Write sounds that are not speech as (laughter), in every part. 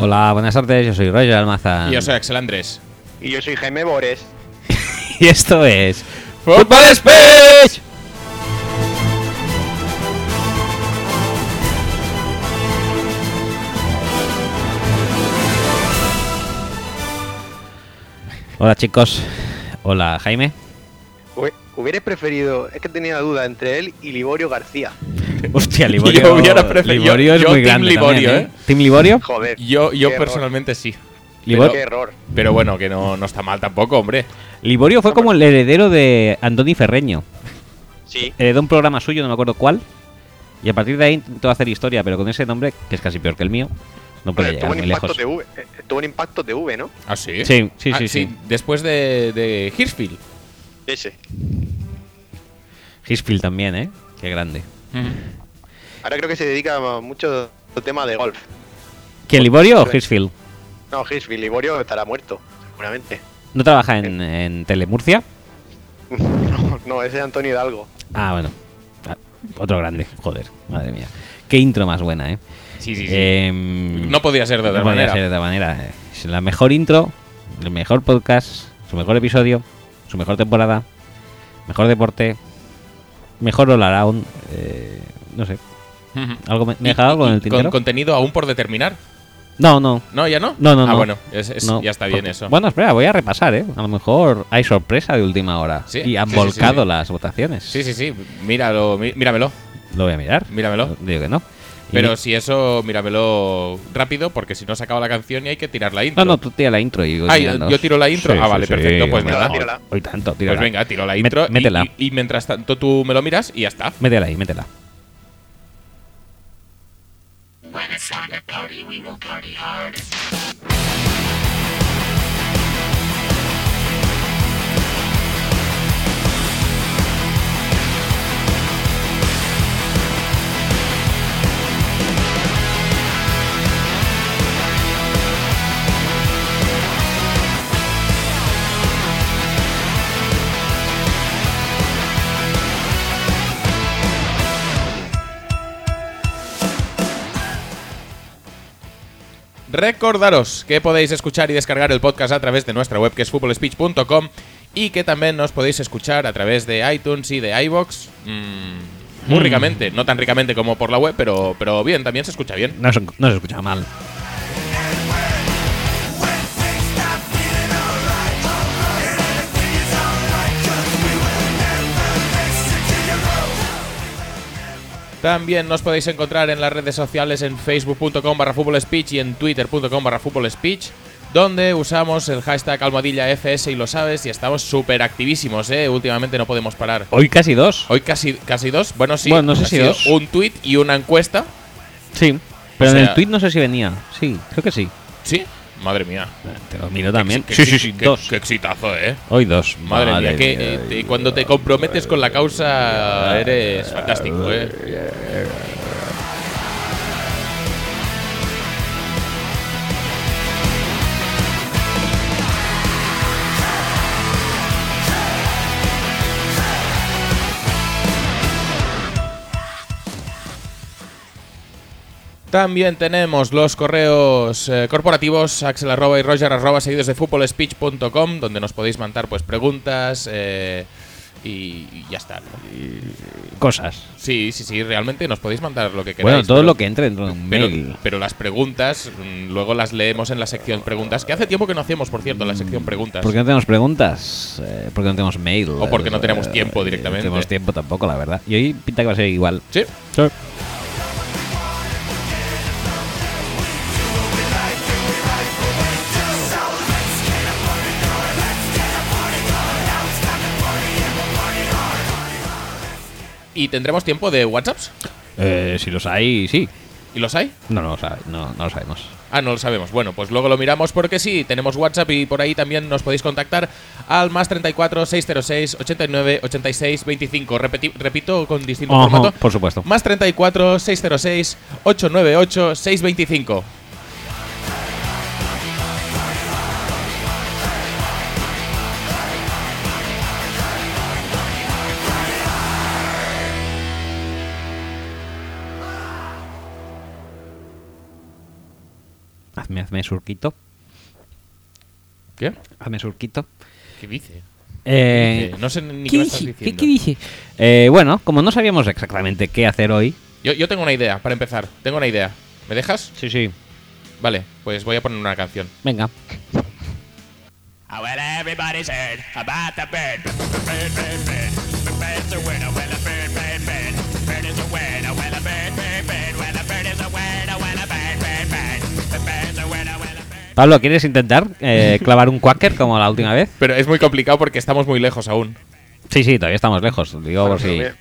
Hola, buenas tardes, yo soy Roger Almazán. Y yo soy Axel Andrés. Y yo soy Jaime Bores. (laughs) Y esto es... ¡Football Speech! Hola chicos, hola (laughs) Jaime. Hue- Hubierais preferido, es que tenía duda entre él y Liborio García. Hostia, Liborio, Liborio- Yo hubiera preferido- Liborio es yo- yo muy Team grande Liborio, también, ¿eh? ¿Team Liborio? Joder. Yo, yo qué error, personalmente sí. Libor- Qué error. Pero bueno, que no, no está mal tampoco, hombre. Liborio fue como el heredero de Antoni Ferreño. Sí. Heredó un programa suyo, no me acuerdo cuál. Y a partir de ahí intentó hacer historia, pero con ese nombre, que es casi peor que el mío, no puede Bueno, llegar estuvo, muy en impacto lejos. TV, eh, estuvo en impacto TV, ¿no? ¿Ah, sí? Sí, sí, Ah, sí, sí. Después de, de Hirschfield. Ese. Hisfield también, ¿eh? Qué grande. Ahora creo que se dedica a mucho al tema de golf. Pues ¿Quién, Liborio o Sí. Hisfield? No, Hitchfield, Liborio estará muerto, seguramente. (laughs) ¿No trabaja en, Eh. en Telemurcia? No, no, ese es Antonio Hidalgo. Ah, bueno. Ah, Otro grande, joder, madre mía. Qué intro más buena, ¿eh? Sí, sí, sí. Em, no podía ser de no otra podía manera. ser de otra manera. Es la mejor intro, el mejor podcast, su mejor episodio, su mejor temporada, mejor deporte, mejor all around. eh, no sé, Ujú. ¿algo me, me Y- deja algo y- en y el con tintero? contenido aún por determinar. No, no. ¿No? ¿Ya no? No, no, Ah, no. bueno, es- es- no, ya está bien porque- eso. Bueno, espera, voy a repasar, ¿eh? A lo mejor hay sorpresa de última hora. Sí, y han sí, sí, volcado sí, sí. las votaciones. Sí, sí, sí. Míralo, mí- míramelo. Lo voy a mirar. Míramelo. Digo que no. Y- Pero si eso, míramelo rápido, porque si no se acaba la canción y hay que tirar la intro. No, no, tú tira la intro y voy Ah, ¿yo- mirando. yo tiro la intro? Ah, vale, perfecto, pues hombre, nada. no, Tírala. Hoy tanto, tírala. pues venga, tiro la Mé- intro. y- métela. Y, y mientras tanto tú me lo miras y ya está. Métela ahí, métela. Recordaros que podéis escuchar y descargar el podcast a través de nuestra web que es footballspeech.com y que también nos podéis escuchar a través de iTunes y de iBox. Mm, muy ricamente, no tan ricamente como por la web, pero, pero bien, también se escucha bien. No se, no se escucha mal. También nos podéis encontrar en las redes sociales en facebook.com barra speech y en twitter.com barra speech donde usamos el hashtag almohadilla FS y lo sabes y estamos súper activísimos, ¿eh? Últimamente no podemos parar. Hoy casi dos. Hoy casi, casi dos, bueno sí, Bueno, no sé ha si sido dos. un tweet y una encuesta. Sí. Pero O en sea- el tweet no sé si venía. Sí, creo que sí. Sí, madre mía. Te lo miro también. Qué- Sí, qué- sí, sí. qué- Dos. Qué exitazo, ¿eh? Hoy dos. Madre, mía, que eh, te- cuando te comprometes con la causa eres fantástico, ¿eh? También tenemos los correos eh, corporativos axel arroba y roger arroba seguidos de footballspeech.com donde nos podéis mandar pues preguntas eh, y, y ya está. ¿no? Cosas. Sí, sí, sí, realmente nos podéis mandar lo que queráis. Bueno, todo pero- lo que entre dentro de un mail. Pero, pero las preguntas, mm, luego las leemos en la sección preguntas, que hace tiempo que no hacemos, por cierto, en la sección preguntas. ¿Por qué no tenemos preguntas? Eh, ¿Por qué no tenemos mail? O porque no tenemos Eh, tiempo directamente. No tenemos tiempo tampoco, la verdad. Y hoy pinta que va a ser igual. Sí. ¿Y tendremos tiempo de WhatsApps? Eh, si los hay, sí. ¿Y los hay? No, no, lo sabe- no, no lo sabemos. Ah, no lo sabemos. Bueno, pues luego lo miramos porque sí, tenemos WhatsApp y por ahí también nos podéis contactar al más 34 606 89 86 25. Repeti- repito con distinto Ajá, formato. por supuesto. Más 34 606 898 625. Hazme, hazme surquito. ¿Qué? Hazme surquito. ¿Qué dice? Eh, Dice, no sé ni qué, ¿Qué me estás dije? ¿Qué- diciendo. qué dije? Eh, bueno, como no sabíamos exactamente qué hacer hoy. Yo, yo tengo una idea, para empezar. Tengo una idea. ¿Me dejas? Sí, sí. Vale, pues voy a poner una canción. Venga. I well, everybody's heard about the bird. The bird, bird, bird. The bird's a winner. Well, a bird, bird, bird. Bird is a winner. Well, a bird, bird, bird. Well, a bird is a winner. Well, a bird, bird, bird. The bird's a winner. Well, a bird. Pablo, ¿quieres intentar (laughs) eh, clavar un quacker como la última vez? Pero es muy complicado porque estamos muy lejos aún. Sí, sí, todavía estamos lejos. Digo, por si. Pero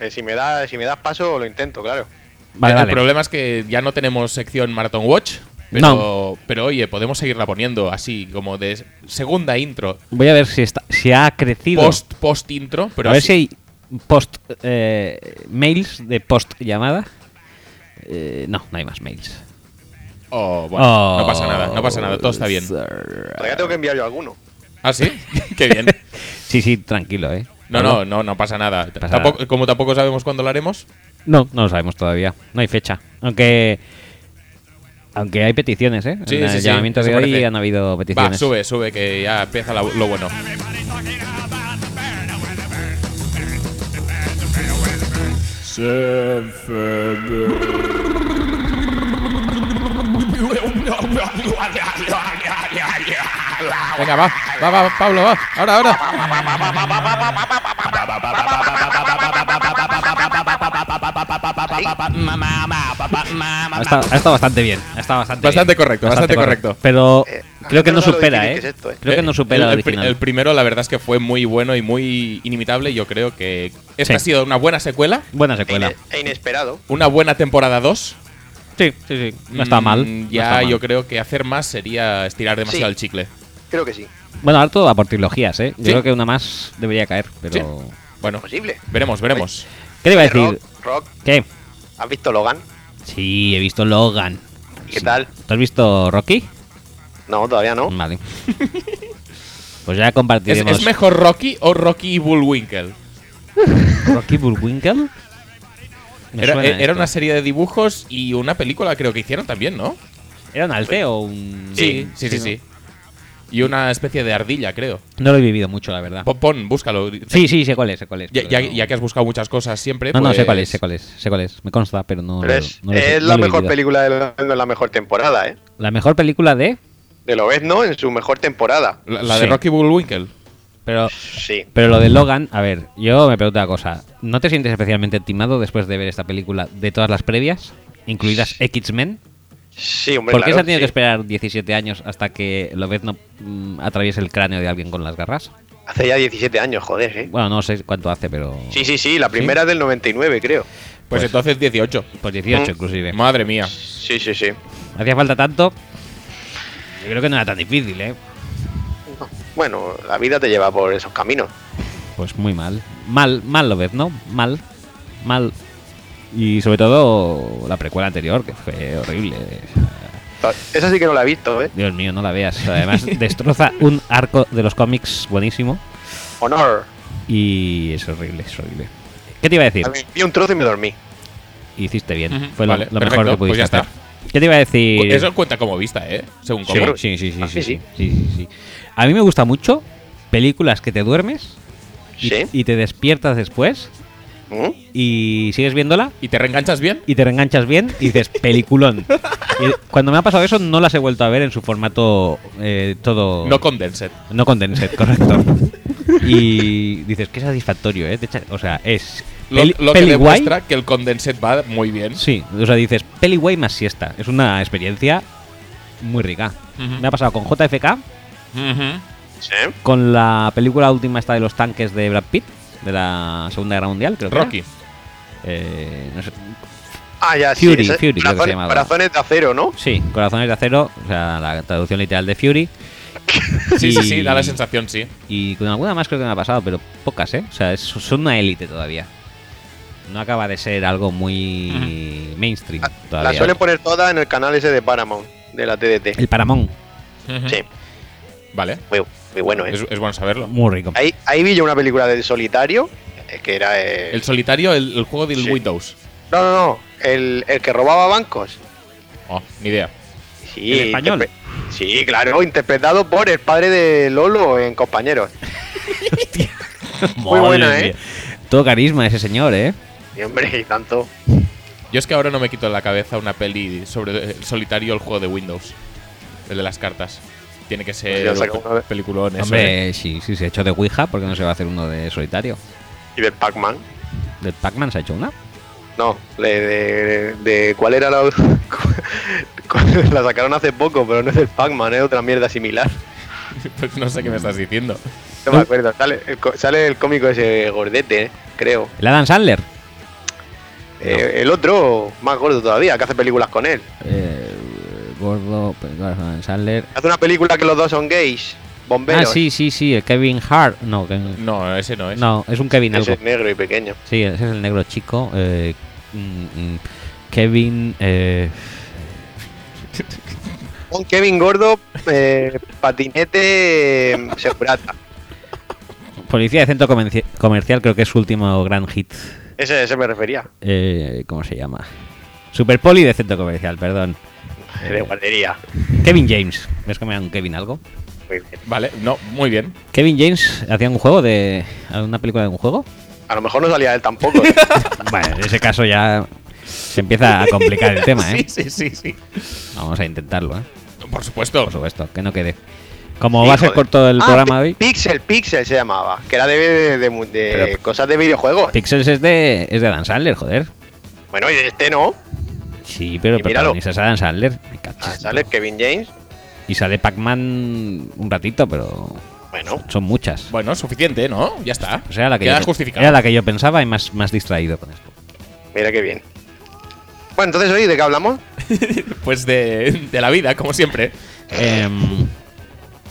me- eh, si, me da, si me das paso, lo intento, claro. Vale, Ya, El vale. problema es que ya no tenemos sección Marathon Watch. Pero, pero oye, podemos seguirla poniendo así, como de segunda intro, Voy a ver si, está, si ha crecido. post, post intro. Pero a ver así. si hay post eh, mails de post llamada. Eh, no, no hay más mails. Oh, bueno, no pasa nada, no pasa nada, todo está bien. Oh, Todavía tengo que enviar yo alguno. ¿Ah, sí? (laughs) Qué bien. Sí, sí, tranquilo, ¿eh? No, no, no, no pasa nada. Pasa Tampoco- nada. Como tampoco sabemos cuándo lo haremos. No, no lo sabemos todavía. No hay fecha. Aunque. Aunque hay peticiones, ¿eh? Sí, en el sí, sí, llamamiento eso de hoy parece. han habido Va, peticiones. sube, sube, que ya empieza la- lo bueno. Everybody's talking about the bird. Oh, well, a bird. (laughs) Venga, va, va, va, Pablo, va. Ahora, ahora. Ha estado, ha estado bastante bien. Ha estado bastante, Bastante bien. correcto, bastante correcto. Pero Eh, creo que no no sabe lo supera, ¿eh? difícil que es esto, ¿eh? Creo que no supera el, al el pri- original. el primero, la verdad es que fue muy bueno y muy inimitable. Yo creo que Sí. esta ha sido una buena secuela, Buena E, secuela. Eh, ine- e inesperado. una buena temporada 2. Sí, sí, sí. No está mal. no mm, Ya está mal. yo creo que hacer más sería estirar demasiado Sí. el chicle. Creo que sí. Bueno, ahora todo va por trilogías, ¿eh? Yo Sí. creo que una más debería caer, pero... Sí. Bueno, Posible. veremos, veremos. ¿Qué te iba a Eh, Rock, decir? Rock, ¿Qué? ¿has visto Logan? Sí, he visto Logan. ¿Y qué Sí. tal? ¿Tú has visto Rocky? No, todavía no. Vale. pues ya Oh. ¿Es, compartiremos... es mejor Rocky o Rocky y Bullwinkle? ¿Rocky Bullwinkle? Me Era, suena eh, era esto. una serie de dibujos y una película creo que hicieron también, ¿no? ¿Era un alce o un...? sí, sí, sí. Y una especie de ardilla, creo. No lo he vivido mucho, la verdad. Pon, pon, búscalo. Sí, sí, sé cuál es, sé cuál es. Ya, pero ya- no- ya que has buscado muchas cosas siempre. No, no, sé pues- cuál es, sé cuál es, sé cuál es. Me consta, pero no... Pero lo- es, no lo sé, es no la lo he mejor vivido. película de Lobezno en la mejor temporada, ¿eh? La mejor película de... De Lobezno en su mejor temporada. La, la de Sí. Rocky Bullwinkle. Pero... Sí. Pero lo de Logan, a ver, yo me pregunto una cosa. ¿No te sientes especialmente timado después de ver esta película de todas las previas, incluidas X-Men? Sí, hombre, ¿Por qué claro, se ha tenido sí. que esperar 17 años hasta que Lobezno no mm, atraviese el cráneo de alguien con las garras? Hace ya 17 años, joder, ¿eh? Bueno, no sé cuánto hace, pero... Sí, sí, sí, la primera del 99, creo. Pues, entonces 18. Pues 18 Mm. inclusive. Madre mía. Sí, sí, sí. ¿Hacía falta tanto? Yo creo que no era tan difícil, ¿eh? Bueno, la vida te lleva por esos caminos. Pues muy mal. Mal, mal Lobezno, mal, mal. Y sobre todo la precuela anterior, que fue horrible. Esa sí que no la he visto, ¿eh? Dios mío, no la veas. (laughs) Además, destroza un arco de los cómics buenísimo. Honor. Y es horrible, es horrible. ¿Qué te iba a decir? A mí, Vi un trozo y me dormí. Hiciste bien. Ujú, Fue lo, vale, lo mejor perfecto, que pues pudiste ya está. Pues hacer. ¿Qué te iba a decir? Eso cuenta como vista, ¿eh? Según sí, cómo. sí, sí, sí, Ah, sí, sí, sí, sí, sí. sí, sí. A mí me gusta mucho películas que te duermes y, ¿Sí? y te despiertas después ¿Mm? y sigues viéndola ¿Y te reenganchas bien? y te reenganchas bien y dices (laughs) peliculón. Y cuando me ha pasado eso no las he vuelto a ver en su formato eh, todo No condensed. No condensed, correcto. (laughs) y dices, qué satisfactorio, ¿eh? Te echa- o sea, es Lo, peli, lo que peli guay. demuestra que el condensed va muy bien. Sí, o sea, dices, peli guay más siesta. Es una experiencia muy rica. Ujú. Me ha pasado con JFK, Ujú. ¿Sí? con la película última esta de los tanques de Brad Pitt, de la Segunda Guerra Mundial, creo que era. Rocky. Eh, no sé. Ah, ya, Fury, sí. esa- Fury, creo que se corazones, llamaba. Corazones de acero, ¿no? Sí, Corazones de Acero, o sea, la traducción literal de Fury. (laughs) Sí, sí, Y- sí, da la sensación, sí. Y con alguna más creo que me ha pasado, pero pocas, ¿eh? O sea, es- son una élite todavía. No acaba de ser algo muy mainstream Ah, La todavía. suelen poner toda en el canal ese de Paramount, de la TDT. El Paramón, Ujú. Sí, Vale. muy, muy bueno, ¿eh? Es, es bueno saberlo. muy rico. Ahí, ahí vi yo una película del solitario, eh, que era... eh, El solitario, el, el juego del Sí. Windows. No, no, no, el, el que robaba bancos. Oh, ni idea. Sí, ¿En español? interpre- Sí, claro, interpretado por el padre de Lolo en Compañeros. Muy Madre buena, mía. ¿eh? Todo carisma ese señor, ¿eh? Y hombre, y tanto. Yo es que ahora no me quito en la cabeza una peli sobre el solitario el juego de Windows. El de las cartas. Tiene que ser Pues ya saca un pe- una vez. peliculón eso, ¿eh? Hombre, sí, sí, se ha hecho de Ouija, porque no se va a hacer uno de solitario? ¿Y del Pac-Man? ¿Del Pac-Man se ha hecho una? No, le- de, de, cuál era la. (laughs) cuál- la sacaron hace poco, pero no es del Pac-Man, es otra mierda similar. (laughs) Pues no sé qué me estás diciendo. No me acuerdo, sale el, co- sale el cómico ese gordete, eh, creo. ¿El Adam Sandler? Eh, el otro, más gordo todavía, que hace películas con él. Eh, gordo, pero claro, Adam Sandler. Hace una película que los dos son gays, Ah, bomberos. sí, sí, sí, el Kevin Hart. No, Kevin- No, ese no es. no es un Kevin Ese algo. es negro y pequeño. Sí, ese es el negro chico. eh, mm, mm, Kevin. eh, Un Kevin gordo, eh, (laughs) patinete, eh, segurata. Policía de Centro Comenci- Comercial, creo que es su último gran hit. Ese, ese me refería. Eh, ¿Cómo se llama? Superpoli de Centro Comercial, perdón. Eh. De guardería. Kevin James. ¿Ves que me dan Kevin algo? Muy bien. Vale, no, muy bien. Kevin James hacía un juego de. ¿Una película de un juego? A lo mejor no salía (laughs) él tampoco. ¿eh? Bueno, en ese caso ya se empieza a complicar el tema, ¿eh? Sí, sí, sí, sí. Vamos a intentarlo, ¿eh? Por supuesto. Por supuesto, que no quede. Como Sí, va a ser joder. corto el Ah, programa Pi- hoy, Pixel, Pixel se llamaba. Que era de, de- de- de Pero- cosas de videojuegos. Pixels es de, es de Adam Sandler, joder. Bueno, y este no. Sí, pero el Y míralo. protagonista es Adam Sandler. Me cachis Ah, en sale Kevin James. todo. Y sale Pac-Man un ratito, pero Bueno, son muchas. Bueno, suficiente, ¿no? Ya está. O sea, la que, Queda yo, justificado. era la que yo pensaba y más, más distraído con esto. mira qué bien. Bueno, entonces hoy, ¿de qué hablamos? Pues de, de la vida, como siempre. Em,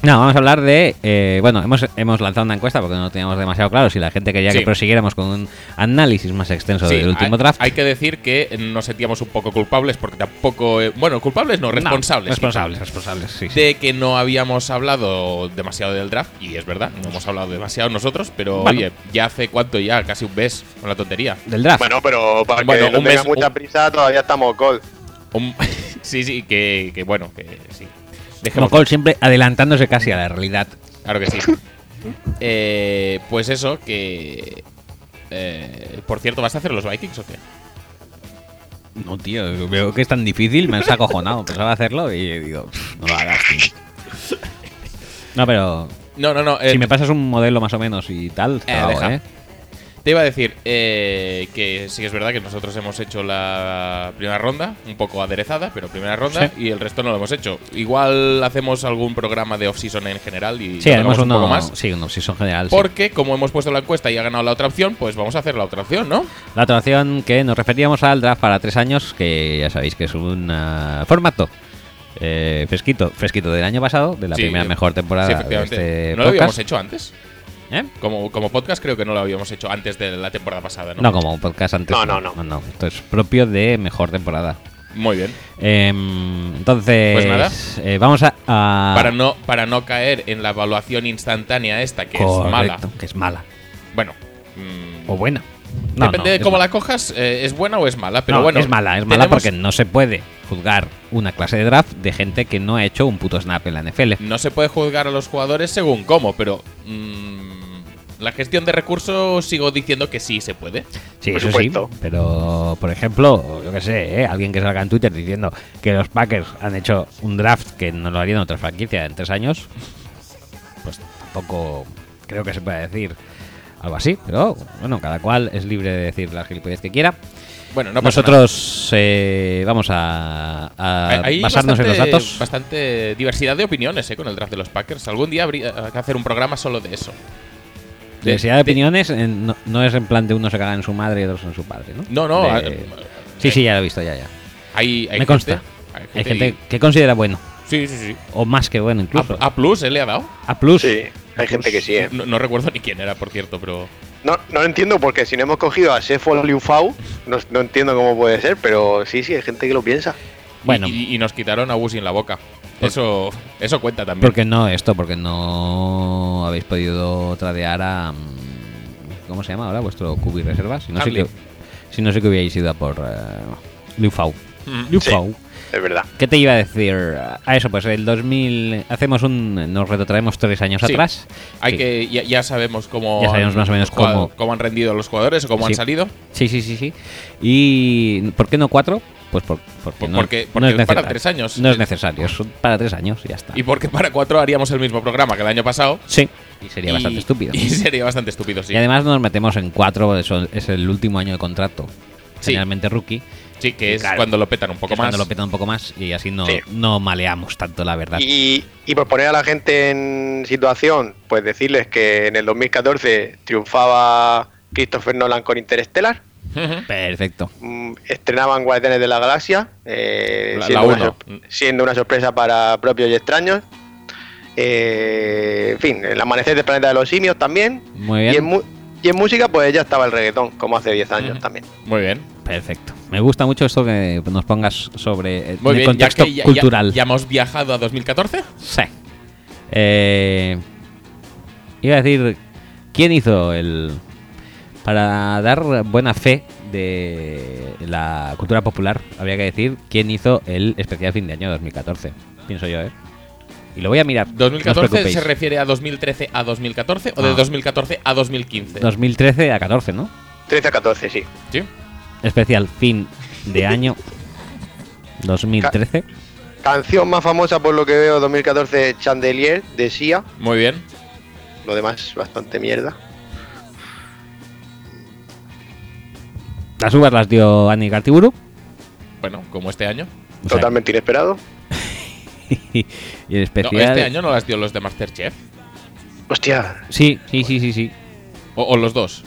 no, vamos a hablar de. eh, bueno, hemos, hemos lanzado una encuesta porque no lo teníamos demasiado claro si la gente quería Sí. que prosiguiéramos con un análisis más extenso Sí, del último hay, draft. hay que decir que nos sentíamos un poco culpables porque tampoco. eh, bueno, culpables no, No, responsables. responsables, responsables, sí. sí. de que no habíamos hablado demasiado del draft, y es verdad, no hemos hablado demasiado nosotros, pero Bueno. oye, ya hace cuánto ya, casi un mes con la tontería. Del draft. Bueno, pero para Bueno, que no un tenga mes- mucha un- prisa, todavía estamos col. Un- (laughs) sí, sí, que, que bueno, que sí. Como Dejemos- Cole siempre adelantándose casi a la realidad. Claro que sí. Eh, pues eso, que. eh, por cierto, ¿vas a hacer los Vikings o qué? No, tío, veo que es tan difícil, me has acojonado. Pensaba hacerlo y digo, "Pff, no lo hagas, tío". No, pero No, no, no. eh, si me pasas un modelo más o menos y tal, te Eh, lo hago, deja. ¿eh? Te iba a decir eh, que sí que es verdad que nosotros hemos hecho la primera ronda, un poco aderezada, pero primera ronda, y el resto no lo hemos hecho. Igual hacemos algún programa de off-season en general y Sí, lo haremos hagamos un uno poco más. Sí, uno, si son general. sí. Porque como hemos puesto la encuesta y ha ganado la otra opción, pues vamos a hacer la otra opción, ¿no? La otra opción que nos referíamos al draft para tres años, que ya sabéis que es un ah, formato eh, fresquito, fresquito del año pasado, de la Sí, primera eh, mejor temporada sí, de efectivamente. este no lo habíamos podcast. hecho antes. ¿Eh? Como, como podcast creo que no lo habíamos hecho antes de la temporada pasada, ¿no? No, como un podcast antes. No, no, no. Esto es propio de mejor temporada. Muy bien. Em, entonces, Pues nada. eh, vamos a. a- Para, no, para no caer en la evaluación instantánea esta, que Correcto, es mala. Que es mala. Bueno. mm, O buena. No, Depende no, de es cómo mala. la cojas, eh, es buena o es mala, pero No, bueno. Es mala, es mala tenemos- porque no se puede juzgar una clase de draft de gente que no ha hecho un puto snap en la NFL. No se puede juzgar a los jugadores según cómo, pero. mm, la gestión de recursos sigo diciendo que sí se puede. Sí, Por eso supuesto. sí. Pero, por ejemplo, yo qué sé, ¿eh? alguien que salga en Twitter diciendo que los Packers han hecho un draft que no lo harían otra franquicia en tres años, pues tampoco creo que se pueda decir algo así. Pero bueno, cada cual es libre de decir las gilipollas que quiera. Bueno, no pasa nada. Nosotros eh, vamos a, a Hay- hay basarnos en los bastante- datos. Bastante diversidad de opiniones eh, con el draft de los Packers. Algún día habría que hacer un programa solo de eso. Diversidad de opiniones eh, no, no es en plan de uno se caga en su madre y otros en su padre, ¿no? No, no. De- ah, sí, sí, ya lo he visto, ya, ya. Hay, hay Me consta. gente- hay Hay gente gente que considera bueno. Sí, sí, sí. O más que bueno, A, incluso. A plus, eh, le ha dado. A plus. Sí, hay gente que sí, ¿eh? No, no recuerdo ni quién era, por cierto, pero. No, no lo entiendo porque si no hemos cogido a Sefo Liu Fau, no, no entiendo cómo puede ser, pero sí, sí, hay gente que lo piensa. Bueno, Y, y- y nos quitaron a Busi en la boca. Eso, eso cuenta también. porque no esto, porque no habéis podido tradear a mm, ¿cómo se llama ahora? vuestro cubi reserva, si no sé Hamlin. que si no sé que hubierais ido a por eh, Liu Fau. Mm. Liu Sí. Fau. es verdad. ¿Qué te iba a decir? A eso, pues el 2000 hacemos un, nos retrotraemos tres años Sí. atrás. Hay Sí. que, ya, ya sabemos cómo. Ya sabemos más o menos cua- cómo, cómo- han rendido los jugadores o cómo Sí. han salido. Sí, sí, sí, sí. ¿Y por qué no cuatro? Pues por- porque, Por- no, porque- no porque es para necesario. tres años. No es necesario, son para tres años, ya está. Y porque para cuatro haríamos el mismo programa que el año pasado. sí, y sería Y- bastante estúpido. (laughs) Y sería bastante estúpido, sí. Y además nos metemos en cuatro, eso es el último año de contrato. Sí. Generalmente rookie. sí, que es claro. cuando lo petan un que poco es cuando más. lo peta un poco más y así no, Sí. no maleamos tanto, la verdad. Y, y por poner a la gente en situación, pues decirles que en el 2014 triunfaba Christopher Nolan con Interstellar, Ujú. Perfecto. mm, estrenaban Guardianes de la Galaxia, eh, La- la siendo, una uno. sor- siendo una sorpresa para propios y extraños. Eh, en fin, el amanecer del planeta de los simios también. Muy Y en, bien. mu- y en música, pues ya estaba el reggaetón, como hace 10 años Ujú. también. Muy bien. Perfecto. Me gusta mucho esto que nos pongas sobre eh, Muy el bien. ya contexto que ya- ya- cultural. Ya, hemos viajado a 2014. Sí. Eh, iba a decir, ¿quién hizo el... Para dar buena fe de la cultura popular, habría que decir quién hizo el especial fin de año 2014. Pienso yo, ¿eh? Y lo voy a mirar. no os 2014 preocupéis. se refiere a 2013 a 2014 o Ah. de 2014 a 2015. 2013 a 14, ¿no? 13 a 14, sí. Sí. Especial fin de (laughs) año 2013. Canción más famosa por lo que veo 2014, Chandelier de Sia. Muy bien. Lo demás, bastante mierda. Las uvas las dio Annie Gartiburu. Bueno, como este año. O sea, Totalmente inesperado. y el No, especial. este año no las dio los de Masterchef. Hostia, Sí, sí, sí, sí, sí. O, o los dos.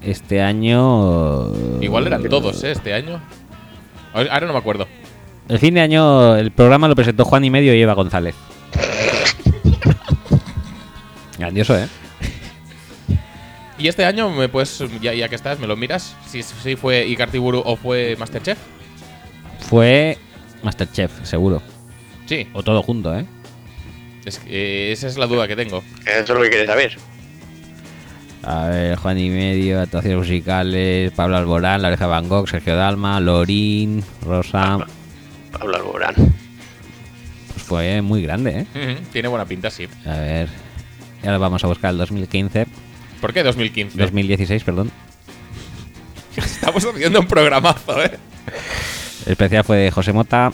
Este año. Igual eran todos, ¿eh? Este año. Ahora ahora no me acuerdo. El fin de año, el programa lo presentó Juan y medio y Eva González. (laughs) Grandioso, ¿eh? Y este año, me puedes, ya, ya que estás, me lo miras. Si, si fue Icartiburu o fue Masterchef. Fue Masterchef, seguro. Sí, O todo junto, ¿eh? es que, eh, esa es la duda que tengo. Eh, eso es lo que quieres saber. A ver, Juan y medio, actuaciones musicales, Pablo Alborán, La Oreja de Van Gogh, Sergio Dalma, Lorín, Rosa. Pablo Alborán. Pues fue muy grande, ¿eh? Ujú, Tiene buena pinta, sí. A ver. Y ahora vamos a buscar el 2015, ¿Por qué 2015? 2016, perdón. Estamos haciendo un programazo, ¿eh? El especial fue de José Mota.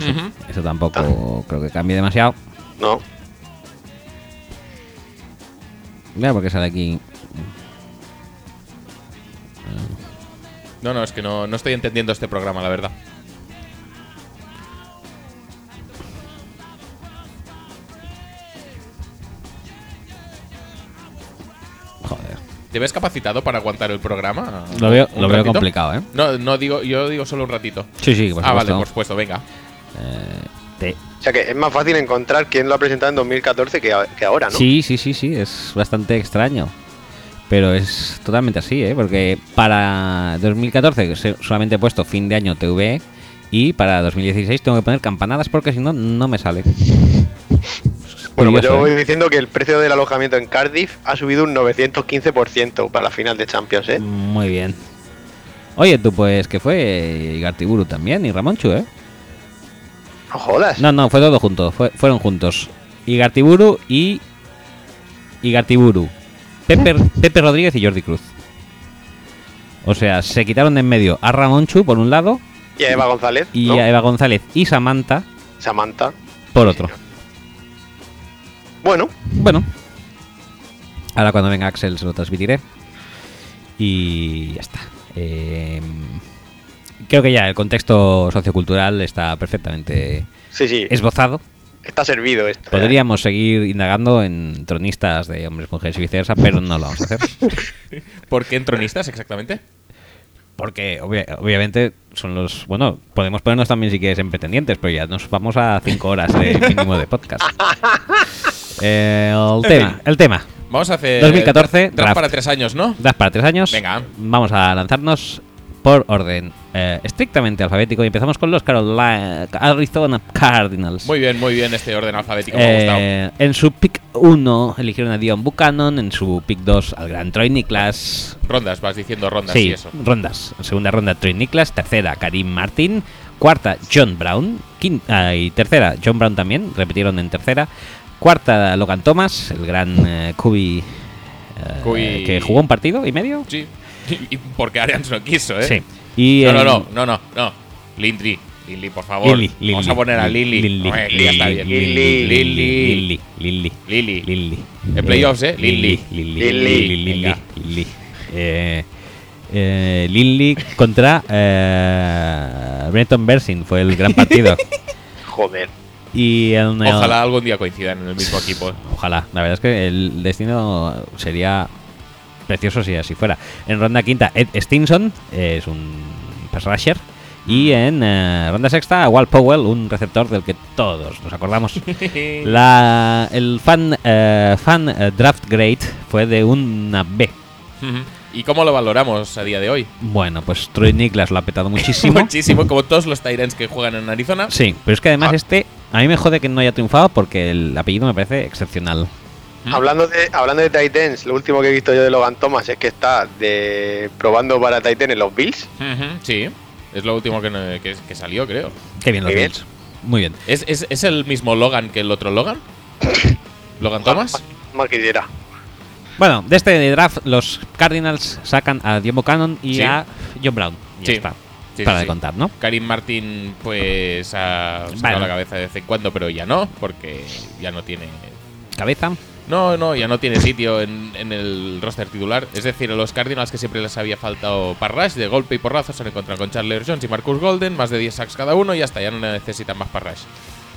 Ujú. Eso tampoco Ah. creo que cambie demasiado. No, Mira porque sale aquí. No, no, es que no, no estoy entendiendo este programa, la verdad. Joder. ¿Te ves capacitado para aguantar el programa? Lo veo, ¿Un lo veo ratito? complicado, ¿eh? No, no digo, yo digo solo un ratito. Sí, sí, por ah, vale, supuesto. por supuesto, venga. Eh, te- O sea que es más fácil encontrar quién lo ha presentado en 2014 que, a- que ahora, Ah, ¿no? Sí, sí, sí, sí, es bastante extraño. Pero es totalmente así, ¿eh? Porque para 2014 se- solamente he puesto fin de año TV y para 2016 tengo que poner campanadas porque si no, no me sale. (laughs) bueno, pues yo Curioso, voy ¿eh? diciendo que el precio del alojamiento en Cardiff ha subido un 915% para la final de Champions, ¿eh? Muy bien. Oye, tú pues que fue Gartiburu también y Ramonchu, ¿eh? No jodas. No, no, fue todo junto, fue- fueron juntos. Igartiburu y. Igartiburu. Pepe, ¿Eh? Pepe Rodríguez y Jordi Cruz. O sea, se quitaron de en medio a Ramonchu por un lado Y a Eva González, y ¿no? a Eva González y Samantha Samantha. por otro. Bueno, Bueno, ahora cuando venga Axel se lo transmitiré. Y ya está. Eh, creo que ya el contexto sociocultural está perfectamente sí, sí. esbozado. Está servido esto. ¿eh? Podríamos seguir indagando en tronistas de hombres, mujeres y viceversa, pero no lo vamos a (laughs) hacer. ¿Por qué entronistas exactamente? Porque obvia- obviamente son los... Bueno, podemos ponernos también si quieres en pretendientes, pero ya nos vamos a cinco horas (laughs) de mínimo de podcast. Eh, el tema, el tema. Vamos a hacer. 2014, draft draft. para tres años, ¿no? Das para tres años. Venga. Vamos a lanzarnos por orden eh, estrictamente alfabético y empezamos con los Carolina, Arizona Cardinals. Muy bien, muy bien este orden alfabético. Me ha gustado. Eh, en su pick 1 eligieron a Dion Buchanan, en su pick 2 al gran Troy Niklas, Rondas, vas diciendo rondas y Sí, eso. rondas. En segunda ronda Troy Niklas, tercera Karim Martin, Cuarta, John Brown. Quin- ah, y tercera, John Brown también. Repitieron en tercera. Cuarta, Logan Thomas, el gran eh, Cubi, eh, Cubi- que jugó un partido y medio. Sí. (laughs) Y porque Arians no quiso, ¿eh? Sí. Y no, no, el- no, no, no, no. Lindri. Lindri, por favor. Lili, Lili, Vamos a poner a Lili. Lili, Eh, Lili, ya está bien. Lili, Lili. Lili, Lili, Lili. Lili. En playoffs, ¿eh? Lili. Lili. Lili. Lili. Lili. Lili. Venga. Lili. Eh, eh, Lili contra eh, Brenton Bersin fue el gran (laughs) partido. Joder. y en el- Ojalá algún día coincidan en el mismo equipo. Ojalá. La verdad es que el destino sería precioso si así fuera. En ronda quinta, Ed Stinson, eh, es un pass rusher. Y en eh, ronda sexta, Walt Powell, un receptor del que todos nos (laughs) acordamos. La, el fan, eh, fan eh, draft grade fue de una B. ¿Y cómo lo valoramos a día de hoy? Bueno, pues Troy Nicholas lo ha petado (laughs) muchísimo. (laughs) Muchísimo, como todos los Tyrants que juegan en Arizona. sí, pero es que además Ah. este, a mí me jode que no haya triunfado porque el apellido me parece excepcional. Mm. Hablando de hablando de Titans, lo último que he visto yo de Logan Thomas es que está de, probando para Titans en los Bills. Ujú, Sí. Es lo último que, no- que- que salió, creo. Qué bien los Qué bien. Bills. Muy bien. ¿Es, es, es el mismo Logan que el otro (coughs) Logan? ¿Logan Thomas? Más quisiera. Bueno, de este draft los Cardinals sacan a Diego Cannon y Sí. a John Brown. Ya Sí. está. Sí, Para sí, de sí. contar, ¿no? Karim Martin, pues ha sacado Bueno. la cabeza de vez en cuando, pero ya no, porque ya no tiene. Cabeza. No, no, ya no tiene sitio en, en el roster titular. Es decir, a los Cardinals que siempre les había faltado parrash, de golpe y porrazo se han encontrado con Charles Jones y Marcus Golden, más de 10 sacks cada uno y hasta ya no necesitan más parrash.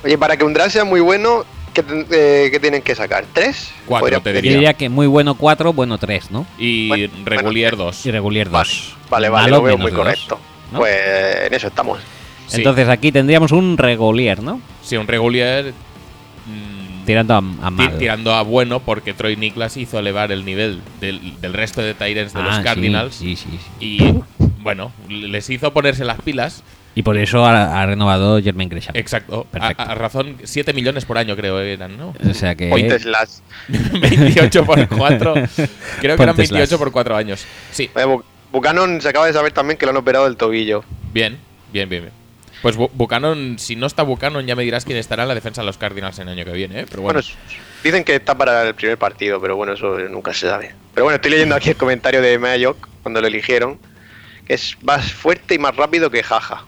Oye, para que un draft sea muy bueno, ¿qué, ten- eh, qué tienen que sacar? ¿Tres? Cuatro, Podríamos te Yo diría. decir. diría que muy bueno 4, bueno 3, ¿no? Y Bueno, Regulier 2. Y regular 2. Vale, vale, lo veo muy correcto. Pues en eso estamos. Sí, Entonces aquí tendríamos un regular, ¿no? sí, un Regulier. mm, Tirando a, a ti- mal. Tirando a bueno porque Troy Niklas hizo elevar el nivel del, del resto de Tyrants de Ah, los sí, Cardinals. Sí, sí, sí. Y bueno, les hizo ponerse las pilas. Y por eso ha, ha renovado Jermaine Gresham. Exacto. A, Perfecto. Eh. a razón, 7 millones por año creo que eran, ¿no? (laughs) O sea que. Point slash. 28 por 4. Creo que eran Ponte slash. 28 por 4 años. Sí, Eh, Bu- Buchanan se acaba de saber también que lo han operado del tobillo. bien, bien, bien. bien. Pues Bu- Buchanan, si no está Buchanan, ya me dirás quién estará en la defensa de los Cardinals el año que viene, ¿eh? Pero bueno. Bueno, s- dicen que está para el primer partido, pero bueno, eso nunca se sabe. Pero bueno, estoy leyendo aquí el comentario de Mayok cuando lo eligieron, que es más fuerte y más rápido que Jaja.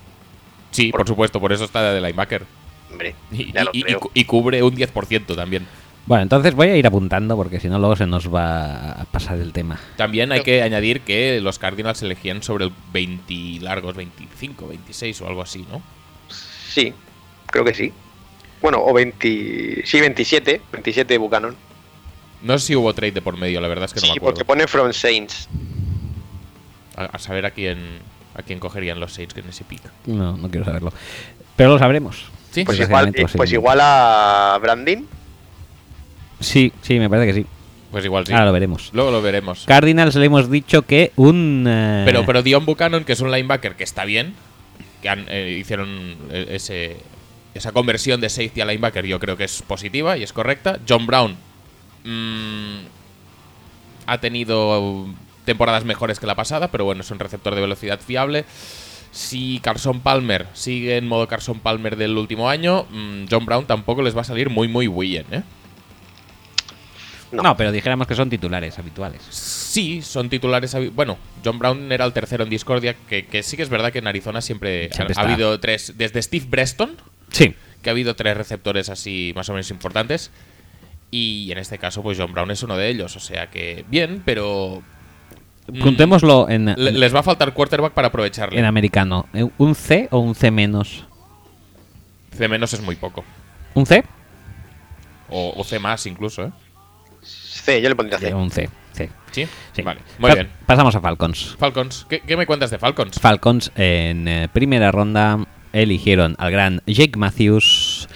sí, por supuesto, por eso está de linebacker. Hombre, Y, ya lo y- y creo. cu- y cubre un 10% también. Bueno, entonces voy a ir apuntando porque si no luego se nos va a pasar el tema. También hay que añadir que los Cardinals elegían sobre el 20 largos, 25, 26 o algo así, ¿no? Sí, creo que sí. Bueno, o 20... Sí, 27. 27 Buchanan. No sé si hubo trade de por medio, la verdad es que no sí, me acuerdo. porque pone From Saints. A, a saber a quién a quién cogerían los Saints que en ese pick. No, no quiero saberlo. Pero lo sabremos. Sí, Pues sí. igual, Posiblemente, pues posiblemente. igual a Brandin. Sí, sí, me parece que sí. pues igual sí. Ahora lo veremos. Luego lo veremos. Cardinals le hemos dicho que un. eh, Pero, pero Dion Buchanan, que es un linebacker que está bien, que han, eh, hicieron eh, ese, esa conversión de safety a linebacker, yo creo que es positiva y es correcta. John Brown mm, ha tenido temporadas mejores que la pasada, pero bueno, es un receptor de velocidad fiable. Si Carson Palmer sigue en modo Carson Palmer del último año, mm, John Brown tampoco les va a salir muy, muy bien, ¿eh? No. pero dijéramos que son titulares habituales. Sí, son titulares. habi- Bueno, John Brown era el tercero en discordia, que, que sí que es verdad que en Arizona siempre, ha- Siempre ha, está. habido tres, desde Steve Breston, Sí. que ha habido tres receptores así más o menos importantes, y en este caso pues John Brown es uno de ellos, o sea que bien, pero mm, Puntémoslo en, le- les va a faltar quarterback para aprovecharle. en americano. Eh, ¿Un C o un C menos? C menos es muy poco, ¿Un C? o, o C más incluso, ¿eh? C, yo le pondría C. Eh, Un C. C. Sí, Sí. vale, muy Pa- bien. Pasamos a Falcons. Falcons, ¿qué, qué me cuentas de Falcons? Falcons en eh, primera ronda eligieron al gran Jake Matthews,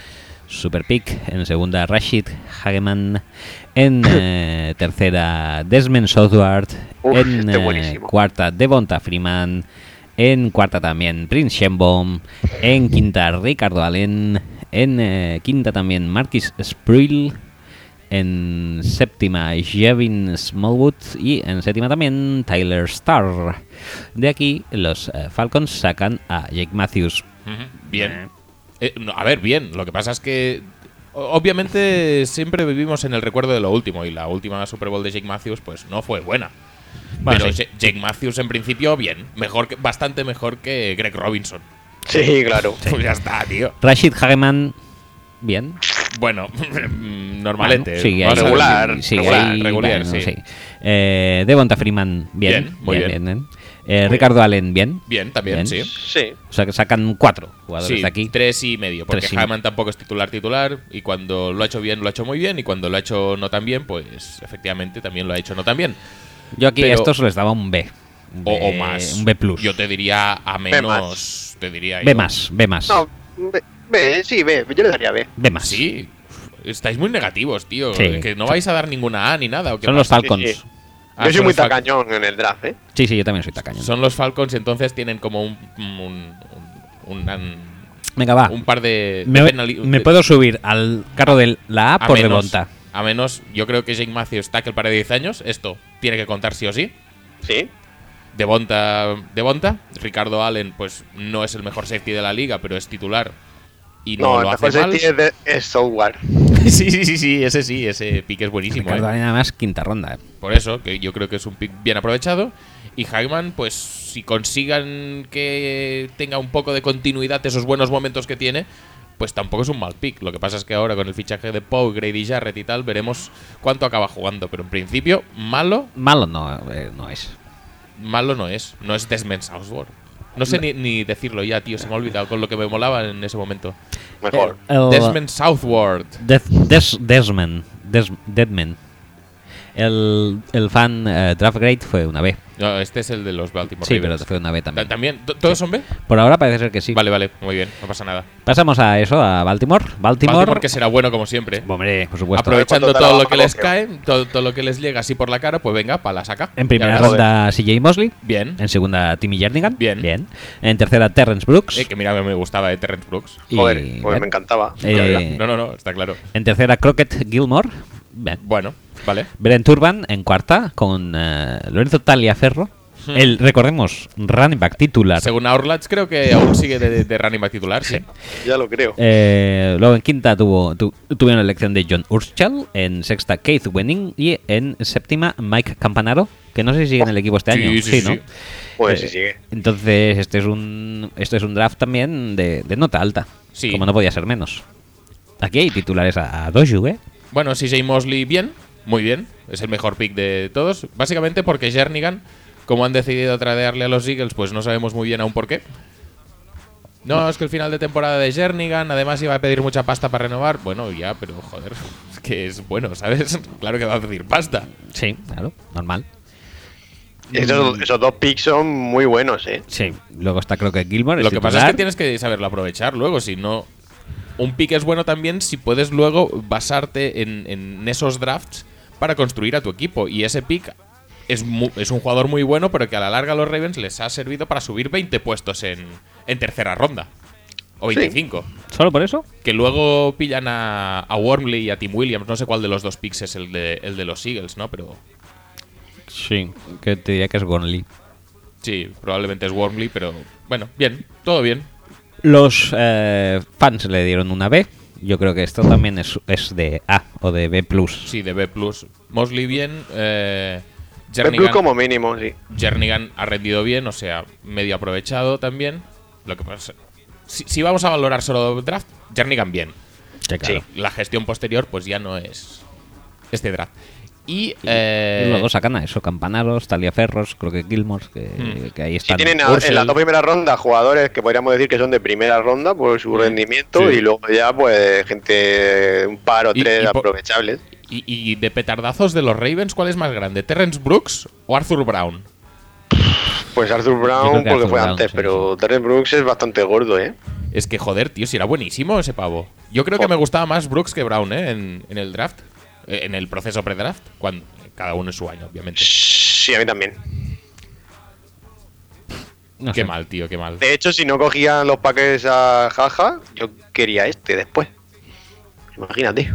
super pick. En segunda, Rashid Hageman. (coughs) En eh, tercera, Desmond Southward. Uf, en este eh, buenísimo. cuarta, Devonta Freeman. En cuarta también Prince Shenbaum. En quinta, Ricardo Allen. En eh, quinta también Marquis Sprill. En séptima, Jevin Smallwood. Y en séptima también, Tyler Starr. De aquí, los eh, Falcons sacan a Jake Matthews. Bien. Eh, no, a ver, bien. Lo que pasa es que. o- Obviamente siempre vivimos en el recuerdo de lo último y la última Super Bowl de Jake Matthews pues no fue buena. Bueno, Pero sí. Ja- Jake Matthews en principio bien, mejor que- bastante mejor que Greg Robinson. Sí, claro. Pues ya está, tío. Rashid Hageman, bien. Bueno, (laughs) mm, normalete. Bueno, sí, ahí- Vamos a ver. regular, sí, regular, ahí, regular, bueno, sí. Eh, Devonta Freeman, bien. Bien, muy bien. Eh, Ricardo Allen, bien. Bien, también, Bien. sí. Sí. O sea, que sacan cuatro jugadores Sí, de aquí. tres y medio, porque Tres y- Hammond tampoco es titular titular y cuando lo ha hecho bien lo ha hecho muy bien y cuando lo ha hecho no tan bien, pues efectivamente también lo ha hecho no tan bien. Yo aquí pero- a estos les daba un B. Un O, o B- más. Un B plus. Yo te diría a más. menos. Te diría B yo. más, B más. No, ve, ve, sí, ve. Yo le daría B. B más. Sí. Estáis muy negativos, tío. Sí. Que no vais a dar ninguna A ni nada. ¿o qué Son los pasa? Falcons. Sí, Sí, sí. Ah, yo soy son muy los Fal- tacañón en el draft, ¿eh? sí, yo también soy tacaño. Son los Falcons y entonces tienen como un. un, un- un- Venga, va. un par de. de Ah. me, penali- me de- puedo subir al carro de la A a por menos- Devonta. A menos, yo creo que Jake Matthews tackle para 10 años. Esto tiene que contar sí o sí. Sí. Devonta, Devonta. Ricardo Allen, pues no es el mejor safety de la liga, pero es titular. Y no, No, el lo hace mejor mal. safety es, de, es software. (laughs) sí, sí, sí, sí, ese sí, ese pick es buenísimo. Ricardo ¿eh? Allen, además, quinta ronda. eh. Por eso, que yo creo que es un pick bien aprovechado. Y Hagman, pues si consigan que tenga un poco de continuidad esos buenos momentos que tiene, pues tampoco es un mal pick. Lo que pasa es que ahora con el fichaje de Poe, Grady Jarrett y tal, veremos cuánto acaba jugando. Pero en principio, malo, Malo no, eh, no es. malo no es. No es Desmond Southward. No sé ni, ni decirlo ya, tío, se me ha olvidado con lo que me molaba en ese momento. Mejor. Eh, El- Desmond Southward. Death- Des- Desmond. Des- Deadman. El, el fan eh, Draft Grade fue una B. No, este es el de los Baltimore Sí, pero Ravens. fue una B también. Ta- ¿También? ¿T- ¿Todos son B? Por ahora parece ser que sí. Vale, vale, muy bien, no pasa nada. Pasamos a eso, a Baltimore. Baltimore. Baltimore que será bueno como siempre. Hombre, por supuesto. Aprove- Aprovechando ¿Cuánto te todo la lo que les bajo, cae, todo, todo lo que les llega así por la cara, pues venga, para la saca. en primera Ya verás. ronda, CJ Mosley. Bien. En segunda, Timmy Jernigan. Bien. En tercera, Terrence Brooks. Eh, que mira, me gustaba de Terrence Brooks. Y- Joder, joder, pues bien. me encantaba. Eh, La verdad. No, no, no, está claro. En tercera, Crockett Gilmore. Bien. Bueno, vale. Brent Urban en cuarta con eh, Lorenzo Taliaferro. El, recordemos, running back titular. Según Orlats, creo que aún sigue de, de running back titular, sí. Ya lo creo. Eh, luego en quinta tuvo, tu- tuvieron la elección de John Urschel, en sexta Keith Wenning y en séptima Mike Campanaro, que no sé si sigue en el equipo este Sí, año. sí, ¿no? sí. Pues Eh, sí, sigue. Entonces, este es un este es un draft también de, de nota alta, Sí. como no podía ser menos. Aquí hay titulares a, a Doju, ¿eh? Bueno, CJ Mosley, bien, muy bien. Es el mejor pick de todos. Básicamente porque Jernigan, como han decidido tradearle a los Eagles, pues no sabemos muy bien aún por qué. No, es que el final de temporada de Jernigan, además iba a pedir mucha pasta para renovar. Bueno, ya, pero joder, (laughs) es que es bueno, ¿sabes? (laughs) Claro que va a pedir pasta. Sí, claro, normal. Esos, esos dos picks son muy buenos, ¿eh? Sí, luego está creo que Gilmore. Lo que pasa es titular. que tienes que saberlo aprovechar luego, si no... Un pick es bueno también si puedes luego basarte en, en esos drafts para construir a tu equipo. Y ese pick es, mu- es un jugador muy bueno, pero que a la larga a los Ravens les ha servido para subir 20 puestos en, en tercera ronda. O Sí. 25. ¿Solo por eso? Que luego pillan a, a Wormley y a Tim Williams. No sé cuál de los dos picks es el de, el de los Eagles, ¿no? Pero Sí, que te diría que es Gonley. sí, probablemente es Wormley, pero bueno, bien, todo bien. Los eh, fans le dieron una B. Yo creo que esto también es, es de A o de B. Sí, de B. Mosley bien. Eh, El Blue Jernigan, como mínimo, sí. Jernigan ha rendido bien, o sea, medio aprovechado también. Lo que pasa. Si, si vamos a valorar solo draft, Jernigan bien. claro. La gestión posterior, pues ya no es este draft. Y. Y Eh, luego sacan a eso, Campanaros, Taliaferros, creo que Gilmore, que, Hmm. que ahí Si están. tienen a- en Ursel. las dos primeras rondas jugadores que podríamos decir que son de primera ronda por su rendimiento Sí. y luego ya pues gente un par o Y- tres y po- aprovechables. y, y de petardazos de los Ravens, ¿cuál es más grande? ¿Terrence Brooks o Arthur Brown? Pues Arthur Yo creo Brown que porque Arthur fue Brown, antes, sí, pero Terrence Brooks es bastante gordo, ¿eh? Es que joder, tío, si era buenísimo ese pavo. Yo creo que me gustaba más Brooks que Brown, ¿eh? En, en el draft. Eh, En el proceso pre-draft. Cuando, cada uno en su año, obviamente. Sí, a mí también. No qué sé. mal, tío, qué mal. De hecho, si no cogían los paques a Jaja, yo quería este después. Imagínate.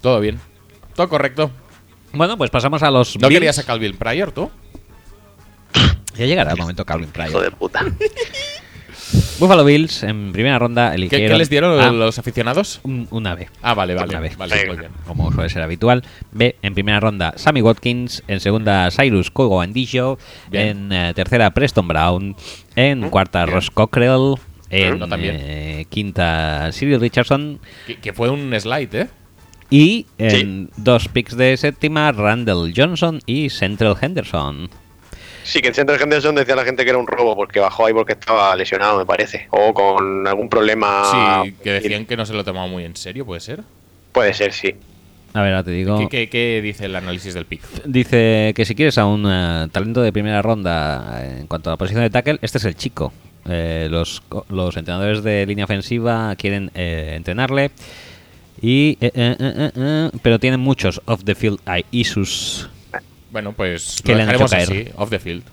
Todo bien. Todo correcto. Bueno, pues pasamos a los. ¿No Bills. querías a Calvin Pryor tú? Ya llegará el momento Calvin Hijo de Pryor. (laughs) puta. Buffalo Bills en primera ronda ¿Qué, eligieron. qué les dieron a los aficionados? un- una B. Ah, vale, vale. Una Ah. vez. vale, Venga. muy bien. como suele ser habitual. B, en primera ronda, Sammy Watkins. En segunda, Cyrus Kogo Bandillo. Bien. En Mm, eh, tercera, Preston Brown. En cuarta, bien. Mm, Ross Cockrell. En No tan bien. eh, quinta, Cyril Richardson. Que, que fue un slide, ¿eh? Y en dos picks de séptima, Randall Johnson y Central Henderson. Sí, que en Central Henderson decía la gente que era un robo porque bajó ahí porque estaba lesionado, me parece. O con algún problema. sí, que decían que no se lo tomaba muy en serio, ¿puede ser? Puede ser, sí. A ver, ahora te digo. ¿Qué, qué- qué dice el análisis del pick? Dice que si quieres a un eh, talento de primera ronda eh, en cuanto a la posición de tackle, este es el chico. Eh, los, co- los entrenadores de línea ofensiva quieren eh, entrenarle, y eh, eh, eh, eh, eh, pero tienen muchos off the field i- issues. Bueno, pues Que lo le han dejaremos hecho caer. así, off the field.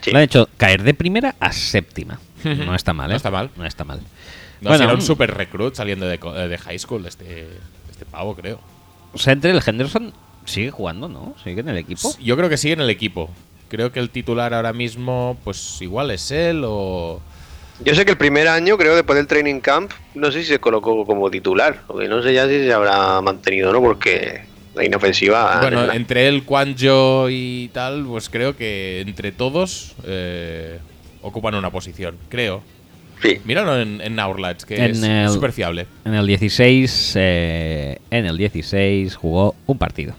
Sí. Lo han hecho caer de primera a séptima. No está mal, ¿eh? No está mal. No está mal. No, si era un super recruit saliendo de, co- eh, de high school este, este pavo, creo. Central Henderson sigue jugando, ¿no? Sigue en el equipo. Yo creo que sigue en el equipo. Creo que el titular ahora mismo, pues igual es él o... Yo sé que el primer año, creo, después del training camp, no sé si se colocó como titular. Lo que no sé ya si se habrá mantenido, ¿no? Porque la inofensiva. Bueno, Ah, la- entre él, Juanjo y tal, pues creo que entre todos eh, ocupan una posición, creo. sí. Míralo en, en Our Lads, que En es el- súper fiable. En el 16, eh, en el 16 jugó un partido.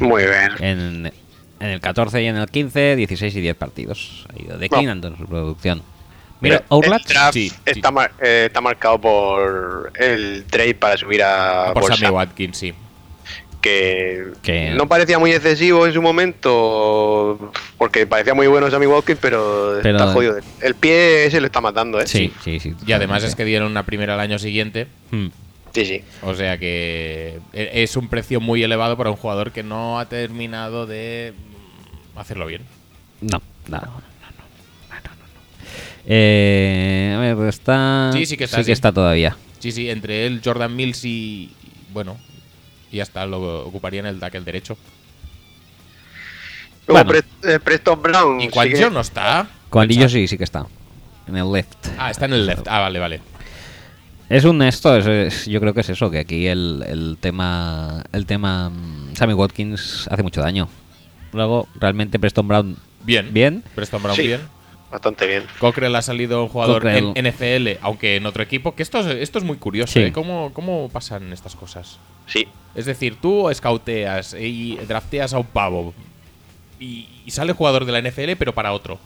Muy bien. en, en el 14 y en el 15, 16 y 10 partidos. Ha ido declinando en su producción. Mira, Ourlats, el draft sí, sí. está, mar- eh, está marcado por el trade para subir Ah, pues a Ah, Por bolsa, Sammy Watkins, sí. que Que- no parecía muy excesivo en su momento, porque parecía muy bueno Sammy Watkins, pero, Pero- está jodido. El pie ese le está matando, ¿eh? Sí, sí, sí. Y además es que dieron una primera al año siguiente, Hmm. Sí, sí. o sea que e- es un precio muy elevado para un jugador que no ha terminado de mm, hacerlo bien. No, no, no, no, no, no, no, no. Eh, a ver, está. Sí, sí que está, Sí sí. que está todavía. Sí, sí, entre él, Jordan Mills y. y, Bueno, y hasta lo ocuparían el tackle derecho. Luego Bueno. Pre- eh, Preston Brown. Y Juanjo sigue- no está. Cuadrillo sí, sí que está. En el left. Ah, está en el left. Ah, vale, vale. Es un esto, es- es- yo creo que es eso, que aquí el, el tema. El tema. mm, Sammy Watkins hace mucho daño. Luego, realmente Preston Brown. Bien. Bien. Preston Brown, Sí. bien. Bastante bien. Cockrell ha salido un jugador Cockrell. en NFL, aunque en otro equipo. Que esto es, esto es muy curioso, Sí. ¿eh? ¿Cómo, ¿Cómo pasan estas cosas? Sí. Es decir, tú escauteas y drafteas a un pavo y, y sale jugador de la NFL, pero para otro.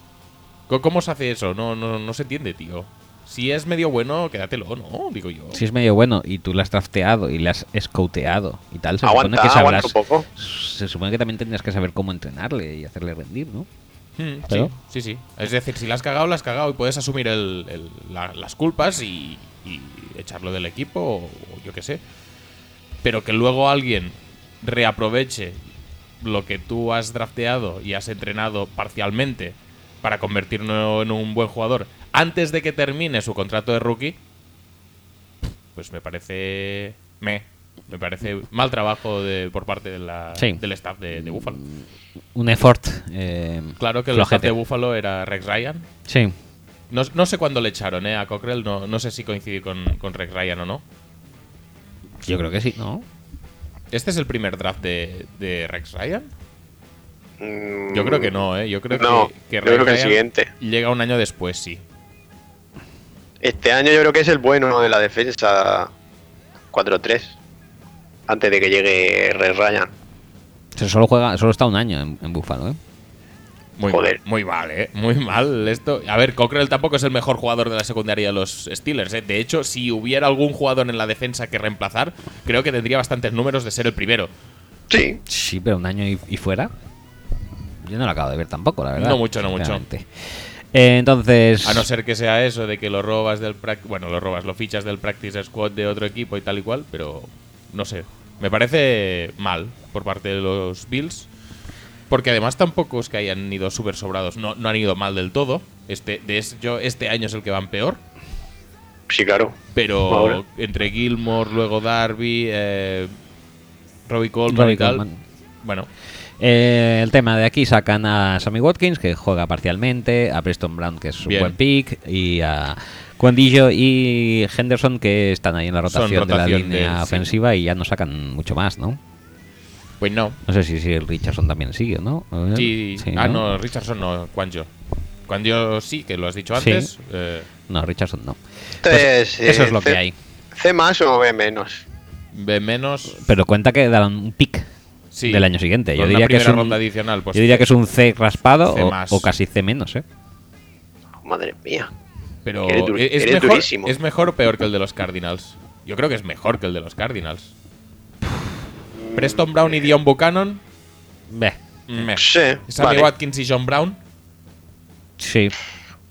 Co- ¿Cómo se hace eso? No, no, no se entiende, tío. Si es medio bueno, quédatelo, ¿no? Digo yo. Si es medio bueno y tú la has drafteado y la has escouteado y tal, se Aguanta, supone que aguanta sabrás. un poco. Se supone que también tendrías que saber cómo entrenarle y hacerle rendir, ¿no? Mm, Pero- Sí, sí, sí. Es decir, si la has cagado, la has cagado y puedes asumir el- el- la- las culpas y, y echarlo del equipo o, o yo qué sé. Pero que luego alguien reaproveche lo que tú has drafteado y has entrenado parcialmente para convertirlo en un buen jugador antes de que termine su contrato de rookie, pues me parece... Me, me parece mal trabajo de, por parte de la- Sí. del staff de, de Buffalo. Un effort. eh, Claro que el staff flojete. de Buffalo era Rex Ryan, Sí. no, no sé cuándo le echaron, ¿eh? A Cockrell. No, no sé si coincidió con, con Rex Ryan o no. Yo creo que sí, ¿no? ¿Este es el primer draft de, de Rex Ryan? Mm, Yo creo que no, ¿eh? Yo creo No, que, yo creo que el Ryan siguiente. Llega un año después, sí. Este año yo creo que es el bueno de la defensa 4-3. Antes de que llegue Red Ryan. Se solo juega, solo está un año en, en Buffalo, ¿eh? Muy, Joder. muy mal, ¿eh? Muy mal esto. A ver, Cockrell tampoco es el mejor jugador de la secundaria de los Steelers, ¿eh? De hecho, si hubiera algún jugador en la defensa que reemplazar, creo que tendría bastantes números de ser el primero. Sí. Sí, pero un año y, y fuera. Yo no lo acabo de ver tampoco, la verdad. No mucho, no mucho. sinceramente. Eh, entonces. A no ser que sea eso de que lo robas del prac- bueno, lo robas, lo fichas del practice squad de otro equipo y tal y cual, pero no sé. Me parece mal por parte de los Bills. Porque además tampoco es que hayan ido súper sobrados, no, no han ido mal del todo. Este, de hecho, este año es el que van peor. Sí, claro. Pero Ahora. entre Gilmore, luego Darby, eh, Robbie Coleman Robbie y tal. Coleman. Bueno, Eh, el tema de aquí sacan a Sammy Watkins, que juega parcialmente, a Preston Brown, que es un Bien. buen pick, y a Cuandillo y Henderson, que están ahí en la Son rotación de la rotación de- línea sí. ofensiva y ya no sacan mucho más, ¿no? pues no. No sé si, si Richardson también sigue, ¿no? A ver, Sí, sí, ah, no, Richardson no, Cuanjo. Cuanjo sí, que lo has dicho Sí. antes. eh, No, Richardson no. Entonces, Pues eso eh, es lo C- que hay. ¿C más o B menos? B menos. Pero cuenta que darán un pick Sí, del año siguiente. con Yo una diría, que es primera un, ronda adicional, pues yo diría que es un C raspado C o, más. o casi C menos, ¿eh? Madre mía. Pero Eres duri- es, eres mejor, durísimo. es mejor o peor que el de los Cardinals. Yo creo que es mejor que el de los Cardinals. Preston Brown y Dion Buchanan. Beh, meh. Sí, Sammy vale. Watkins y John Brown. sí.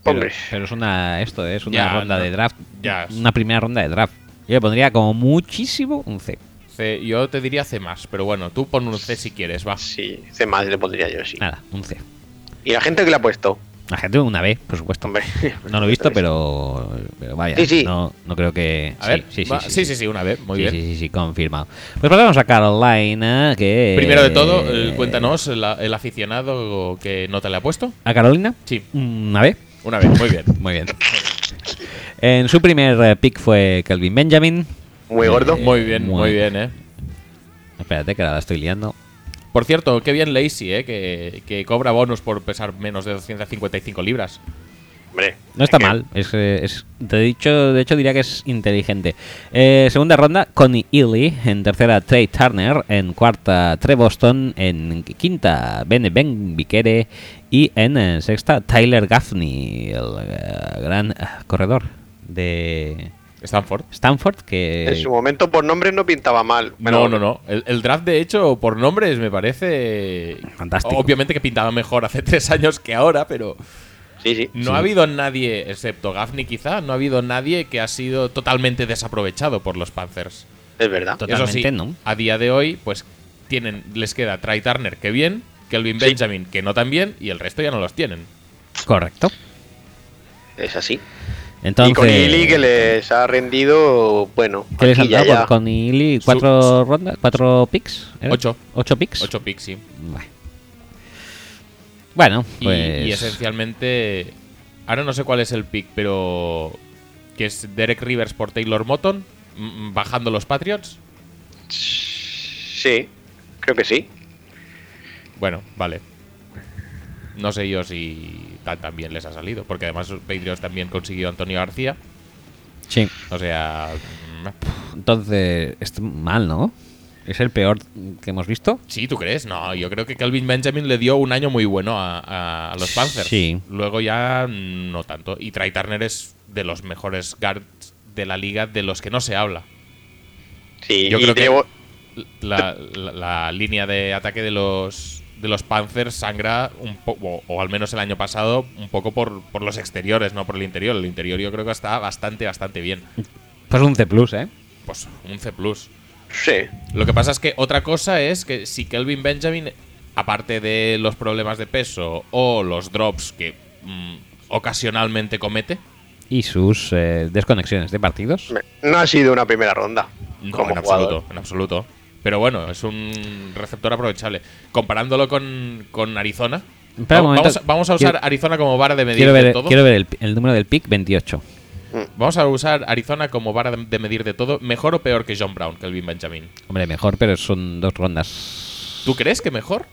Pero, Hombre. pero es una esto es una Ya, ronda no. de draft, Ya. una primera ronda de draft. Yo le pondría como muchísimo un C. C- yo te diría C más, pero bueno, tú pon un C si quieres, va. Sí, C más le pondría yo, sí. Nada, un C. ¿Y la gente que le ha puesto? La gente una B, por supuesto. Hombre. No lo he visto, pero, pero vaya, Sí, sí. No, no creo que A sí, ver, sí, sí, va- sí, sí, sí. una vez, muy sí, bien. sí, sí, sí, confirmado. Pues pasamos a Carolina, que... Primero de todo, eh, cuéntanos la- el aficionado que nota le ha puesto. ¿A Carolina? Sí. Una B. Una vez, muy bien. Muy bien. En su primer eh, pick fue Kelvin Benjamin. Muy gordo. Muy bien, muy muy bien, eh. Espérate, que ahora la estoy liando. Por cierto, qué bien Lacey, eh, que, que cobra bonus por pesar menos de 255 libras. Hombre, No está es que- mal. Es, eh, es- te he dicho, de hecho, diría que es inteligente. Eh, segunda ronda, Connie Ely. En tercera, Trey Turner. En cuarta, Trey Boston. En quinta, Bene Ben Viquere. Y en eh, sexta, Tyler Gaffney, el eh, gran eh, corredor de Stanford. Stanford. Que En su momento por nombre no pintaba mal. no, no, no. El, el draft, de hecho, por nombres me parece. Fantástico. Obviamente que pintaba mejor hace (laughs) tres años que ahora, pero Sí, sí. no ha habido nadie, excepto Gaffney quizá, no ha habido nadie que ha sido totalmente desaprovechado por los Panthers. Es verdad. Total. Eso Totalmente, sí, ¿no? A día de hoy, pues tienen, les queda Trey Turner, que bien, Kelvin Sí. Benjamin, que no tan bien, y el resto ya no los tienen. Correcto. Es así. Entonces, y con Ili que les ha rendido, bueno, ¿Qué les aquí han ya, dado por ya. Connie Ely? ¿Cuatro rondas? ¿Cuatro picks? ¿Era? Ocho. ¿Ocho picks? Ocho picks, sí. Bueno. Bueno, Y, pues. y esencialmente, ahora no sé cuál es el pick, pero que es Derek Rivers por Taylor Moton, mm, mm, bajando los Patriots. Sí, creo que sí. Bueno, vale. No sé yo si tan, tan bien les ha salido, porque además los Patriots también consiguió Antonio García. Sí. O sea, mm, Entonces, es mal, ¿no? Es el peor que hemos visto. sí, ¿tú crees? No, yo creo que Calvin Benjamin le dio un año muy bueno a, a- a los Panthers. Sí. Luego ya mm, no tanto. Y Trey Turner es de los mejores guards de la liga de los que no se habla. Sí, Yo y creo que- Diego- la, la- la línea de ataque de los de los Panzers sangra un poco, o al menos el año pasado, un poco por, por los exteriores, no por el interior. El interior yo creo que está bastante, bastante bien. Pues un C, ¿eh? Pues un C. plus Sí, Lo que pasa es que otra cosa es que si Kelvin Benjamin, aparte de los problemas de peso o los drops que mm, ocasionalmente comete, Y sus eh, desconexiones de partidos. me- no ha sido una primera ronda. No, como en jugador. absoluto, en absoluto. Pero bueno, es un receptor aprovechable. Comparándolo con, con Arizona. Espera un vamos, momento. a- vamos a usar Quiero- Arizona como vara de medir Quiero de ver, todo. quiero ver el, el número del pick 28. Vamos a usar Arizona como vara de, de medir de todo. ¿Mejor o peor que John Brown, Kelvin Benjamin? Hombre, mejor, pero son dos rondas. ¿Tú crees que mejor?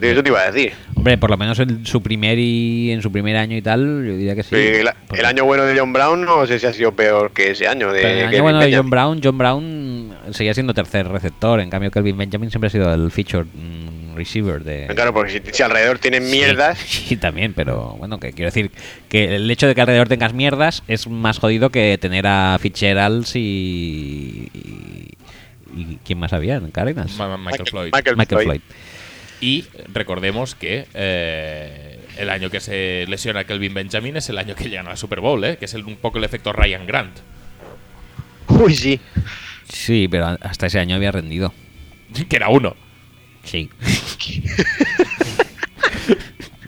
Digo, Yo te iba a decir. Hombre, por lo menos en su primer y en su primer año y tal, yo diría que sí. Sí, el, pues Porque- el año bueno de John Brown no sé si ha sido peor que ese año. De, Pero en el año Kevin bueno de Peña. John Brown, John Brown seguía siendo tercer receptor. En cambio, Kelvin Benjamin siempre ha sido el featured mm, receiver de. Claro, porque si, si alrededor tienen (laughs) mierdas, Sí, sí, también, pero bueno, que quiero decir que el hecho de que alrededor tengas mierdas es más jodido que tener a Fitzgeralds y. y, y- ¿Quién más había en Cardinals? Ma- ma- Michael Floyd. Michael, Michael Floyd. Floyd. Y recordemos que eh, el año que se lesiona Kelvin Benjamin es el año que llegan a la Super Bowl, ¿eh? que es el- un poco el efecto Ryan Grant. (laughs) Uy, sí. Sí, pero a- hasta ese año había rendido. Que era uno. Sí.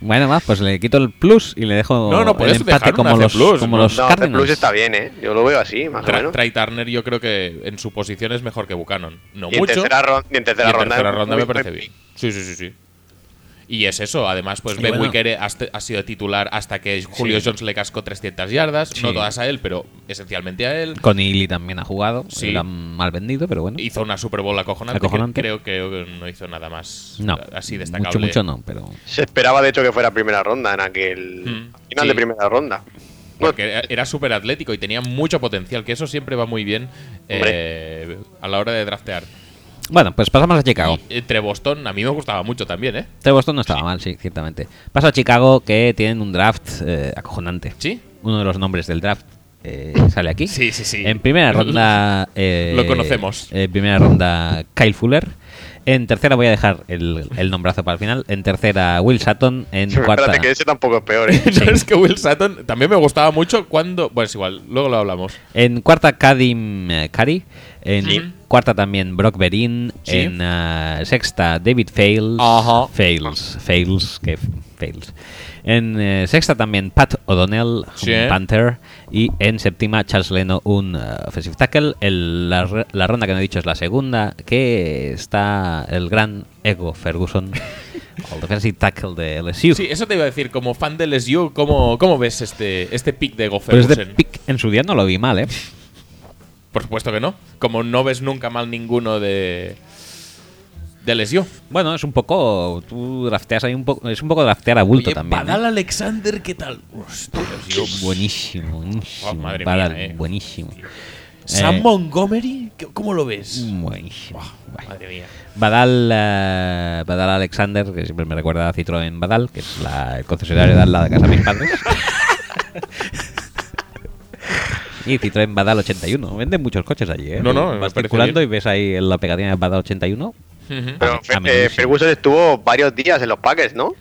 Bueno, más, pues le quito el plus y le dejo No, no el puedes empate dejar como una C+, los, como ¿no? los No, C Cardinals. Plus está bien, ¿eh? Yo lo veo así, Ah, más o Tra- menos. Trai Turner yo creo que en su posición es mejor que Buchanan. No Y en mucho. tercera, ron- y en y tercera en ronda. tercera ronda me muy- parece bien. Sí, sí, sí, sí. Y es eso, además, pues Y Ben bueno. Wicker ha, ha sido titular hasta que Julio Sí. Jones le cascó 300 yardas, no Sí. todas a él, pero esencialmente a él. Con Ely también ha jugado. Sí. Lo han mal vendido, pero bueno. Hizo una Super Bowl acojonante, que Acojonante. creo, creo que no hizo nada más no. así destacable. Mucho, mucho no, pero. Se esperaba, de hecho, que fuera primera ronda en aquel. Mm, final sí. de primera ronda. Bueno, Porque era- era súper atlético y tenía mucho potencial, que eso siempre va muy bien eh, a la hora de draftear. Bueno, pues pasamos a Chicago. Y entre Boston, a mí me gustaba mucho también, ¿eh? Este Boston no estaba mal, sí, ciertamente. Paso a Chicago, que tienen un draft eh, acojonante. (laughs) ¿Sí? (laughs) Uno de los nombres del draft eh, sale aquí. Sí, sí, sí. En primera ronda. eh, (laughs) Lo conocemos. En primera ronda, Kyle Fuller. En tercera voy a dejar el, el nombrazo para el final. En tercera, Will Sutton. En cuarta. Espérate, que ese tampoco es peor, (laughs) ¿eh? ¿Sabes que Will Sutton también me gustaba mucho cuando. Bueno, es igual, luego lo hablamos. En cuarta, Kadim eh, Kari. En Sí. cuarta también Brock Berin. Sí. En eh, sexta, David Fails. Ajá. Fails. Fails. Que f- fails. En eh, sexta también Pat O'Donnell, Sí. un Panther. Y en séptima, Charles Leno, un eh, offensive tackle. El- la, r- la ronda que no he dicho es la segunda, que está el gran Ego (laughs) Ferguson, el defensive tackle de LSU. Sí, eso te iba a decir, como fan del SU, ¿cómo, cómo ves este, este pick de Gopher Pero este pick en su día no lo vi mal, ¿eh? Por supuesto que no. Como no ves nunca mal ninguno de. del SU. Bueno, es un poco. Tú drafteas ahí un poco. Es un poco draftear a bulto Oye, también. Badal ¿eh? Alexander, ¿qué tal? Hostia, tío. Buenísimo, buenísimo. Oh, madre Badal, mía, eh. Buenísimo. Sam Eh, Montgomery, ¿qué- ¿cómo lo ves? Buenísimo. Bueno. Madre mía. Badal, eh, Badal Alexander, que siempre me recuerda a Citroën Badal, que es la, el concesionario de al lado de casa de mis (laughs) padres. y Citroën Badal 81. Venden muchos coches allí, ¿eh? No, no, me Vas parece circulando bien. y ves ahí la pegatina de Badal 81. Ujú. Ah, Pero a Fe- menudo eh, sí. Ferguson estuvo varios días en los Packers, ¿no?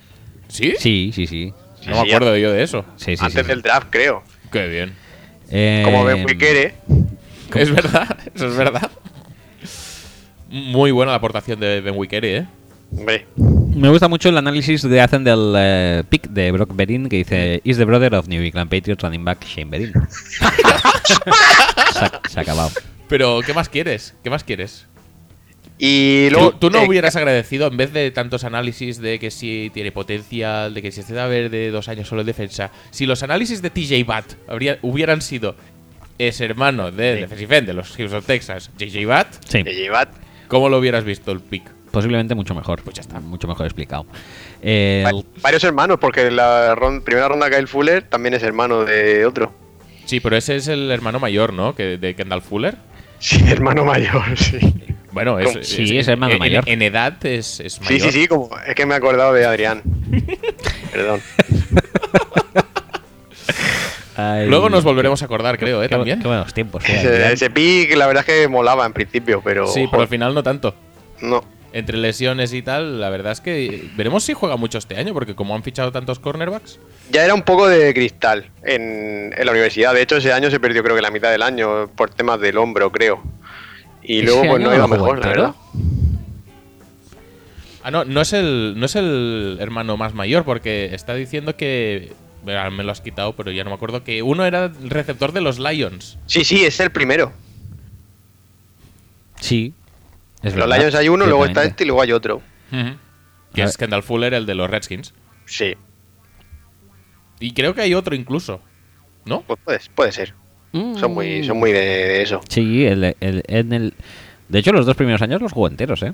¿Sí? Sí, sí, sí. No me sí, acuerdo yo de eso. Sí, sí, sí, Antes sí. del draft, creo. Qué bien. Eh, Como Ben Wicker, ¿eh? Es verdad, eso es verdad. Muy buena la aportación de Ben Wicker, ¿eh? Hombre, Me gusta mucho el análisis que hacen del eh, pick de Brock Berin que dice Is the brother of New England Patriots running back Shane (laughs) Berin. se, ha- se ha acabado. Pero, ¿qué más quieres? ¿Qué más quieres? Y luego. ¿Tú, tú no eh, hubieras agradecido, en vez de tantos análisis de que si tiene potencial, de que si está verde, dos años solo en defensa, si los análisis de TJ Watt habría- hubieran sido es hermano de Sí. defensive end de los Houston Texas, JJ Watt, Sí, que lleva- ¿cómo lo hubieras visto el pick? posiblemente mucho mejor. Pues ya está. Mucho mejor explicado. Eh, va- varios hermanos, porque la ron- primera ronda Kyle Fuller también es hermano de otro. Sí, pero ese es el hermano mayor, ¿no? Que, de Kendall Fuller. Sí, hermano mayor, sí. Bueno, es, Sí, es hermano en- mayor. En, edad es, es Sí, mayor. sí, sí, como, es que me he acordado de Adrián. Perdón. ay, Luego nos volveremos a acordar, creo, ¿eh? qué bu- También. Qué buenos tiempos. eh, Ese, Adrián. ese pick, la verdad es que molaba en principio, pero. Sí, pero al final no tanto. No. Entre lesiones y tal, la verdad es que eh, veremos si juega mucho este año, porque como han fichado tantos cornerbacks, Ya era un poco de cristal en, en la universidad. De hecho, ese año se perdió, creo que la mitad del año, por temas del hombro, creo. Y ¿Ese luego, pues año no no iba jugó mejor, la entero? verdad. Ah, no, no es el, no es el hermano más mayor, porque está diciendo que. Verá, Me lo has quitado, pero ya no me acuerdo. Que uno era el receptor de los Lions. Sí, sí, es el primero. Sí. es Los verdad, eh. Lions hay uno, luego está ciertamente. este y luego hay otro. Que A es ver. Kendall Fuller, el de los Redskins. Sí, Y creo que hay otro incluso. ¿No? pues puede, puede ser. Son Mm. muy, son muy de, de eso. Sí, el- el- en el. De hecho, los dos primeros años los jugó enteros, ¿eh?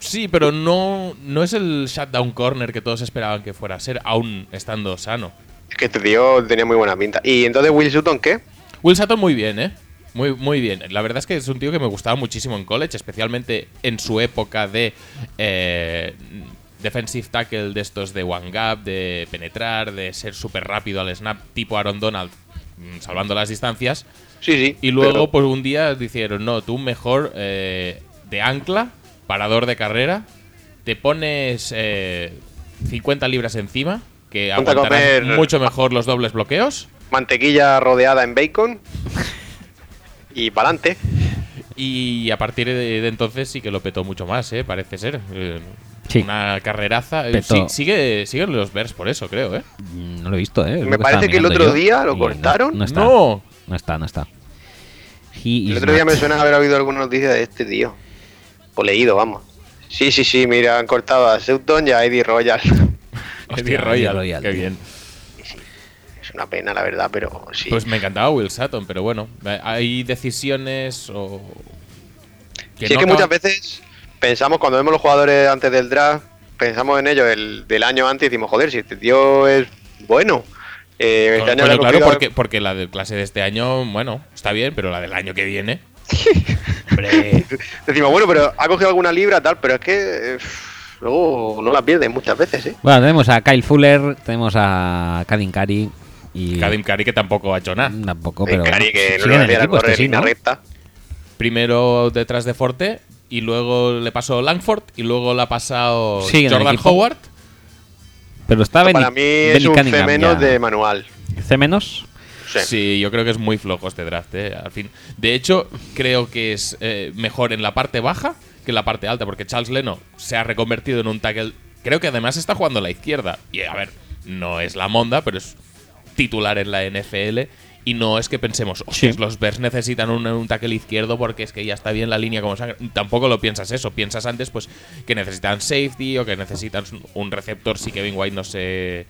Sí, pero no, no es el shutdown corner que todos esperaban que fuera a ser, aún estando sano. Es que este tío tenía muy buena pinta. ¿Y entonces Will Sutton qué? Will Sutton muy bien, ¿eh? Muy, muy bien. La verdad es que es un tío que me gustaba muchísimo en college, especialmente en su época de eh, defensive tackle de estos de one gap, de penetrar, de ser súper rápido al snap, tipo Aaron Donald, mm, salvando las distancias. Sí, sí. Y luego, pero- pues un día dijeron, no, tú mejor eh, de ancla, parador de carrera, te pones eh, 50 libras encima, que Ponte a aguantarás comer- mucho mejor los dobles bloqueos. Mantequilla rodeada en bacon. (laughs) y pa'lante. Y a partir de, de entonces sí que lo petó mucho más, ¿eh? Parece ser. Eh, Sí. Una carreraza. Eh, Petó. sí, sigue, siguen los Bears por eso, creo, ¿eh? Mm, No lo he visto, ¿eh? Es Me lo parece estaba que el mirando otro yo día lo y no- cortaron. No, está. ¡No! No está, no está. He El is otro día not. me suena haber habido alguna noticia de este tío. O leído, vamos. Sí, sí, sí, mira, han cortado a Seuton y a Eddie Royal. (laughs) Hostia, Eddie Royal. Eddie Royal, Qué tío. bien. Es una pena, la verdad, pero sí. Pues me encantaba Will Sutton, pero bueno, eh, hay decisiones o. Sí, es no que muchas acaban- veces pensamos, cuando vemos los jugadores antes del draft, pensamos en ellos el, del año antes y decimos, joder, si este tío es bueno. Eh, este Bueno, año habrá claro, cogido- porque, porque la de clase de este año, bueno, está bien, pero la del año que viene. Hombre, Decimos, bueno, pero ha cogido alguna libra, tal, pero es que eh, luego no la pierden muchas veces, ¿eh? (laughs) Bueno, tenemos a Kyle Fuller, tenemos a Kadin Kari y. Kadim Kari, que tampoco ha hecho nada. Tampoco, Eh, Oh, pero. Cari, que no siguen lo en el hacían equipo, este correr sí, línea ¿no? recta. Primero detrás de Forte, y luego le pasó Langford, y luego la ha pasado Sí, en el Jordan equipo. Howard. Pero está Benny, Para mí es Benny un C Cunningham menos ya. de manual. ¿C menos? Sí. Sí, yo creo que es muy flojo este draft, eh, al fin. De hecho, creo que es eh, mejor en la parte baja que en la parte alta, porque Charles Leno se ha reconvertido en un tackle. Creo que además está jugando a la izquierda. Y a ver, no es la monda, pero es titular en la NFL. Y no es que pensemos, "Hostias, los Bears necesitan un, un tackle izquierdo porque es que ya está bien la línea como sangre. Tampoco lo piensas eso. Piensas antes pues que necesitan safety o que necesitan un receptor si Kevin White no se,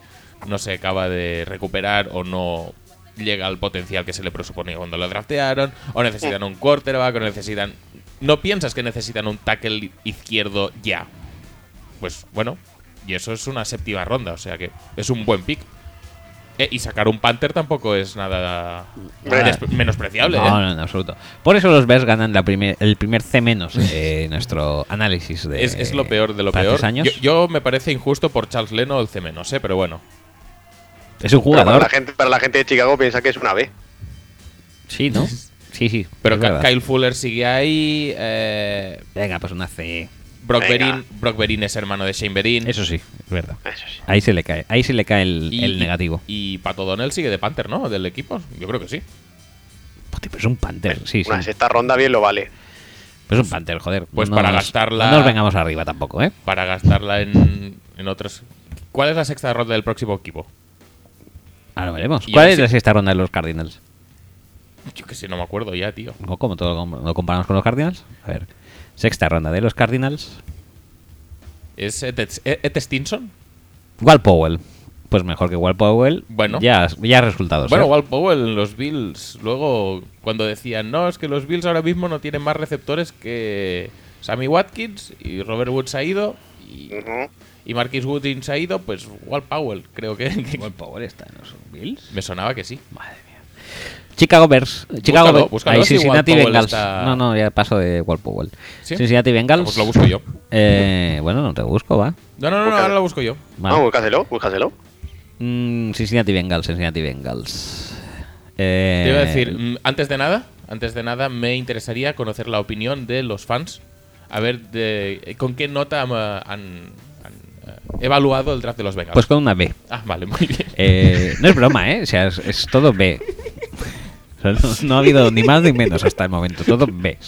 no se acaba de recuperar o no llega al potencial que se le presuponía cuando lo draftearon, o necesitan un quarterback, o necesitan... No piensas que necesitan un tackle izquierdo ya. Pues bueno, y eso es una séptima ronda, o sea que es un buen pick. Eh, y sacar un Panther tampoco es nada Hombre. desp- menospreciable. No, eh. no, en absoluto. Por eso los Bears ganan la primer, el primer C menos en nuestro análisis de. Es, es lo peor de lo tantos peor. eh, años. Yo, yo me parece injusto por Charles Leno el C menos, eh, pero bueno. es un Pero Para la, jugador. gente, para la gente de Chicago piensa que es una B. Sí, ¿no? Sí, sí. Pero es Ka- verdad. Kyle Fuller sigue ahí. Eh, Venga, pues una C. Brock, Venga. Berin, Brock Berin es hermano de Shane Berin. Eso sí, es verdad. Eso sí. Ahí se le cae, ahí se le cae el, Mm. Y- el negativo. Y Pato Donell sigue de Panther, ¿no? Del equipo. Yo creo que sí. Hostia, pero Pues es un Panther, Eh, sí, sí. Una sexta ronda bien lo vale. Pues es un Panther, joder. Pues No para nos- gastarla- No nos vengamos arriba tampoco, ¿eh? Para gastarla en, en otros. ¿Cuál es la sexta ronda del próximo equipo? Ahora veremos. Y ¿Cuál ahora es sí- la sexta ronda de los Cardinals? Yo que sé, no me acuerdo ya, tío. ¿O cómo todo lo com- lo comparamos con los Cardinals? A ver. Sexta ronda de los Cardinals. ¿Es Ed, Ed- Ed Stinson? Wal Powell. Pues mejor que Wal Powell. Bueno. Ya, ya resultados. bueno, ¿eh? Walt Powell en los Bills. Luego, cuando decían, no, es que los Bills ahora mismo no tienen más receptores que Sammy Watkins y Robert Woods ha ido y, Ujú. y Marquis Woodins ha ido, pues Walt Powell, creo que. (laughs) que- Wal Powell está en los Bills. me sonaba que sí. Madre mía. Chicago Bears. Chicago Bears. búscalo Ahí, si Walt Cincinnati Powell Bengals. está- No, no, ya paso de Wal Powell. ¿Sí? Cincinnati Bengals. Pues lo busco yo. Eh, bueno, no te busco, va. No, no, no, no, Búscalo. ahora lo busco yo. Vale. No, búscaselo, búscaselo. Mm, Cincinnati Bengals, Cincinnati Bengals. Te iba a Eh, decir, mm, antes de nada, antes de nada, me interesaría conocer la opinión de los fans. A ver, de, eh, ¿con qué nota ma, han, han, eh, evaluado el draft de los Bengals? Pues con una B. ah, vale, muy bien. Eh, no es broma, ¿eh? O sea, es, es todo B. O sea, no, no ha habido ni más ni menos hasta el momento, todo B.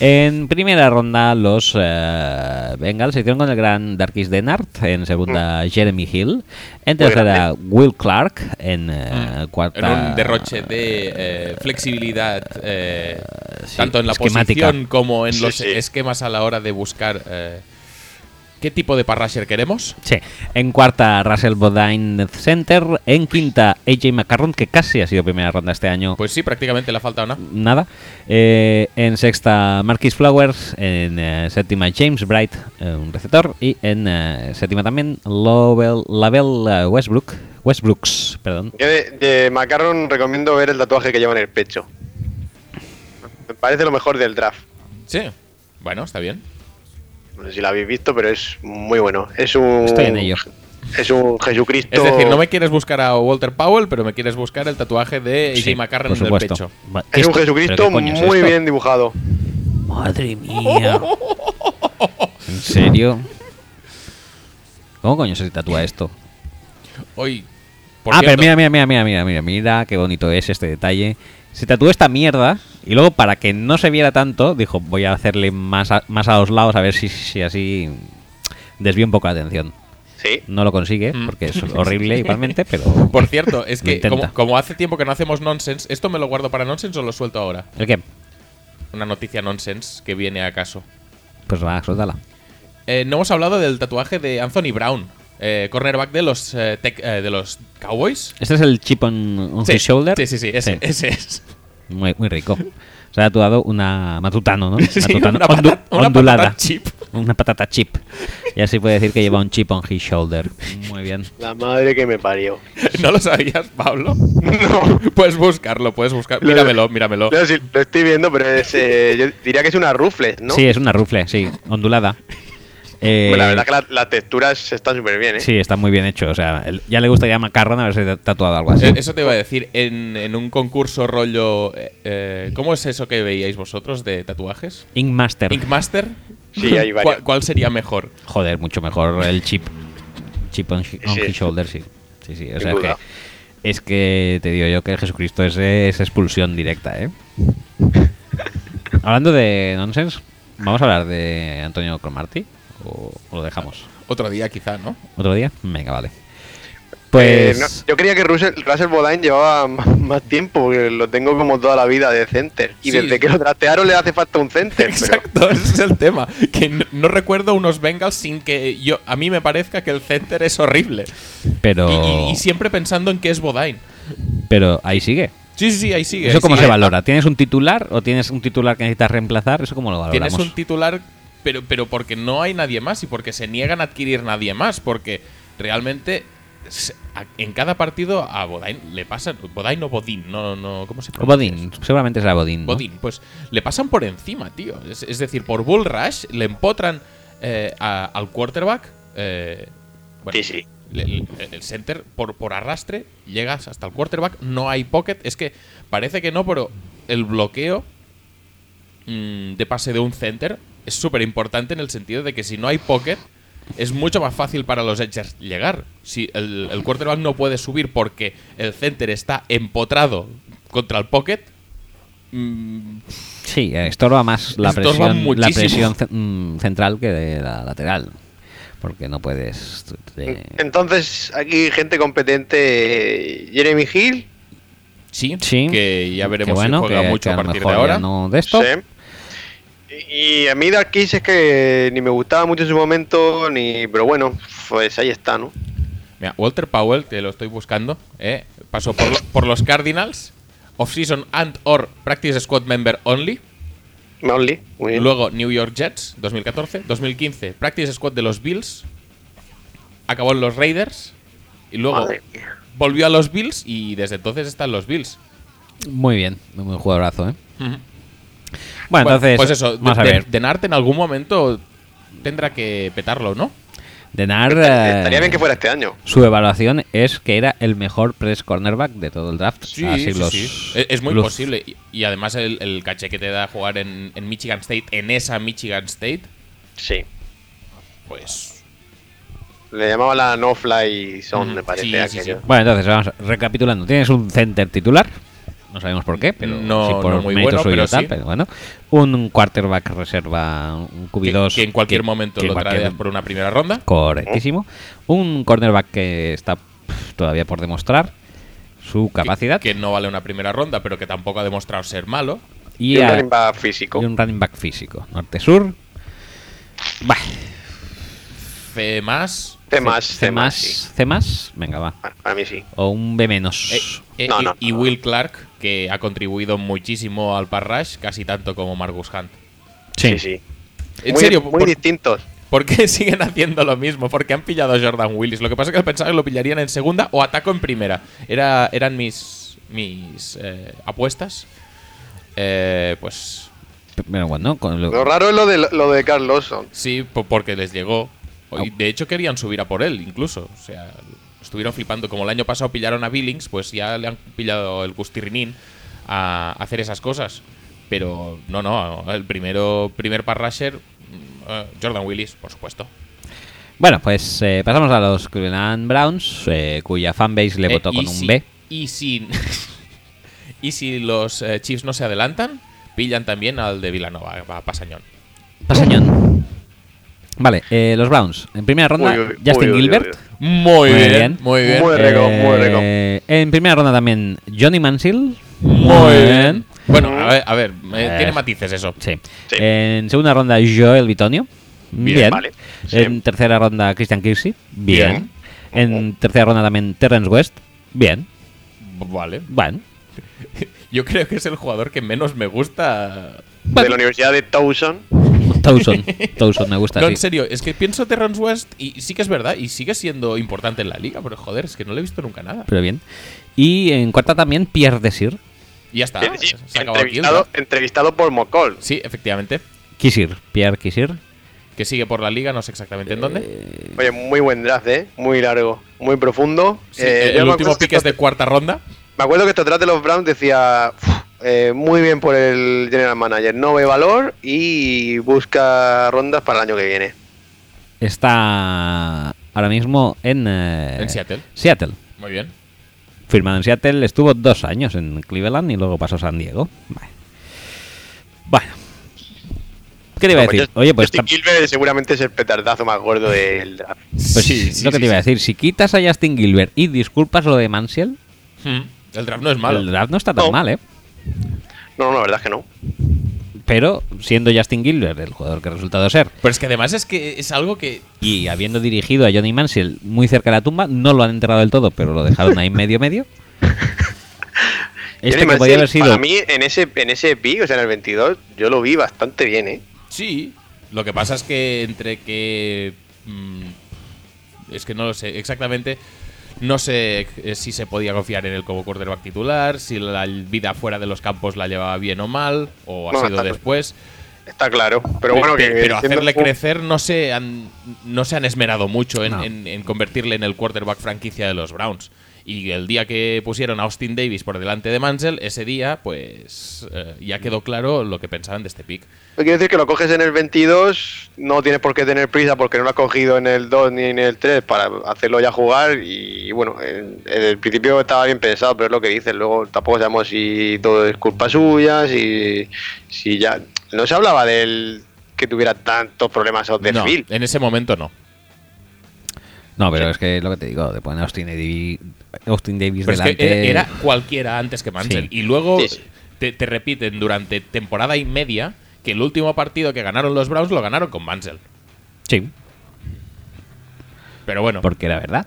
En primera ronda, los eh, Bengals se hicieron con el gran Darkis Denard. En segunda, Mm. Jeremy Hill. En tercera, Will Clark. En eh, Mm. En cuarta. un derroche de eh, flexibilidad, eh, sí, tanto en la esquemática. posición como en Sí, los sí. esquemas a la hora de buscar eh, qué tipo de parrasher queremos. Sí. En cuarta, Russell Bodine Center. En quinta, AJ McCarron, que casi ha sido primera ronda este año. Pues sí, prácticamente le ha faltado una. nada. Eh, en sexta, Marquis Flowers. En eh, séptima, James Bright, eh, un receptor. Y en eh, séptima también, Lowell, Label eh, Westbrook. Westbrooks, perdón. Yo de, de Macarron recomiendo ver el tatuaje que lleva en el pecho. Me parece lo mejor del draft. Sí, bueno, está bien. No sé si lo habéis visto, pero es muy bueno. Es un. Estoy en ello. Es un Jesucristo. Es decir, no me quieres buscar a Walter Powell, pero me quieres buscar el tatuaje de AJ Sí, McCarron por en el supuesto. pecho. Va- Es ¿esto? un ¿Pero Jesucristo qué coño es muy esto? bien dibujado. Madre (laughs) mía. ¿En serio? ¿Cómo coño se tatúa esto? Hoy. ah, pero mira, mira, mira, mira, mira, mira, mira, qué bonito es este detalle. Se tatuó esta mierda y luego para que no se viera tanto, dijo, voy a hacerle más a, más a los lados a ver si, si así desvío un poco la atención. Sí. No lo consigue, Mm. porque (laughs) es horrible igualmente, pero... Por cierto, (laughs) es Lo que como, intenta. como hace tiempo que no hacemos nonsense, ¿esto me lo guardo para nonsense o lo suelto ahora? ¿El qué? Una noticia nonsense que viene a caso. Pues va, suéltala. Eh, no hemos hablado del tatuaje de Anthony Brown, eh, cornerback de los, eh, tec- eh, de los Cowboys. ¿Este es el chip on, on Sí, his shoulder? Sí, sí, sí, ese, Sí. ese es. Muy, muy rico. Se ha tatuado una matutano, ¿no? (laughs) Sí, Matutano una ondu- patata- una ondulada. patata chip. (laughs) Una patata chip. Y así puede decir que lleva un chip on his shoulder. Muy bien. La madre que me parió. ¿No lo sabías, Pablo? (laughs) No. Puedes buscarlo, puedes buscar. Lo- Míramelo, míramelo. No, sí, lo estoy viendo, pero es, eh, yo diría que es una rufles, ¿no? Sí, es una rufle, sí, (laughs) ondulada. Eh, Pues la verdad que la- las texturas están súper bien, ¿eh? Sí, está muy bien hecho. O sea, el- ya le gustaría a Macarrón haberse ta- tatuado algo así. Eh, Eso te iba a decir, en, en un concurso rollo... eh, eh, ¿Cómo es eso que veíais vosotros de tatuajes? Ink Master. ¿Ink Master? (laughs) Sí, hay varios. ¿Cuál, cuál sería mejor? Joder, mucho mejor el chip. Chip on, hi- on Sí. his shoulder, sí. Sí, sí. O Sin sea, es que, duda. es que te digo yo que el Jesucristo ese es expulsión directa, (laughs) ¿eh? Hablando de nonsense, ¿vamos a hablar de Antonio Cromarty? ¿O, o lo dejamos? Otro día quizá, ¿no? ¿Otro día? Venga, vale. Eh, Pues. no, yo creía que Russell, Russell Bodine llevaba (laughs) m- más tiempo, porque lo tengo como toda la vida de center. Y Sí. desde que lo tratearon le hace falta un center. pero- Exacto, (laughs) ese es el tema. Que n- no recuerdo unos Bengals sin que yo a mí me parezca que el center es horrible. Pero. Y, y- y siempre pensando en que es Bodine. Pero ahí sigue. Sí, sí, sí, ahí sigue. ¿Eso ahí cómo sigue. se valora? ¿Tienes un titular o tienes un titular que necesitas reemplazar? ¿Eso cómo lo valoramos? Tienes un titular, pero, pero porque no hay nadie más y porque se niegan a adquirir nadie más. Porque realmente se- a- en cada partido a Bodine le pasan. Bodine o Bodin, no, no, ¿cómo se O pronuncia Bodin, seguramente será Bodin. ¿no? Bodin, pues le pasan por encima, tío. Es, es decir, por Bull Rush le empotran eh, a- al quarterback. eh, bueno, Sí, sí. le- le- El, center por, por arrastre llegas hasta el quarterback, no hay pocket. Es que parece que no, pero el bloqueo mm, de pase de un center es súper importante en el sentido de que si no hay pocket, es mucho más fácil para los edgers llegar. Si el, el quarterback no puede subir porque el center está empotrado contra el pocket, mm, Sí, eh, estorba más la Estorba presión, la muchísimo. presión ce- mm, central que de la lateral. Porque no puedes. eh, Entonces, aquí gente competente, eh, Jeremy Hill, sí, sí. que ya que veremos bueno, si juega que- mucho que a lo partir de mejor ya ahora. No de esto. Sam. Y y a mí Dark Kiss es que ni me gustaba mucho en su momento, ni pero bueno, pues ahí está, ¿no? Mira, Walter Powell, que lo estoy buscando, ¿eh? pasó por, lo- por los Cardinals, off-season and or practice squad member only. Manly, muy bien. Luego New York Jets, 2014. 2015, Practice Squad de los Bills. Acabó en los Raiders. Y luego Madre mía. volvió a los Bills y desde entonces están los Bills. Muy bien, muy buen jugadorazo, ¿eh? Ujú. Bueno, Bueno, entonces. pues eso, vamos a de, ver. de Nart en algún momento tendrá que petarlo, ¿no? Denar. Estaría bien eh, que fuera este año. Su evaluación es que era el mejor press cornerback de todo el draft. Así Ah, los- Es, es muy los- posible. Y, y además el, el caché que te da jugar en, en Michigan State, en esa Michigan State, Sí. pues... Le llamaba la No Fly Zone, me Mm, sí, parece. sí, aquello. Bueno, entonces vamos recapitulando. Tienes un center titular. No sabemos por qué, pero No, sí por no muy mérito bueno, suyo y pero tal, sí. pero bueno. Un quarterback reserva, un Que, QB2. que en cualquier que- momento que en lo cualquier- trae por una primera ronda. Correctísimo. Un cornerback que está pff, todavía por demostrar su capacidad. Que, que no vale una primera ronda, pero que tampoco ha demostrado ser malo. Y, y, un a- running back físico. y un running back físico. Norte-sur. Bah, C más. C más, C más, C más. Venga, va. Bueno, Para mí sí. O un B menos. Eh, eh, No, y, no, y no. Will Clark, que ha contribuido muchísimo al Parrash, casi tanto como Marcus Hunt. Sí, sí. En muy, serio, muy por, distintos. por qué (laughs) siguen haciendo lo mismo? Porque han pillado a Jordan Willis. Lo que pasa es que pensaba que lo pillarían en segunda o ataco en primera. Era, eran mis, mis eh, apuestas. Eh, pues Pero bueno, con lo- Lo raro es lo de, lo de Carl Lawson. sí, po- porque les llegó. Y de hecho querían subir a por él, incluso. O sea, estuvieron flipando. Como el año pasado pillaron a Billings, pues ya le han pillado el custirrinín a hacer esas cosas. Pero no, no, el primero, primer pass rusher, mm, eh, Jordan Willis, por supuesto. Bueno, pues eh, pasamos a los Cleveland Browns, eh, cuya fanbase le Eh, votó y con un si- B. Y si, (laughs) y si los eh, Chiefs no se adelantan, pillan también al de Villanova, a Pasañón. Pasañón. Vale, eh, los Browns. En primera ronda, Uy, uy, Justin uy, uy, Gilbert. uy, uy. Muy, Muy bien, bien. muy bien. Muy rico, muy rico. Eh, en primera ronda también Johnny Manziel. Muy bien. Bueno, a ver, a ver, eh, Eh, tiene matices eso. Sí. Sí. En segunda ronda Joel Bitonio. Bien, Bien. vale. En Sí. tercera ronda Christian Kirksey. Bien. Bien. En tercera ronda también Terrence West. Bien. Vale. Bueno. Yo creo que es el jugador que menos me gusta. De la Universidad de Towson. (laughs) Towson. Towson me gusta. No, en sí. serio, es que pienso Terrence West y sí que es verdad, y sigue siendo importante en la liga, pero joder, es que no le he visto nunca nada. Pero bien. Y en cuarta también Pierre Desir. Y ya está. es decir, Ah, se acabó aquí el entrevistado, draft. entrevistado por Mocol. Sí, efectivamente. Kisir. Pierre Kisir. Que sigue por la liga, no sé exactamente en Eh, dónde. Oye, muy buen draft, ¿eh? Muy largo, muy profundo. Sí, Eh, yo el me último acuerdo pick es que de cuarta ronda. Me acuerdo que esto atrás de los Browns decía, "Uf, eh, muy bien por el general manager, no ve valor y busca rondas para el año que viene. Está ahora mismo en... eh, En Seattle. Seattle. Muy bien. Firmado en Seattle, estuvo dos años en Cleveland y luego pasó a San Diego. Vale. Bueno. ¿Qué te iba a Vamos, decir? yo- Oye, pues, Justin tam- Gilbert seguramente es el petardazo más gordo del draft. pues lo que te iba a sí. decir, si quitas a Justin Gilbert y disculpas lo de Mansiel, Hmm, El draft no es malo. el draft no está tan No. mal, ¿eh? No, no, la verdad es que no. Pero siendo Justin Gilbert el jugador que ha resultado ser Pero es que además es que es algo que. y habiendo dirigido a Johnny Mansiel muy cerca de la tumba, no lo han enterrado del todo, pero lo dejaron ahí medio (laughs) medio. Este Johnny que podía Manziel, haber sido Para mí, en ese, en ese pick, o sea, en el 22, yo lo vi bastante bien, ¿eh? Sí. Lo que pasa es que entre que. mm, es que no lo sé exactamente. No sé eh, si se podía confiar en él como quarterback titular, si la vida fuera de los campos la llevaba bien o mal, o ha Bueno, sido está- después. Está claro. Pero bueno, que. Pe- pero siendo hacerle un- crecer no se han no se han esmerado mucho en, No. en- en convertirle en el quarterback franquicia de los Browns. Y el día que pusieron a Austin Davis por delante de Mansell, ese día, pues eh, ya quedó claro lo que pensaban de este pick. Quiere decir que lo coges en el 22, no tienes por qué tener prisa porque no lo has cogido en el 2 ni en el 3 para hacerlo ya jugar y bueno, en, en el principio estaba bien pensado, pero es lo que dices, luego tampoco sabemos si todo es culpa suya, si, si ya... No se hablaba del que tuviera tantos problemas off the No, field. en ese momento no. No, pero es que lo que te digo, te ponen a Austin Davis, Austin Davis Pero es que delante. era, era cualquiera antes que Sí. Mansell. Y luego Sí, sí. Te, te repiten durante temporada y media que el último partido que ganaron los Browns lo ganaron con Mansell. Sí, Pero bueno. porque era verdad.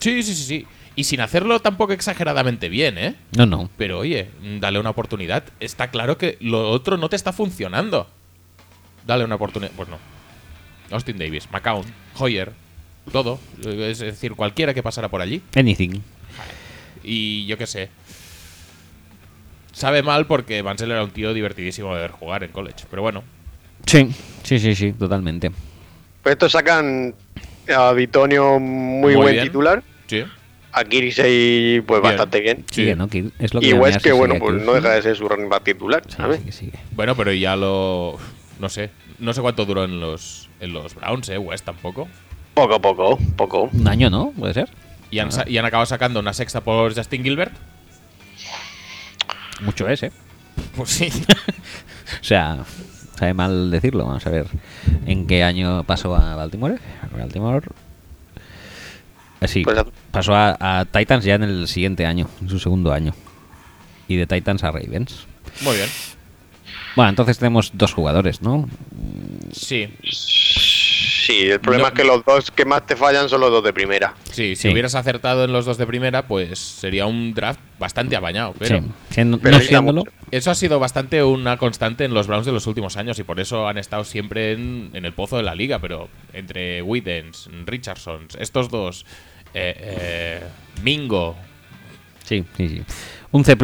Sí, sí, sí, sí. Y sin hacerlo tampoco exageradamente bien, ¿eh? No, no. Pero oye, mm, dale una oportunidad. Está claro que lo otro no te está funcionando. Dale una oportunidad. Pues no. Austin Davis, McCown, Hoyer, todo. Eh, Es decir, cualquiera que pasara por allí. Anything. Y yo qué sé. Sabe mal porque Mansell era un tío divertidísimo de ver jugar en college. Pero bueno, Sí, sí, sí, sí, totalmente. Pues estos sacan a Vitonio Muy muy, buen bien. titular, sí. a Kirsey pues Bien. bastante bien. Sí. Sí. que no, que es lo que Y llamé West así, que bueno, sigue pues aquí. no deja de ser su running back titular, Sí, ¿sabes? sigue, sigue. Bueno, pero ya lo. No sé. No sé cuánto duró en los, en los Browns, ¿eh? West tampoco. Poco a poco, poco. Un año, ¿no? Puede ser. Y han, sa- y han acabado sacando una sexta por Justin Gilbert. Mucho es, ¿eh? Pues sí. O sea, sabe mal decirlo. Vamos a ver en qué año pasó a Baltimore. Baltimore. Eh, Sí, Pues a- pasó a, a Titans ya en el siguiente año, en su segundo año. Y de Titans a Ravens. Muy bien. Bueno, entonces tenemos dos jugadores, ¿no? Sí, Sí, el problema No- es que los dos que más te fallan son los dos de primera. sí, si Sí. hubieras acertado en los dos de primera, pues sería un draft bastante apañado. Pero Sí. Siendo- pero no ahí estamos. siéndolo. eso ha sido bastante una constante en los Browns de los últimos años y por eso han estado siempre en, en el pozo de la liga. Pero entre Wittens, Richardson, estos dos, eh, eh, Mingo, Sí, sí, sí. Un C,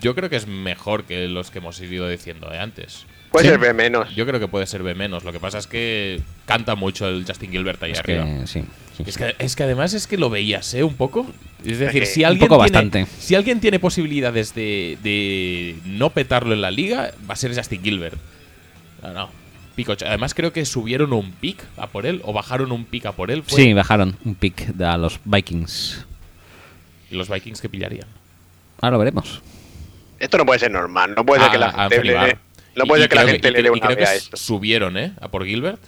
yo creo que es mejor que los que hemos ido diciendo de antes. Puede Sí. ser B menos. Yo creo que puede ser B menos. Lo que pasa es que canta mucho el Justin Gilbert ahí es arriba. que sí. sí, Es sí. que, es que además es que lo veías, ¿eh? Un poco. Es Eh, decir, si Un alguien, poco tiene, bastante. si alguien tiene posibilidades de, de no petarlo en la liga, va a ser Justin Gilbert. No, no. Pico ocho. Además creo que subieron un pick a por él o bajaron un pick a por él. fue. Sí, bajaron un pick de a los Vikings. Y los Vikings que pillarían. Ahora lo veremos. Esto no puede ser normal. No puede Ah, ser que la a gente Anthony le, Barr. No puede Y- ser que y la creo gente y le dé creo- y una creo B a que esto. Subieron, ¿eh? A por Gilbert.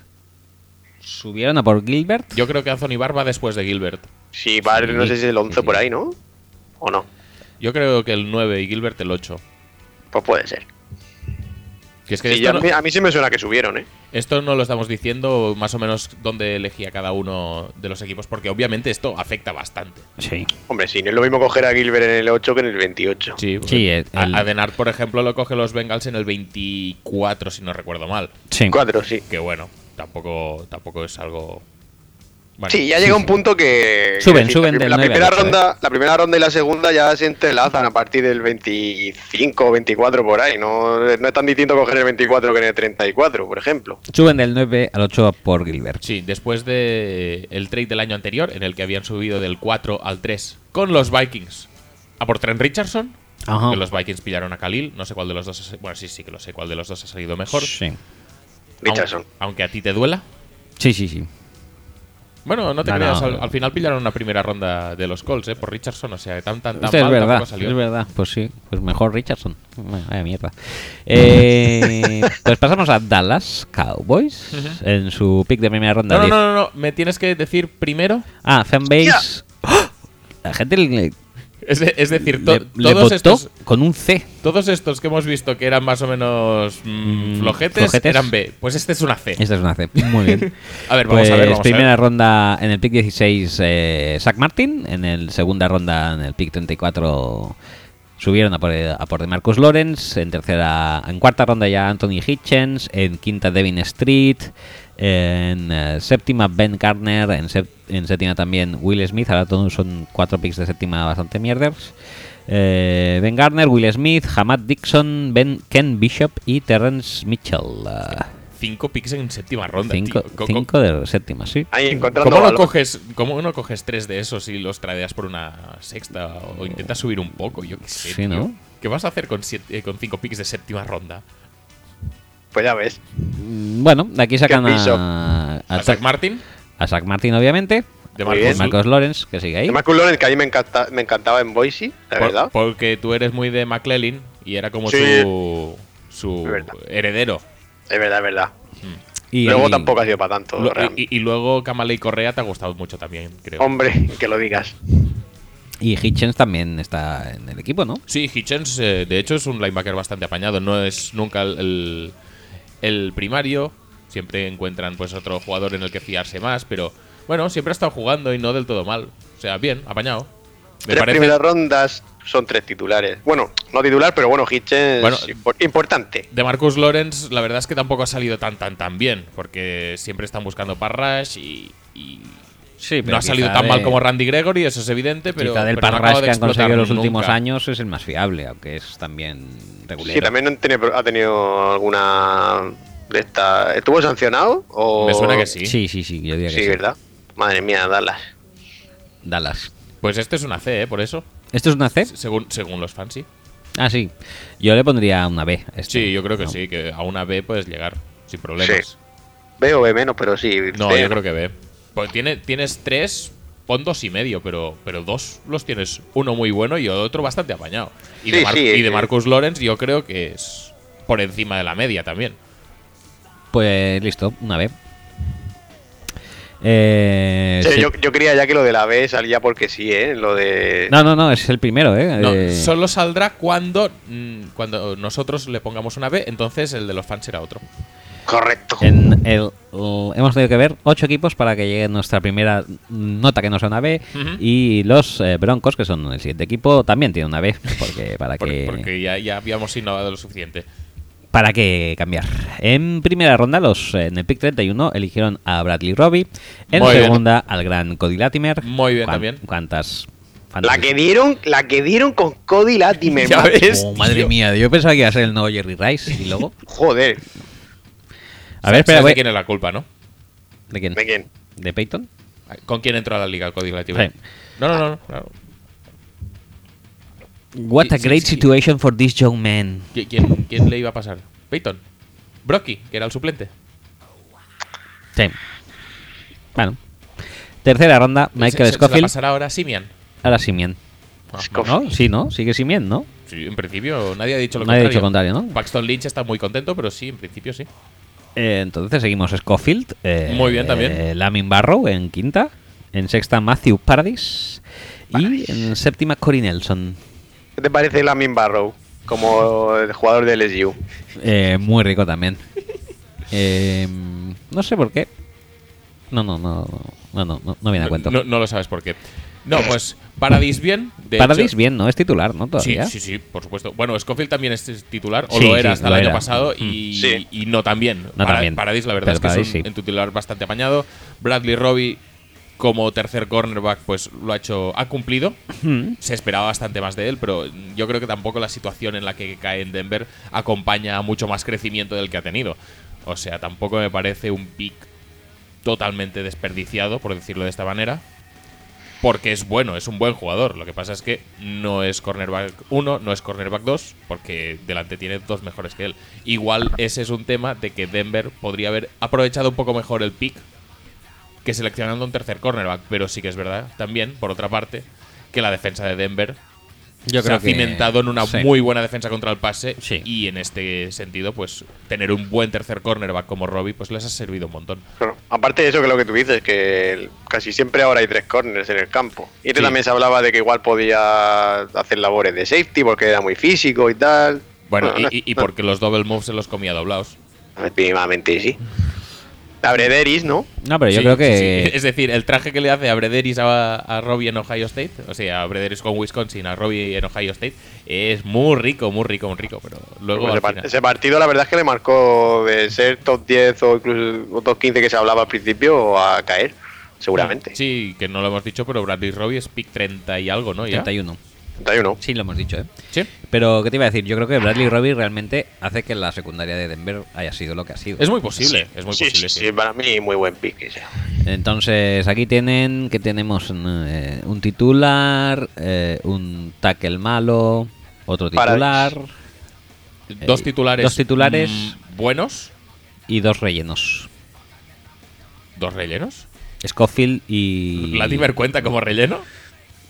¿Subieron a por Gilbert? Yo creo que Anthony Barr va después de Gilbert. Sí, va, no sé si es el 11 por ahí, ¿no? ¿O no? Yo creo que el 9 y Gilbert el 8. Pues puede ser. Que es que Sí, esto, yo- no, a, mí, a mí sí me suena que subieron, ¿eh? esto no lo estamos diciendo más o menos dónde elegía cada uno de los equipos, porque obviamente esto afecta bastante. Sí. Hombre, sí, no es lo mismo coger a Gilbert en el 8 que en el 28. Sí, Sí, el- el- Adenard, por ejemplo, lo coge los Bengals en el 24, si no recuerdo mal. Sí. 4, sí. Que bueno, tampoco, tampoco es algo. Bueno, Sí, ya llega un punto que. Suben, que sí, suben la, prim- del la 9 al primera 8, ronda, La primera ronda y la segunda ya se entrelazan a partir del 25 o 24 por ahí. No, no es tan distinto coger el 24 que en el 34, por ejemplo. Suben del 9 al 8 por Gilbert. Sí, después de el trade del año anterior, en el que habían subido del 4 al 3 con los Vikings. A por Trent Richardson. Ajá. Que los Vikings pillaron a Khalil. No sé cuál de los dos. ha sa- Bueno, sí, sí que lo sé cuál de los dos ha salido mejor. Sí. Aun- Richardson. Aunque a ti te duela. Sí, sí, sí. Bueno, no te No, creas. no. Al, al final pillaron una primera ronda de los Colts, ¿eh? Por Richardson. O sea, tan, tan, tan Esto es mal verdad, tampoco salió. es verdad. Pues sí, pues mejor Richardson. Bueno, Vaya (laughs) mierda. Eh, pues pasamos a Dallas Cowboys en su pick de primera ronda. No, no, diez. no, no, no, Me tienes que decir primero. Ah, fanbase. ¡Oh! La gente le, Es, de- es decir, to- le- le todos votó estos. con un C. Todos estos que hemos visto que eran más o menos mm, Mm, flojetes, flojetes. eran B. Pues este es una C. Esta es una C. Muy bien. (laughs) A ver, vamos pues a ver, vamos a ver. primera ronda en el pick 16, eh, Zach Martin. En el segunda ronda, en el pick 34, subieron a por, a por Marcus Lawrence. En tercera, en cuarta ronda ya Anthony Hitchens. En quinta, Devin Street. En eh, séptima, Ben Garner. En, sep- en séptima también Will Smith. Ahora todos son cuatro picks de séptima bastante mierders. Eh, ben Garner, Will Smith, Hamad Dixon, ben Ken Bishop y Terrence Mitchell. Ah. Cinco picks en séptima ronda. Cinco, tío. Co- co- cinco de séptima, sí. Ahí encontrando. ¿Cómo no, valor. coges, ¿Cómo no coges tres de esos y los tradeas por una sexta o intentas subir un poco? Yo qué sé. Sí, tío. ¿no? ¿Qué vas a hacer con, siete- eh, con cinco picks de séptima ronda? Pues ya ves. Mm, Bueno, de aquí sacan ¿Qué piso? a, ¿A a, Zach Zach Martin? a Zach Martin, obviamente. De Muy Marcus, bien. Marcos Lawrence, que sigue ahí. Además, con Lawrence, que a mí me, encanta- me encantaba en Boise, la Por- verdad. porque tú eres muy de McClellan y era como Sí. su, su Es verdad. heredero. Es verdad, es verdad. Y Luego y- tampoco ha sido para tanto. Lo- realmente. y, y luego Kamala y Correa te ha gustado mucho también, creo. Hombre, que lo digas. Y Hitchens también está en el equipo, ¿no? Sí, Hitchens, eh, de hecho, es un linebacker bastante apañado. No es nunca el, el- el primario. Siempre encuentran pues otro jugador en el que fiarse más, pero bueno, siempre ha estado jugando y no del todo mal. O sea, bien, apañado. Me Tres parece. primeras rondas son tres titulares. Bueno, no titular, pero bueno, Hitchens Bueno, impor- importante. De Marcus Lawrence, la verdad es que tampoco ha salido tan tan tan bien, porque siempre están buscando parrash y, y Sí, no ha salido tan mal como Randy Gregory, eso es evidente, pero, del pero no Parras acaba de que han conseguido explotar los últimos nunca. años es el más fiable, aunque es también regular. Sí, también han tenido- ha tenido alguna de estas. ¿Estuvo sancionado? O... Me suena que sí. Sí, sí, sí, yo diría que Sí, sí. ¿verdad? Madre mía, Dallas. Dallas. Pues este es una C, ¿eh? por eso, ¿Esto es una C? según, según los fans, sí. Ah, sí. Yo le pondría una B. a este. Sí, yo creo que No. sí, que a una B puedes llegar sin problemas. B o B menos, pero sí. No, C. yo creo que B. Pues tiene, tienes tres, pon dos y medio, pero, pero dos los tienes, uno muy bueno y otro bastante apañado. Y, de, Sí, Mar- sí, y de eh. Marcus Lawrence yo creo que es por encima de la media también. Pues listo, una B. Eh, Sí, sí. Yo, yo creía ya que lo de la B salía porque sí, ¿eh? Lo de. No, no, no, es el primero, ¿eh? No, Eh, solo saldrá cuando, mm, cuando nosotros le pongamos una B, entonces el de los fans será otro. Correcto. en el- el- hemos tenido que ver ocho equipos para que llegue nuestra primera nota que no sea una B. Ujú. Y los eh, Broncos, que son el siguiente equipo, también tienen una B. (laughs) Porque, para, Por- que, Porque ya, ya habíamos innovado lo suficiente. ¿Para qué cambiar? En primera ronda, los eh, en el pick 31 eligieron a Bradley Robbie. En Muy bien. segunda, al gran Cody Latimer. Muy bien Cuán- también. ¿Cuántas? La que dieron, la que dieron con Cody (laughs) Latimer. Ya macho. ves, Oh, madre tío. mía, yo pensaba que iba a ser el nuevo Jerry Rice. Y (laughs) luego. Joder. A ver, espera, ¿Sabes voy- de quién es la culpa, no? ¿De Mm. quién? ¿De quién? ¿De Peyton? ¿Con quién entró a la liga Cody Latimer? Sí. No, no, no. no. What Sí, a sí, great sí. situation for this young man. ¿Qui- ¿Quién, quién le iba a pasar? Peyton. Brocky, que era el suplente. Sí. Bueno. Tercera ronda, Se- se- Michael se la Scofield. pasará ahora a Simian. Ahora Simien. Ah, Scofield. ¿No? Sí, ¿no? Sigue Simien, ¿no? Sí, en principio nadie ha dicho lo Nadie ha contrario. dicho contrario, ¿no? Paxton Lynch está muy contento, pero sí, en principio sí. Eh, entonces seguimos Scofield. eh, Muy bien, también. eh, Lamin Barrow en quinta. En sexta Matthew Paradis. Y en séptima Cory Nelson. ¿Qué te parece Lamin Barrow como el jugador de LSU? Eh, muy rico (laughs) también. Eh, no sé por qué. No, no, no. No, no, no, no viene a cuento. No, no lo sabes por qué. No, pues Paradis bien. de Paradis hecho- bien, ¿no? Es titular, ¿no? Sí, Todavía. sí, sí, por supuesto. Bueno, Scofield también es titular, o Sí, lo era sí, hasta lo el año era. Mm. pasado, y, Sí. y no también. No también. Paradis, la verdad Pero es que Paradis es un, sí. un titular bastante apañado. Bradley Robbie, como tercer cornerback, pues lo ha hecho, ha cumplido. Mm. Se esperaba bastante más de él, pero yo creo que tampoco la situación en la que cae en Denver acompaña a mucho más crecimiento del que ha tenido. O sea, tampoco me parece un pick totalmente desperdiciado, por decirlo de esta manera. Porque es bueno, es un buen jugador. Lo que pasa es que no es cornerback 1, no es cornerback 2, porque delante tiene dos mejores que él. Igual ese es un tema de que Denver podría haber aprovechado un poco mejor el pick que seleccionando un tercer cornerback. Pero sí que es verdad también, por otra parte, que la defensa de Denver Yo se creo ha que- cimentado en una sí. muy buena defensa contra el pase. Sí. Y en este sentido, pues tener un buen tercer cornerback como Robbie, pues les ha servido un montón. Claro. Aparte de eso, que lo que tú dices, que el- casi siempre ahora hay tres corners en el campo. Y antes Sí. también se hablaba de que igual podía hacer labores de safety porque era muy físico y tal. Bueno, y, no, y- y no, porque los double moves se los comía doblados. Mínimamente sí. La Brederis, ¿no? No, pero yo Sí, creo sí, que. sí. Es decir, el traje que le hace a Brederis a, a Robbie en Ohio State, o sea, a Brederis con Wisconsin, a Robbie en Ohio State, es muy rico, muy rico, muy rico. Pero luego. Ese, al par- final- ese partido la verdad es que le marcó de ser top 10 o incluso o top 15 que se hablaba al principio a caer, seguramente. Sí, que no lo hemos dicho, pero Bradley Robbie es pick 30 y algo, ¿no? ¿Ya? 31. 31. Sí, lo hemos dicho, ¿eh? Sí. Pero, ¿qué te iba a decir? Yo creo que Bradley Robbie realmente hace que la secundaria de Denver haya sido lo que ha sido. Es muy posible, es muy Sí, posible. sí, sí. sí, para mí muy buen pick ese. Entonces, aquí tienen que tenemos Eh, un titular, eh, un tackle malo, otro Para- titular Dos Eh, titulares. dos titulares. mm, buenos, y dos rellenos. dos rellenos. Scofield y. Latimer cuenta como relleno.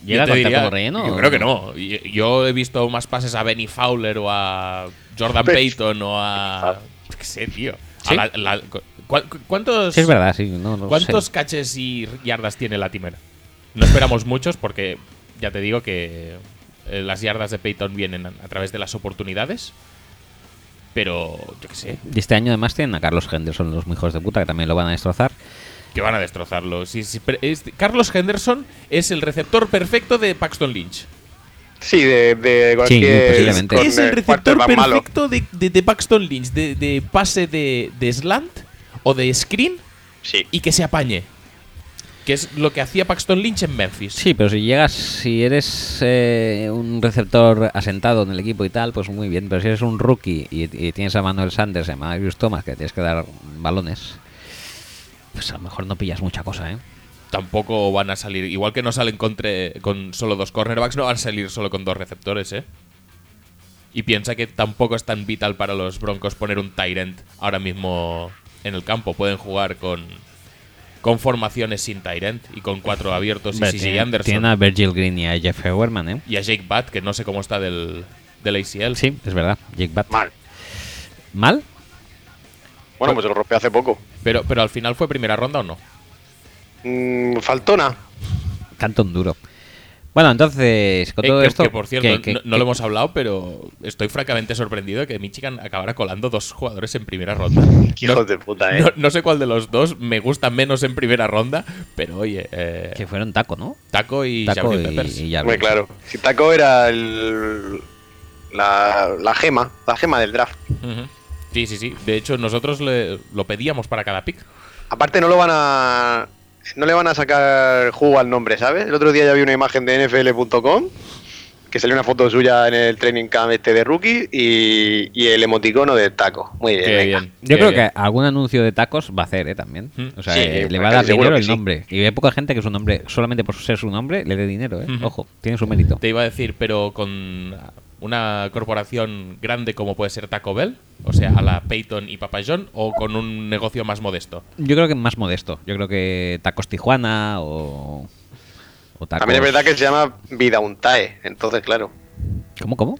¿Llega a Yo te contar diría- como relleno? Yo creo que no. Y- Yo he visto más pases a Benny Fowler o a Jordan Pe- Payton o a. ¿Qué sé, tío? A ¿Sí? la- la- cu- cu- ¿Cuántos, Sí, es verdad, sí. No, no ¿cuántos sé. caches y yardas tiene Latimer? No esperamos muchos porque ya te digo que eh, las yardas de Payton vienen a a través de las oportunidades. Pero yo qué sé, Y este año además tienen a Carlos Henderson, los hijos de puta, que también lo van a destrozar. que van a destrozarlo. Sí, sí, pero es- Carlos Henderson es el receptor perfecto de Paxton Lynch. Sí, de, de cualquier posiblemente. corner, es el receptor quarterback malo. perfecto de, de- de Paxton Lynch, de, de pase de, de slant o de screen Sí. y que se apañe. Que es lo que hacía Paxton Lynch en Memphis. Sí, pero si llegas, si eres eh, un receptor asentado en el equipo y tal, pues muy bien. Pero si eres un rookie y, y tienes a Manuel Sanders y a Marius Thomas que tienes que dar balones, pues a lo mejor no pillas mucha cosa, ¿eh? Tampoco van a salir, igual que no salen contra, con solo dos cornerbacks, no van a salir solo con dos receptores, ¿eh? Y piensa que tampoco es tan vital para los Broncos poner un Tyrant ahora mismo en el campo. Pueden jugar con, con formaciones sin Tyrant y con cuatro abiertos y Hombre, CJ tienen- Anderson. tienen a Virgil Green y a Jeff Hewerman, ¿eh? Y a Jake Butt, que no sé cómo está del, del ACL. Sí, es verdad. Jake Bat. Mal. ¿Mal? Bueno, pues se lo rompió hace poco. Pero, pero al final fue primera ronda o no. Mm, Faltona. Tanto un duro. Bueno, entonces, con Eh, todo que, esto. que, por cierto, ¿qué- qué- no, no qué- lo hemos hablado, pero estoy francamente sorprendido de que Michigan acabara colando dos jugadores en primera (laughs) ronda. Hijos No, de puta, eh. no- no sé cuál de los dos me gusta menos en primera ronda, pero oye, eh, Que fueron taco, ¿no? Taco y Taco Jabril y, Peppers. y Jarvis. Muy claro. Si Taco era el, la, la gema, la gema del draft. Ujú. Sí, sí, sí. De hecho, nosotros le- lo pedíamos para cada pick. Aparte no lo van a no le van a sacar jugo al nombre, ¿sabes? El otro día ya vi una imagen de nfl.com que salió una foto suya en el training camp este de rookie y, y el emoticono de Taco. Muy bien. Qué venga. bien. Yo qué creo bien. que algún anuncio de tacos va a hacer, ¿eh? También. Mm. O sea, Sí, eh, le pues va a dar casi seguro dinero que el sí. nombre. Y hay poca gente que su nombre, solamente por ser su nombre, le dé dinero, ¿eh? Ujú. Ojo, tiene su mérito. Te iba a decir, pero con una corporación grande como puede ser Taco Bell, o sea, a la Peyton y Papa John, o con un negocio más modesto. Yo creo que más modesto. Yo creo que Tacos Tijuana o. o tacos... También es verdad que se llama Vidauntae, entonces claro. ¿Cómo, cómo?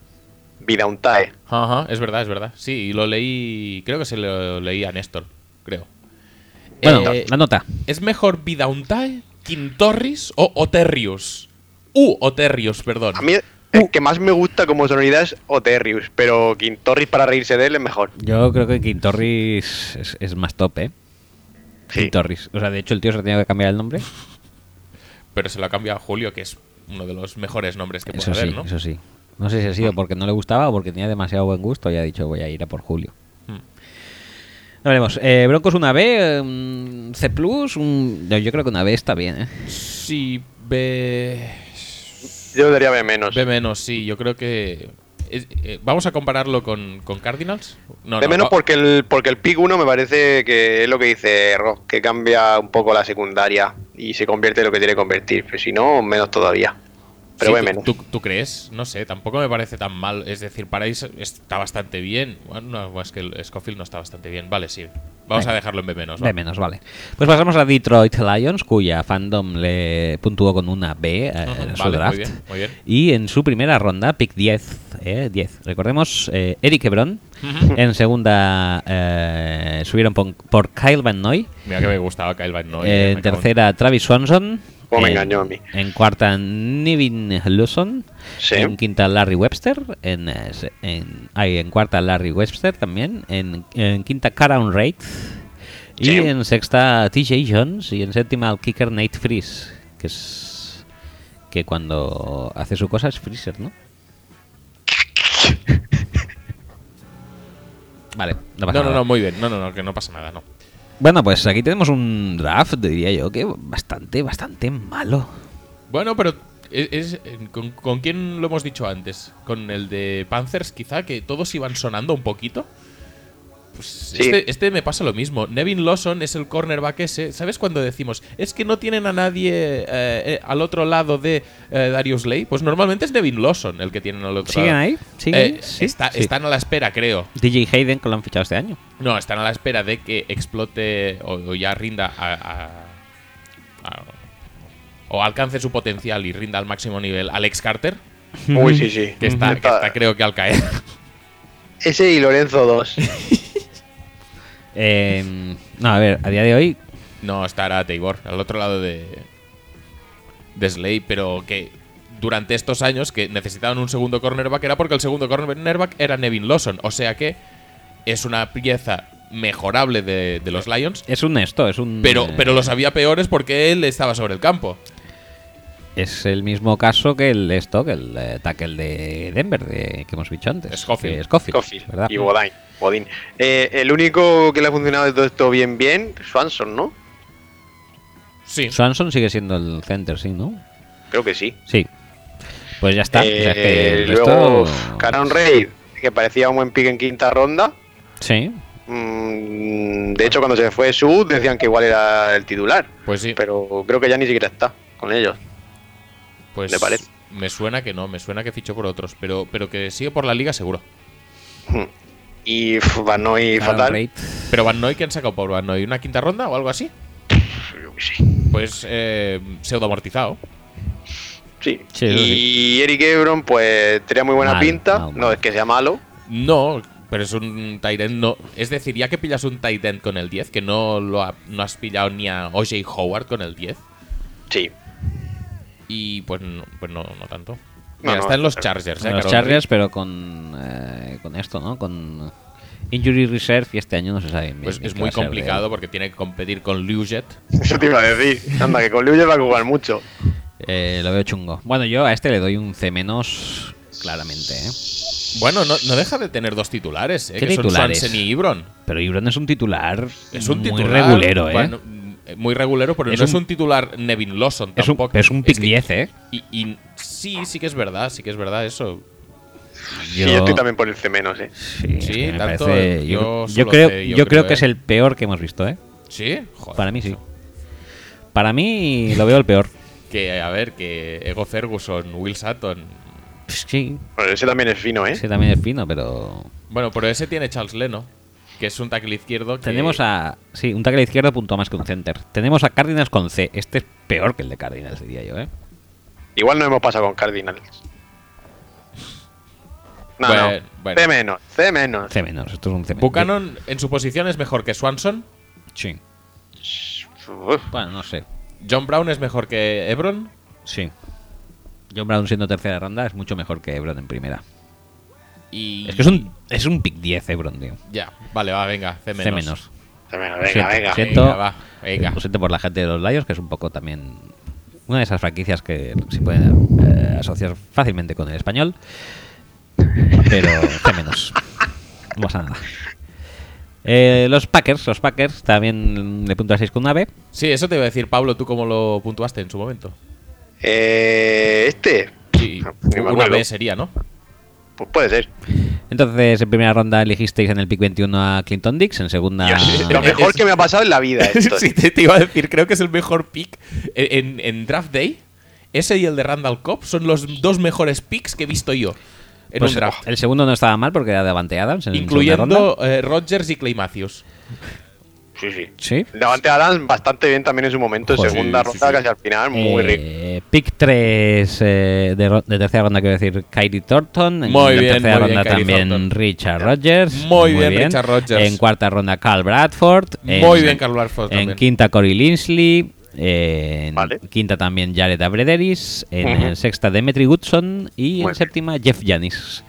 Vidauntae. Ajá, es verdad, es verdad. Sí, y lo leí. Creo que se lo leí a Néstor, creo. Bueno, Eh, la nota. ¿Es mejor Vidauntae, Quintorris o Oterrius? U Oterrius, perdón. A mí el que más me gusta como sonoridad es Oterrius, pero Quintorris para reírse de él es mejor. Yo creo que Quintorris es, es más top, ¿eh? Sí. Quintorris. O sea, de hecho, el tío se ha tenido que cambiar el nombre. Pero se lo ha cambiado a Julio, que es uno de los mejores nombres que puede Eso haber, sí, ¿no? Mm. eso sí. No sé si ha sido porque no le gustaba o porque tenía demasiado buen gusto y ha dicho voy a ir a por Julio. Hmm. No veremos. Eh, Broncos una B, eh, un C+, un... yo- yo creo que una B está bien, ¿eh? Sí, B. Yo daría B menos. B menos, sí, yo creo que. es- eh, ¿Vamos a compararlo con, con Cardinals? No, B no, menos va- porque el, porque el PIC 1 me parece que es lo que dice Ross, que cambia un poco la secundaria y se convierte en lo que tiene que convertir. Pero si no, menos todavía. Pero Sí, B tú- menos. ¿tú, tú crees? No sé, tampoco me parece tan mal. Es decir, Paradise está bastante bien. Bueno, no, es que el Scofield no está bastante bien. Vale, sí. Vamos Venga. a dejarlo en B menos. va. B menos, vale. Pues pasamos a Detroit Lions, cuya fandom le puntuó con una B eh, Ajá, en su vale, muy draft. bien, muy bien. Y en su primera ronda, pick 10. eh, 10. Recordemos, eh, Eric Hebron. Ujú. En segunda eh, subieron pon- por, Kyle Van Noy. Mira que me gustaba Kyle Van Noy. Eh, eh, en me cago en- tercera, Travis Swanson. Cómo Oh, me En- engañó a mí. En cuarta, Nevin Lawson. Sí. En quinta, Larry Webster. En, eh, se- en, ay, en cuarta, Larry Webster también. En, en quinta, Karen Reid. Y Sí. en sexta, TJ Jones. Y en séptima, el kicker Nate Freeze. Que es. Que cuando hace su cosa es Freezer, (laughs) ¿no? Vale, no pasa No, no, nada. no, muy bien. No, no, no, que no pasa nada, no. Bueno, pues aquí tenemos un draft, diría yo, que bastante, bastante malo. Bueno, pero e-, es, es- ¿con, con quién lo hemos dicho antes? ¿Con el de Panthers quizá? Que todos iban sonando un poquito. Pues este, este me pasa lo mismo. Nevin Lawson es el cornerback ese. ¿Sabes cuando decimos, es que no tienen a nadie eh, eh, al otro lado de eh, Darius Lay? Pues normalmente es Nevin Lawson el que tienen al otro ¿Siguen lado. ahí? ¿Siguen? Eh, Sí, está- sí. Están a la espera, creo. DJ Hayden, que lo han fichado este año. No, están a la espera de que explote o, o ya rinda a, a- a- o alcance su potencial y rinda al máximo nivel Alex Carter, Uy, (laughs) sí, sí. que está, que está, creo que al caer. (laughs) Ese y Lorenzo 2. Eh, no, a ver, a día de hoy, No, estará Tabor, al otro lado de, de Slay, pero que durante estos años que necesitaban un segundo cornerback era porque el segundo cornerback era Nevin Lawson, o sea que es una pieza mejorable de, de los Lions, es un esto, es un. pero, eh, pero los había peores porque él estaba sobre el campo. Es el mismo caso que el esto, que el eh, tackle de Denver de- que hemos dicho antes. Schofield. Que- Schofield. Coffee ¿verdad? y Bodine. Bodine. Eh, el único que le ha funcionado de todo esto bien, bien, Swanson, ¿no? Sí. Swanson sigue siendo el center, sí, ¿no? Creo que sí. Sí. Pues ya está. O sea, es que Eh, el luego, resto- Caron Reid, que parecía un buen pick en quinta ronda. Sí. Mm, de hecho, cuando se fue Su, decían que igual era el titular. Pues sí. Pero creo que ya ni siquiera está con ellos. Pues ¿Le parece? me suena que no, me suena que fichó por otros, pero, pero que sigue por la liga seguro. Y pf, Van Noy Caron fatal. Reid. Pero Van Noy, ¿qué han sacado por Van Noy? ¿Una quinta ronda o algo así? Yo qué sé. Pues eh, pseudo amortizado. Sí. Sí, eso sí. y Eric Ebron, pues tenía muy buena Mal, pinta. mal, No mal. es que sea malo. No, pero es un tight end no. Es decir, ya que pillas un tight end con el 10, que no, lo ha- no has pillado ni a OJ Howard con el 10, Sí. (laughs) y pues no, pues no, no tanto. No, Mira, no, está en los pero- Chargers, eh, Los Carol Chargers, pero con, eh, con esto, ¿no? Con Injury Reserve y este año no se sabe bien. Reed. Pues bien es qué muy va a ser de él. complicado porque tiene que competir con Lujet. Eso te iba a decir. Anda, que con Liu va a jugar mucho. Eh, lo veo chungo. Bueno, yo a este le doy un C menos, claramente, ¿eh? Bueno, no, no deja de tener dos titulares, eh, ¿Qué que son titulares? Swanson y Ibron. Pero Ibron es un titular Es un muy titular. regulero, ¿eh? bueno, mm, muy regulero, pero Es no es un- un titular Nevin Lawson es, un, tampoco. es un pick que- 10, ¿eh? y, y- sí, sí que es verdad, sí que es verdad eso. Y yo estoy también por el C menos, eh. Sí, es Sí, que me tanto, parece- yo yo, yo solo creo, sé, yo creo, yo creo, que es ¿eh? el peor que hemos visto, ¿eh? Sí, joder. Para mí sí. Para mí lo veo el peor. Que, a ver, que Ego Ferguson, Will Sutton. Sí, Bueno, ese también es fino, eh. ese también es fino, pero... Bueno, pero ese tiene Charles Leno, que es un tackle izquierdo. que- Tenemos a... Sí, un tackle izquierdo punto más que un center. Tenemos a Cardinals con C. Este es peor que el de Cardinals, diría yo, ¿eh? Igual no hemos pasado con Cardinals. No, Bueno, no. bueno. C menos, C menos. C menos, esto es un C menos. Buchanan en su posición es mejor que Swanson. Sí. Uf, Bueno, no sé. John Brown es mejor que Ebron. Sí. John Brown siendo tercera ronda es mucho mejor que Ebron en primera. Y. Es que es un, es un pick 10 Ebron, tío. Ya, vale, va, venga, C menos. C menos. C menos, Lo venga, siento, venga. lo siento. Venga, va, venga. Lo siento por la gente de los Lions, que es un poco también una de esas franquicias que se pueden eh, asociar fácilmente con el español. Pero (laughs) C menos. No pasa nada. Eh, los Packers, los Packers también le punto a 6 con una B. Sí, eso te iba a decir, Pablo, tú cómo lo puntuaste en su momento. Eh, este, (laughs) Sí, Ni me una acuerdo. B sería, ¿no? pues puede ser. Entonces, en primera ronda elegisteis en el pick 21 a Clinton Dix, en segunda. Dios, (laughs) eh, lo mejor que me ha pasado en la vida esto. Ah. eh. sí, te, te iba a decir, creo que es el mejor pick en, en- en Draft Day. Ese y el de Randall Cobb son los dos mejores picks que he visto yo en Pues, un draft. El segundo no estaba mal porque era de Avante Adams. En segunda ronda. Incluyendo eh, Rodgers y Clay Matthews. sí, sí. Sí. Davante Adams bastante bien también en su momento, Joder, en segunda sí, sí, ronda sí. casi al final, muy rico. Eh, Pick 3 de, ro- de tercera ronda, quiero decir, Kyrie Thornton. En Muy la bien, tercera muy bien, ronda Kyrie también Thornton. Richard Rodgers. Muy bien, Richard Rodgers. En cuarta ronda, Carl Bradford. En- Muy bien, Carl Bradford En también. quinta, Corey Linsley. En Vale. quinta también Jared Abrederis. En, Ujú. en sexta, Demetri Goodson. Y en Muy bien. séptima, Jeff Janis.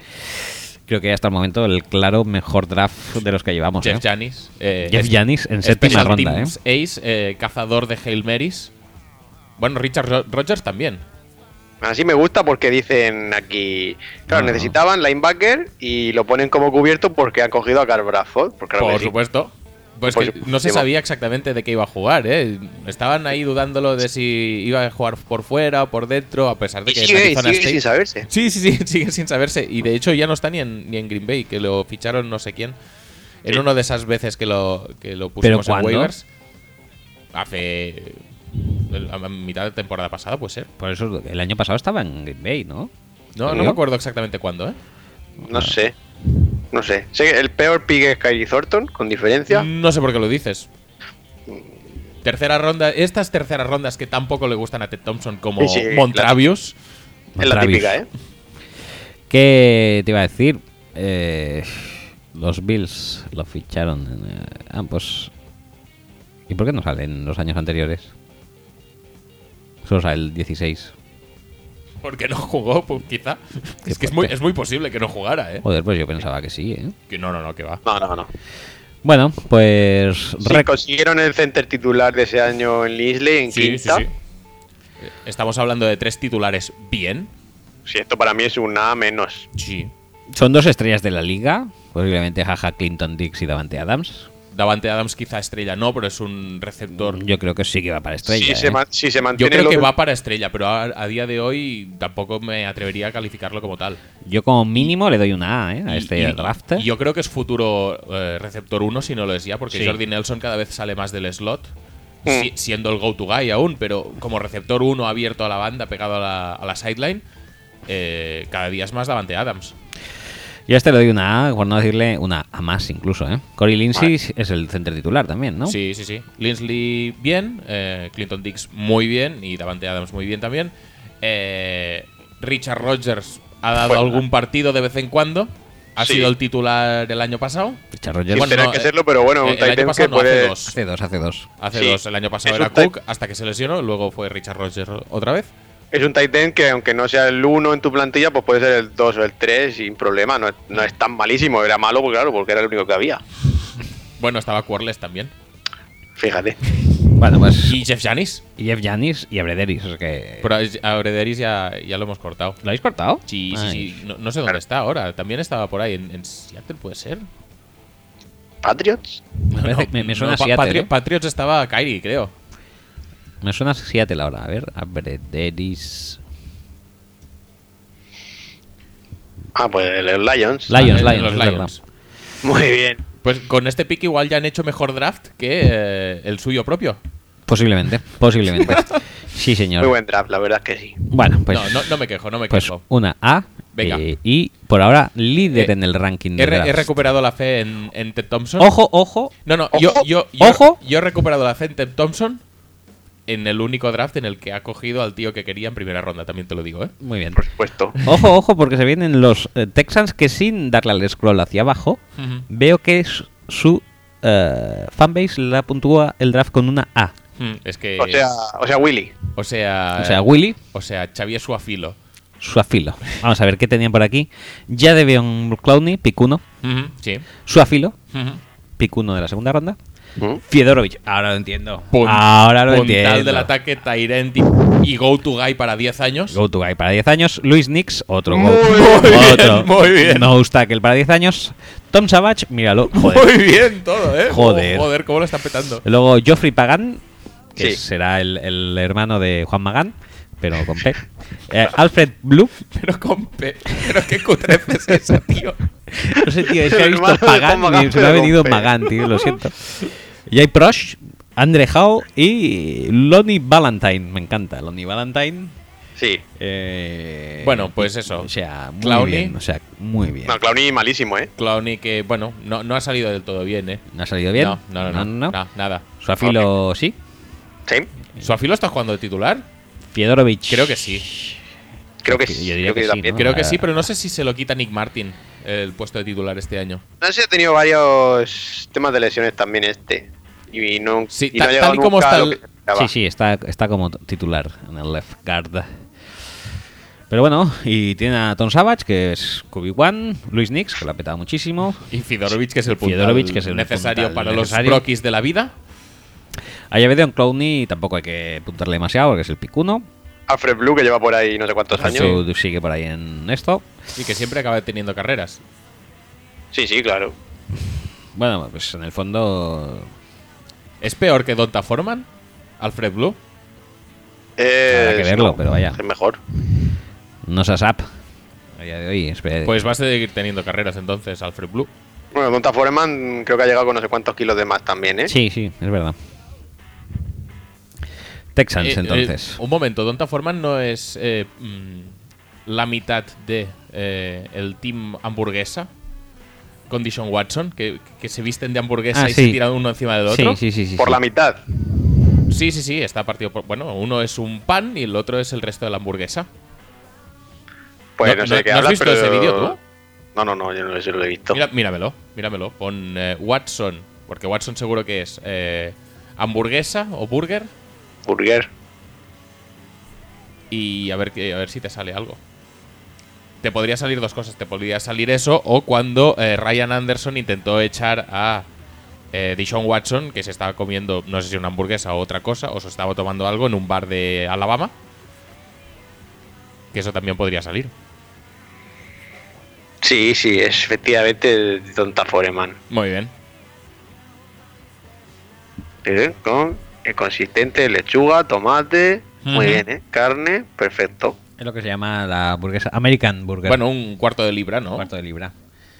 Creo que hasta el momento el claro mejor draft de los que llevamos. Jeff ¿eh? Janis. eh, Jeff es- Janis en séptima Special ronda. ¿eh? Teams Ace, eh, cazador de Hail Marys. Bueno, Richard Ro- Rodgers también. Así me gusta porque dicen aquí, claro, No, no. necesitaban linebacker y lo ponen como cubierto porque han cogido a Carl Bradford. Porque claro por que sí. supuesto. Pues Por que no se supuestísimo. sabía exactamente de qué iba a jugar, ¿eh? Estaban ahí dudándolo de si iba a jugar por fuera o por dentro, a pesar de Y que en sigue, Arizona sigue State- sin saberse. Sí, sí, (laughs) sí, sigue sin saberse. Y de hecho ya no está ni en, ni en Green Bay, que lo ficharon no sé quién. En Sí. una de esas veces que lo, que lo pusimos en cuándo? waivers. Hace. A a mitad de temporada pasada, puede ser. Por eso el año pasado estaba en Green Bay, ¿no? No, no ¿Creo? me acuerdo exactamente cuándo, ¿eh? No sé. No sé. Sé que el peor pick es Kyrie Thornton, con diferencia. No sé por qué lo dices. Tercera ronda, estas terceras rondas que tampoco le gustan a Ted Thompson como Sí, sí, claro. Montravius. es la Travis. típica, ¿eh? ¿Qué te iba a decir? Eh, los Bills lo ficharon. eh, ah, pues. ¿Y por qué no salen los años anteriores? Solo sale el 16. Porque no jugó, pues, quizá. Qué Es que es muy, fuerte. es muy posible que no jugara, ¿eh? Joder, pues yo pensaba que sí, ¿eh? Que no, no, no, que va. No, no, no. Bueno, pues. Sí, rec- consiguieron el center titular de ese año en Linsley, en Sí, sí, quinta. sí. Eh, Estamos hablando de tres titulares bien. Sí, esto para mí es un nada menos. Sí. Son dos estrellas de la liga. Posiblemente Jaja Clinton Dix y Davante Adams. Davante Adams quizá estrella no, pero es un receptor. Yo creo que sí que va para estrella. si, ¿eh? se ma- si se Yo mantiene creo lo que va para estrella, pero a, a día de hoy tampoco me atrevería a calificarlo como tal. Yo como mínimo le doy una A, ¿eh? A este Y- y- draft. y yo creo que es futuro eh, receptor 1 si no lo es ya, porque Sí. Jordi Nelson cada vez sale más del slot, Mm. si- siendo el go-to guy aún, pero como receptor 1 abierto a la banda, pegado a la, a la sideline, eh, cada día es más Davante Adams. Yo a este le doy una A, por no decirle una A más incluso, ¿eh? Corey Lindsey es el centro titular también, ¿no? Sí, sí, sí. Linsley bien, eh, Clinton Dix muy bien y Davante Adams muy bien también. Eh, Richard Rogers ha dado Bueno. algún partido de vez en cuando. Ha Sí. sido el titular el año pasado. Richard Sin Rodgers Bueno, tener no, que eh, serlo, pero bueno, eh, un el tight año end pasado que no, hace puede. dos. hace dos, hace dos. Hace Sí. dos, el año pasado Es era un type- Cook, hasta que se lesionó, luego fue Richard Rogers otra vez. Es un tight end que, aunque no sea el 1 en tu plantilla, pues puede ser el 2 o el 3 sin problema. No es, no es tan malísimo. Era malo, porque, claro, porque era el único que había. Bueno, estaba Quarles también. Fíjate. Bueno, pues. Y Jeff Janis. Y Jeff Janis y Abrederis, es que. Pero a Brederis ya, ya lo hemos cortado. ¿Lo habéis cortado? Sí, sí, Ay. sí. No, no sé dónde está ahora. También estaba por ahí. En, en Seattle puede ser. ¿Patriots? Me, parece- me- me suena (laughs) No, a pa- Seattle. Patri- ¿eh? Patriots estaba Kyrie, creo. Me suena a Seattle ahora. A ver, Abrederis. Ah, pues los Lions, Lions. Ah, Lions, los es verdad. Muy bien. Pues con este pick igual ya han hecho mejor draft que eh, el suyo propio. Posiblemente, (laughs) posiblemente. sí, señor. Muy buen draft, la verdad es que sí. Bueno, pues. no, no, no me quejo, no me pues quejo. una A. Venga. eh, y por ahora líder Eh, en el ranking de He, re- he drafts. recuperado la fe en, en Ted Thompson. Ojo, ojo. No, no, yo, yo, yo, Ojo. yo he recuperado la fe en Ted Thompson. en el único draft en el que ha cogido al tío que quería en primera ronda, también te lo digo, ¿eh? Muy bien. por supuesto. Ojo, ojo, porque se vienen los eh, Texans que sin darle al scroll hacia abajo, Ujú. veo que su, su, eh, fanbase la puntúa el draft con una A. Mm, Es que. O sea, o sea, Willy. O sea. O sea, Willy, o sea, Xavi es su afilo. Suafilo. Vamos a ver qué tenían por aquí. Ya Devion Clowney, Picuno. Ujú, Sí. Suafilo, Ujú. Picuno de la segunda ronda. ¿Mm? Fiedorovich, ahora lo entiendo. Pun- ahora lo puntal entiendo. del ataque Tyrenti y Go to Guy para 10 años. Go to guy para 10 años. Luis Nix, otro Muy go. bien, otro. muy bien. No tackle para 10 años. Tom Savage, míralo. Joder. (laughs) Muy bien todo, ¿eh? Joder. Oh, joder, cómo lo están petando. Luego Joffrey Pagan, que Sí. será el, el hermano de Juan Magán, pero con P. Eh, Alfred Blue. Pero con P. Pero qué cutrece es esa, tío. No sé, tío, es (laughs) que he El visto hermano de Pagan Juan y Magán, se me pero ha con venido P. Magán, tío, lo siento. Jay Prosh, Andre Howe y Lonnie Valentine. Me encanta, Lonnie Valentine. Sí. Eh, Bueno, pues eso. O sea, muy Clowney. bien. O sea, muy bien. No, Clowny malísimo, ¿eh? Clowny que, bueno, no, no ha salido del todo bien, ¿eh? ¿No ha salido bien? No, no, no, no, no, nada. Suafilo, sí. Sí. ¿Su afilo está jugando de titular? Fiedorovich. Creo que sí. Creo que Yo sí. diría Creo que, que sí, también. ¿no? Creo que Ah. sí, pero no sé si se lo quita Nick Martin el puesto de titular este año. No sé si ha tenido varios temas de lesiones también este. Y no, Sí, y no ta- ha llegado tal y como nunca está a lo el- que se esperaba. Sí, sí, está, está como t- titular en el left guard. Pero bueno, y tiene a Tom Savage, que es QB1, Luis Nix, que lo ha petado muchísimo. Y Fidorovic, que es el puntal Fedorovic, que es el necesario puntal para necesario. los croquis de la vida. A Javedeon Clowney tampoco hay que apuntarle demasiado, porque es el picuno. Alfred Blue, que lleva por ahí no sé cuántos Ah, años. Su- Sigue por ahí en esto. Y que siempre acaba teniendo carreras. Sí, sí, claro. Bueno, pues en el fondo. ¿Es peor que Donta Foreman? ¿Alfred Blue? Eh, Habrá que verlo, no, pero vaya. Es mejor. No se sap. A día de hoy, espera- Pues va a seguir teniendo carreras entonces, Alfred Blue. Bueno, Donta Foreman creo que ha llegado con no sé cuántos kilos de más también, ¿eh? Sí, sí, es verdad. Texans, Eh, eh, entonces. un momento, Donta Foreman no es eh, mm, la mitad de eh, el team hamburguesa. Condition Watson, que, que se visten de hamburguesa Ah, y sí. se tiran uno encima del otro. Sí, sí, sí. sí, Por sí. la mitad. Sí, sí, sí, está partido por. Bueno, uno es un pan y el otro es el resto de la hamburguesa. Pues No- no, no- sé de qué ¿no has hablas, visto pero. ese vídeo tú? No, no, no, yo no sé si lo he visto. Mira- míramelo, míramelo. Pon eh, Watson, porque Watson seguro que es eh, hamburguesa o burger. Burger. Y a ver, qué- a ver si te sale algo. Te podría salir dos cosas. Te podría salir eso o cuando eh, Ryan Anderson intentó echar a eh, Deshaun Watson, que se estaba comiendo, no sé si una hamburguesa o otra cosa, o se estaba tomando algo en un bar de Alabama. Que eso también podría salir. Sí, sí, es efectivamente el Donta Foreman. Muy bien. ¿Eh? Con el consistente lechuga, tomate. Muy Ujú. bien, ¿eh? Carne, perfecto. Es lo que se llama la hamburguesa. American Burger. Bueno, un cuarto de libra, ¿no? cuarto de libra.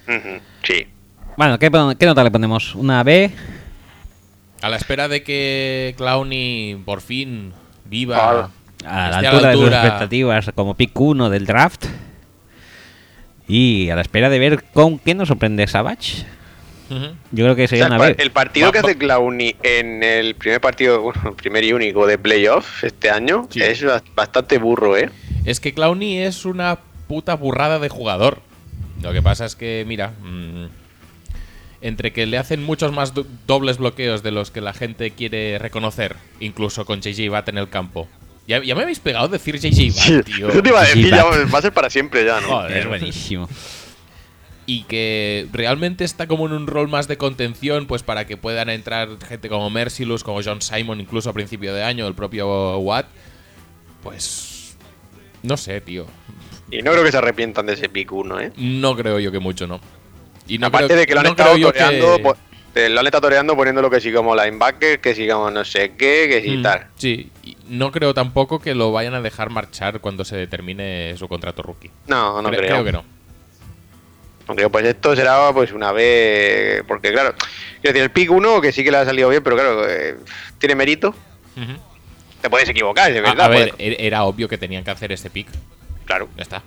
Ujú, Sí. Bueno, ¿qué, pon- qué nota le ponemos? ¿Una B? A la espera de que Clowny por fin viva. Ah, A la esté altura, de sus expectativas como pick 1 del draft. Y a la espera de ver con qué nos sorprende Savage. Ujú. Yo creo que O sería sea, el, una par- B. el partido Va- que va- hace Clowny en el primer partido, bueno, el primer y único de playoff este año, Sí. es ba- bastante burro, ¿eh? Es que Clowny es una puta burrada de jugador. Lo que pasa es que, mira, mm, entre que le hacen muchos más do- dobles bloqueos de los que la gente quiere reconocer, incluso con JJ Bat en el campo. Ya, ya me habéis pegado decir JJ Bat, tío. Eso te iba a Sí, decir, va. ya, va a ser para siempre ya, ¿no? Joder. Es buenísimo. y que realmente está como en un rol más de contención, pues para que puedan entrar gente como Mercilus, como John Simon, incluso a principio de año, el propio Watt. Pues. No sé, tío. Y no creo que se arrepientan de ese pick 1, ¿eh? No creo yo que mucho, no. Y no Aparte creo- de que lo han no estado creo yo toreando, que- po- eh, lo han estado toreando poniendo lo que sí como linebacker, que sí como no sé qué, que sí Mm, tal. Sí, y no creo tampoco que lo vayan a dejar marchar cuando se determine su contrato rookie. No, no Cre- creo. que no. No creo, pues esto será pues una vez, porque claro, quiero decir, el pick 1 que sí que le ha salido bien, pero claro, eh, tiene mérito. Te puedes equivocar, de A- verdad. pues. a ver, eh, puedes- e- era obvio que tenían que hacer este pick. claro. Ya está.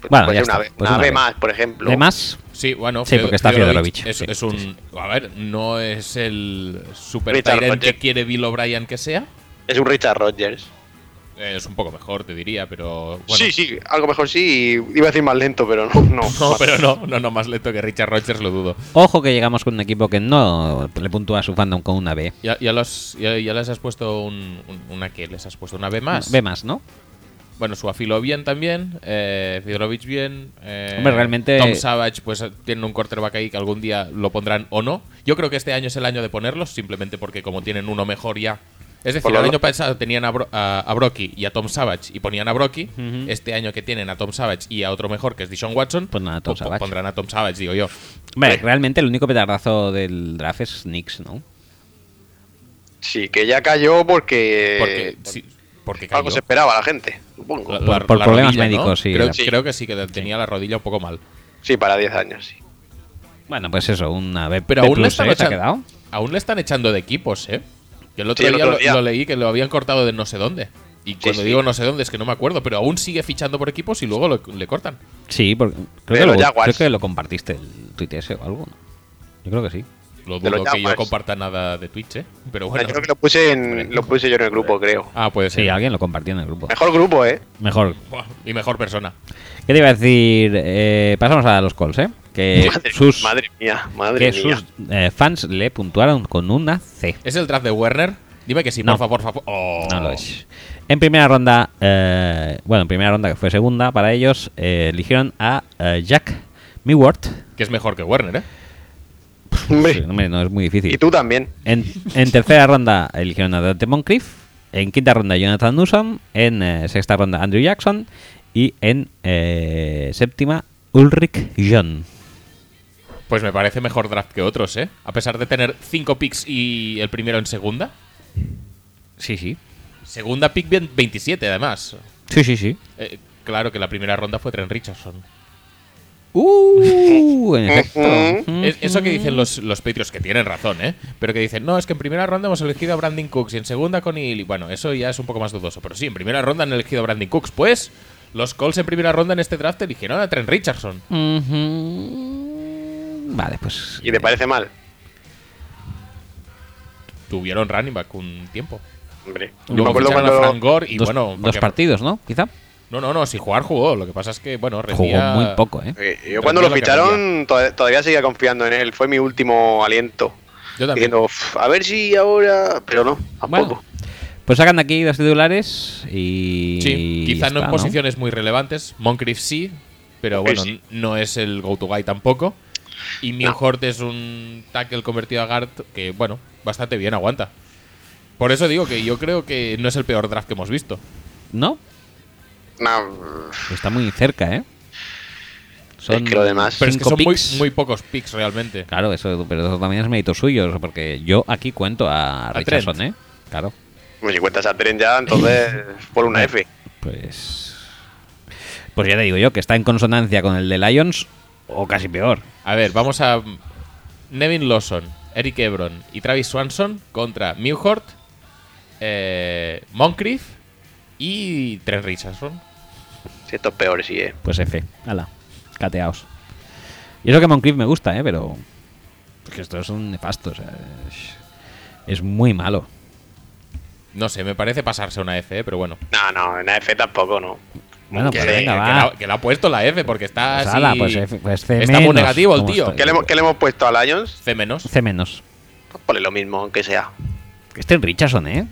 Pues, Bueno, puede ya ser una está, vez pues una una vez vez. más, por ejemplo. Además, Sí, bueno, Sí, porque está Fedorovich, Es, sí, es un. A ver, no es el super Richard Tyrant que Rodgers. quiere Bill O'Brien que sea. Es un Richard Rodgers. Eh, Es un poco mejor, te diría, pero. Bueno, Sí, sí, algo mejor sí. y Iba a decir más lento, pero no. No, (laughs) No, pero no, no, no, más lento que Richard Rogers, lo dudo. Ojo que llegamos con un equipo que no le puntúa a su fandom con una B. Ya, ya, los- ya- ya les has puesto un, un- una que les has puesto una B más. B más, ¿no? Bueno, su afilo bien también, eh, Fedorovich bien. eh, Hombre, realmente- Tom Savage, pues tiene un quarterback ahí que algún día lo pondrán o no. Yo creo que este año es el año de ponerlos, simplemente porque como tienen uno mejor ya. Es decir, Por lo el no- año pasado tenían a, Bro- a, a Brocky y a Tom Savage y ponían a Brocky. Este año que tienen a Tom Savage y a otro mejor que es Dishon Watson, Pondrán a Pues Tom po- po- Savage. pondrán a Tom Savage, digo yo. Hombre, realmente el único petardazo del draft es Knicks, ¿no? Sí, que ya cayó porque, Porque, sí, porque Eh, algo cayó. se esperaba la gente, supongo. La- Por- por problemas rodilla, ¿no? médicos, sí, Creo, la- creo que sí, que tenía la rodilla un poco mal. Sí, para 10 años, sí. Bueno, pues eso, una B. Pero B aún, le plus, están ¿eh? ¿Te ha echan- quedado? aún le están echando de equipos, ¿eh? Yo el otro Sí, el día, otro lo- día. Lo, leí que lo habían cortado de no sé dónde. Y cuando sí. digo no sé dónde es que no me acuerdo, pero aún sigue fichando por equipos y luego lo- le cortan. Sí, porque creo, De que lo, los Jaguars. creo que lo compartiste el tuit ese o algo. ¿no? Yo creo que sí. Lo De los dudo que yo Jaguars. comparta nada de Twitch, ¿eh? Pero bueno. Yo creo que lo puse, en, lo puse yo en el grupo, creo. Ah, puede Sí, ser. alguien lo compartió en el grupo. Mejor grupo, ¿eh? Mejor. Buah, Y mejor persona. ¿Qué te iba a decir? Eh, pasamos a los calls, ¿eh? Que madre, sus, madre mía, madre que mía. sus eh, fans le puntuaron con una C. ¿Es el draft de Werner? Dime que sí, No. por favor, por favor. Oh. No lo es. En primera ronda, eh, bueno, en primera ronda que fue segunda para ellos, eh, eligieron a eh, Jack Miward. Que es mejor que Werner, ¿eh? Hombre, Sí, hombre, no es muy difícil. Y tú también. En, en tercera ronda eligieron a Dante Moncrief. En quinta ronda Jonathan Newsom. En eh, sexta ronda Andrew Jackson. Y en eh, séptima Ulrich John. Pues me parece mejor draft que otros, ¿eh? A pesar de tener cinco picks y el primero en segunda. Sí, sí. Segunda pick bien 27, además. Sí, sí, sí. Eh, claro que la primera ronda fue Trent Richardson. Uh, (laughs) en efecto. Es- eso que dicen los, los Patriots, que tienen razón, ¿eh? Pero que dicen, no, es que en primera ronda hemos elegido a Brandon Cooks y en segunda con Ili. Bueno, eso ya es un poco más dudoso. Pero sí, en primera ronda han elegido a Brandon Cooks. Pues los Colts en primera ronda en este draft eligieron a Trent Richardson. Ujú. Vale, pues. ¿Y te parece mal? Tuvieron running back un tiempo. Hombre. Yo me Luego acuerdo ficharon a Frank cuando. Gore y dos, bueno... dos porque- partidos, ¿no? Quizá. No, no, no, si jugar jugó. Lo que pasa es que, bueno, Jugó rendía... muy poco, ¿eh? eh, Yo cuando Tranquilo lo que ficharon toda- todavía seguía confiando en él. Fue mi último aliento. Yo también. Diciendo, "Uf, a ver si ahora. Pero no, Bueno, tampoco. pues sacan de aquí dos titulares y. Sí, ya quizá no está, en posiciones muy relevantes. Moncrief sí, pero Moncrief bueno, no es el go-to guy tampoco. Y Milhort es un tackle convertido a guard que, bueno, bastante bien aguanta. Por eso digo que yo creo que no es el peor draft que hemos visto. ¿No? Nah, Está muy cerca, ¿eh? Son que lo demás- Pero es que cinco son muy, picks. muy pocos picks realmente. Claro, eso, pero eso también es mérito suyo, porque yo aquí cuento a, A Richardson, Trent. ¿eh? Claro, Pues si cuentas a tren ya, entonces por una F. pues. Pues ya te digo yo que está en consonancia con el de Lions o casi peor. A ver, vamos a Nevin Lawson, Eric Ebron y Travis Swanson contra Milhort, eh, Moncrief y Trent Richardson. Si esto es peor, sí, eh. Pues F, ala, cateaos. Y eso que Moncrief me gusta, ¿eh? Pero. Es que estos son nefastos. o sea, es- es muy malo. No sé, me parece pasarse una F, eh, pero bueno. No, no, una F tampoco, no. Bueno, Que pues le- venga, Que va. la, que la ha puesto la F porque está Pues así- ala, pues F- pues C está muy menos, negativo el como tío. está. ¿Qué le, hemos- qué le hemos puesto a Lions? C menos. C menos. Pues ponle lo mismo, aunque sea. Este es Richardson, ¿eh?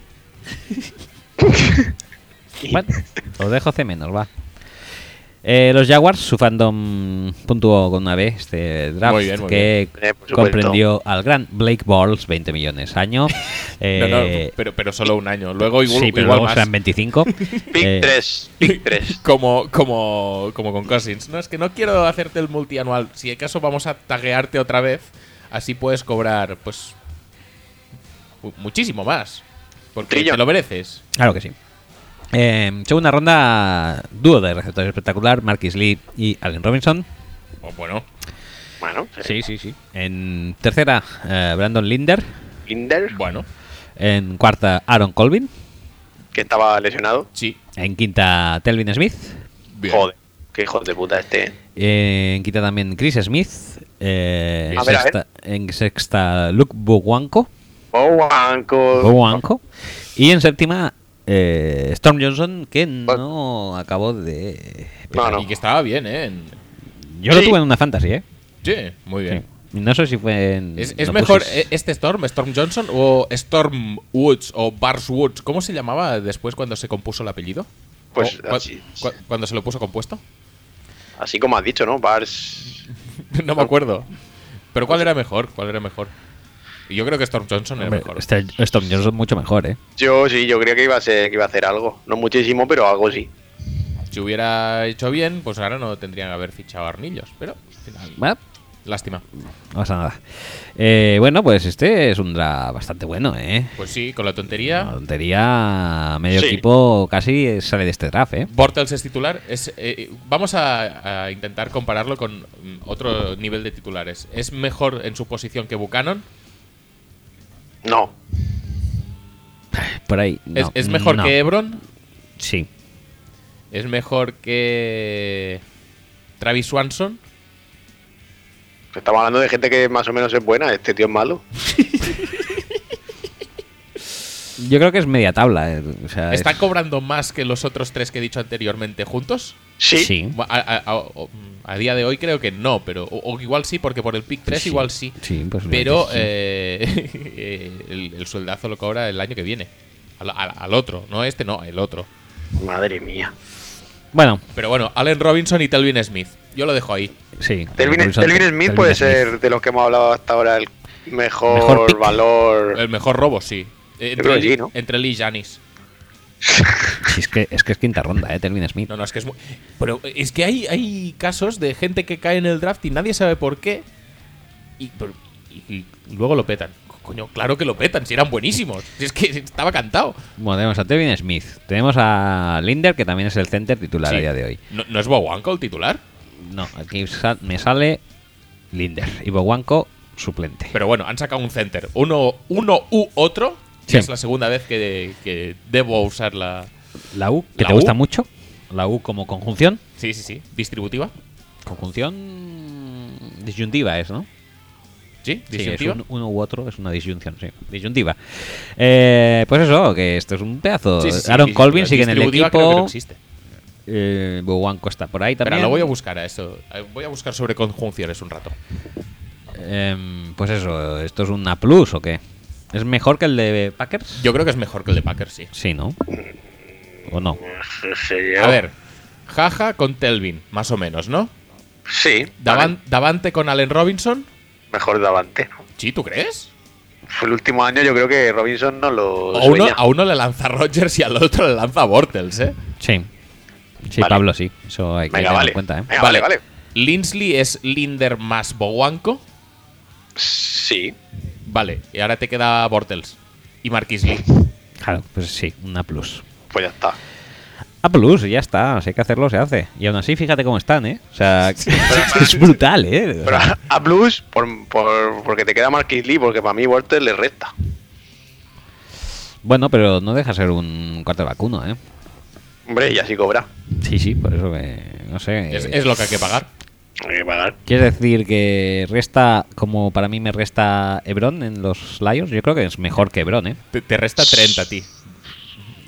bueno, os dejo C menos, va. Eh, los Jaguars, su fandom puntuó con una B este draft Muy bien, muy que bien. Eh, por supuesto. comprendió al gran Blake Balls, 20 millones año. Eh, No, no, pero, pero solo un año. Luego igual, sí, pero igual luego más. serán 25. Pick Eh, 3, pick 3. Como, como, como con Cousins. No, es que no quiero hacerte el multianual. Si acaso vamos a taguearte otra vez, así puedes cobrar, pues. mu- Muchísimo más. Porque Trillón. te lo mereces. Claro que sí. Eh, segunda ronda, dúo de receptores espectacular, Marquis Lee y Allen Robinson. O bueno, Bueno, Sí, sí, sí. En tercera, eh, Brandon Linder. Linder, bueno, En cuarta, Aaron Colvin. que estaba lesionado. sí. En quinta, Telvin Smith. Bien. Joder, Qué hijo de puta este. ¿eh? Eh, quita también Chris Smith. eh, en, A ver, a ver. sexta, en sexta, Luke Bowanko. Bowanko. Bowanko. Y en séptima, eh, Storm Johnson, que no acabó de. No, no. Y que estaba bien, ¿eh? En- Yo lo Sí. tuve en una fantasy, ¿eh? Sí, muy bien. Sí. No sé si fue en. ¿Es, es lo mejor pusis. eh, este Storm, Storm Johnson o Storm Woods o Bars Woods? ¿Cómo se llamaba después cuando se compuso el apellido? Pues O cua- así, cua- cuando se lo puso compuesto. (laughs) así como has dicho, ¿no? Bars. no me acuerdo. Pero Pues ¿cuál era mejor? ¿Cuál era mejor? Y Yo creo que Storm Johnson era Hombre, mejor. este Storm Johnson mucho mejor, ¿eh? Yo sí, yo creía que iba a ser, que iba a hacer algo. No muchísimo, pero algo sí. Si hubiera hecho bien, pues ahora no tendrían que haber fichado a Arnillos. Pero, al final, Bueno, lástima. no pasa nada. Eh, bueno, pues este es un draft bastante bueno, ¿eh? Pues sí, con la Una tontería. tontería, medio Sí. equipo casi sale de este draft, ¿eh? Bortles es titular. Es, eh, vamos a, a intentar compararlo con mm, otro nivel de titulares. ¿Es mejor en su posición que Buchanan? No. Por ahí. ¿Es, no, es mejor no. que Ebron? Sí. ¿Es mejor que Travis Swanson? Estamos hablando de gente que más o menos es buena. Este tío es malo. Yo creo que es media tabla. eh, o sea, ¿Está es- cobrando más que los otros tres que he dicho anteriormente juntos? Sí. Sí. A, a- a- o- a día de hoy creo que no, pero o, o igual sí, porque por el pick 3 Sí. igual sí. Sí, pues Pero sí. eh, (laughs) el, el sueldazo lo cobra el año que viene. Al, al- al otro, no este, no, el otro. Madre mía. Bueno, Pero bueno, Allen Robinson y Telvin Smith. Yo lo dejo ahí. sí. Delvin, Wilson- Delvin Smith Delvin puede Smith. ser de los que hemos hablado hasta ahora el mejor, Mejor pick. valor. El mejor robo, sí. Eh, creo Entre, que él, sí, ¿no? entre él y Janis. Sí, es, que, es que es quinta ronda, ¿eh? Delvin Smith. No, no, es que es muy- Pero es que hay, hay casos de gente que cae en el draft y nadie sabe por qué. Y, pero- y- y luego lo petan. Coño, claro que lo petan, si eran buenísimos. Si es que estaba cantado. Bueno, tenemos a Delvin Smith. Tenemos a Linder, que también es el center titular Sí. a día de hoy. ¿No, no es Bowanko el titular? No, aquí sa- me sale Linder. Y Bowanko, suplente. Pero bueno, han sacado un center. Uno, uno u otro. que Sí. Es la segunda vez que, que debo usar la. la U, que la te U. gusta mucho. La U como conjunción. Sí, sí, sí. Distributiva. Conjunción disyuntiva es, ¿no? Sí, Sí, es distributiva. un- uno u otro, es una disyunción, sí, disyuntiva. Eh, pues eso, que esto es un pedazo. Sí, sí, sí, eh, Aaron distributiva. Colvin sigue en el Distributiva creo que no equipo. existe. Eh, Bowanko está por ahí también. Espera, lo voy a buscar a eso. Eh, Voy a buscar sobre conjunciones un rato. Em, pues eso, ¿esto es un A plus o qué? ¿Es mejor que el de Packers? Yo creo que es mejor que el de Packers, sí. Sí, ¿no? ¿O no? A ver, Jaja con Telvin, más o menos, ¿no? Sí. Davan- Davante con Allen Robinson. Mejor Davante. Sí, ¿tú crees? Fue el último año, yo creo que Robinson no lo A uno, sueña. a uno le lanza (laughs) Rodgers y al otro le lanza Bortles, ¿eh? Sí. Sí, Vale. Pablo, sí. Eso hay que Venga, tener vale. en cuenta, ¿eh? Venga, vale, vale. Linsley es Linder más Bowanko. Sí. Vale, y ahora te queda Bortles y Marquis Lee. Claro, pues sí, un A plus. Pues ya está. A plus, y ya está. Si hay que hacerlo, se hace. Y aún así, fíjate cómo están, ¿eh? O (laughs) sea, (laughs) es brutal, ¿eh? O Pero sea, a, a Blues, por, por- porque te queda Marquis Lee, porque para mí Walter le resta. Bueno, pero no deja ser un cuarto vacuno, ¿eh? Hombre, y así cobra. Sí, sí, por eso que. No sé. eh, Eh. Es, es lo que hay que pagar. Hay que pagar. ¿Quieres decir que resta, como para mí me resta Hebron en los Lions? Yo creo que es mejor que Hebron, ¿eh? Te, te resta 30 a ti.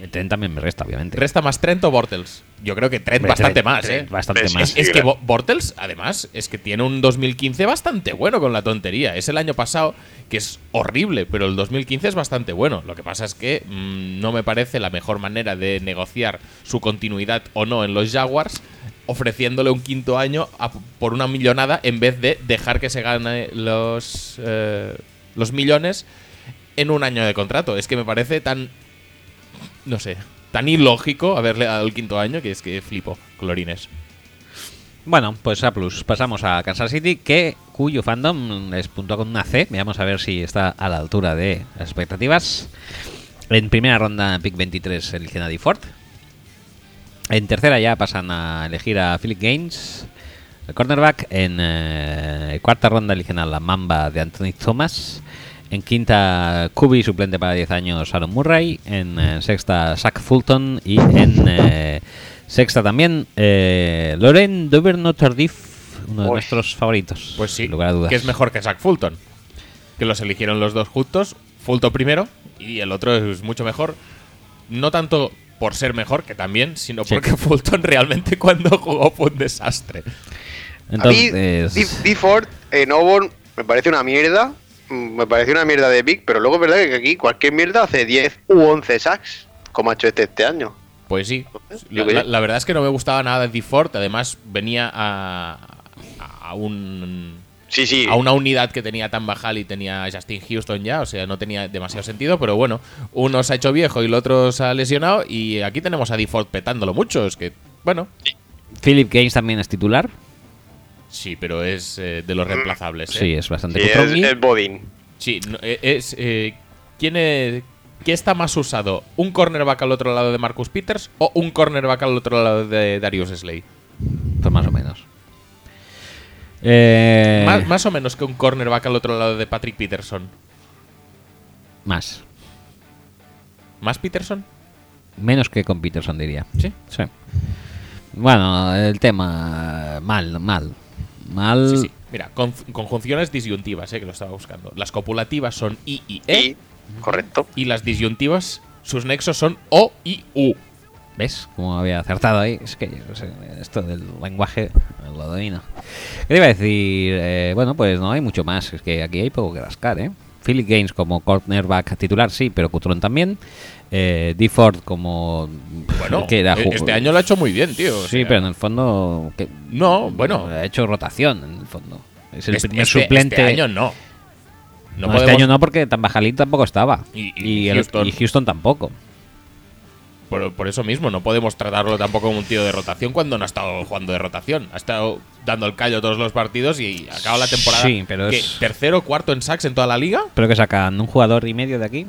El Trent también me resta, obviamente. ¿Resta más Trent o Bortles? Yo creo que Trent Hombre, bastante Trent- más, ¿eh? Trent Bastante Es- más. Sí, Es que claro. Bo- Bortles, además, es que tiene un 2015 bastante bueno con la tontería. Es el año pasado que es horrible, pero el 2015 es bastante bueno. Lo que pasa es que mm, no me parece la mejor manera de negociar su continuidad o no en los Jaguars ofreciéndole un quinto año a- por una millonada en vez de dejar que se gane los, eh, los millones en un año de contrato. Es que me parece tan, no sé, tan ilógico haberle dado el quinto año que es que flipo, colorines. Bueno, pues A plus. Pasamos a Kansas City, que cuyo fandom les puntó con una C. Veamos a ver si está a la altura de las expectativas. En primera ronda, pick 23, eligen a DeFord. En tercera ya pasan a elegir a Philip Gaines, el cornerback. En eh, cuarta ronda eligen a la mamba de Anthony Thomas. En quinta, Kubi, suplente para 10 años, Aaron Murray. En eh, sexta, Zach Fulton. Y en eh, Sexta también, eh, Loren Duverno Tardif, uno de Uy. nuestros favoritos. Pues sí, sin lugar a dudas. que es mejor que Zach Fulton. Que los eligieron los dos juntos. Fulton primero y el otro es mucho mejor. No tanto por ser mejor, que también, sino Sí. porque (laughs) Fulton realmente cuando jugó fue un desastre. Entonces, a mí, D- D Ford en Auburn me parece una mierda. mm, Me parece una mierda de Big, pero luego es verdad que aquí cualquier mierda hace 10 u 11 sacks, como ha hecho este este año. Pues sí. La, Digo yo. la- la verdad es que no me gustaba nada de Ford. Además, venía a, a un. Sí, sí. A una unidad que tenía tan bajal y tenía a Justin Houston ya, o sea, no tenía demasiado sentido, pero bueno, uno se ha hecho viejo y el otro se ha lesionado y aquí tenemos a DeFord petándolo mucho, es que, bueno, Philip Gaines también es titular. Sí, pero es eh, de los reemplazables. Sí, ¿eh? es bastante Sí, es Kutrovny. el Bodin. Sí, no, eh, es. eh, ¿Quién es- ¿Qué está más usado? ¿Un cornerback al otro lado de Marcus Peters o un cornerback al otro lado de Darius Slay? Pues más o menos. Eh, Más, más o menos que un cornerback al otro lado de Patrick Peterson. más. ¿Más Peterson? Menos que con Peterson, diría. Sí. Sí. Bueno, el tema. Mal, mal. Mal. Sí, sí. Mira, con- conjunciones disyuntivas, eh, que lo estaba buscando. Las copulativas son I y ¿Eh? E Y, correcto. y las disyuntivas, sus nexos son O y U. ¿Ves? Como había acertado ahí. Es que yo no sé, esto del lenguaje lo domino. ¿Qué te iba a decir? Eh, bueno, pues no hay mucho más. Es que aquí hay poco que rascar, ¿eh? Philip Gaines como cornerback titular, sí, pero Cutron también. Eh, D. Ford como. Bueno, que era eh, ju- este año lo ha hecho muy bien, tío. o Sí, sea, pero en el fondo. que- No, bueno. Ha hecho rotación, en el fondo. Es el este- primer este- suplente. Este año no. No, No, este podemos- año no, porque tan bajalín tampoco estaba. Y- y el- Houston. y Houston tampoco. Por, por eso mismo, no podemos tratarlo tampoco como un tío de rotación cuando no ha estado jugando de rotación. Ha estado dando el callo todos los partidos y acaba la temporada. Sí, pero ¿qué? es- ¿Tercero, cuarto en sacks en toda la liga? Pero que sacan un jugador y medio de aquí.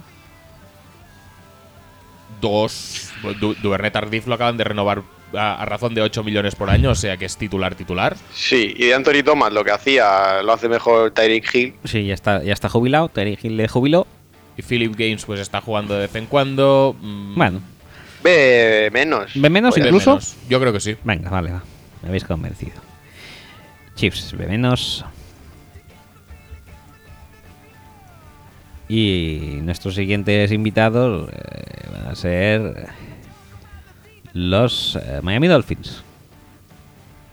Dos. Du- Duvernet Tardif lo acaban de renovar a, a razón de 8 millones por año, o sea que es titular, titular. Sí, y de Anthony Thomas lo que hacía lo hace mejor Tyreek Hill. Sí, ya está, ya está jubilado. Terry Hill le jubiló. Y Philip Games pues está jugando de vez en cuando. mm, Bueno, Ve menos. Ve menos de Pues, incluso. menos. Yo creo que sí. venga, vale, va. Me habéis convencido. Chiefs, ve menos. Y nuestros siguientes invitados eh, van a ser los eh, Miami Dolphins,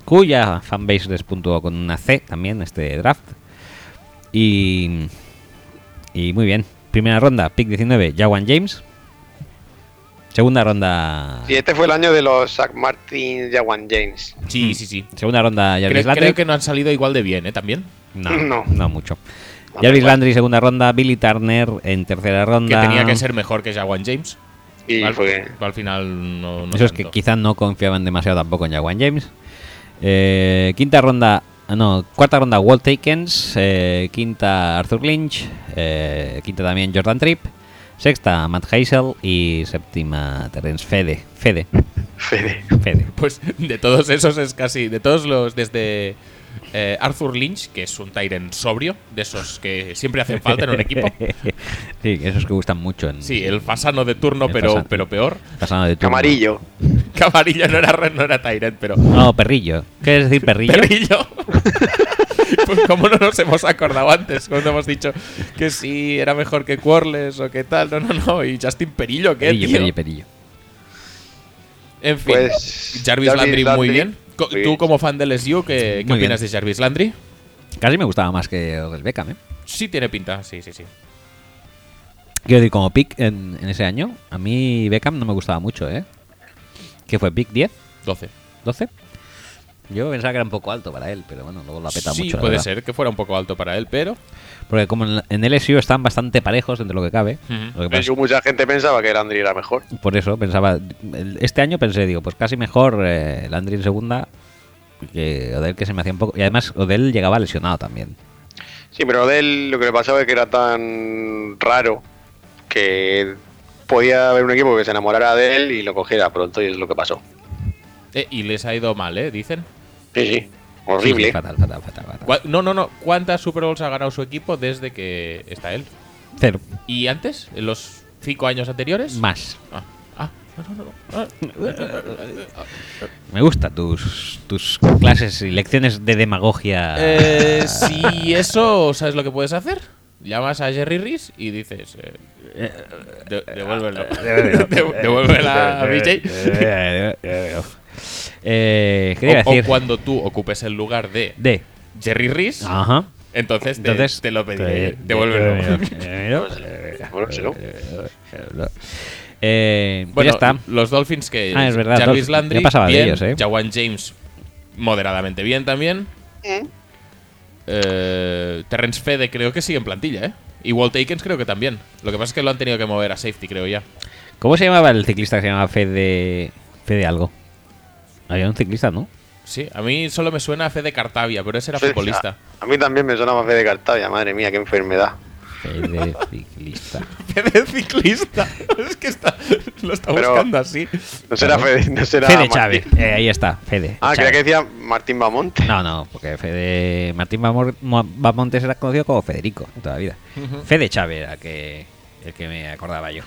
cuya fanbase les puntuó con una C también este draft. Y, y muy bien, primera ronda, pick 19, Jawan James. Segunda ronda, Y este fue el año de los Zach Martin Jawan James. Mm. Sí, sí, sí. segunda ronda, Jarvis Creo, Landry. creo que no han salido igual de bien, ¿eh? También. No, no, No. mucho. No, Jarvis igual. Landry, segunda ronda. Billy Turner en tercera Que ronda. tenía que ser mejor que Jawan James. Y al, fue. pues, al final no, no Eso es que tanto. quizás no confiaban demasiado tampoco en Jawan James. Eh, quinta ronda. ah, No, cuarta ronda Walt Takens. eh, quinta Arthur Lynch. eh, quinta también Jordan Tripp. Sexta Matt Heisel. Y séptima Terence Fede. Fede. Fede. Fede. Pues de todos esos es casi. De todos los. Desde eh, Arthur Lynch, que es un Tyrant sobrio, de esos que siempre hacen falta en un equipo. (laughs) sí, esos que gustan mucho. En, Sí, el fasano de turno, El pero, fasano. pero peor. (laughs) pasando de turno. Amarillo. Camarillo no era, no era Tyrant, pero. No, perrillo. ¿Qué es decir perrillo? Perrillo. (laughs) pues como no nos hemos acordado antes, cuando hemos dicho que sí, era mejor que Quarles o que tal. No, no, no. Y Justin Perillo, ¿qué? Perillo, tío? perillo, perillo. En fin, Pues, Jarvis, Jarvis Landry, muy Landry, bien. Co- muy Tú bien. como fan del SU, ¿qué, qué Muy opinas de Jarvis Landry? Casi me gustaba más que el Beckham, ¿eh? Sí tiene pinta, sí, sí, sí. Quiero decir, como pick en, en ese año, a mí Beckham no me gustaba mucho, ¿eh? Que fue pick 10, 12. 12. Yo pensaba que era un poco alto para él, pero bueno, luego lo ha petado sí, mucho. la puede verdad. ser que fuera un poco alto para él, pero Porque como en, en LSU están bastante parejos entre lo que cabe. Ujú. lo que Pero pasa- yo mucha gente pensaba que Landry era mejor. por eso pensaba, el- este año pensé, digo, pues casi mejor eh, Landry en segunda que Odell, que se me hacía un poco. Y además Odell llegaba lesionado también. Sí, pero de él lo que le pasaba es que era tan raro que podía haber un equipo que se enamorara de él y lo cogiera pronto y es lo que pasó. eh, y les ha ido mal, ¿eh? Dicen. Sí, sí. Sí, sí, Horrible. fatal, fatal, fatal. fatal. Gua- No, no, no. ¿Cuántas Super Bowls ha ganado su equipo desde que está él? Cero. ¿Y antes? ¿En los cinco años anteriores? Más. Ah, ah, Me gusta tus, tus clases y lecciones de demagogia. Eh, (laughs) si eso, ¿sabes lo que puedes hacer? Llamas a Jerry Reese y dices... eh, de- devuélvelo. (laughs) De- Devuélvela a BJ. Eh, ¿Qué te iba a O, o decir? cuando tú ocupes el lugar de De. Jerry Reese, Ajá. entonces, te, Ah, Entonces te lo pediré. te- Devuélvelo. devuélvelo. Devuélvelo. Devuélvelo. Eh, pues (laughs) Bueno, ya está. los Dolphins que Ah, es verdad, Jarvis Dolphins. Landry, Ya pasaba de bien, ellos, ¿eh? Jawan James moderadamente bien también. Eh, Terrence Fede creo que sigue en plantilla, ¿eh? Y Walt Aikens creo que también. Lo que pasa es que lo han tenido que mover a safety, creo ya. ¿Cómo se llamaba el ciclista que se llamaba Fede, Fede algo? Había un ciclista, ¿no? Sí, a mí solo me suena a Fede Cartavia, pero ese era (laughs) Sí, futbolista. A, a mí también me sonaba Fede Cartavia, madre mía, qué enfermedad. Fede (laughs) ciclista. Fede ciclista. es que está, lo está Pero- buscando así. No será Fede, no será Fede Martín. Chávez. Eh, ahí está, Fede. Ah, creía Chávez. que decía Martín Bamonte. No, no, porque Fede Martín Bamor- Mo- Bamontes era conocido como Federico toda la vida. Fede Chávez era el que, el que me acordaba yo.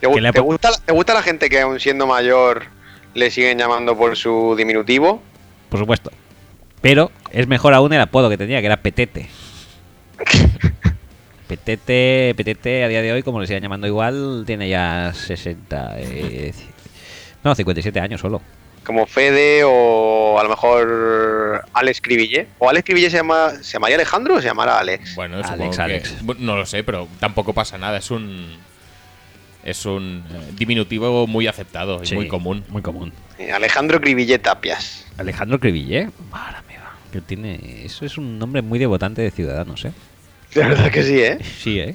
¿Te, gu- Que le te po- gusta, la- te gusta la gente que aún siendo mayor le siguen llamando por su diminutivo? Por supuesto. Pero es mejor aún el apodo que tenía, que era (laughs) Petete. Petete, Petete a día de hoy, como le sigan llamando igual, tiene ya 60... eh, no, 57 años solo. Como Fede o a lo mejor Alex Cribille. ¿O Alex Cribille se, llama, se llamaría Alejandro o se llamará Alex? Bueno, Alex, supongo que- Alex. bu- No lo sé, pero tampoco pasa nada. Es un. Es un eh, diminutivo muy aceptado y Sí, muy común. Muy común. Eh, Alejandro Cribille Tapias. Alejandro Cribille. Madre mía. Que tiene, eso es un nombre muy devotante de Ciudadanos, ¿eh? (laughs) De verdad que sí, ¿eh? Sí, ¿eh?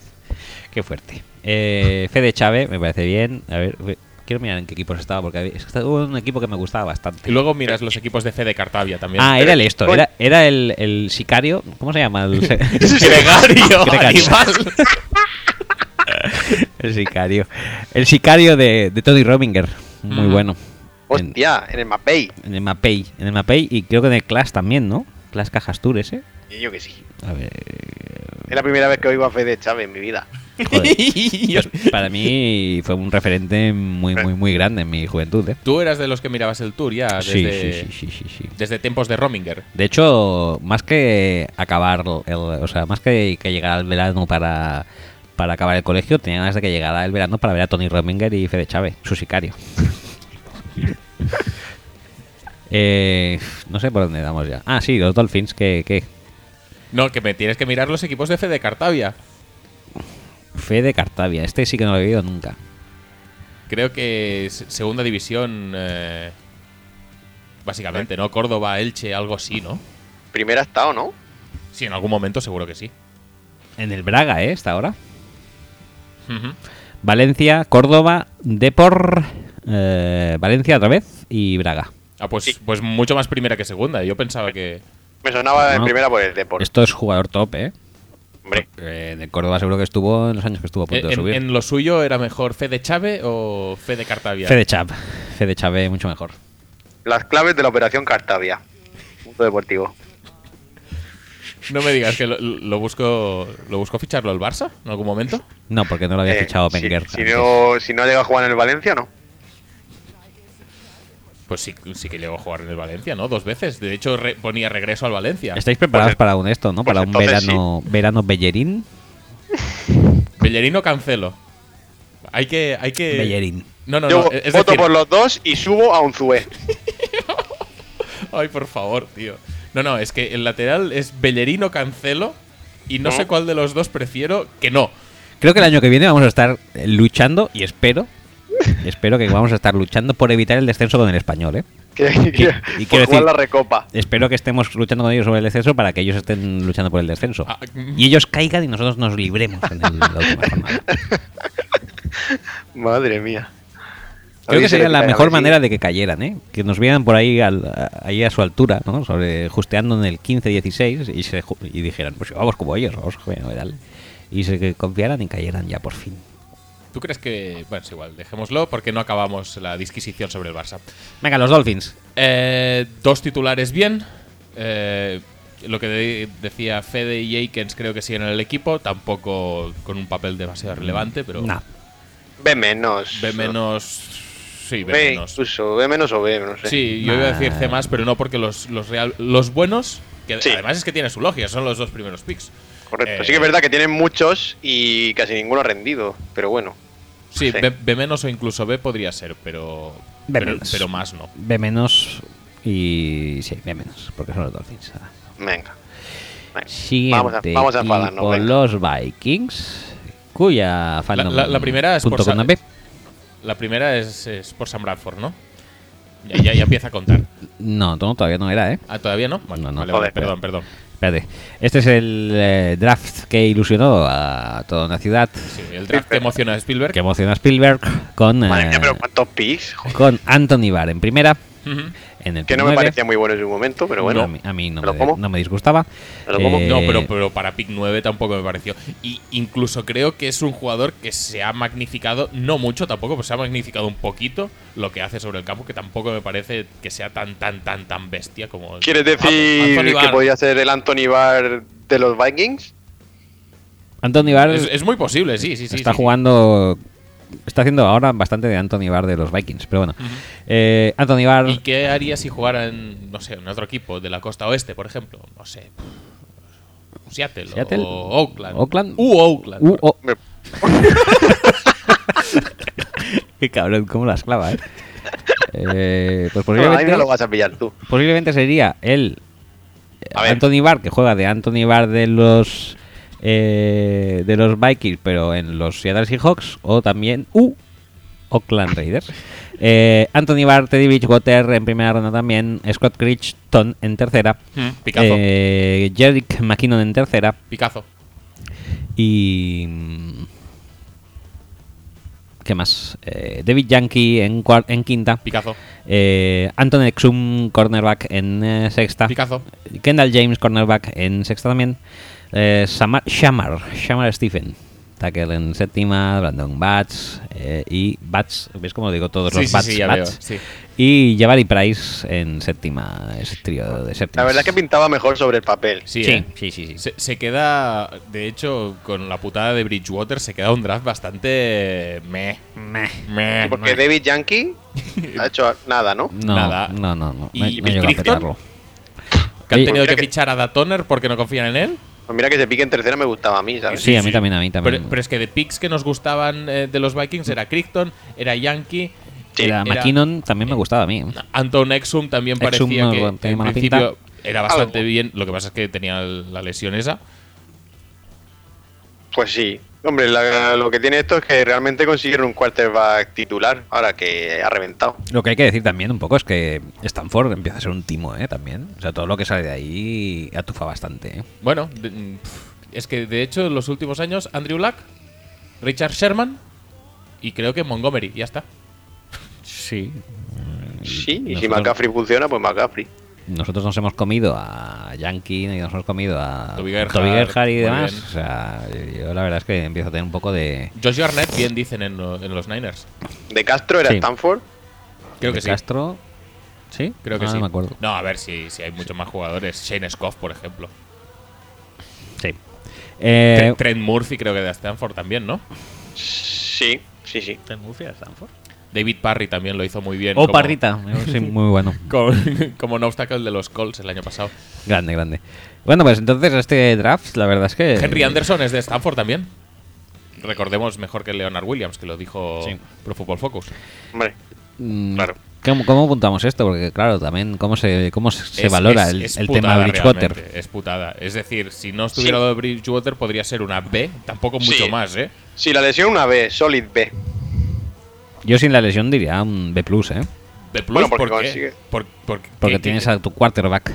Qué fuerte. Eh, Fede Chávez, me parece bien. A ver, ve- quiero mirar en qué equipos estaba, porque había- es que estaba en un equipo que me gustaba bastante. Y luego miras los equipos de Fede Cartavia también. Ah, (laughs) era el esto, Coño. era, era el, el sicario. ¿Cómo se llama? (laughs) El, se- (laughs) Gregario, Gregario. animal. el sicario. El sicario de, de Tony Rominger. Muy Mm. bueno. En, Hostia, en el Mapei. en el Mapei. En el Mapei y creo que en el Clash también, ¿no? Clash Cajas Tour ese. Y yo que sí. A ver. Es la primera vez que oigo a Fede Chávez en mi vida. (laughs) joder. Pues Yo- Para mí fue un referente muy, muy, muy grande en mi juventud, ¿eh? Tú eras de los que mirabas el tour ya Sí, desde, sí, sí, sí, sí, sí. desde tiempos de Rominger. De hecho, más que acabar, el, o sea, más que, que llegar al verano para, para acabar el colegio, tenía ganas de que llegara el verano para ver a Tony Rominger y Fede Chávez, su sicario. (laughs) Eh, no sé por dónde damos ya. Ah, sí, los Dolphins, que, que No, que me tienes que mirar los equipos de Fede Cartavia. Fede Cartavia, este sí que no lo he oído nunca. Creo que es segunda división. eh, básicamente, ¿Eh? ¿no? Córdoba, Elche, algo así, ¿no? Primera ha estado, ¿no? Sí, en algún momento seguro que sí. En el Braga, ¿eh? Hasta ahora. Ujú. Valencia, Córdoba, Depor, eh, Valencia otra vez y Braga. Ah, pues, Sí. pues mucho más primera que segunda. Yo pensaba que. Me sonaba en No. primera por el deporte. Esto es jugador top, ¿eh? Hombre, Eh, de Córdoba seguro que estuvo en los años que estuvo a punto de en, subir. en lo suyo era mejor Fede Chávez o Fede Cartavia. Fede Chap. Fede Chávez, mucho mejor. las claves de la operación Cartavia. Punto deportivo. No me digas que lo, lo busco lo busco ficharlo al Barça en algún momento. No, porque no lo había Eh, fichado si- Wenger. Si, antes. no, si no ha llegado a jugar en el Valencia, no. Pues sí, sí que llegó a jugar en el Valencia, ¿no? Dos veces. De hecho, re- ponía regreso al Valencia. Estáis preparados Pues- para un esto, ¿no? pues para un entonces verano verano Bellerín. Bellerino cancelo. Hay que. Hay que... Bellerín. No, no, Yo no. Es voto decir, por los dos y subo a un Zue. Ay, por favor, tío. No, no, es que el lateral es Bellerino cancelo y no sé cuál de los dos prefiero que no. Creo que el año que viene vamos a estar eh, luchando y espero. espero que vamos a estar luchando por evitar el descenso con el español, ¿eh? (laughs) Que, que- y por quiero jugar decir- la recopa. Espero que estemos luchando con ellos sobre el descenso para que ellos estén luchando por el descenso. Ah, mm. Y ellos caigan y nosotros nos libremos en el- la última jornada. Madre mía. Creo que sería la mejor manera de... de que cayeran, ¿eh? Que nos vieran por ahí, al- a- ahí a su altura, ¿no? Sobre, justeando en el 15-16 y, se ju- y dijeran, pues vamos como ellos, vamos bueno, y tal. Y se que confiaran y cayeran ya por fin. ¿Tú crees que.? Bueno, es igual, dejémoslo porque no acabamos la disquisición sobre el Barça. Venga, los Dolphins. Eh, dos titulares bien. Eh, lo que de- decía Fede y Aikens creo que siguen en el equipo. Tampoco con un papel demasiado relevante, pero No. Ve menos. ve pues, menos Sí, B B menos. incluso, B menos o B, no sé. Sí, yo iba a decir C más, pero no porque los, los, real- los buenos, que Sí. además es que tiene su lógica, son los dos primeros picks. Correcto. Eh, sí que es verdad que tienen muchos y casi ninguno ha rendido, pero bueno. Sí, Sí. B, B menos o incluso B podría ser, pero, B pero, menos. pero más no. B menos y. Sí, B menos, porque son los Dolphins. ahora. Venga. Venga. Siguiente. Vamos a- vamos a enfadarnos, equipo, venga. los Vikings, cuya fandom la- la primera es punto por con Sa- B. La primera es, es por Sam Bradford, ¿no? Ya, ya, ya empieza a contar. No, no, todavía no era, ¿eh? Ah, ¿todavía no? Bueno, No, no. vale, vale, Joder, perdón, perdón. Espérate. Este es el eh, draft que ilusionó a toda una ciudad, Sí, el draft que emociona a Spielberg. que emocionó a Spielberg con, Madre eh, mía, pero ¿cuántos picks? Joder, con Anthony Barr en primera. Ujú. En el Que no pick me nueve. parecía muy bueno en su momento, pero No, bueno. a mí, a mí no, ¿Me lo me, como? no me disgustaba. ¿Me lo como? Eh, No, pero, pero para pick 9 tampoco me pareció. Y incluso creo que es un jugador que se ha magnificado, no mucho tampoco, pero se ha magnificado un poquito lo que hace sobre el campo, que tampoco me parece que sea tan, tan, tan, tan bestia como. ¿Quieres Anthony decir que Barr. podía ser el Anthony Barr de los Vikings? Anthony Barr Es, es muy posible, sí, sí, sí. está sí. jugando. Está haciendo ahora bastante de Anthony Barr de los Vikings, pero bueno. Eh, Anthony Barr. ¿Y qué haría si jugara en, no sé, en otro equipo de la costa oeste, por ejemplo? No sé. Seattle, Seattle. o Oakland. Oakland. U Oakland. Uh, oh, Hombre, qué cabrón, cómo las clava, (laughs) ¿eh? Eh, pues no, ahí posiblemente, no lo vas a pillar tú. posiblemente sería el eh, A ver. Anthony Barr que juega de Anthony Barr de los eh, de los Vikings, pero en los Seattle Seahawks o también u Oakland (laughs) Raiders. Eh, Anthony Barr, Teddy Bridgewater en primera ronda también, Scott Crichton en tercera, Hmm, Mm, Picazo. eh, Jerick McKinnon en tercera Picazo. y mm, ¿qué más? Eh, David Yankee en, cuar- en quinta. Picazo. Eh, Anton Exum, cornerback en eh, sexta. Picazo. Kendall James, cornerback en sexta también. Eh, Samar- Shamar, Shamar Stephen, tackle en séptima. Brandon Bats eh, y Bats, ¿ves cómo digo todos Sí, los sí, Bats? sí, ya Bats? veo, sí. Y Javari Price en séptima, es trío de séptima. La verdad es que pintaba mejor sobre el papel. Sí, Sí, eh. sí, sí, sí. Se, se queda, de hecho, con la putada de Bridgewater, se queda un draft bastante. meh. Meh. meh, Porque meh. David Yankee ha hecho nada, ¿no? (laughs) No, Nada. no, no, no. ¿Y no- no Bill llego a Crichton? petarlo. Que han Oye, tenido que mira que- fichar a Datoner porque no confían en él. Pues mira que se pique en tercera me gustaba a mí, ¿sabes? Sí, a mí también, a mí también. Pero, pero es que de picks que nos gustaban eh, de los Vikings era Crichton, era Yankee. eh, sí, Era era- McKinnon también me gustaba a mí. ¿eh? Anton Exum también Exum parecía no, que tenía en mala principio era bastante Algo. bien. Lo que pasa es que tenía el- la lesión esa. Pues sí. Hombre, la- lo que tiene esto es que realmente consiguieron un quarterback titular, ahora que ha reventado. Lo que hay que decir también un poco es que Stanford empieza a ser un timo, ¿eh? También. O sea, todo lo que sale de ahí atufa bastante, ¿eh? Bueno, de- mm, es que de hecho en los últimos años Andrew Luck, Richard Sherman y creo que Montgomery, ya está. Sí. Sí, y si nosotros- McCaffrey funciona, pues McCaffrey. Nosotros nos hemos comido a Yankee y nos hemos comido a Toby Gerhart, Gerhart y muy demás. bien. O sea, yo la verdad es que empiezo a tener un poco de... Josh Garnett, bien dicen en, lo- en los Niners. De Castro era Sí. Stanford. Creo de que sí. Castro. ¿Sí? Creo que Ah, sí. No me acuerdo. No, a ver si si hay muchos más jugadores. Shane Scoff, por ejemplo. Sí. Eh, Tre- Trent Murphy, creo que de Stanford también, ¿no? Sí, sí, sí. David Parry también lo hizo muy bien. o como- oh, (laughs) Parrita. Sí, muy bueno. Como, como no obstáculo de los Colts el año pasado. Grande, grande. Bueno, pues entonces este draft, la verdad es que... Henry Anderson es de Stanford también. Recordemos mejor que Leonard Williams, que lo dijo Sí. Pro Football Focus. Hombre, Mm, Claro. ¿Cómo, ¿Cómo apuntamos esto? Porque, claro, también, ¿cómo se, cómo se Es- valora es- el, es el putada tema de Bridgewater? realmente, Es putada. Es decir, si no estuviera lo de Bridgewater, podría ser una B. Tampoco mucho Sí. más, ¿eh? sí, la lesión una B, solid B. Yo sin la lesión diría un B, ¿eh? De plus, Bueno, porque ¿por qué? consigue- Por- porque Porque que- tienes a tu quarterback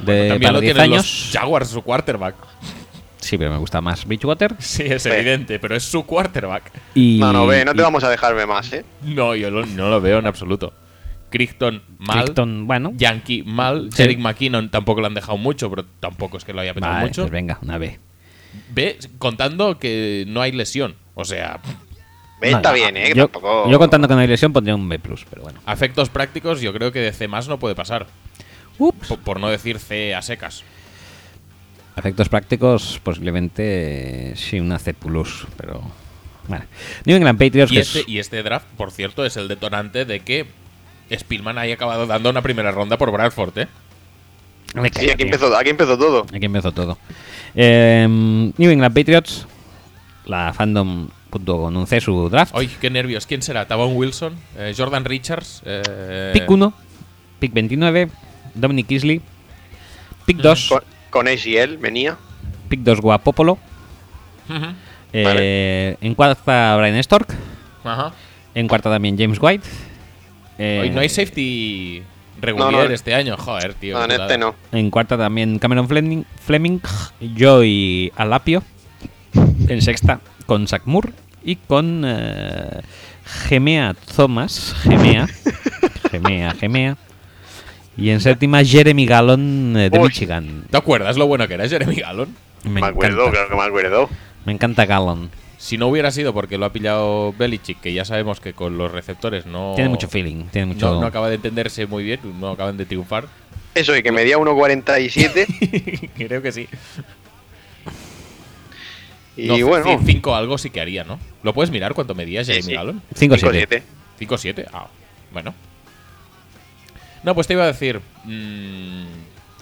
de También para lo 10 tienen años. los Jaguars, su quarterback. (laughs) Sí, pero me gusta más Bridgewater. Sí, es B. evidente, pero es su quarterback. Y, No, no, B, no te y vamos a dejar B más, ¿eh? No, yo lo- no lo veo en absoluto. Crichton, mal. Crichton, bueno. Yankee, mal. Sí. Jerick McKinnon tampoco lo han dejado mucho, pero tampoco es que lo haya petado Vale, mucho. pues venga, una B. B, contando que no hay lesión. O sea, B No, está no, bien, ¿eh? Que Yo, tampoco... yo contando con la lesión pondría un B, pero bueno. a efectos prácticos, yo creo que de C más no puede pasar. Ups. Por, por no decir C a secas. Efectos prácticos, posiblemente eh, sí, una C, pero Bueno, New England Patriots, Y que es- este, y este draft, por cierto, es el detonante de que Spielman haya acabado dando una primera ronda por Bradford, ¿eh? Me Sí, callo, aquí tío. empezó, aquí empezó todo. Aquí empezó todo. Eh, New England Patriots, la fandom punto con un C su draft. Ay, qué nervios. ¿Quién será? ¿Tabón Wilson? Eh, ¿Jordan Richards? Eh, Pick 1, pick 29, Dominic Isley, pick 2, Con, con ACL venía. pick 2 Guapopolo, ujú, eh, en cuarta Brian Stork, Ajá. en cuarta también James White. eh, Ay, no hay safety regular No, no. este año. Joder, tío. No, en qué este lado. no. En cuarta también Cameron Fleming, Fleming Joy Alapio. En sexta con Zach Moore y con eh, Gemea Thomas. Gemea. Gemea, Gemea. Y en séptima Jeremy Gallon eh, de Uy. Michigan. ¿Te acuerdas lo bueno que era Jeremy Gallon? Me, Me, acuerdo, encanta, claro que me acuerdo. me encanta Gallon. Si no hubiera sido porque lo ha pillado Belichick, que ya sabemos que con los receptores no. Oh. Tiene mucho feeling. Tiene mucho... No, no acaba de entenderse muy bien, no acaban de triunfar. (laughs) Eso, y que (laughs) medía 1.47 Creo que sí. y No, c- bueno, c- Cinco algo sí que haría, ¿no? ¿Lo puedes mirar cuánto medía Jeremy sí. Gallon? 5-7. 5'7". ¿Cinco siete? Ah, bueno. No, pues te iba a decir. mm,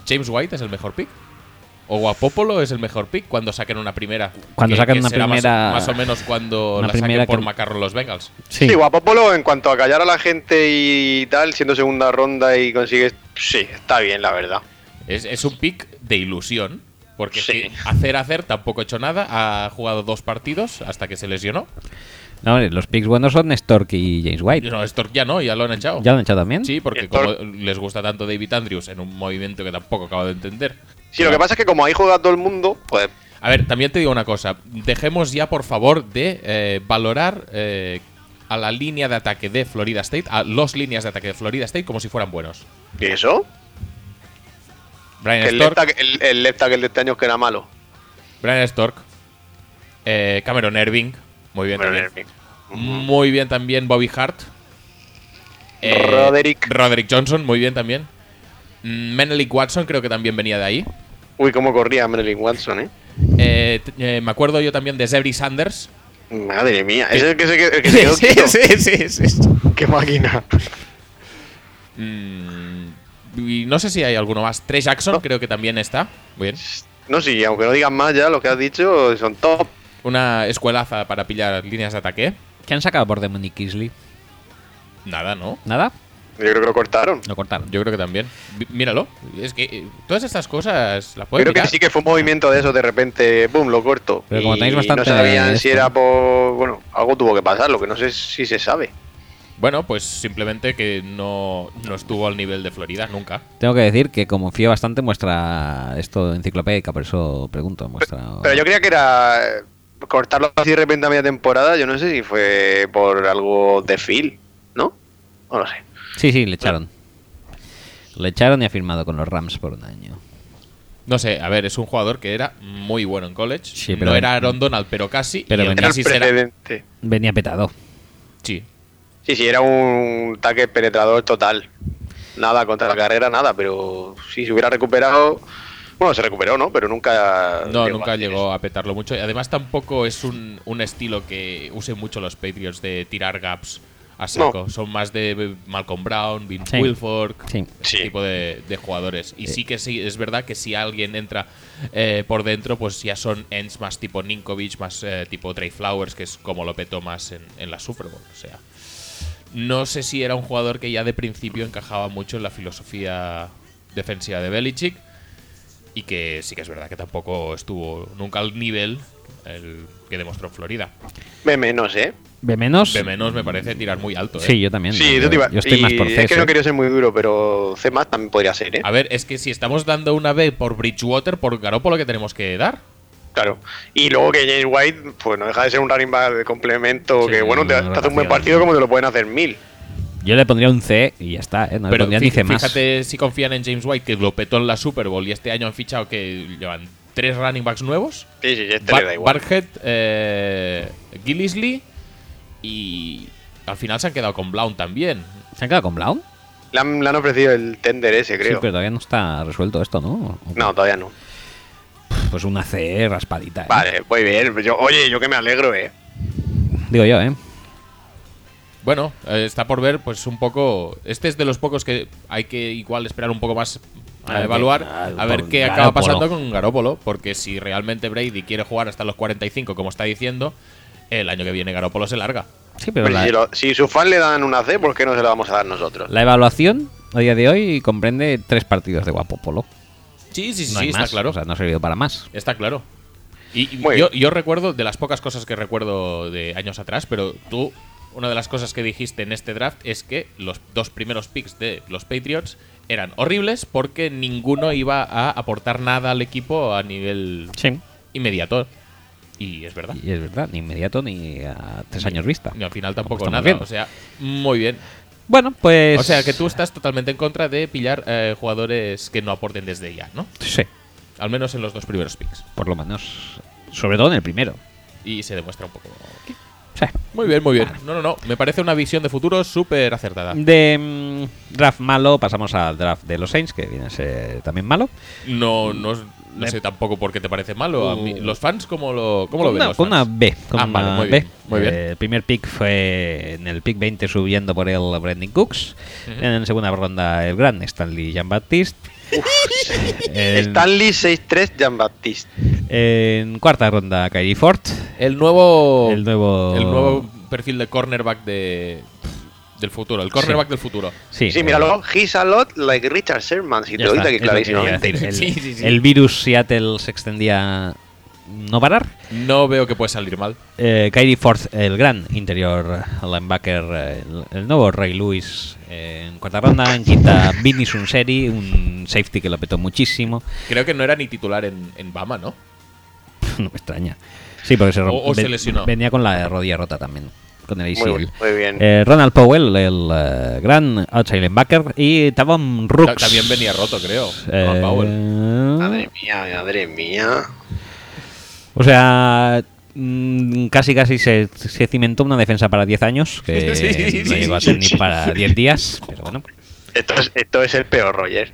¿James White es el mejor pick? ¿O Guapopolo es el mejor pick cuando saquen una primera? Cuando sacan una será más- primera- Más, o menos cuando una la primera saquen por que- macarro los Bengals. Sí. Sí, Guapopolo en cuanto a callar a la gente y tal, siendo segunda ronda y consigues... Sí, está bien, la verdad. Es, es un pick de ilusión. Porque Sí. es que hacer, hacer, tampoco ha hecho nada. Ha jugado dos partidos hasta que se lesionó. No, hombre, los picks buenos son Stork y James White. No, Stork ya no, ya lo han echado. ¿Ya lo han echado también? Sí, porque como Stork- les gusta tanto David Andrews en un movimiento que tampoco acabo de entender. Sí, lo que pasa es que como ahí juega todo el mundo, pues A ver, también te digo una cosa. Dejemos ya, por favor, de eh, valorar eh, a la línea de ataque de Florida State, a los líneas de ataque de Florida State, como si fueran buenos. ¿Y eso? Brian Que el, left Stork, tackle, el, el left tackle de este año es que era malo. Brian Stork eh, Cameron Irving, muy bien Cameron también. Muy bien también Bobby Hart. Eh, Roderick. Roderick Johnson, muy bien también. Mm, Menelik Watson, creo que también venía de ahí. Uy, cómo corría Marilyn Watson, ¿eh? Eh, t- eh, me acuerdo yo también de Zebri Sanders. Madre mía, ese es el que se, qued- el (laughs) que se quedó (laughs) quieto. sí, sí, sí. ¡Qué máquina! Mm, y no sé si hay alguno más. Trey Jackson creo que también está. Muy bien. No, sí, aunque no digas más ya, lo que has dicho son top. Una escuelaza para pillar líneas de ataque. ¿Qué han sacado por Dominic Isley? Nada, ¿no? ¿Nada? Yo creo que lo cortaron. Lo cortaron. Yo creo que también. Vi- Míralo. Es que eh, todas estas cosas las Yo puedes creo que mirar. sí que fue un movimiento de esos, de repente, boom, lo corto. Pero como Y tenéis bastante No sabían de si esto. era por. Bueno, algo tuvo que pasar, lo que no sé si se sabe. Bueno, pues simplemente que no, no estuvo al nivel de Florida nunca. Tengo que decir que como fío bastante muestra esto enciclopédica, por eso pregunto. Muestra... Pero yo creía que era. eh, Cortarlo así de repente a media temporada, yo no sé si fue por algo de Phil, ¿no? No lo sé. Sí, sí, le echaron. Le echaron y ha firmado con los Rams por un año. No sé, a ver, es un jugador que era muy bueno en college. Sí, pero- no era Aaron Donald, pero casi. Pero y el venía- Era casi el será- precedente. Venía petado. Sí. Sí, sí, era un ataque penetrador total. Nada contra la carrera, nada, pero si se hubiera recuperado. Bueno, se recuperó, ¿no? Pero nunca. No, llegó a nunca hacer llegó a petarlo mucho. Y además tampoco es un, un estilo que usen mucho los Patriots de tirar gaps a saco. Son más de Malcolm Brown, Vince Sí. Wilfork, Sí. ese Sí. tipo de, de jugadores. Y sí que sí, es verdad que si alguien entra eh, por dentro, pues ya son ends más tipo Ninkovic, más eh, tipo Trey Flowers, que es como lo petó más en, en la Super Bowl. O sea, no sé si era un jugador que ya de principio encajaba mucho en la filosofía defensiva de Belichick y que sí que es verdad que tampoco estuvo nunca al nivel el que demostró en Florida. Meme, no sé. ¿Ve menos? De menos me parece tirar muy alto. ¿eh? Sí, yo también. Sí, yo, yo, te iba- yo estoy y más por Es que César. no quería ser muy duro, pero C más también podría ser, ¿eh? A ver, es que si estamos dando una B por Bridgewater, por Garoppolo que tenemos que dar. Claro. Y luego que James White, pues no deja de ser un running back de complemento Sí, que, bueno, te, una te hace un rotación. buen partido como te lo pueden hacer mil. Yo le pondría un C y ya está, ¿eh? No le pero pondría fí- ni C fíjate, más. si confían en James White, que lo petó en la Super Bowl y este año han fichado que llevan tres running backs nuevos. Sí, sí, sí, este le da Bar igual. Barhead, eh, Gillisley y al final se han quedado con Blount también. ¿Se han quedado con Blau? Le han, le han ofrecido el tender ese, Sí, creo. pero todavía no está resuelto esto, ¿no? No, todavía no. Pues una C raspadita. ¿eh? Vale, muy bien. Yo, oye, yo que me alegro, ¿eh? digo yo, ¿eh? Bueno, eh, está por ver, pues un poco. Este es de los pocos que hay que igual esperar un poco más A a ver evaluar, qué- a- a ver por qué acaba Garópolo. pasando con Garópolo, porque si realmente Brady quiere jugar hasta los 45, como está diciendo, el año que viene Garópolo se larga. Sí, pero Pero la, Pues si, lo- si sus fans le dan una C, ¿por qué no se la vamos a dar nosotros? la evaluación a día de hoy comprende tres partidos de Guapopolo. Sí, sí, sí, No hay sí, está más, claro. O sea, no ha servido para más. Está claro. Y y Muy yo, yo recuerdo, de las pocas cosas que recuerdo de años atrás, pero tú, una de las cosas que dijiste en este draft es que los dos primeros picks de los Patriots eran horribles porque ninguno iba a aportar nada al equipo a nivel Sí. inmediato. Y es verdad. Y es verdad, ni inmediato ni a tres años vista. Y al final tampoco estamos nada. viendo. O sea, muy bien. Bueno, pues. O sea, que tú estás totalmente en contra de pillar eh, jugadores que no aporten desde ya, ¿no? Sí, Al menos en los dos primeros picks. por lo menos. Sobre todo en el primero. Y se demuestra un poco. Sí. Muy bien, muy bien. No, no, no. Me parece una visión de futuro súper acertada. De mm, draft malo pasamos al draft de los Saints, que viene a ser también malo. No, no, es- no sé tampoco por qué te parece malo. A mí- ¿Los fans cómo lo, cómo lo Con ven? Uh. una- los Con una fans? B. Con Ah, vale, una muy B. bien, muy bien. Eh, el primer pick fue en el pick 20 subiendo por el Brendan Cooks. En segunda ronda el gran Stanley Jean-Baptiste. en, Stanley 63 Jean-Baptiste. en cuarta ronda Kyrie Ford. El nuevo. El nuevo- Oh. el nuevo perfil de cornerback de, del futuro. El cornerback del futuro. Sí, Sí, eh, míralo. He's a lot like Richard Sherman, si te ya lo está, dice aquí es lo que quería clarísimamente. decir. El, Sí, sí, sí. el virus Seattle se extendía a no parar. No veo que puede salir mal. Eh, Kyrie Ford, el gran interior linebacker, eh, el, el nuevo Ray Lewis eh, en cuarta ronda, en quinta Vinny Sunseri, un safety que lo petó muchísimo, (laughs) Creo que no era ni titular en, en Bama, ¿no? no me extraña. Sí, porque se, O- o rom- se ven- lesionó. venía con la rodilla rota también, con el Muy, ACL. bien, muy bien. Eh, Ronald Powell, el eh, gran outside linebacker, y Tavon Ta- Rooks. También venía roto, creo. Eh, Ron Powell. Madre mía, madre mía. O sea, mm, casi casi se, se cimentó una defensa para 10 años, que Sí, sí, no sí, llegó a sí, ser ni sí. para 10 días, pero bueno. Esto es, esto es el peor, Roger.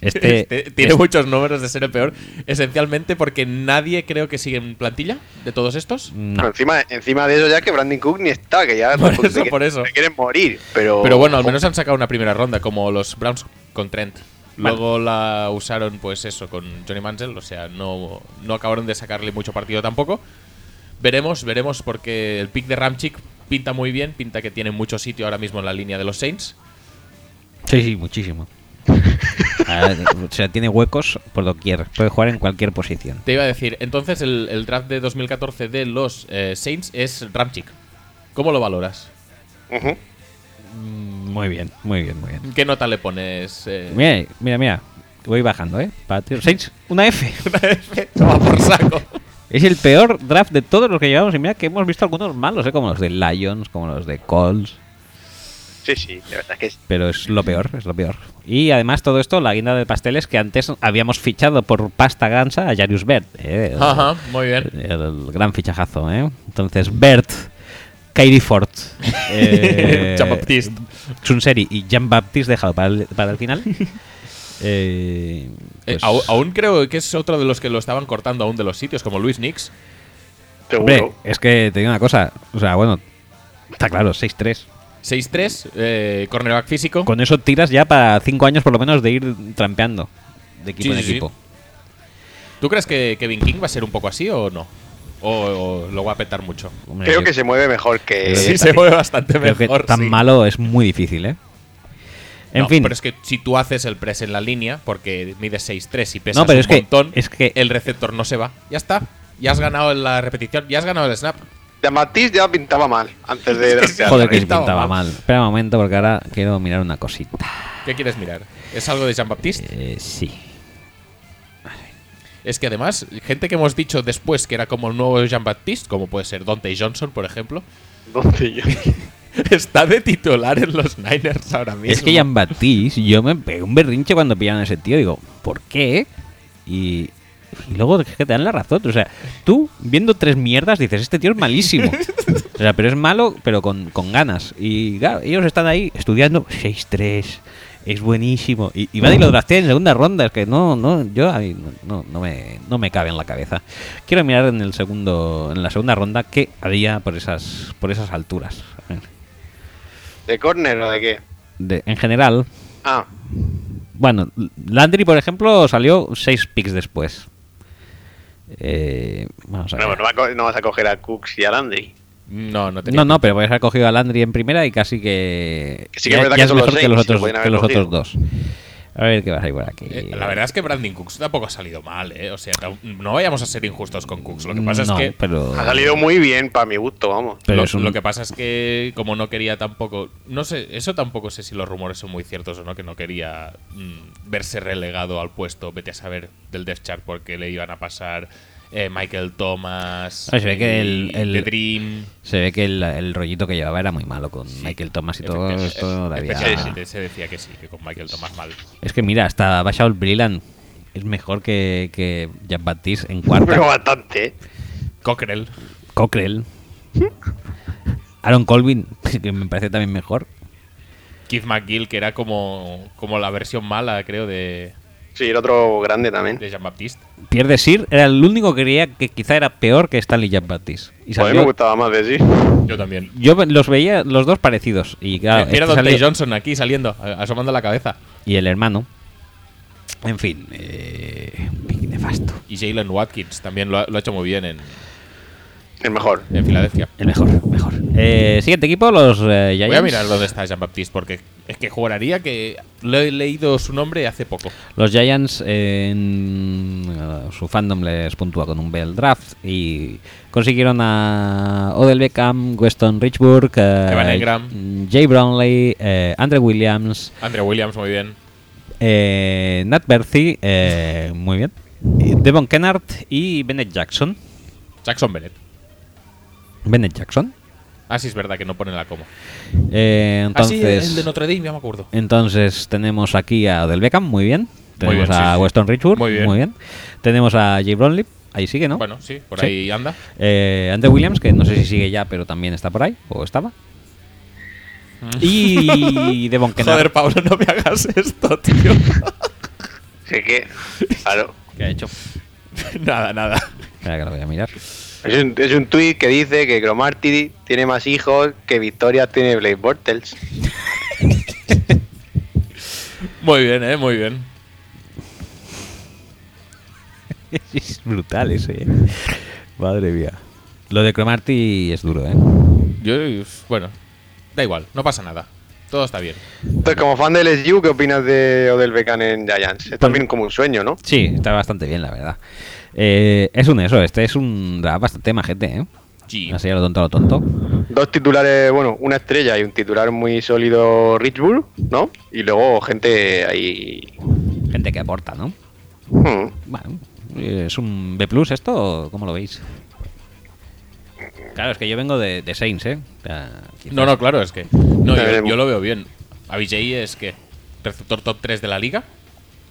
Este, (laughs) Este tiene es- muchos números de ser el peor, esencialmente porque nadie creo que sigue en plantilla de todos estos. no. Encima, encima de eso ya que Brandon Cook ni está, que ya Por se eso, que- por eso. se quieren morir. Pero, Pero bueno, al menos han sacado una primera ronda, como los Browns con Trent. Luego la usaron, pues eso, con Johnny Mansell. O sea, no, no acabaron de sacarle mucho partido tampoco. Veremos, veremos, porque el pick de Ramchick pinta muy bien. Pinta que tiene mucho sitio ahora mismo en la línea de los Saints. Sí, sí, muchísimo. Ah, o sea, tiene huecos por doquier. Puede jugar en cualquier posición. Te iba a decir, entonces el, el draft de 2014 de los eh, Saints es Ramchick. ¿Cómo lo valoras? Ujú. Muy bien, muy bien, muy bien. ¿Qué nota le pones? eh? Mira, mira, mira. Voy bajando, ¿eh? Patio- Saints, una F. (laughs) Toma por saco. Es el peor draft de todos los que llevamos. Y mira que hemos visto algunos malos, ¿eh? Como los de Lions, como los de Colts. Sí, sí, la verdad es que sí. Pero es lo peor, es lo peor. Y además todo esto, la guinda de pasteles que antes habíamos fichado por pasta gansa a Jarius Bert. ¿eh? Ajá, muy bien. El gran fichajazo, ¿eh? Entonces, Bert, Kairi (laughs) Ford, eh, Jean-Baptiste. Chunseri y Jean-Baptiste dejado para el, para el final. Eh, (laughs) Eh, pues, au- aún creo que es otro de los que lo estaban cortando aún de los sitios, como Luis Nix. seguro. hombre, es que te digo una cosa. O sea, bueno, está claro, 6-3. 6-3, eh, cornerback físico. Con eso tiras ya para 5 años por lo menos de ir trampeando de equipo Sí, en sí, sí. equipo. ¿Tú crees que Kevin King va a ser un poco así o no? ¿O, o lo va a petar mucho? Hombre, Creo yo- que se mueve mejor que. (laughs) sí, se mueve (laughs) bastante creo que mejor. tan sí. malo es muy difícil, ¿eh? En No, fin. Pero es que si tú haces el press en la línea, porque mides 6-3 y pesas No, pero un es que- montón, es que- el receptor no se va. Ya está. Ya has ganado la repetición, ya has ganado el snap. De Matiz ya pintaba mal (laughs) antes de. Es que sí. Joder, que Estaba pintaba mal. mal. Espera un momento, porque ahora quiero mirar una cosita. ¿Qué quieres mirar? ¿Es algo de Jean-Baptiste? Eh, sí. Es que además, gente que hemos dicho después que era como el nuevo Jean-Baptiste, como puede ser Dante Johnson, por ejemplo, ¿Dónde yo? (laughs) está de titular en los Niners ahora mismo. Es que Jean Baptiste, yo me pegué un berrinche cuando pillaron a ese tío. Digo, ¿por qué? Y, y luego es que te dan la razón. O sea, tú viendo tres mierdas dices, este tío es malísimo. O sea, pero es malo, pero con, con ganas. Y claro, ellos están ahí estudiando 6-3. es buenísimo. Y, y Buddy lo draftea en segunda ronda, es que no, no, yo a mí no, no, me, no me cabe en la cabeza. Quiero mirar en el segundo, en la segunda ronda qué había por esas, por esas alturas. ¿De córner o de qué? De- en general, Ah, bueno, Landry, por ejemplo, salió seis picks después. Eh, vamos a no, ver. no va a co- no vas a coger a Cooks y a Landry. No, no tenía. No, no, pero podías haber cogido a Landry en primera y casi que. Que sí que es verdad que es son los mejor que seis, los si lo otros, podían que haber los cogido. otros dos. A ver qué vas a ir por aquí. Eh, la verdad es que Brandon Cooks tampoco ha salido mal, ¿eh? O sea, tam- no vayamos a ser injustos con Cooks. Lo que pasa No, es que. Pero, Ha salido muy bien para mi gusto, vamos. pero lo, es un- lo que pasa es que, como no quería tampoco. No sé, eso tampoco sé si los rumores son muy ciertos o no, que no quería mm, verse relegado al puesto, vete a saber, del Death Chart, porque le iban a pasar eh, Michael Thomas. Ah, se ve que el- y el- The Dream. Se ve que el, el rollito que llevaba era muy malo con Michael Thomas y todo Efecti- esto. la había- Especialmente se decía que sí, que con Michael Thomas mal. Es que mira, hasta Bashaul Brilland es mejor que, que Jean Baptiste en cuarta. (laughs) Pero bastante, ¿eh? Cockrell. Cockrell. Aaron Colvin, (laughs) que me parece también mejor. Keith McGill, que era como, como la versión mala, creo, de, Sí, el otro grande también. de Jean-Baptiste. Pierre Desir era el único que creía que quizá era peor que Stanley Jean Baptiste. Y A mí salió- me gustaba más decir. Yo también. yo ve- los veía los dos parecidos. Y, claro, Eh, Mira este a Dante salió- Johnson aquí saliendo, a- asomando la cabeza. y el hermano. En fin, eh, un pick nefasto. Y Jalen Watkins también lo ha, lo ha hecho muy bien en, El mejor. en Filadelfia. El mejor, mejor. Eh, siguiente equipo, los eh, Giants. Voy a mirar dónde está Jean-Baptiste porque es que juraría que le he leído su nombre hace poco. Los Giants eh, en eh, su fandom les puntúa con un bel draft y consiguieron a Odell Beckham, Weston Richburg, eh, Evan Engram. mm, Jay Brownlee, eh, Andre Williams, Andre Williams, muy bien. eh, Nat Berthy, eh, muy bien, y Devon Kennard y Bennett Jackson. Jackson Bennett. Bennett Jackson. Ah, sí, es verdad que no pone la coma. Eh, ah, sí, entonces, el de Notre Dame, ya me acuerdo. entonces tenemos aquí a Odell Beckham, muy bien. Tenemos bien, a sí, sí. Weston Richburg, Muy muy bien. bien. Tenemos a Jay Brownlee, ahí sigue, ¿no? Bueno, sí, por Sí. ahí anda. Eh, Andrew Williams, que no sé si sigue ya, pero también está por ahí, o estaba. Mm. Y Devon Kennard, Joder, Pablo, no me hagas esto, tío. Así que, claro. que ha hecho. nada, nada. Espera que lo voy a mirar. Es un, es un tuit que dice que Cromarty tiene más hijos que Victoria tiene Blake Bortles. Muy bien, eh, muy bien. (laughs) es brutal ese, ¿eh? Madre mía. Lo de Cromarty es duro, ¿eh? Yo, bueno, da igual, no pasa nada. Todo está bien. Entonces, como fan del SU, ¿qué opinas de Odell Beckham en Giants? Es también como un sueño, ¿no? Sí, está bastante bien, la verdad. Eh, es un eso, este es un draft bastante majete, ¿eh? Sí. Así a lo tonto, a lo tonto. Dos titulares, bueno, una estrella y un titular muy sólido Richburg, ¿no? Y luego gente ahí... Gente que aporta, ¿no? hmm, Bueno, ¿es un B plus esto o cómo lo veis? Claro, es que yo vengo de, de Saints, ¿eh? O sea, quizás- No, no, claro, es que. No, yo, Veremos. yo lo veo bien. Avijay es que receptor top 3 de la liga.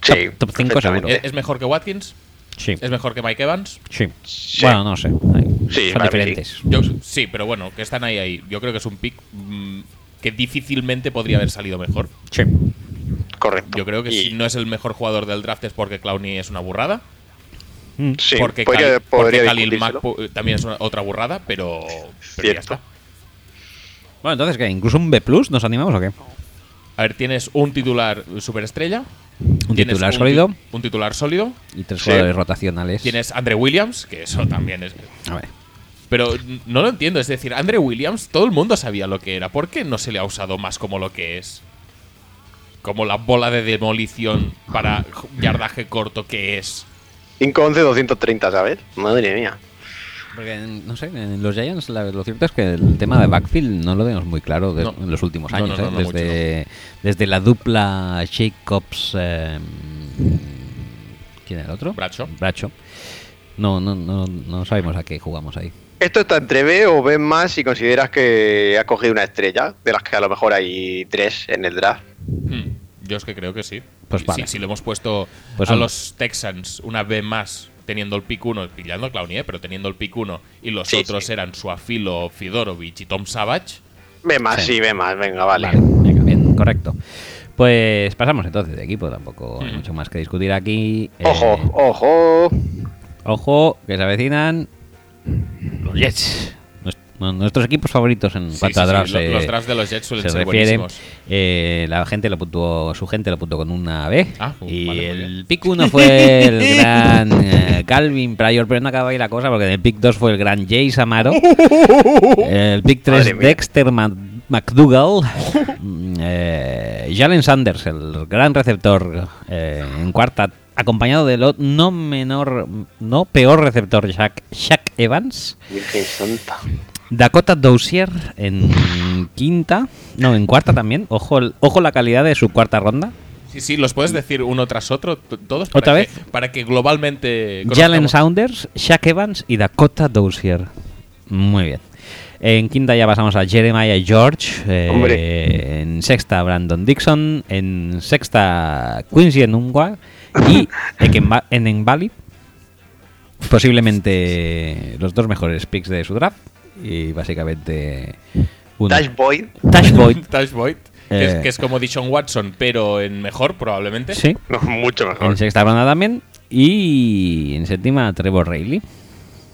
Sí, Top- top cinco perfectamente. seguro. ¿Es, es mejor que Watkins? Sí. ¿Es mejor que Mike Evans? Sí. Sí. Bueno, no sé. Ahí. Sí, Son para mí sí. diferentes. Yo, sí, pero bueno, que están ahí ahí. Yo creo que es un pick mm, que difícilmente podría haber salido mejor. Sí. Correcto. Eh, Yo creo que Y- si no es el mejor jugador del draft es porque Clowney es una burrada. sí, porque podría- Khalil, porque podría Khalil Mack discutírselo. pu- también es una- otra burrada, pero, pero ya Cierto. está. Bueno, entonces, ¿qué? ¿Incluso un B plus nos animamos o qué? A ver, tienes un titular superestrella. Un tienes titular ti- sólido. Un titular sólido. Y tres Sí. jugadores rotacionales. Tienes Andre Williams, que eso también es. A ver. Pero no lo entiendo, es decir, Andre Williams, todo el mundo sabía lo que era. ¿Por qué no se le ha usado más como lo que es? Como la bola de demolición para yardaje corto que es. 511, 230, ¿sabes? Madre mía. Porque, no sé, en los Giants la- lo cierto es que el tema de backfield no lo vemos muy claro de- No. en los últimos No, no, años. no, ¿eh? no, desde, desde la dupla Jacobs. eh, ¿Quién era el otro? Bracho. Bracho. No, no, no, no sabemos a qué jugamos ahí. ¿Esto está entre B o B más si consideras que has cogido una estrella? De las que a lo mejor hay tres en el draft. Hmm, Yo es que creo que sí. Pues Sí, vale. Si le hemos puesto Pues a un- los Texans una vez más teniendo el pick 1, pillando a Clowney, ¿eh? pero teniendo el pick 1 y los Sí, otros sí. eran Suafilo, Fidorovich y Tom Savage, B más, Sí. sí, B más, venga, vale. venga, bien, correcto. Pues pasamos entonces de equipo, tampoco Mm. hay mucho más que discutir aquí. Eh, Ojo, ojo. ojo, que se avecinan los Jets. Nuest- no, Nuestros equipos favoritos en Sí, cuanto sí, a sí, drafts lo- eh, los drafts de los Jets suelen se ser refiere. buenísimos. Eh, la gente lo puntuó, su gente lo puntuó con una B. Ah, uh, y vale, muy el bien. pick 1 fue (laughs) el gran eh, Calvin Pryor, pero no acaba ahí la cosa porque en el pick 2 fue el gran Jay Samaro. el pick 3 Dexter Ma- McDougall. Mm, eh, Jalen Sanders, el gran receptor eh, en cuarta, acompañado del o- no menor, no peor receptor Shaq, Shaq Evans. Virgen Santa. Dakota Dozier en quinta, no, en cuarta también. Ojo, el- ojo la calidad de su cuarta ronda. Sí, sí, los puedes decir uno tras otro, t- todos. ¿Otra para vez? Que, para que globalmente. Jalen Eh, conozcamos. (laughs) Saunders, Shaq Evans y Dakota Dozier. Muy bien. En quinta ya pasamos a Jeremiah George. eh, Hombre. en sexta Brandon Dixon. En sexta Quincy Enungwa. Y Ekenba- Enembali. Posiblemente los dos mejores picks de su draft. Y básicamente... uno- Dash Boy. (laughs) Tash (laughs) Boyd. Taj Boyd, que, es, Eh. que es como Dishon Watson, pero en mejor probablemente. Sí. No, mucho mejor. En sexta ronda también. Y en séptima, Trevor Reilly.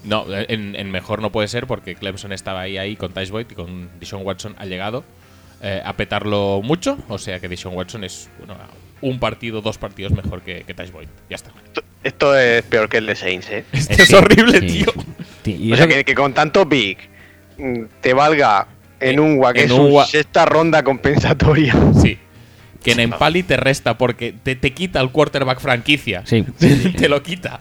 No, en, en mejor no puede ser porque Clemson estaba ahí, ahí con Taj Boyd y con Dishon Watson ha llegado eh, a petarlo mucho. O sea que Dishon Watson es bueno, un partido, dos partidos mejor que, que Taj Boyd. Ya está. Esto, esto es peor que el de Saints, ¿eh? Esto Sí, Este es horrible, sí, tío. sí. Y o eso sea, que, que con tanto pick mm, te valga en un guac, que en es un su gua- sexta ronda compensatoria. Sí. Que en Empali te resta porque te, te quita el quarterback franquicia. Sí. (laughs) te lo quita.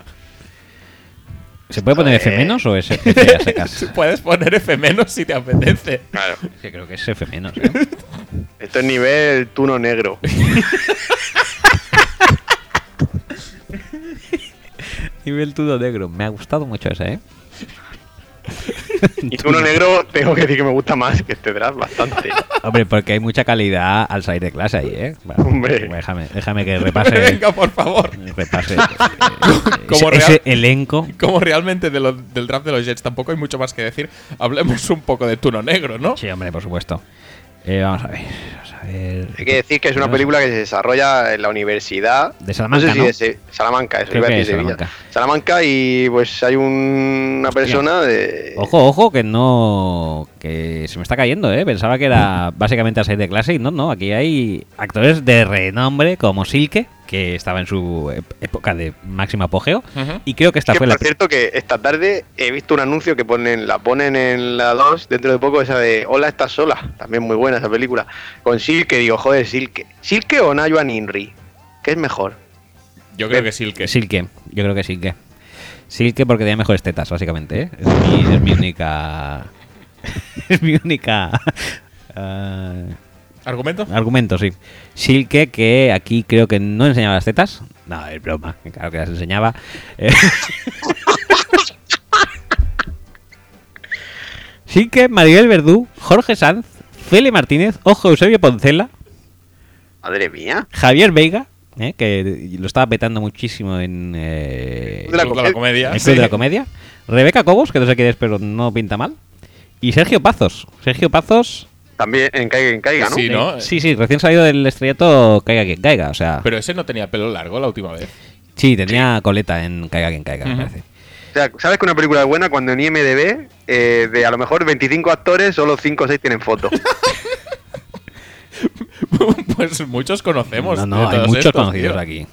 ¿Se puede poner F menos o (laughs) es F a secas? (laughs) Puedes poner F menos si te apetece. Claro, Es que creo que es F menos. ¿eh? esto es nivel tuno negro. (laughs) Nivel tudo negro. Me ha gustado mucho ese, ¿eh? Y (laughs) tuno negro tengo que decir que me gusta más que este draft bastante. Hombre, porque hay mucha calidad al salir de clase ahí, ¿eh? Bueno, Hombre. Déjame, déjame que (laughs) repase. (laughs) Venga, por favor. repase. eh, Como ese, ese real- elenco. Como realmente de lo- del draft de los Jets tampoco hay mucho más que decir, hablemos un poco de Tuno Negro, ¿no? Sí, hombre, por supuesto. Eh, vamos a ver. Vamos a ver. Hay que decir que es una película que se desarrolla en la universidad. De Salamanca, No sé si ¿no? de Se- Salamanca, eso Creo iba a que decir es Sevilla. Salamanca. Salamanca y pues hay un- una persona de. Ojo, ojo, que no. que se me está cayendo, ¿eh? Pensaba que era básicamente a salir de clase y no, no. Aquí hay actores de renombre como Silke, que estaba en su ep- época de máximo apogeo. Ujú. Y creo que esta Que, fue la. por cierto que esta tarde he visto un anuncio que ponen, la ponen en la 2 dentro de poco, esa de Hola, estás sola. También muy buena esa película. Con Silke, digo, joder, Silke. ¿Silke o Nayuan Inri? ¿Qué es mejor? Yo creo que sí, el que Silke, yo creo que Silke. Silke porque tenía mejores tetas, básicamente, ¿eh? Es mi, es mi única. (laughs) es mi única. (laughs) ah, ¿Argumento? Argumento, sí. Silke, que aquí creo que no enseñaba las tetas. No, es broma, que claro que las enseñaba. Eh. (laughs) Silke, Maribel Verdú, Jorge Sanz, Fele Martínez, Ojo Eusebio Poncela, Madre mía. Javier Veiga, eh, que lo estaba petando muchísimo en eh, De la Club de la comedia. el sí. Club de la Comedia. Rebeca Cobos, que no sé quién es, pero no pinta mal. Y Sergio Pazos. Sergio Pazos, También en Caiga, en Caiga, ¿no? Sí, ¿no? eh, sí, sí, recién salido del estrellato, caiga quien caiga. O sea, Pero ese no tenía pelo largo la última vez. (laughs) Sí, tenía coleta en Caiga quien caiga, me Ujú. parece. O sea, ¿sabes que una película es buena cuando en IMDB, eh, de a lo mejor 25 actores, solo 5 o 6 (laughs) tienen fotos? pues muchos conocemos. No, de no, hay todos muchos estos, conocidos tío. aquí.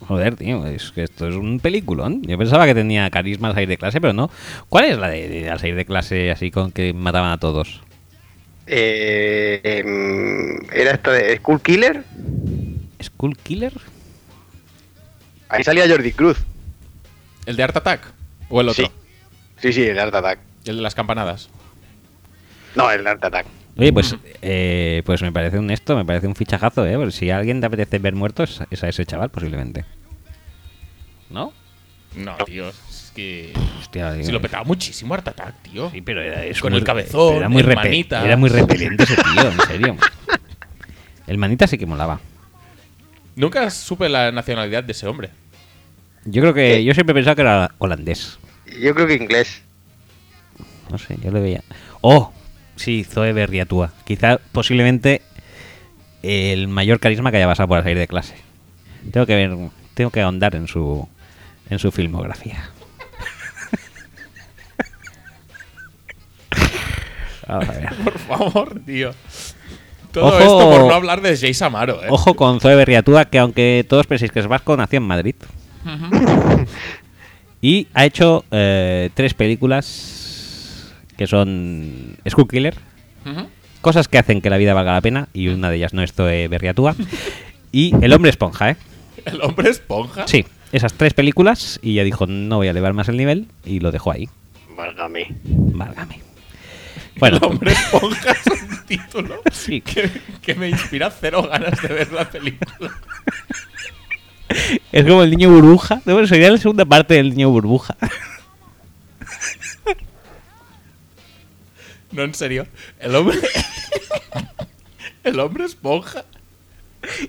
Joder, tío, es que esto es un peliculón. Yo pensaba que tenía carisma al salir de clase, pero no. ¿Cuál es la de, de al salir de clase así con que mataban a todos? Eh, em, ¿Era esta de School Killer? ¿School Killer? Ahí salía Jordi Cruz. ¿El de Art Attack? ¿O el otro? Sí. Sí, sí, el Art Attack. El de las campanadas. No, el Art Attack. Oye, pues, Mm. eh, pues me parece un esto, me parece un fichajazo, ¿eh? Porque si a alguien te apetece ver muerto, es, es a ese chaval, posiblemente. ¿No? No, tío. Es que. Hostia, Si digo, lo petaba muchísimo Art Attack, tío. Sí, pero era eso. Con el cabezón, era muy el repe- manita. Era muy repelente ese tío, en serio. El manita sí que molaba. Nunca supe la nacionalidad de ese hombre. Yo creo que. Yo siempre he pensado que era holandés. Yo creo que inglés. No sé, yo le veía. ¡Oh! Sí, Zoe Berriatúa. Quizá, posiblemente. el mayor carisma que haya pasado por salir de clase. Tengo que ver, tengo que ahondar en su, en su filmografía. Vamos a ver. Por favor, tío. Todo Ojo. esto por no hablar de Jay Samaro, ¿eh? Ojo con Zoe Berriatúa, que aunque todos penséis que es vasco, nació en Madrid. (laughs) y ha hecho eh, tres películas que son School Killer, Cosas que hacen que la vida valga la pena, y una de ellas no es Zoe Berriatúa, y El hombre esponja, ¿eh? ¿El hombre esponja? Sí, esas tres películas, y ya dijo, no voy a elevar más el nivel, y lo dejó ahí. Válgame. Válgame. (laughs) Bueno, El hombre esponja es un título Sí. que, que me inspira cero ganas de ver la película. es como el niño burbuja. No, bueno, sería la segunda parte del niño burbuja. (laughs) No, en serio. El hombre. (laughs) El hombre esponja.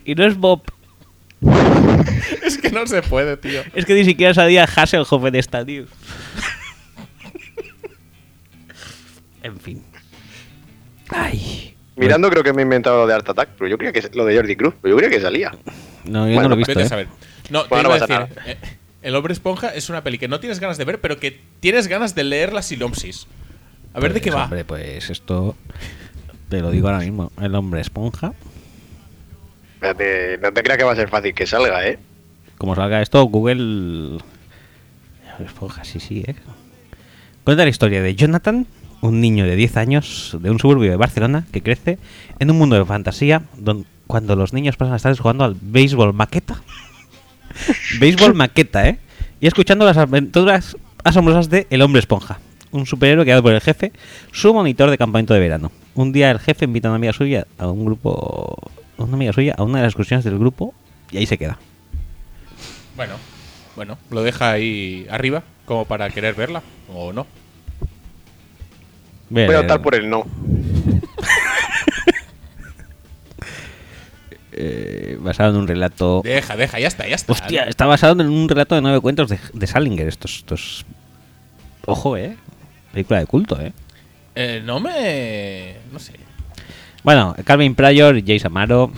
y no es Bob. Es que no se puede, tío. Es que ni siquiera sabía Hasselhoff en esta, tío. en fin. Ay. Mirando creo que me he inventado lo de Art Attack, pero yo creía que es lo de Jordi Cruz, pero yo creía que salía. No, yo Bueno, no lo he visto. Vete a ¿eh? saber. No, te Bueno, iba no a pasa decir, eh, El hombre esponja es una peli que no tienes ganas de ver, pero que tienes ganas de leer la sinopsis. A ver de qué Pues, va. Hombre, pues esto. Te lo digo ahora mismo. El hombre esponja. Espérate, no te creas que va a ser fácil que salga, ¿eh? Como salga esto, Google. El esponja, sí, sí, ¿eh? Cuenta la historia de Jonathan, un niño de 10 años de un suburbio de Barcelona que crece en un mundo de fantasía don- cuando los niños pasan las tardes jugando al béisbol maqueta. (laughs) béisbol maqueta, ¿eh? Y escuchando las aventuras asombrosas de El Hombre Esponja, un superhéroe creado por el jefe, su monitor de campamento de verano. Un día el jefe invita a una amiga suya a un grupo. a una amiga suya a una de las excursiones del grupo y ahí se queda. Bueno, bueno, lo deja ahí arriba, como para querer verla, o no. Voy Voy a optar por el no. eh, basado en un relato. Deja, deja, ya está, ya está. Hostia, está basado en un relato de nueve cuentos de, de Salinger. Estos, estos. Ojo, eh. Película de culto, eh. Eh, no me. No sé. Bueno, Calvin Pryor, Jay (laughs) Samaro,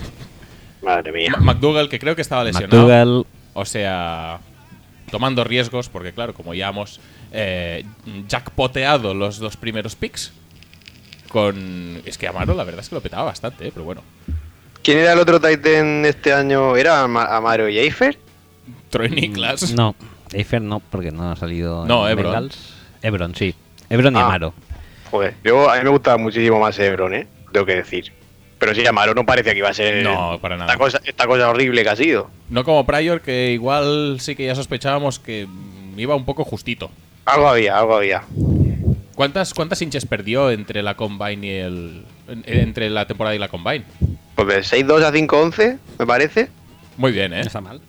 Madre mía. Ma- McDougall, que creo que estaba lesionado. McDougall. O sea, tomando riesgos, porque claro, como ya hemos eh, jackpoteado los dos primeros picks, con... Es que Amaro la verdad es que lo petaba bastante, eh, pero bueno. ¿Quién era el otro Titan este año? ¿Era Ama- Amaro y Eifer? Troy Niklas. Mm, No, Eifer no, porque no ha salido. No, en Ebron. Bengals. Ebron, sí. Ebron y Ah. Amaro. Joder, yo, a mí me gustaba muchísimo más Ebron, ¿eh? Tengo que decir. Pero sí, Amaro no parecía que iba a ser No, para nada. Esta, cosa, esta cosa horrible que ha sido. No como Pryor, que igual sí que ya sospechábamos que mm, iba un poco justito. Algo había, algo había. ¿Cuántas, cuántas hinches perdió entre la Combine y el... en- entre la temporada y la Combine? Pues de 6-2 a 5-11, me parece. Muy bien, ¿eh? No está mal.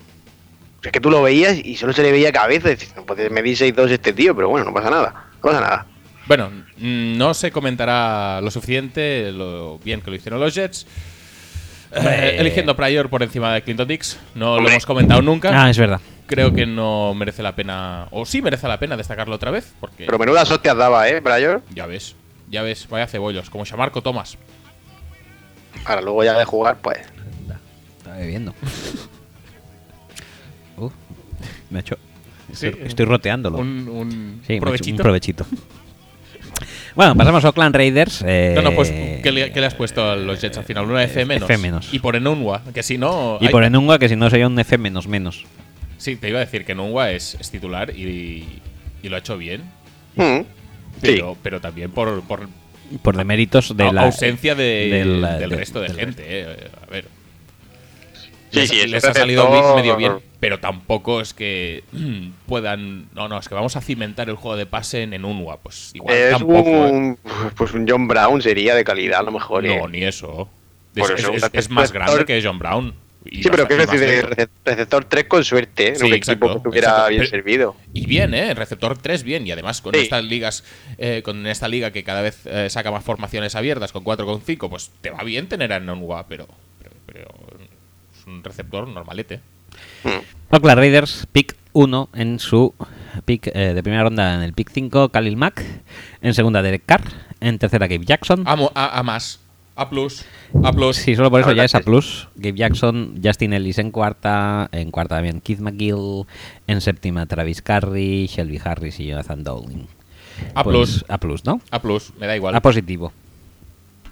Es que tú lo veías y solo se le veía cabeza. Dices, No puedes medir 6-2 este tío, pero bueno, no pasa nada. No pasa nada. Bueno, mm, no se comentará lo suficiente lo bien que lo hicieron los Jets. Eh, Hombre. eligiendo Pryor por encima de Clinton Dix, no lo Hombre. hemos comentado nunca. Ah, es verdad. Creo que no merece la pena, o sí merece la pena destacarlo otra vez, porque Pero menudas hostias daba, ¿eh, Brayor? ya ves, ya ves, vaya cebollos, como Shamarco Thomas. Ahora luego ya de jugar, pues. Estaba (laughs) bebiendo. Uh, me ha hecho. Sí. Estoy, estoy roteándolo. Un, un Sí, me ha hecho provechito. un provechito. bueno, pasamos a Oakland Raiders. no, no, pues, eh, ¿qué le, qué le has puesto a los Jets al final? Una F menos. F menos. Y por Enunwa, que si no. Y hay- por Enunga, que si no sería un F menos menos. Sí, te iba a decir que Enunwa es, es titular y, y lo ha hecho bien, Mm. Sí. pero, pero también por- por, Por deméritos de Au- la ausencia de- del- del de- resto de del- gente. eh. A ver. Sí, les sí, ese les ha salido receptor- bien- medio bien, pero tampoco es que (clears throat) mm, puedan. No, no, es que vamos a cimentar el juego de pase en Enunwa. Pues igual Es tampoco. eh. un. Pues un John Brown sería de calidad, a lo mejor. ¿eh? No, ni eso. Es, Por eso, es- un es más receptor- grande que John Brown. y Sí, pero bastante quiero más decir, de lento. rece- receptor 3 con suerte, ¿eh? Sí, en un exacto, equipo que estuviera exacto. bien Pero- servido. Y bien, ¿eh? Receptor 3 bien. Y además con Sí. estas ligas, eh, con esta liga que cada vez eh, saca más formaciones abiertas, con 4 con 5, pues te va bien tener a Nonwa, pero, pero, pero es un receptor normalete. Oakland Raiders, pick 1 en su pick eh, de primera ronda en el pick 5, Khalil Mack. En segunda, Derek Carr. En tercera, Gabe Jackson. A, mo- a- a más. A plus. A plus. Sí, solo por eso La ya verdad es a que sí. plus. Gabe Jackson, Justin Ellis en cuarta, en cuarta también Keith McGill, en séptima Travis Carey, Shelby Harris y Jonathan Dowling. A Pues, plus. A plus, ¿no? A plus. Me da igual. A positivo.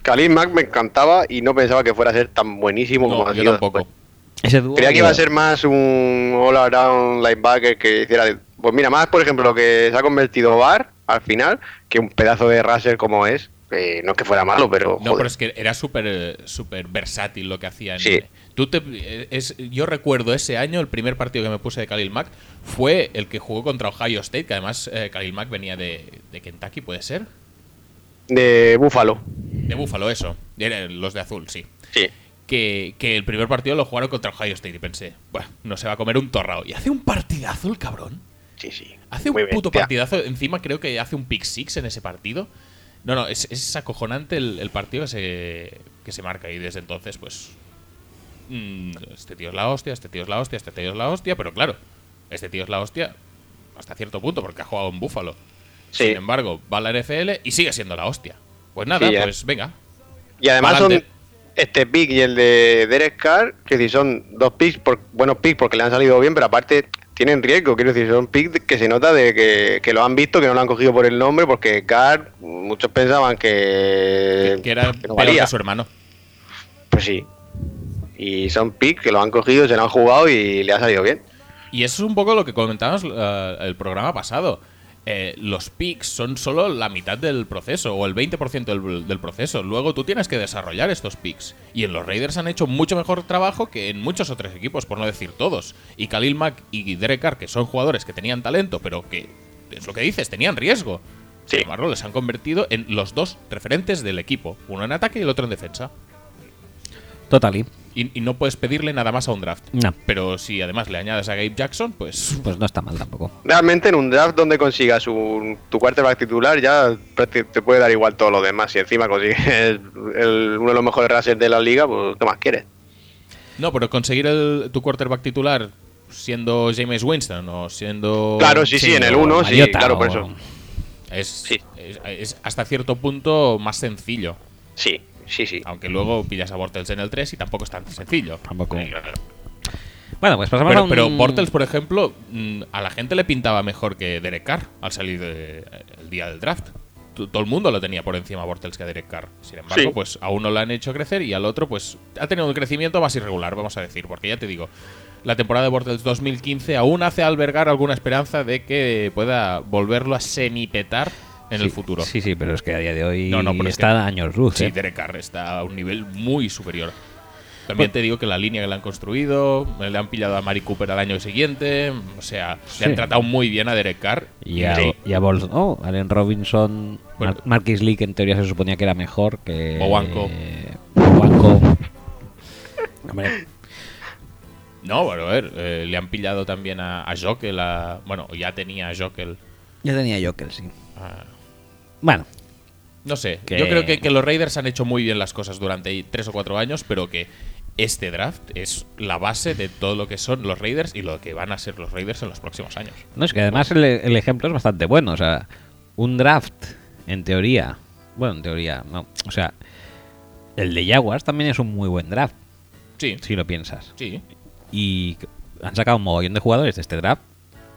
Khalid Mack me encantaba y no pensaba que fuera a ser tan buenísimo como no, ha yo sido tampoco. después. Ese dúo Creía que iba a ser más un all-around linebacker que hiciera... de- Pues mira, más por ejemplo lo que se ha convertido Bar al final que un pedazo de Russell como es. que no es que fuera malo, No, pero... joder. pero es que era súper eh, súper versátil lo que hacía. en- Sí. Tú te, eh, es, yo recuerdo ese año, el primer partido que me puse de Khalil Mack fue el que jugó contra Ohio State, que además eh, Khalil Mack venía de, de Kentucky, ¿puede ser? De Búfalo. De Buffalo, eso. Era los de azul, sí. Sí. Que, que el primer partido lo jugaron contra Ohio State y pensé, bueno, no se va a comer un torrao. Y hace un partidazo el cabrón. Sí, sí. Hace un Muy bien. puto Te- partidazo. Encima creo que hace un pick six en ese partido. No, no, es, es acojonante el, el partido que se, que se marca. Y desde entonces, pues. mm, este tío es la hostia, este tío es la hostia, este tío es la hostia. Pero claro, este tío es la hostia hasta cierto punto porque ha jugado en Búfalo. Sí. Sin embargo, va a la NFL y sigue siendo la hostia. Pues nada, Sí, ya. pues venga. Y además son Pa'lante. este pick y el de Derek Carr, que si son dos picks, por, buenos picks porque le han salido bien, pero aparte tienen riesgo, quiero decir, son picks que se nota de que, que lo han visto, que no lo han cogido por el nombre, porque Carr, muchos pensaban que, Que- que era Eh, que no peor valía. que su hermano. Pues sí. Y son picks que lo han cogido, se lo han jugado y le ha salido bien. Y eso es un poco lo que comentábamos eh, el programa pasado. Eh, los picks son solo la mitad del proceso o el 20% del, del proceso. Luego tú tienes que desarrollar estos picks. Y en los Raiders han hecho mucho mejor trabajo que en muchos otros equipos, por no decir todos. Y Khalil Mack y Derek Carr, que son jugadores que tenían talento, pero que es lo que dices, tenían riesgo. Sin Sí. embargo, les han convertido en los dos referentes del equipo: uno en ataque y el otro en defensa. Totally. Y, y no puedes pedirle nada más a un draft. No. Pero si además le añades a Gabe Jackson, pues Pues no está mal tampoco. Realmente en un draft donde consigas un, tu quarterback titular ya prácti- te puede dar igual todo lo demás. Si encima consigues (laughs) el- uno de los mejores rushers de la liga, pues ¿qué más quieres? No, pero conseguir el- tu quarterback titular siendo James Winston o siendo. Claro, sí, sí, en el 1, sí, Mariota claro, por o- eso. Es, sí. es- es hasta cierto punto más sencillo. Sí, sí, sí. Aunque luego pillas a Bortles en el 3 y tampoco es tan sencillo. Tampoco. Pero, Bueno, pues pasamos a un... pero Bortles, por ejemplo, mm, a la gente le pintaba mejor que Derek Carr al salir de- eh, el día del draft. T- Todo el mundo lo tenía por encima a Bortles que a Derek Carr. Sin embargo, Sí. pues a uno lo han hecho crecer y al otro, pues ha tenido un crecimiento más irregular, vamos a decir. Porque ya te digo, la temporada de Bortles 2015 aún hace albergar alguna esperanza de que pueda volverlo a semipetar en el Sí, futuro. Sí, sí, pero es que a día de hoy No, no, pero es está que- a años luz. Sí, ¿eh? Derek Carr está a un nivel muy superior. También te digo que la línea que le han construido, le han pillado a Mari Cooper al año siguiente, o sea, Sí. le han tratado muy bien a Derek Carr. Y a, Sí. y a Bols- oh, Allen Robinson, Bueno. Mar- Marquis Lee, que en teoría se suponía que era mejor que. Bowanko. Bowanko. Hombre, No, bueno, a ver, eh, le han pillado también a, a Jokel, a- bueno, ya tenía a Jokel. yo tenía Joker, sí. a- Bueno, no sé, Que- yo creo que, que los Raiders han hecho muy bien las cosas durante tres o cuatro años, pero que este draft es la base de todo lo que son los Raiders y lo que van a ser los Raiders en los próximos años. no es que además el, el ejemplo es bastante bueno. O sea, un draft, en teoría. Bueno, en teoría, no. O sea, el de Jaguars también es un muy buen draft, Sí, si lo piensas. sí. Y han sacado un mogollón de jugadores de este draft.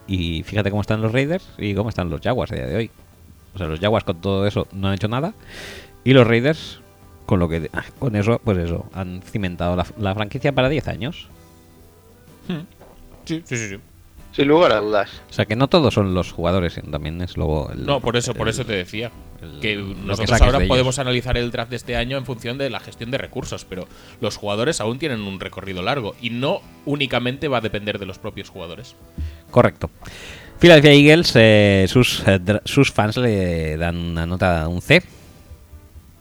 Y fíjate cómo están los Raiders y cómo están los Jaguars a día de hoy. O sea, los Jaguars con todo eso no han hecho nada. Y los Raiders, con lo que con eso, pues eso, han cimentado la, la franquicia para 10 años. Sí, sí, sí. sí. Sin lugar a dudas. O sea que no todos son los jugadores, eh, también es luego el- No, por eso, por el- eso te decía. el- Que lo que nosotros saques ahora de ellos. podemos analizar el draft de este año en función de la gestión de recursos, pero los jugadores aún tienen un recorrido largo y no únicamente va a depender de los propios jugadores. Correcto. Philadelphia Eagles, eh, sus, eh, dra- sus fans le dan una nota, un C.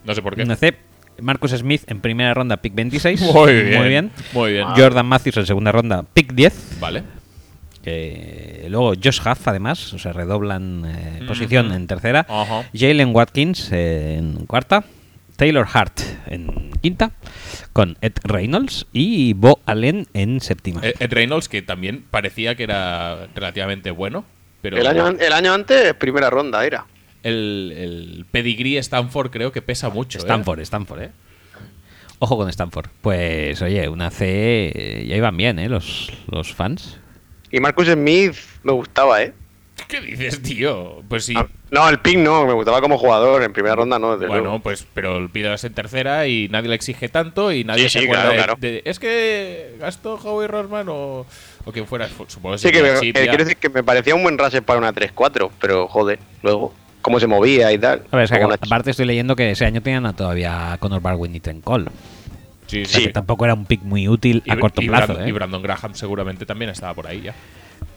No sé por qué. Una C. Marcus Smith en primera ronda, pick 26. (laughs) Muy bien, muy bien. Jordan Matthews en segunda ronda, pick 10. Vale. que luego Josh Huff, además, o sea, redoblan eh, posición en tercera. Ajá. Jalen Watkins eh, en cuarta. Taylor Hart en quinta. Con Ed Reynolds y Bo Allen en séptima. Eh, Ed Reynolds, que también parecía que era relativamente bueno, pero El año, an- el año antes, primera ronda era. el, el pedigrí Stanford creo que pesa mucho. ¿eh? Stanford, Stanford, ¿eh? Ojo con Stanford. Pues oye, una C eh, ya iban bien, ¿eh? Los, los fans. Y Marcus Smith me gustaba, ¿eh? ¿Qué dices, tío? Pues sí. Ah, No, el Ping no, me gustaba como jugador. En primera ronda no, desde Bueno, luego. pues, pero olvidas en tercera y nadie le exige tanto y nadie Sí, se sí, acuerda claro, de- claro. de- Es que gastó Howie Rosman o, o quien fuera, fu- supongo Sí, que me, pues sí, eh, quiero decir que me parecía un buen rase para una 3-4, pero joder, luego, cómo se movía y tal. A ver, es que acá- Como una ch- aparte estoy leyendo que ese año tenían a todavía a Conor Barwin y Trent Cole. sí, O sea, sí. que tampoco era un pick muy útil a Y- corto y plazo, Brandon, ¿eh? y Brandon Graham seguramente también estaba por ahí ya.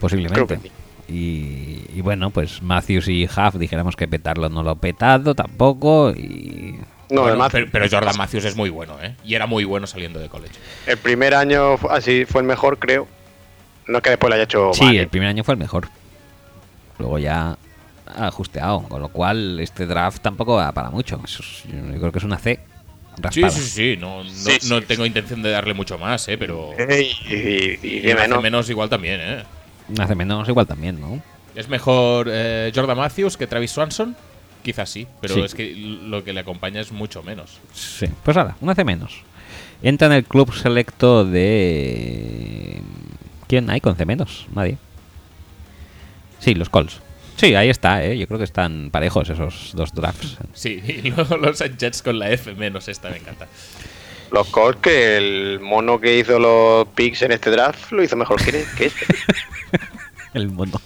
posiblemente. Creo que sí. Y, y bueno, pues Matthews y Huff dijéramos que petarlo no lo ha petado tampoco. Y No, Bueno, además, pero, pero Jordan Matthews es muy bueno, ¿eh? Y era muy bueno saliendo de college. el primer año fu- así fue el mejor, creo. No es que después lo haya hecho sí, mal, ¿eh? el primer año fue el mejor. Luego ya ha ajusteado, con lo cual este draft tampoco va para mucho. Eso es- yo creo que es una C. Sí, raspada. sí, sí, no, no, Sí, sí, no sí. tengo intención de darle mucho más, ¿eh? Pero Ey, y, y- y- y hace menos. menos igual también, ¿eh? Una C menos igual también, ¿no? ¿Es mejor eh, Jordan Matthews que Travis Swanson? Quizás sí, pero Sí. es que lo que le acompaña es mucho menos. Sí, pues nada, una C menos. Entra en el club selecto de... ¿Quién hay con C menos? Nadie. Sí, los Colts. Sí, ahí está, ¿eh? yo creo que están parejos esos dos drafts. Sí, y (laughs) luego los Jets con la F menos esta, me encanta. Los Colts que el mono que hizo los picks en este draft lo hizo mejor que, que este. El mundo.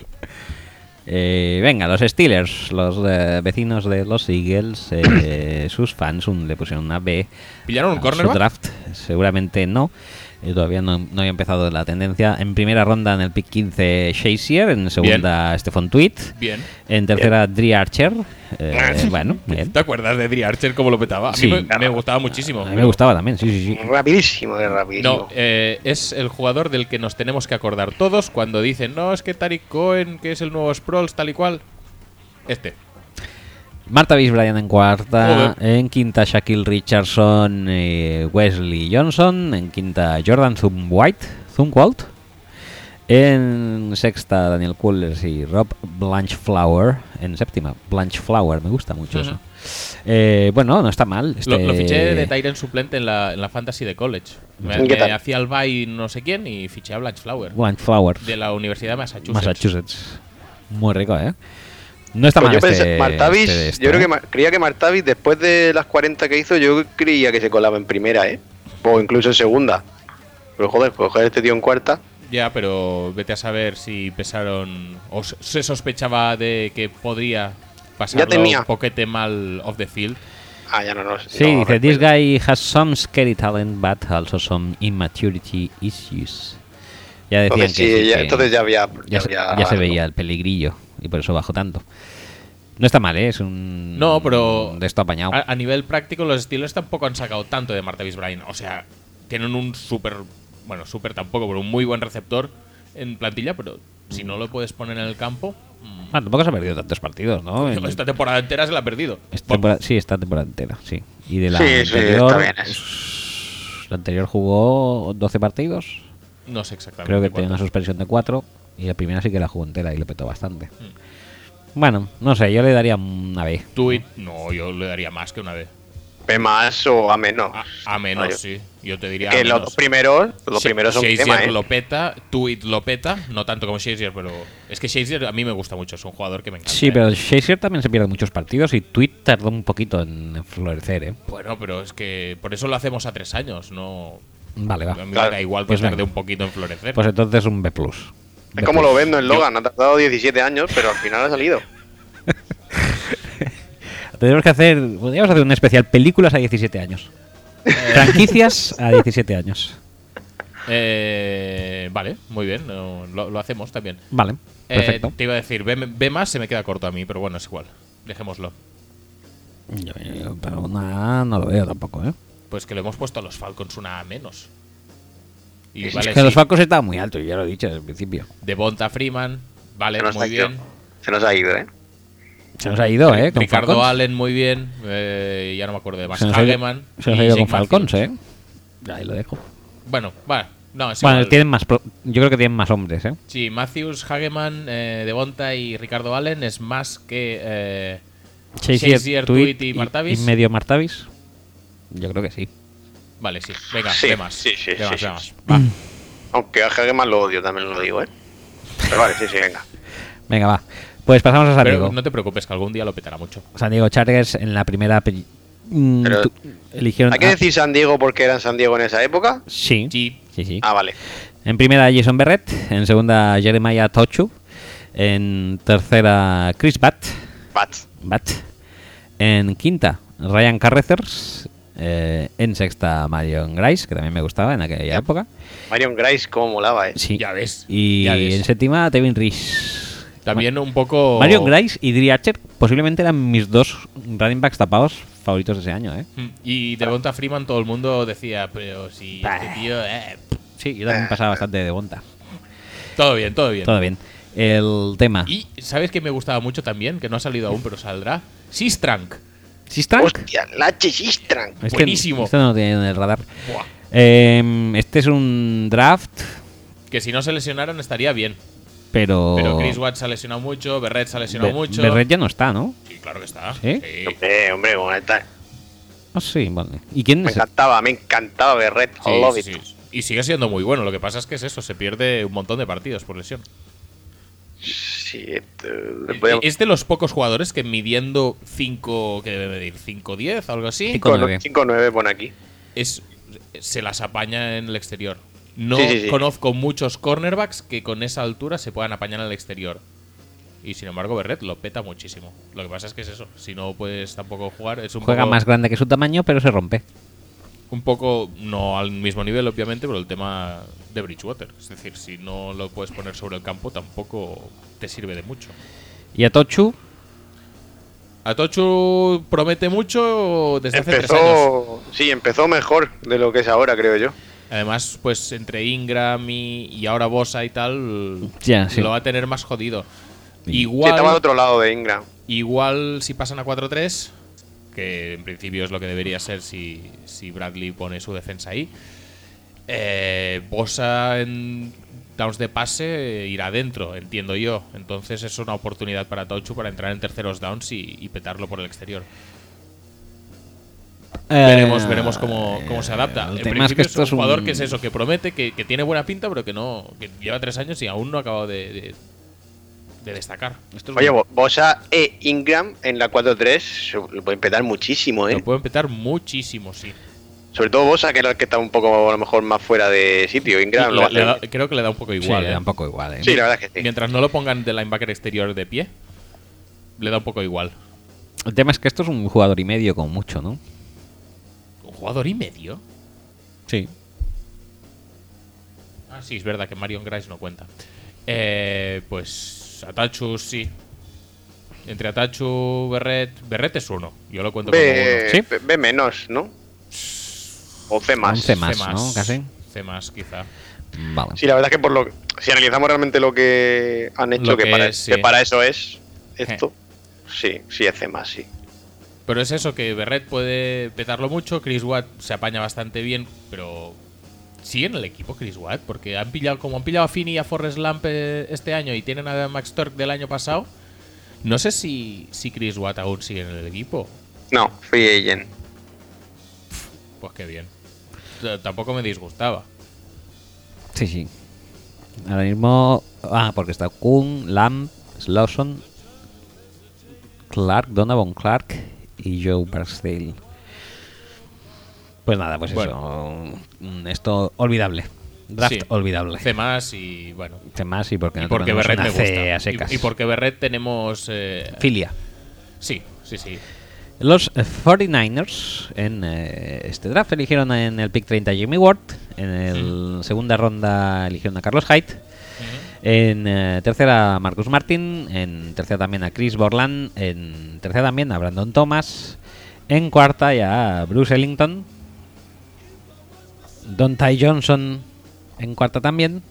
Eh, venga, los Steelers, los eh, vecinos de los Eagles, (coughs) eh, sus fans un- le pusieron una B. ¿Pillaron un a su cornerback? draft, seguramente no. Eh, todavía no, no había empezado la tendencia. En primera ronda, en el pick 15, Shazier. En segunda, Stephon Tweet. Bien. En tercera, Dri Archer. (laughs) Eh, bueno, bien. ¿Te acuerdas de Dri Archer cómo lo petaba? A mí Sí. me, me gustaba muchísimo. A mí me pero- gustaba también, sí, sí, sí. rapidísimo, eh, rapidísimo. No, eh, es el jugador del que nos tenemos que acordar todos cuando dicen, no, es que Tariq Cohen, que es el nuevo Sproles, tal y cual. Este. Marta Bis Bryan en cuarta, Joder. en quinta Shaquille Richardson, eh, Wesley Johnson, en quinta Jordan Zumwalt, Zumwalt, en sexta Daniel Coolers y Rob Blanchflower, en séptima Blanchflower, me gusta mucho Ujú. eso. Eh, bueno, no está mal. Lo, este- lo fiché de Tyrant suplente en la, en la Fantasy de College. Me, ¿Qué me tal? hacía el bye no sé quién y fiché a Blanchflower. Blanchflower, De la Universidad de Massachusetts. Massachusetts. Muy rico, ¿eh? No está Pues mal. yo pensé, este- Martavis, este de esto, yo creo ¿eh? que Mar- creía que Martavis, después de las 40 que hizo, yo creía que se colaba en primera, ¿eh? O incluso en segunda. Pero joder, pues joder, este tío en cuarta. Ya, pero vete a saber si pensaron o se- se sospechaba de que podría pasar tenía. un poquete mal off the field. Ah, ya no nos. Sí, no dice, this recuerdo. guy has some scary talent, but also some immaturity issues. Ya decían Entonces, que, sí, sí, ya, que entonces ya había. ya se, había ya se algo. veía el peligrillo y por eso bajó tanto. No está mal, ¿eh? Es un... No, pero- De esto apañado. A, a nivel práctico, los Steelers tampoco han sacado tanto de Martavis Bryant. O sea, tienen un súper. Bueno, súper tampoco, pero un muy buen receptor en plantilla, pero si no lo puedes poner en el campo. mm, Ah, tampoco se ha perdido tantos partidos, ¿no? En- (laughs) Esta temporada entera se la ha perdido. esta temporada- sí, esta temporada entera, sí. Y de la Sí, sí, está anterior... pues, bien la anterior jugó 12 partidos. No sé exactamente. Creo que cuánto. tenía una suspensión de 4 y la primera sí que la jugó entera y le petó bastante. Hmm. Bueno, no sé, yo le daría una B. Tweet, no, yo le daría más que una vez. ¿Ve más o a menos? A, a menos, No, Ah, yo- sí. Yo te diría. a Que los menos. dos primeros, los dos Sha- primeros son Shazier tema, ¿eh? lo peta, Tweet lo peta, no tanto como Shazier, pero es que Shazier a mí me gusta mucho, es un jugador que me encanta. Sí, ¿eh? pero Shazier también se pierde muchos partidos y Tweet tardó un poquito en florecer, ¿eh? Bueno, pero es que por eso lo hacemos a tres años, no. Vale, va. A mí me Claro. da igual que Pues tarde venga. un poquito en florecer. Pues entonces un B+. Es como lo vendo en Logan, ha tardado 17 años, pero al final ha salido. Tenemos que hacer, podríamos hacer un especial películas a 17 años. Franquicias a 17 años. Eh, vale, muy bien, no, lo, lo hacemos también. Vale, Eh, perfecto. te iba a decir, ve, ve más, se me queda corto a mí, pero bueno, es igual. Dejémoslo. Yo- yo- pero una no lo veo tampoco, ¿eh? Pues que le hemos puesto a los Falcons una a menos. Y Es vale, que los sí, Falcons estaban muy altos, ya lo he dicho desde el principio. Devonta Freeman, vale, Se nos ha muy ido. bien. Se nos ha ido, ¿eh? Se nos ha ido, ¿eh? Con Ricardo Falcons. Allen muy bien, eh, ya no me acuerdo de más. Se nos ha ido, Hageman se nos ha y ido Jake con Falcons, Matthews. ¿eh? Ahí lo dejo. Bueno, va, no, es bueno, igual. tienen más, pro- yo creo que tienen más hombres, ¿eh? Sí, Matthews, Hageman, eh, Devonta y Ricardo Allen es más que eh, Shazier, Shazier, Tweet Tweet y Martavis. medio Martavis. Yo creo que sí. Vale, sí. Venga, Sí, de más. sí, sí, de más, sí, de sí. más. Va. Aunque a Hegel más lo odio, también lo digo, ¿eh? Pero vale, sí, sí, (laughs) venga. Venga, va. Pues pasamos a San Pero Diego. no te preocupes, que algún día lo petará mucho. San Diego Chargers en la primera. pe- Mm, Pero- tu- eligieron. ¿Hay que a- decir San Diego porque era en San Diego en esa época? Sí. Sí. Sí, sí. Ah, vale. En primera, Jason Berrett. En segunda, Jeremiah Tochu. En tercera, Chris Batt. Bat. Batt. En quinta, Ryan Carruthers. Eh, en sexta, Marion Grice, que también me gustaba en aquella época. Marion Grace, cómo molaba, ¿eh? Sí. Ya ves, Y ya ves. en séptima, Tevin Reese. También un poco. Marion Grice y Dri Archer posiblemente eran mis dos running backs tapados favoritos de ese año, ¿eh? Mm, Y de Bonta Freeman todo el mundo decía, pero si este tío. eh, Sí, yo también pasaba bastante de bonta. todo bien, todo bien. Todo bien. El tema. Y sabes que me gustaba mucho también, que no ha salido aún, pero saldrá. Sistrank. ¿Sistrank? Hostia, la Chechistran. Este- buenísimo. Este no lo tenía en el radar. Buah. Eh, este es un draft, Que si no se lesionaron estaría bien. pero. Pero Chris Watts se ha lesionado mucho, Berret se ha lesionado Oh. Be- mucho. Berret ya no está, ¿no? Sí, claro que está. ¿Sí? Hombre, hombre, cómo está. Ah, sí, vale. ¿Y quién Me es? encantaba, me encantaba ver Red. Sí, love sí, it. sí. Y sigue siendo muy bueno. Lo que pasa es que es eso, se pierde un montón de partidos por lesión. Sí, este, le podíamos- Es de los pocos jugadores que midiendo 5, que debe medir 5-10 o algo así, Cinco- con nueve. 5-9 pone aquí. es, se las apaña en el exterior. No Sí, sí, sí. conozco muchos cornerbacks que con esa altura se puedan apañar en el exterior. Y sin embargo, Berret lo peta muchísimo. Lo que pasa es que es eso. Si no puedes tampoco jugar, es un Juega poco, más grande que su tamaño, pero se rompe. un poco, no al mismo nivel, obviamente, pero el tema de Bridgewater. Es decir, si no lo puedes poner sobre el campo, tampoco te sirve de mucho. Y Atochu, Atochu promete mucho desde hace tres años. Empezó, sí, empezó mejor de lo que es ahora, creo yo. Además, pues entre Ingram y, y ahora Bosa y tal, Ya, sí. lo va a tener más jodido. Sí, estaba al Igual, otro lado de Ingram. igual si pasan a 4-3, que en principio es lo que debería ser si, si Bradley pone su defensa ahí, eh, Bosa en downs de pase eh, irá adentro, entiendo yo. Entonces es una oportunidad para Tochu para entrar en terceros downs y- y petarlo por el exterior. Veremos, eh, veremos cómo, cómo se adapta. El En tema es que principio es esto un es un jugador que es eso, que promete, que, que tiene buena pinta, pero que no que lleva tres años y aún no ha acabado de, de- de destacar. Esto Oye, Bo- Bosa e Ingram en la 4-3 se lo pueden petar muchísimo, lo ¿eh? pueden petar muchísimo, sí. Sobre todo Bosa, que era el que estaba un poco, a lo mejor, más fuera de sitio. Ingram Y lo le- hace. le da- creo que le da un poco igual. Sí, ¿eh? tampoco igual, ¿eh? Sí, la verdad es que sí. Mientras no lo pongan de linebacker exterior de pie, le da un poco igual. El tema es que esto es un jugador y medio con mucho, ¿no? ¿Un jugador y medio? Sí. Ah, sí, es verdad que Marion Grice no cuenta. Eh, pues Atachu sí. Entre Atachu, Berret. Berret es uno. Yo lo cuento como uno. Ve, Sí. ve- ve menos, ¿no? O C más. Once más, C+, ¿no? Casi. C más, quizá. Vale. Sí, la verdad es que por lo si analizamos realmente lo que han hecho, Lo que, que para, es, sí. que para eso es esto, sí, sí hace más, sí. Pero es eso, que Berret puede petarlo mucho, Chris Watt se apaña bastante bien, pero sigue en el equipo Chris Watt, porque han pillado, como han pillado a Finney y a Forrest Lamp eh, este año y tienen a Max Turk del año pasado, no sé si, si Chris Watt aún sigue en el equipo. No, free agent. Pues qué bien. T- Tampoco me disgustaba. Sí, sí. Ahora mismo. Ah, porque está Kuhn, Lamb, Slauson, Clark, Donovan Clark y Joe Barsdale. Pues nada, pues eso. mm, Esto olvidable. Draft Sí. olvidable. C más y bueno. Hace más y porque Y no porque tenemos Berret una me C gusta. a secas. Y, y porque Berret tenemos... eh, Filia. sí, sí, sí. Los eh, 49ers en eh, este draft eligieron en el pick 30 a Jimmy Ward, en la segunda ronda eligieron a Carlos Hyde, en eh, tercera a Marcus Martin, en tercera también a Chris Borland, en tercera también a Brandon Thomas, en cuarta ya a Bruce Ellington, Don Ty Johnson en cuarta también.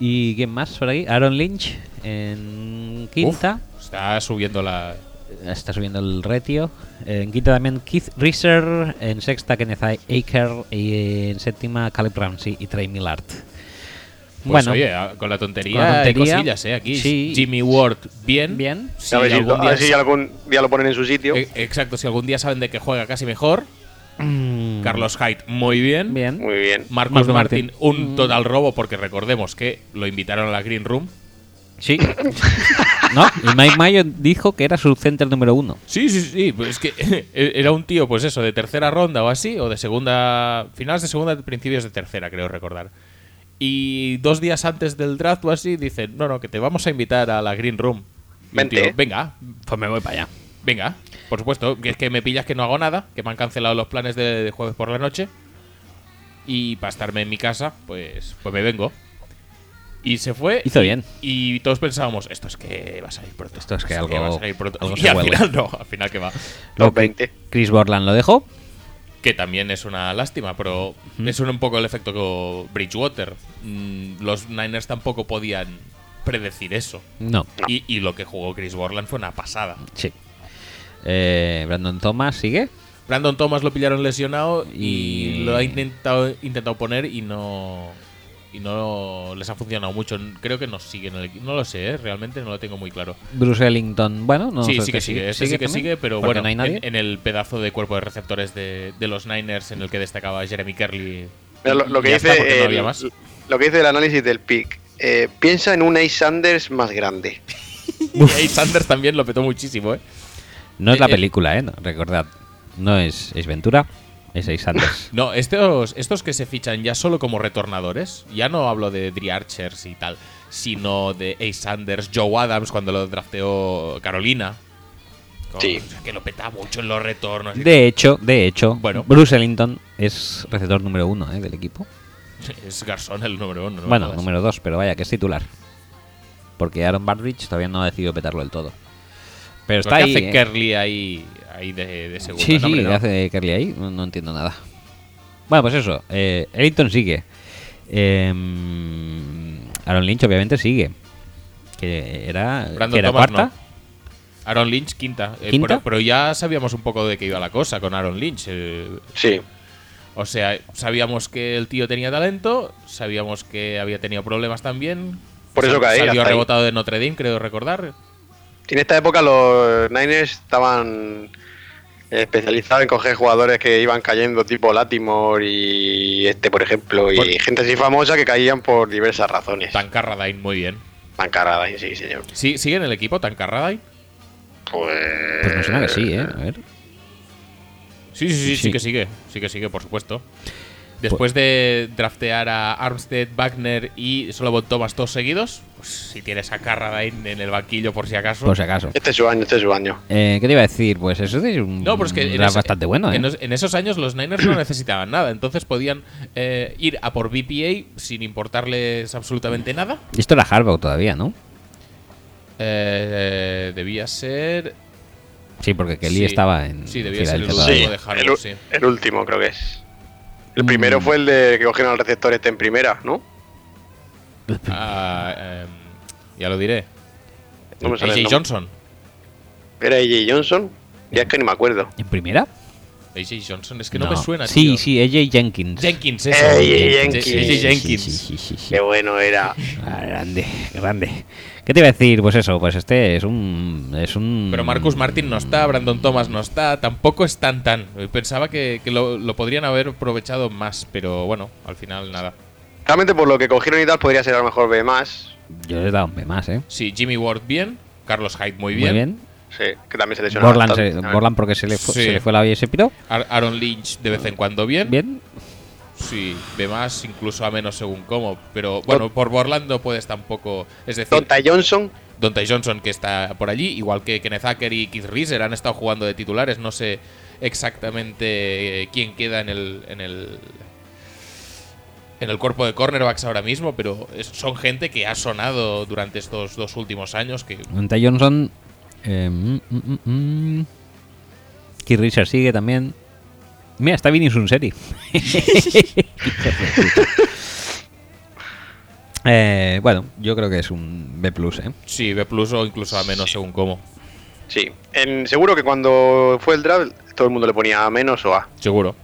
¿Y quién más por ahí? Aaron Lynch en quinta. Uf, está subiendo la... Está subiendo el ratio. En quinta también Keith Reeser. En sexta Kenneth Aker. Y en séptima Caleb Ramsey y Trey Millard. Pues oye, a- con la tontería, con la hay tontería, cosillas, ¿eh? Aquí sí. Jimmy Ward, bien. Bien. Si a ver si, algún a ver día- si algún día lo ponen en su sitio. Eh, Exacto, si algún día saben de qué juega casi mejor. Mm, Carlos Hyde, muy bien. Bien. Muy bien. Marcus, Marcus Martin, Martin. Mm. un total robo, porque recordemos que lo invitaron a la Green Room. Sí. (laughs) no, y Mike Mayo dijo que era su center número uno. Sí, sí, sí, pues es que (laughs) era un tío, pues eso, de tercera ronda o así, o de segunda, finales de segunda, principios de tercera, creo recordar. Y dos días antes del draft o así, dicen, no, no, que te vamos a invitar a la Green Room. Y el Vente. tío, venga, Pues me voy para allá. venga, por supuesto, que es que me pillas que no hago nada, que me han cancelado los planes de, de jueves por la noche. Y para estarme en mi casa, pues, pues me vengo. Y se fue. Hizo y- bien. Y todos pensábamos, esto es que va a salir pronto. Esto es que va algo- a salir pronto. algo y se al huele. final no, al final que va. Luego Top que 20. Chris Borland lo dejó. Que también es una lástima, pero es un, un poco el efecto co- Bridgewater. Mm, los Niners tampoco podían predecir eso. No, Y, y lo que jugó Chris Borland fue una pasada. sí. Eh, Brandon Thomas sigue. Brandon Thomas lo pillaron lesionado y, Y- lo ha intentado, intentado poner y no y no les ha funcionado mucho. Creo que no siguen el equi- No lo sé, ¿eh? realmente no lo tengo muy claro. Bruce Ellington, bueno, no sí, sé sí que si sigue, este sí que también, sigue, pero porque bueno, no hay nadie. En, en el pedazo de cuerpo de receptores de, de los Niners en el que destacaba Jeremy Kerley. Mira, lo, lo que Ya dice está, porque no el- había más. lo que dice el análisis del pick. eh, piensa en un Ace Sanders más grande. Y ahí Sanders también lo petó muchísimo, ¿eh? No es la eh, película, ¿eh? No, recordad. No es, es Ventura, es Ace (laughs) Sanders. No, estos, estos que se fichan ya solo como retornadores, ya no hablo de Dri Archers y tal, sino de Ace Sanders, Joe Adams cuando lo drafteó Carolina. Como, Sí. o sea, Que lo peta mucho en los retornos. de hecho, de hecho, Bueno. Bruce Ellington es receptor número uno ¿eh? del equipo. Es Garzón el número uno. no me bueno, jodas. número dos, pero vaya, que es titular. Porque Aaron Bardridge todavía no ha decidido petarlo del todo. Pero Pero está ¿qué ahí. hace ¿eh? Kerly ahí, ahí de, de segundo? Sí, No, sí, hombre, no. hace Kerly ahí, no, no entiendo nada. Bueno, pues eso, eh, Ellington sigue. Eh, Aaron Lynch obviamente sigue. Que era, Brandon que era Thomas cuarta. Aaron Lynch, quinta. Eh, ¿Quinta? pero, pero ya sabíamos un poco de qué iba la cosa con Aaron Lynch. eh, Sí. O sea, sabíamos que el tío tenía talento, sabíamos que había tenido problemas también. Por eso Sal- caí, Salió hasta rebotado de Notre Dame, creo recordar. En esta época los Niners estaban eh, especializados en coger jugadores que iban cayendo tipo Latimore y este por ejemplo y Por- gente así famosa que caían por diversas razones. Tan, Tan Carradine, muy bien. carada, sí señor. Sí, ¿Sigue en el equipo Tan Carradine? Pues, Pues me suena que sí, ¿eh? A ver. Sí, sí, sí, sí, Sí. Pues que sigue. Sí que sigue, por supuesto. Después de draftear a Armstead, Wagner y solo Thomas dos seguidos, pues si tienes a Carradine en el banquillo por si acaso. Por si acaso. este es su año, este es su año. Eh, ¿Qué te iba a decir? Pues eso es un No, pero es que en draft ese- bastante bueno, ¿eh? en, os- en esos años los Niners no necesitaban nada, entonces podían eh, ir a por BPA sin importarles absolutamente nada. Y Esto era Harbaugh todavía, ¿no? Eh, debía ser. Sí, porque Kelly sí. estaba en Sí, debía ser el Filadelfia todavía. último Sí, de Harbaugh, el, u- sí. el último creo que es. El primero fue el de que cogieron al receptor este en primera, ¿no? ah, em, ya lo diré. Pues No me sale el AJ nombre. Johnson. Era AJ Johnson. Ya es que ni me acuerdo. ¿En primera? AJ Johnson, es que no, me suena. Sí, tío. sí, AJ Jenkins. Jenkins, eso. Ey, Jenkins. AJ Jenkins. Sí, sí, sí, sí. Qué bueno era. Ah, grande, grande. ¿Qué te iba a decir? Pues eso, pues este es un. Es un Pero Marcus Martin no está, Brandon Thomas no está, tampoco es tan tan. Pensaba que, que lo, lo podrían haber aprovechado más, pero bueno, al final nada. Realmente por lo que cogieron y tal podría ser a lo mejor B más. Yo le he dado un B más, ¿eh? Sí, Jimmy Ward bien, Carlos Hyde muy Muy bien, bien. Sí, que también se lesionó. Borland, se- bastante. Borland porque se le, fue, Sí. se le fue la olla y se piró. Ar- Aaron Lynch de vez en cuando bien, Bien. sí, de más incluso a menos según cómo, pero bueno, por Borland no puedes tampoco, es decir, Tonta Johnson. Dante Johnson que está por allí, igual que Kenneth Acker y Keith Reeser han estado jugando de titulares, no sé exactamente eh, quién queda en el en el en el cuerpo de cornerbacks ahora mismo, pero es- son gente que ha sonado durante estos dos últimos años que Monta Johnson. Eh, mm, mm, mm, mm. Keith Richards sigue también. Mira, está Vinny Sunseri. (laughs) eh, bueno, yo creo que es un B, ¿eh? sí, B plus o incluso a menos según cómo. Sí. En- seguro que cuando fue el draft todo el mundo le ponía A menos o A. Seguro.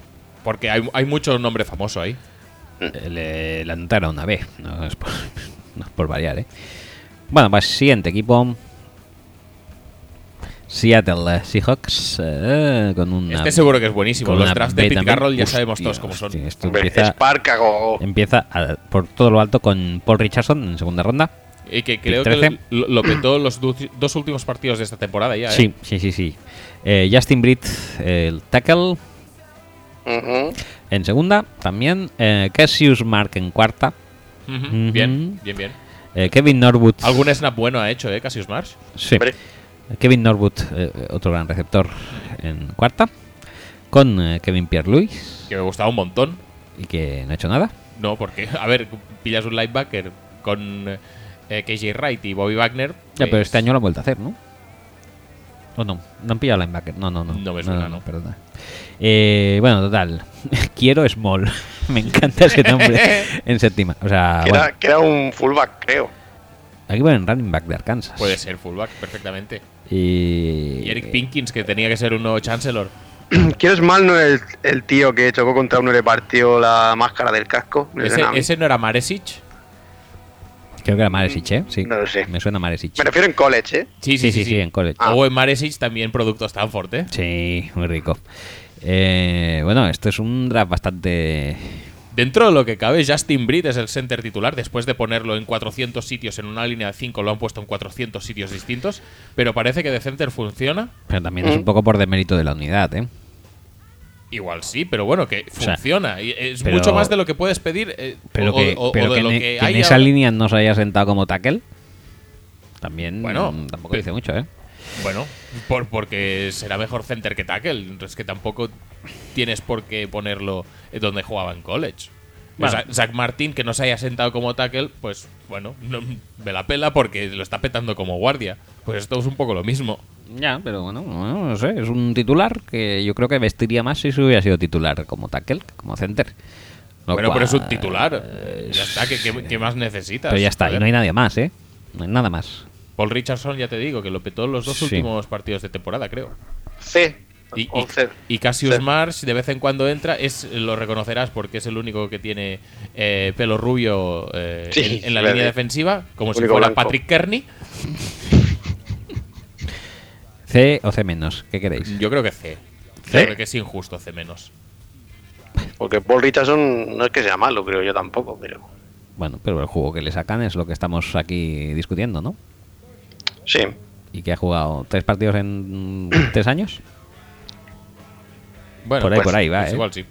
Porque hay, hay mucho nombre famoso ahí. Le, la nota era una B, no es por, (laughs) no es por variar, ¿eh? Bueno, pues siguiente equipo. Seattle eh, Seahawks eh, con una. Este seguro que es buenísimo. con Los una drafts de B Pete también. Carroll ya Hostia, sabemos todos cómo son. hostia, esto Hombre, empieza Esparcago. empieza a- por todo lo alto con Paul Richardson en segunda ronda. Y que creo Pick que 13. lo, (clears throat) lo petó los du- dos últimos partidos de esta temporada ya. ¿eh? Sí, sí, sí, sí. Eh, Justin Britt, el tackle, Ujú. en segunda. También eh, Cassius Mark en cuarta. Ujú. Ujú. Bien, bien, bien. Eh, Kevin Norwood. Algún snap bueno ha hecho, ¿eh? Cassius Marsh. Sí. Hombre. Kevin Norwood, eh, otro gran receptor, en cuarta. Con eh, Kevin Pierre-Louis, Que me gustaba un montón. y que no ha hecho nada. No, porque, (laughs) a ver, pillas un linebacker con eh, KJ Wright y Bobby Wagner. Ya, pero pues, este año lo han vuelto a hacer, ¿no? ¿O no? No han pillado linebacker. No, no, no. No me suena, no. Perdona. Eh, bueno, total. (laughs) Quiero Small. (laughs) me encanta ese (laughs) nombre. en séptima. O sea, Ah, Que bueno, era, que era un fullback, creo. (clears throat) aquí ponen running back de Arkansas. Puede ser fullback, perfectamente. Y, Y Eric Pinkins, que tenía que ser un nuevo Chancellor. ¿Quién es mal no el, el tío que chocó contra uno y le partió la máscara del casco? Me ¿Ese, suena a mí. ese no era Maresic? Creo que era Maresic, ¿eh? Sí. No lo sé. Ah. Me suena Maresic. Me refiero en college, ¿eh? Sí, sí, sí, en college. Owen Maresic también producto Stanford, ¿eh? Sí, muy rico. Eh, bueno, esto es un draft bastante. Dentro de lo que cabe, Justin Britt es el center titular. Después de ponerlo en 400 sitios en una línea de 5, lo han puesto en 400 sitios distintos. Pero parece que de center funciona. Pero también Mm. es un poco por demérito de la unidad, ¿eh? Igual sí, pero bueno, que sea, funciona. y es pero- mucho más de lo que puedes pedir. eh, Pero o- que, o- o pero de que lo en, e- que que en haya- esa línea no se haya sentado como tackle. También. Bueno, mm, tampoco pe- dice mucho, ¿eh? Bueno, por, porque será mejor center que tackle. Es que tampoco tienes por qué ponerlo eh, donde jugaba en college. Bueno. Zach- Zach Martin, que no se haya sentado como tackle, pues bueno, no, me la pela porque lo está petando como guardia. Pues esto es un poco lo mismo. Ya, pero bueno, no, no sé. Es un titular que yo creo que vestiría más si se hubiera sido titular como tackle, que como center. Lo bueno, pero es un cual- titular. ya está, ¿qué, qué, qué más necesitas? Pero ya está, y Joder. no hay nadie más, ¿eh? No hay nada más. Paul Richardson, ya te digo, que lo petó los dos Sí. últimos partidos de temporada, creo. C. Y, y- O C. y Cassius Sí. Marsh de vez en cuando entra, es lo reconocerás porque es el único que tiene eh, pelo rubio eh, Sí, en, en la verde. línea defensiva, como si Único fuera blanco. Patrick Kearney. C o C menos, ¿qué queréis? Yo creo que C. ¿C? Creo que es injusto C menos. Porque Paul Richardson no es que sea malo, creo yo tampoco, pero. Bueno, pero el juego que le sacan es lo que estamos aquí discutiendo, ¿no? Sí. Y que ha jugado tres partidos en mm, tres años. Bueno, Por ahí, por ahí va, pues ¿eh? Igual sí.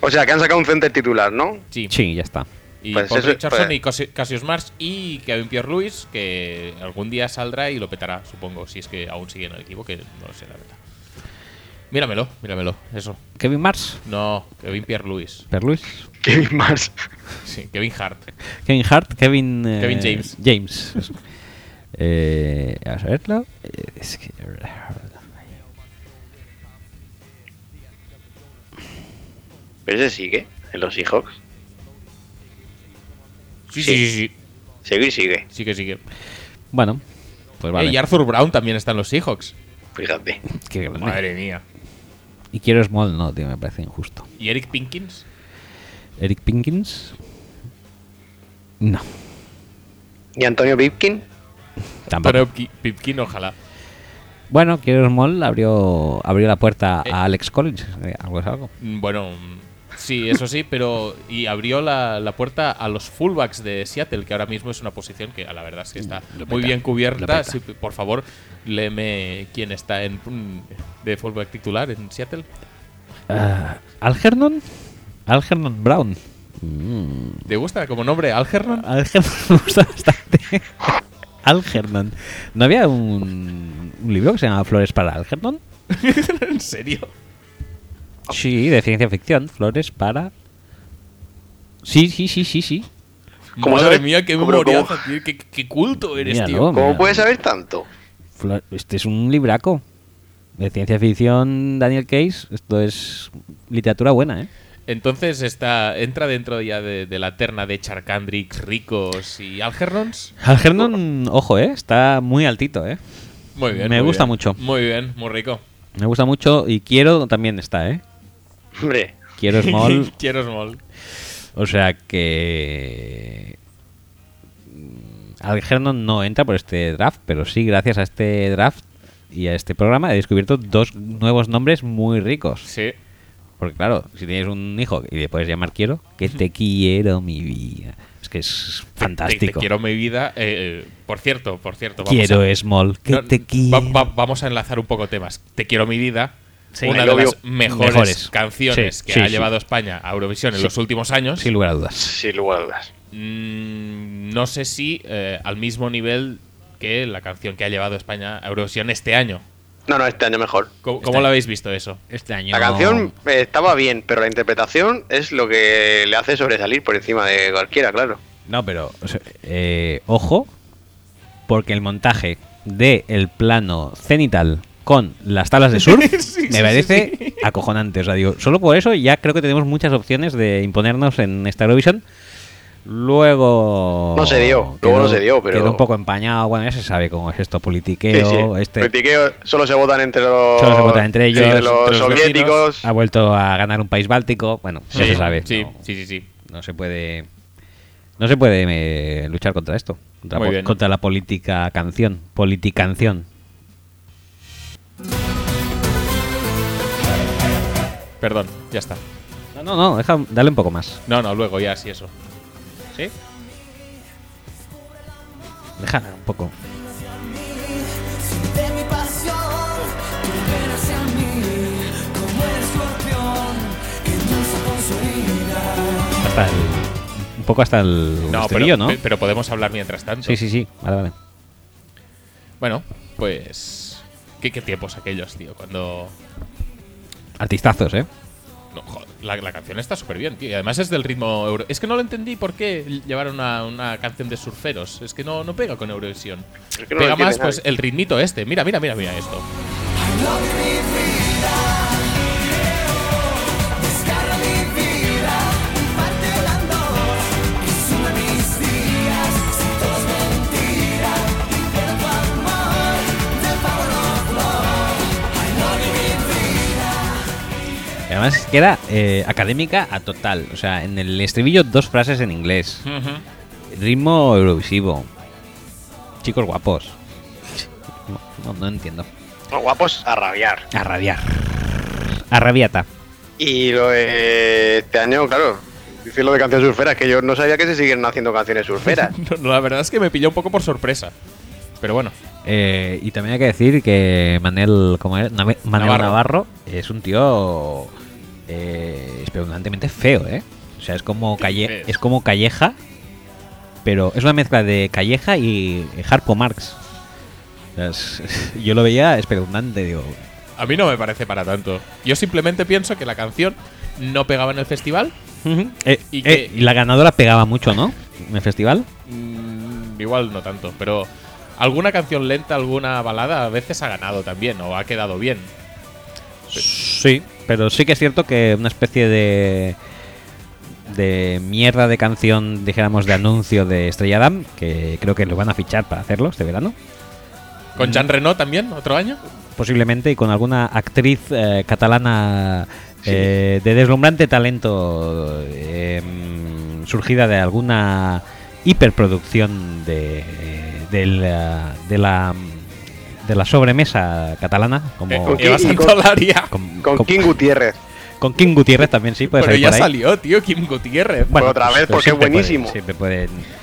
O sea, que han sacado un center titular, ¿no? (laughs) Sí. Sí, ya está. Y Pues Paul eso- Richardson pues- y Casi- Cassius Marsh y Kevin Pierre Luis, que algún día saldrá y lo petará, supongo, si es que aún sigue en el equipo, que no lo sé, la verdad. Míramelo, míramelo, eso. Kevin Mars, No, Kevin Pierre Luis. Perluis, Kevin Mars. Sí, Kevin Hart. Kevin Hart, Kevin... eh, Kevin James. James. eso. Eh, vamos a verlo. Eh, Es que... Pero ese sigue en los Seahawks. Sí, sí, sí, sí. Sigue y sigue, Sí que sigue. Bueno, pues vale. Eh, y Arthur Brown también está en los Seahawks. fíjate. Qué grande. Madre mía. Y quiero Small, no, tío, me parece injusto. ¿Y Eric Pinkins? Eric Pinkins. No, ¿Y Antonio Pipkin? Oh, tampoco. Pero Pipkin, ojalá. Bueno, quiero Small abrió, abrió la puerta Eh. a Alex Collins. eh, algo es algo. Mm, Bueno, mm, sí, eso sí, pero. Y abrió la, la puerta a los fullbacks de Seattle, que ahora mismo es una posición que, a la verdad, es que está Lo muy peta, bien lo cubierta. peta. Sí, por favor, léeme quién está en mm, de fullback titular en Seattle. Ah, Algernon. Algernon Brown. Mm. ¿Te gusta como nombre Algernon? (laughs) Algernon (laughs) me gusta bastante. Algernon. ¿No había un, un libro que se llamaba Flores para Algernon? ¿En serio? Sí, de ciencia ficción. Flores para. Sí, sí, sí, sí, sí. ¿Cómo Madre sabes? mía, qué ¿Cómo- memoriaza, tío. Qué, qué culto eres, Míralo, tío. míralo. ¿Cómo puedes saber tanto? Flo- Este es un libraco. De ciencia ficción, Daniel Case. Esto es literatura buena, ¿eh? Entonces está entra dentro ya de, de la terna de Charcandrix, Ricos y Algernons. Algernon, ojo, ¿eh? Está muy altito, ¿eh? Muy bien. Me muy gusta bien. mucho. Muy bien, muy rico. Me gusta mucho y quiero también está, ¿eh? Hombre, Quiero Small. (laughs) Quiero Small. O sea que. mm, Algernon no entra por este draft, pero sí, gracias a este draft y a este programa he descubierto dos nuevos nombres muy ricos. Sí. Porque claro, si tienes un hijo y le puedes llamar quiero, que te quiero mi vida. Es que es fantástico. Te, te quiero mi vida. eh, eh, por cierto, por cierto. vamos Quiero a- Small, que no, te quiero. va- va- vamos a enlazar un poco temas. Te quiero mi vida. Sí. una I de love las you. mejores, Mejores. canciones Sí, que sí, ha sí. llevado España a Eurovisión en Sí. los últimos años. Sin lugar a dudas. Sin lugar a dudas. Mm, no sé si eh, al mismo nivel que la canción que ha llevado España a Eurovisión este año. No, no, este año mejor. ¿Cómo, Este cómo año. lo habéis visto eso? Este año. La canción eh, estaba bien, pero la interpretación es lo que le hace sobresalir por encima de cualquiera, claro. No, pero. o sea, eh, ojo, porque el montaje de el plano cenital con las tablas (laughs) de surf Sí, sí, me sí, parece acojonante. O sea, digo, solo por eso ya creo que tenemos muchas opciones de imponernos en esta Eurovision. Luego. No se dio, luego no se dio, pero- Quedó un poco empañado. Bueno, ya se sabe cómo es esto: politiqueo. Este Politiqueo, solo se votan entre los, Solo se votan entre Ah, ellos, entre los entre los soviéticos. ha vuelto a ganar un país báltico. Bueno, no se sabe. Sí, no- sí, sí, sí. no se puede no se puede eh, luchar contra esto contra, Muy po- bien. contra la política canción politicanción Perdón, ya está. no no no deja, dale un poco más No, no, luego ya, sí, eso. ¿Sí? deja un poco de mi pasión, tú ven hacia mí como el escorpión que endulza con su herida. hasta el- un poco hasta el No, estribillo, pero, este eh, ¿no? pe- pero podemos hablar mientras tanto. sí sí sí vale vale Bueno, pues. ¿qué, qué tiempos aquellos, tío? Cuando. artistazos eh no, joder, la, la canción está súper bien, tío. Y además es del ritmo euro. Es que no lo entendí por qué llevaron una, una canción de surferos. Es que no, no pega con Eurovisión. Es que no lo pega entiende más, pues, nadie. el ritmito este. Mira, mira, mira, mira esto. Descarga mi vida, pártela en dos y sube mis días. Si todo es mentira, libera tu amor de favor. I love you, mi vida. Y además es que era eh, académica a total o sea en el estribillo dos frases en inglés ritmo eurovisivo chicos guapos no, no entiendo Los guapos a rabiar. a rabiar a rabiata Y lo de este año, claro, decir lo de canciones surferas, que yo no sabía que se siguen haciendo canciones surferas. No, (laughs) no, la verdad es que me pilló un poco por sorpresa. Pero bueno, Eh, y también hay que decir que Manel, ¿cómo era? Nave- Manel Navarro. Navarro. es un tío eh, espeluznantemente feo, ¿eh? O sea, es como, calle, dices? es como Calleja, pero es una mezcla de Calleja y eh, Harpo Marx. O sea, es- (laughs) yo lo veía espeluznante, digo. a mí no me parece para tanto. Yo simplemente pienso que la canción no pegaba en el festival. Eh, ¿Y ¿Y, qué? y la ganadora pegaba mucho, ¿no? En el festival. Mm, igual no tanto, pero alguna canción lenta, alguna balada a veces ha ganado también o ha quedado bien. Sí, pero sí que es cierto que una especie de de mierda de canción, dijéramos, de anuncio de Estrella Damm, que creo que lo van a fichar para hacerlo este verano, Mm. Con Jean Reno también, otro año. posiblemente, y con alguna actriz eh, catalana eh, de deslumbrante talento, eh, mm, surgida de alguna hiperproducción de, de la, de la de la sobremesa catalana, como... Eh, Eva y (laughs) con- Santolaria. con- Con con- King Gutiérrez. con King Gutiérrez también sí puede Pero salir ya por ahí. salió, tío, Kim Gutiérrez. Bueno, otra vez, pues, pero porque es siempre buenísimo. pueden- siempre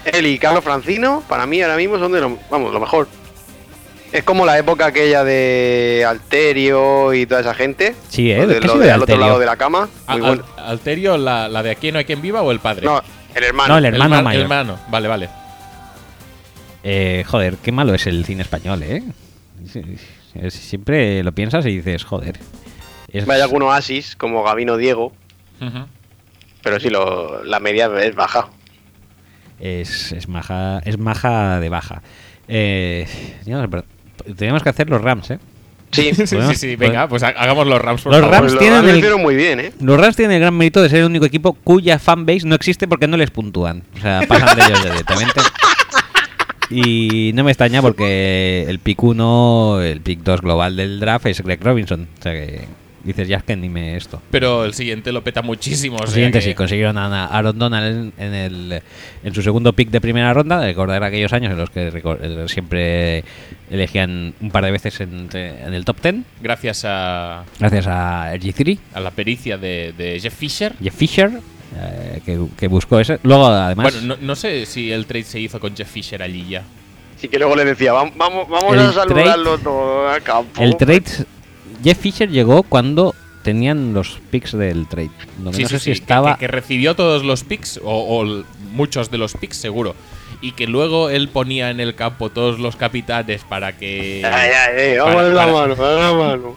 pueden- Él y Carlos Francino, para mí ahora mismo son de lo, vamos, lo mejor. Es como la época aquella de Alterio y toda esa gente. Sí, ¿eh? Lo ¿Qué ha lo sido de al otro Alterio? lado de la cama. A- Muy Al- bueno. ¿Alterio, la, la de aquí no hay quien viva o el padre? No, el hermano. No, el hermano ma- mayor. hermano. vale, vale. Eh, joder, qué malo es el cine español, ¿eh? Sí, es- Siempre lo piensas y dices, joder. Es, Hay algunos asis, como Gabino Diego, Ujú. pero sí, lo, la media es baja. es, es maja, es maja de baja. Eh, ya no sé, pero teníamos que hacer los Rams, ¿eh? (laughs) Sí, (laughs) Sí, sí, Podemos- sí, venga, pues ha- hagamos los Rams por Los favor. Rams Pues tienen lo el- hicieron muy bien, ¿eh? Los Rams tienen el gran mérito de ser el único equipo cuya fanbase no existe porque no les puntúan. O sea, pasan de ellos directamente. Y no me extraña porque el pick 1, el pick 2 global del draft es Greg Robinson. O sea que dices, ya es que ni me esto. Pero el siguiente lo peta muchísimo. o Los sea siguientes que- sí, consiguieron a a Aaron Donald en, en el, en su segundo pick de primera ronda. Recordar aquellos años en los que reco- eh, siempre elegían un par de veces entre- en el top 10, Gracias a, gracias a RG3, a la pericia de, de Jeff Fisher. Jeff Fisher, eh, que, que buscó ese. Luego, además, Bueno, no, no sé si el trade se hizo con Jeff Fisher allí ya. Así que luego le decía, "Vam- vamos, vamos El a saludarlo todo al campo. el trade. Jeff Fisher llegó cuando tenían los picks del trade. Donde Sí, no sí, sé sí, si que- estaba. Que, que recibió todos los picks, o, o l- muchos de los picks, seguro. Y que luego él ponía en el campo todos los capitanes para que. Ay, ay, ay, vamos Para- a la para- mano, vamos a la mano.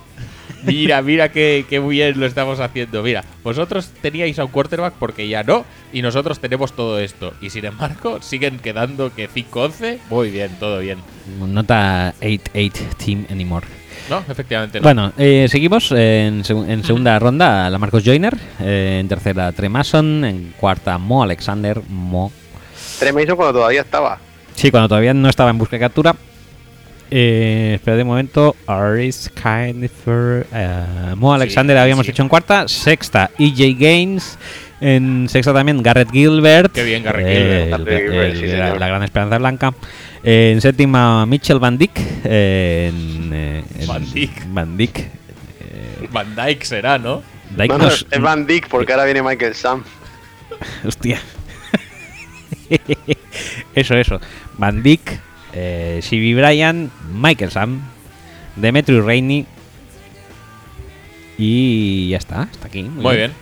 Mira, mira qué, qué bien lo estamos haciendo. Mira, vosotros teníais a un quarterback porque ya no, y nosotros tenemos todo esto. Y sin embargo, siguen quedando que 5-11. Muy bien, todo bien. Nota 8-8 team anymore. No, efectivamente no. Bueno, eh, seguimos en, segu- en segunda ronda a la Marcos Joyner, eh, en tercera Tremason, en cuarta Mo Alexander, Mo. Tres me hizo cuando todavía estaba. Sí, cuando todavía no estaba en busca y captura. Eh, espera de momento, Aris Kindfer, eh, Mo Alexander Sí, habíamos sí. dicho en cuarta, sexta EJ Gaines, en sexta también Garrett Gilbert. Qué bien, Garrett Eh, Gilbert. el- Garrett Gilbert, el- sí, la, señor. la gran esperanza blanca. Eh, en séptima Mitchell Van Dyck. eh, en, eh, en- Van Dyck. Van Dyck. Eh, Van Dyke será, ¿no? Dyke No, no, nos- es Van Dyck porque ahora viene Michael Sam. Hostia. (laughs) eso, eso. Van Dyck, eh, CB Bryan, Michael Sam, Demetrius Rainey. Y ya está, hasta aquí. Muy, bien.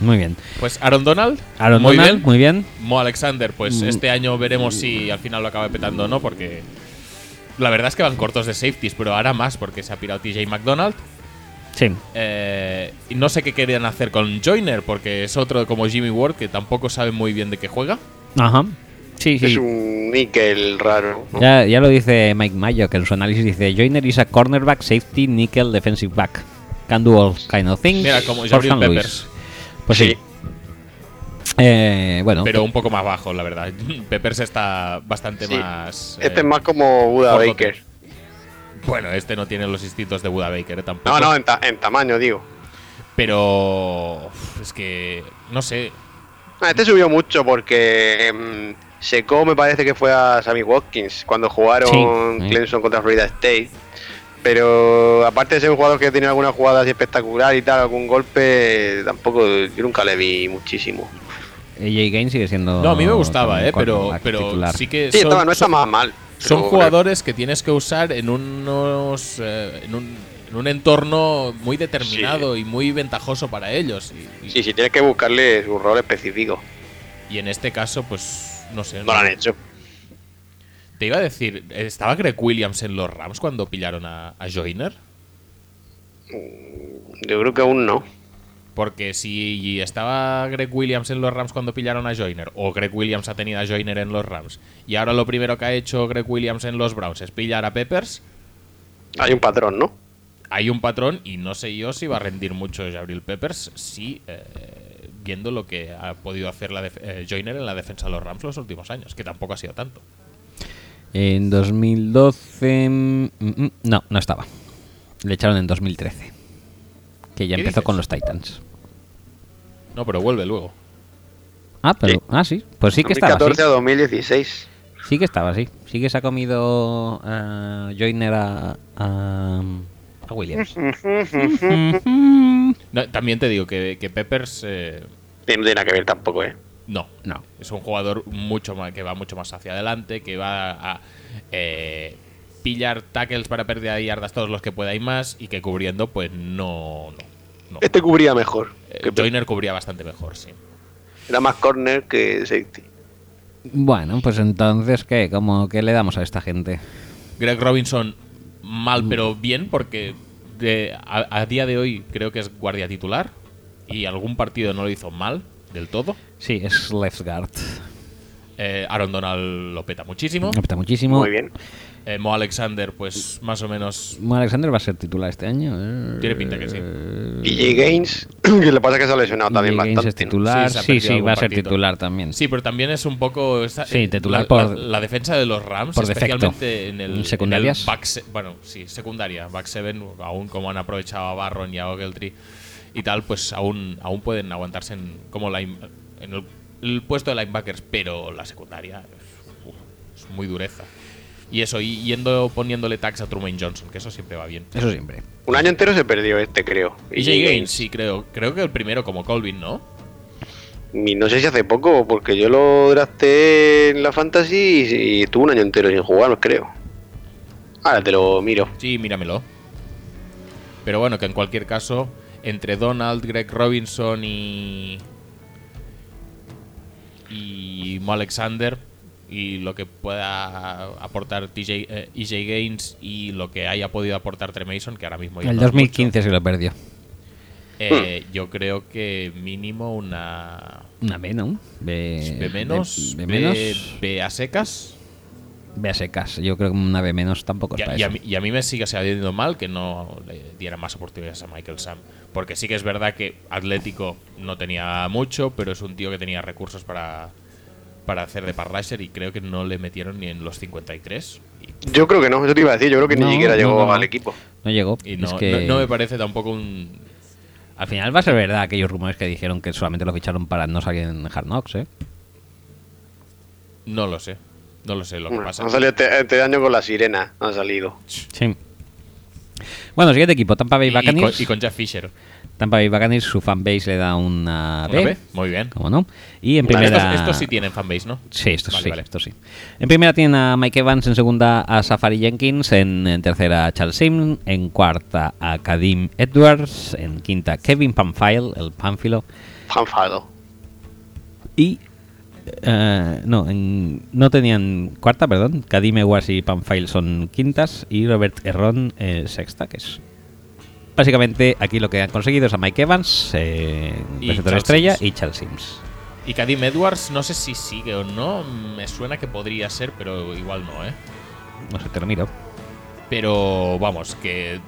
Muy bien. Pues Aaron Donald. Aaron muy Donald, bien. muy bien. Mo Alexander, pues Mm. este año veremos si al final lo acaba petando o no, porque la verdad es que van cortos de safeties, pero ahora más porque se ha pirado TJ McDonald. Sí. Eh, y no sé qué querían hacer con Joyner, porque es otro como Jimmy Ward que tampoco sabe muy bien de qué juega. Ajá. Sí, Es sí. un níquel raro. ¿no? Ya, ya lo dice Mike Mayo, que en su análisis dice: Joyner is a cornerback, safety, nickel, defensive back. Can do all kind of things. Mira, como for Gabriel San Luis". Peppers, Pues sí. Sí. Eh, bueno, pero un poco más bajo, la verdad. (laughs) Peppers está bastante Sí. más. Este eh, es más como Buda gordo. Baker. Bueno, este no tiene los instintos de Buda Baker eh, tampoco. No, no, en, ta- en tamaño, digo. Pero. uf, Es que. No sé. Ah, Este subió mucho porque em, secó, me parece que fue a Sammy Watkins cuando jugaron Sí, sí. Clemson contra Florida State. Pero aparte de ser un jugador que tenía alguna jugada así espectacular y tal, algún golpe, tampoco yo nunca le vi muchísimo. AJ Gain sigue siendo. No, a mí me gustaba, también eh, pero, cornerback pero titular. sí que. Sí, son- estaba- no está son- más mal. Son pero- jugadores que tienes que usar en unos eh, en, un, en un entorno muy determinado y muy ventajoso para ellos. Y, y- Sí, sí, tienes que buscarle su rol específico. y en este caso, pues no sé. No lo han hecho. Te iba a decir, ¿estaba Greg Williams en los Rams cuando pillaron a, a Joyner? Yo creo que aún no. Porque si estaba Greg Williams en los Rams cuando pillaron a Joyner, o Greg Williams ha tenido a Joyner en los Rams, y ahora lo primero que ha hecho Greg Williams en los Browns es pillar a Peppers, Hay un patrón, ¿no? hay un patrón y no sé yo si va a rendir mucho Gabriel Peppers si eh, viendo lo que ha podido hacer la def- eh, Joyner en la defensa de los Rams los últimos años, que tampoco ha sido tanto. En 2012. mm, mm, no, no estaba. Le echaron en 2013. Que ya ¿Qué empezó dices? con los Titans. No, pero vuelve luego. Ah, pero. Sí. Ah, sí. Pues sí que estaba. 2014 Sí, a 2016. Sí que estaba, sí. Sí que se ha comido ah, Joyner a, a, a (laughs) Williams. No, también te digo que, que Peppers eh, Sí, No tiene nada que ver tampoco, ¿eh? no. No. Es un jugador mucho más, que va mucho más hacia adelante, que va a eh, pillar tackles para pérdida de yardas todos los que pueda y más, y que cubriendo, pues no. no, no. Este cubría mejor. Eh, que Joyner cubría bastante mejor, sí. Era más corner que safety. Bueno, pues entonces, ¿qué? ¿Cómo, ¿Qué le damos a esta gente? Greg Robinson mal pero bien porque de- a, a día de hoy creo que es guardia titular y algún partido no lo hizo mal del todo. Sí, es left guard. Eh, Aaron Donald lo peta muchísimo. Me apetece muchísimo. Muy bien. Eh, Mo Alexander, pues más o menos Mo Alexander va a ser titular este año. eh. tiene pinta que sí. DJ Gaines, (clears throat) que le pasa es que se ha lesionado también Mm. Gaines bastante. es ¿no? titular. Sí, se ha Sí, sí, perdido algún va a ser partidito. titular también. Sí, pero también es un poco. esta- Sí, titular la, por- la- la defensa de los Rams, por defecto. especialmente en el. en el Secundarias. back se- bueno, sí, secundaria. Back seven, aún como han aprovechado a Barron y a Ogletree y tal, pues aún, aún pueden aguantarse en, como line- en el, el puesto de linebackers, pero la secundaria es, uf, es muy dureza. Y eso, y yendo poniéndole tags a Truman Johnson, que eso siempre va bien. Eso siempre. Un año entero se perdió este, creo. Y Jay Gaines, sí, creo. Creo que el primero como Colvin, ¿no? Y no sé si hace poco, porque yo lo drafté en la Fantasy y, y estuvo un año entero sin jugar, creo. Ahora te lo miro. Sí, míramelo. Pero bueno, que en cualquier caso, entre Donald, Greg Robinson y. y Mo Alexander, y lo que pueda aportar TJ, eh, EJ Gaines y lo que haya podido aportar Tremason, que ahora mismo ya El no es 2015 se lo perdió. mucho, eh, yo creo que mínimo una. Una B, ¿no? B, B menos, Eh, B, B, B menos. B a secas. B a secas. Yo creo que una B menos tampoco es Y a, para y a eso. mí, y a mí me sigue sabiendo mal que no le diera más oportunidades a Michael Sam. Porque sí que es verdad que Atlético no tenía mucho, pero es un tío que tenía recursos para, para hacer de parlasher y creo que no le metieron ni en los 53. Yo creo que no, eso te iba a decir. Yo creo que No, ni siquiera no, llegó no, no. al equipo. No llegó. Y, y no, es que no- no me parece tampoco un... Al final va a ser verdad aquellos rumores que dijeron que solamente lo ficharon para no salir en Hard Knocks, ¿eh? No lo sé. No lo sé lo que Bueno, pasa. Han salido este, este año con la sirena, han salido. Sí. Bueno, siguiente equipo, Tampa Bay Y, y con, Buccaneers. y con Jeff Fisher. Tampa Bay Buccaneers, su fanbase le da una ¿Una B. B? Muy bien. ¿Cómo no? Y en Vale, primera... estos, estos sí tienen fanbase, ¿no? Sí, estos Vale, sí, vale. estos sí. En primera tienen a Mike Evans, en segunda a Safari Jenkins, en, en tercera a Charles Sim, en cuarta a Kadim Edwards, en quinta Kevin Panfile, el Panfilo, Fanfado. y... eh, no, en- no tenían cuarta, perdón. Kadim Edwards y Panfile son quintas y Robert Herron eh, sexta, que es... Básicamente aquí lo que han conseguido es a Mike Evans, eh, Y receptor Charles estrella, Sims. y Charles Sims. Y Kadim Edwards, no sé si sigue o no. Me suena que podría ser, pero igual no, ¿eh? No sé, te lo miro. Pero vamos, que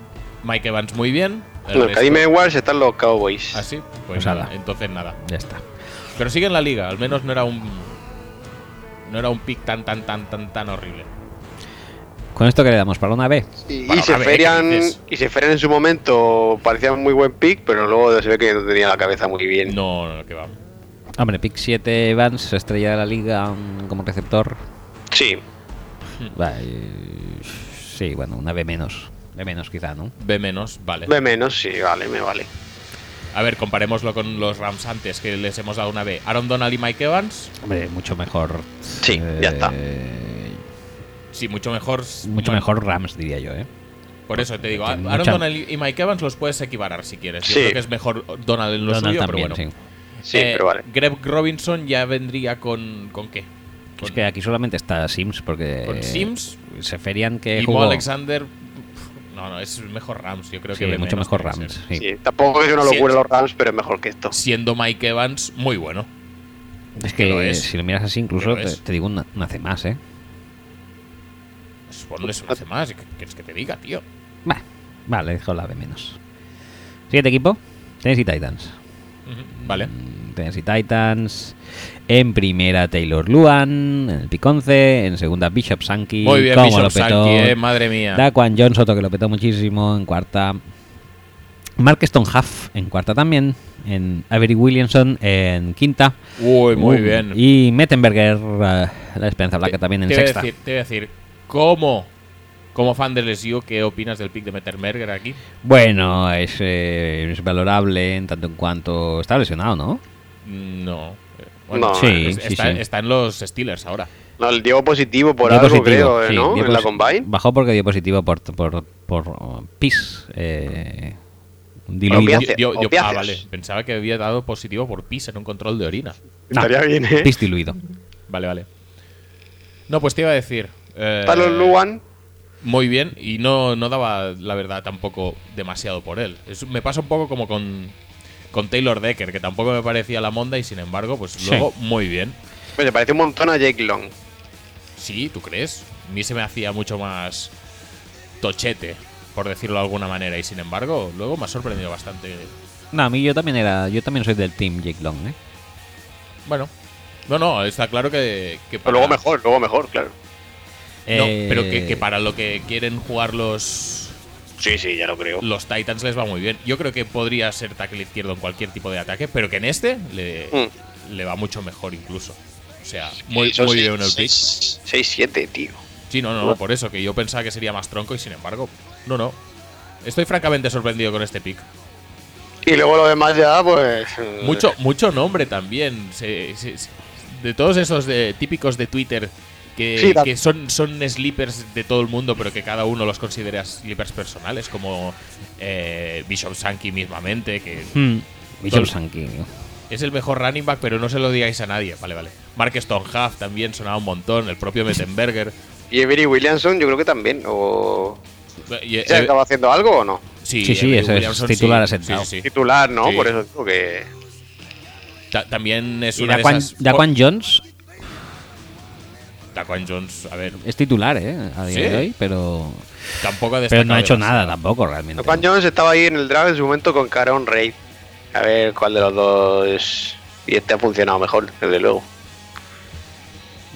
Mike Evans muy bien. el No, resto- Cadime Edwards están los Cowboys. Ah, sí, pues Pues nada, nada. entonces nada. Ya está. Pero sigue en la liga, al menos no era un. No era un pick tan, tan, tan, tan, tan horrible. Con esto que le damos para una B. Y, Bueno, y se a ver, ¿qué ferian, dices? y se ferian en su momento parecía un muy buen pick, pero luego se ve que no tenía la cabeza muy bien. No, no, que va. Hombre, pick 7 Evans, estrella de la liga mm, como receptor. Sí, Va, eh, sí, bueno, una B menos. B menos quizá, ¿no? B menos, vale. B menos, sí, vale, me vale. A ver, comparémoslo con los Rams antes, que les hemos dado una B. Aaron Donald y Mike Evans, Hombre, mucho mejor. Sí, ya está. sí, mucho mejor. Mucho eh, bueno, mejor Rams, diría yo, ¿eh? Por eso te digo, a- Mucha- Aaron Donald y Mike Evans los puedes equiparar si quieres. Yo Sí. creo que es mejor Donald en lo Donald suyo, también, pero bueno. sí. Sí, Eh, pero vale. Greg Robinson ya vendría con. ¿Con qué? Con- Es que aquí solamente está Sims porque. ¿Con Sims? Se ferian que y Mo Eh, jugó. Alexander. pf, No, no, es mejor Rams, yo creo Sí, que. ve mucho menos mejor tiene que Rams. ser. Sí. Sí, tampoco es una locura Sí. los Rams, pero es mejor que esto. Siendo Mike Evans muy bueno. Es Que lo que es. si lo miras así, incluso Que lo te, es. te digo una, una C más, ¿eh? Supongo eso no hace más. ¿Qué quieres que te diga, tío? Bah, vale, dejo la B menos. Siguiente equipo: Tennessee Titans. Ujú, Vale. Mm, Tennessee Titans. En primera, Taylor Luan. En el pick 11. En segunda, Bishop Sankey. Muy bien, cómo Bishop lo petó. Sankey, eh, madre mía. Daquan John Soto, que lo petó muchísimo. En cuarta, Mark Stonehuff. En cuarta también. En Avery Williamson. En quinta. Uy, muy Uh, bien. Y Mettenberger, eh, la esperanza blanca también en te, sexta. Voy a decir, te voy a decir, ¿cómo? Como fan del SU, ¿qué opinas del pick de Mettermerger aquí? Bueno, es, eh, es valorable en tanto en cuanto está lesionado, ¿no? No. Eh, No, Sí, es- sí, está, sí. está en los Steelers ahora. No, el dio positivo por Dio algo, positivo, creo, sí, ¿no? dio En la posi- Combine. Bajó porque dio positivo por, por, por uh, pis. eh, diluido. Opiáceo. Yo- Opiáceos, yo- ah, opiáceos. vale. Pensaba que había dado positivo por pis en un control de orina. No, Estaría bien, ¿eh? Pis diluido. Vale, vale. No, pues te iba a decir. eh, Está los Luan. Muy bien, y no, no daba, la verdad, tampoco demasiado por él. Es- me pasa un poco como con, con Taylor Decker, que tampoco me parecía la monda y sin embargo, pues luego muy bien. Pues se parece un montón a Jake Long. Sí, ¿tú crees? A mí se me hacía mucho más tochete, por decirlo de alguna manera. Y sin embargo, luego me ha sorprendido bastante. No, a mí yo también era. Yo también soy del team Jake Long, ¿eh? Bueno, no, no, está claro que. que Pero luego mejor, luego mejor, claro. No, Eh, pero que, que para lo que quieren jugar los, Sí, sí, ya lo creo. los Titans les va muy bien. Yo creo que podría ser tackle izquierdo en cualquier tipo de ataque, pero que en este le, le va mucho mejor incluso. O sea, muy, Eso muy Hmm. sí, bien el pick. 6-7, tío. Sí, no, no, no, por eso, que yo pensaba que sería más tronco y sin embargo, no, no. Estoy francamente sorprendido con este pick. Eh. Y luego lo demás ya, pues. eh, Mucho, mucho nombre también. Se- se- se- de todos esos de, típicos de Twitter que, Sí, la- que son, son sleepers de todo el mundo, pero que cada uno los considera sleepers personales, como eh, Bishop Sankey mismamente, que Bishop Tol- Sankey. es el mejor running back, pero no se lo digáis a nadie. Vale, vale. Mark Stonehalf también sonaba un montón, el propio Mettenberger. Y Avery Williamson, yo creo que también. O... Y- ¿Se eh, acaba haciendo algo o no? sí, Sí, sí, Avery ese es Williamson, titular sí, asentado. sí, sí, sí. Titular, ¿no? Sí. Por eso digo que. Ta- también es Y una Daquan, de esas. Oh, Daquan Jones Daquan Jones, a ver, es titular, ¿eh? A día Sí. de hoy, pero. tampoco ha Pero no ha destacado hecho demasiado. nada tampoco realmente. Juan Jones estaba ahí en el draft en su momento con Caron Reid. A ver cuál de los dos. Y este ha funcionado mejor, desde luego.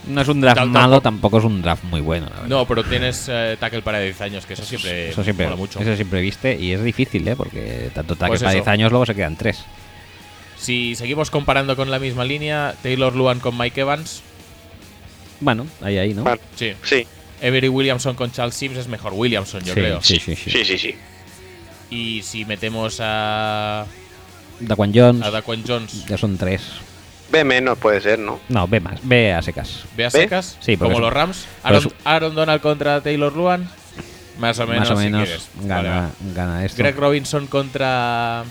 No es un draft Tal- malo, tampoco es un draft muy bueno. la verdad. No, pero tienes eh, tackle para 10 años, que eso siempre, eso siempre, mola mucho. eso siempre viste y es difícil, ¿eh? Porque tanto tackle Pues para eso. 10 años luego se quedan 3. Si seguimos comparando con la misma línea, Taylor Luan con Mike Evans, Bueno, ahí, ahí, ¿no? Vale. sí. Sí, Avery Williamson con Charles Sims es mejor Williamson, yo sí, creo. sí, sí, sí. sí, sí, sí. Y si metemos a, a Daquan Jones, Daquan Jones, ya son 3. B menos puede ser, ¿no? No, ve más, ve a secas. ve a secas, Sí, porque como es- los Rams. pero Aaron, es- Aaron Donald contra Taylor Luan, más o menos, Más o si menos quieres. Vale, gana, va. gana esto. Greg Robinson contra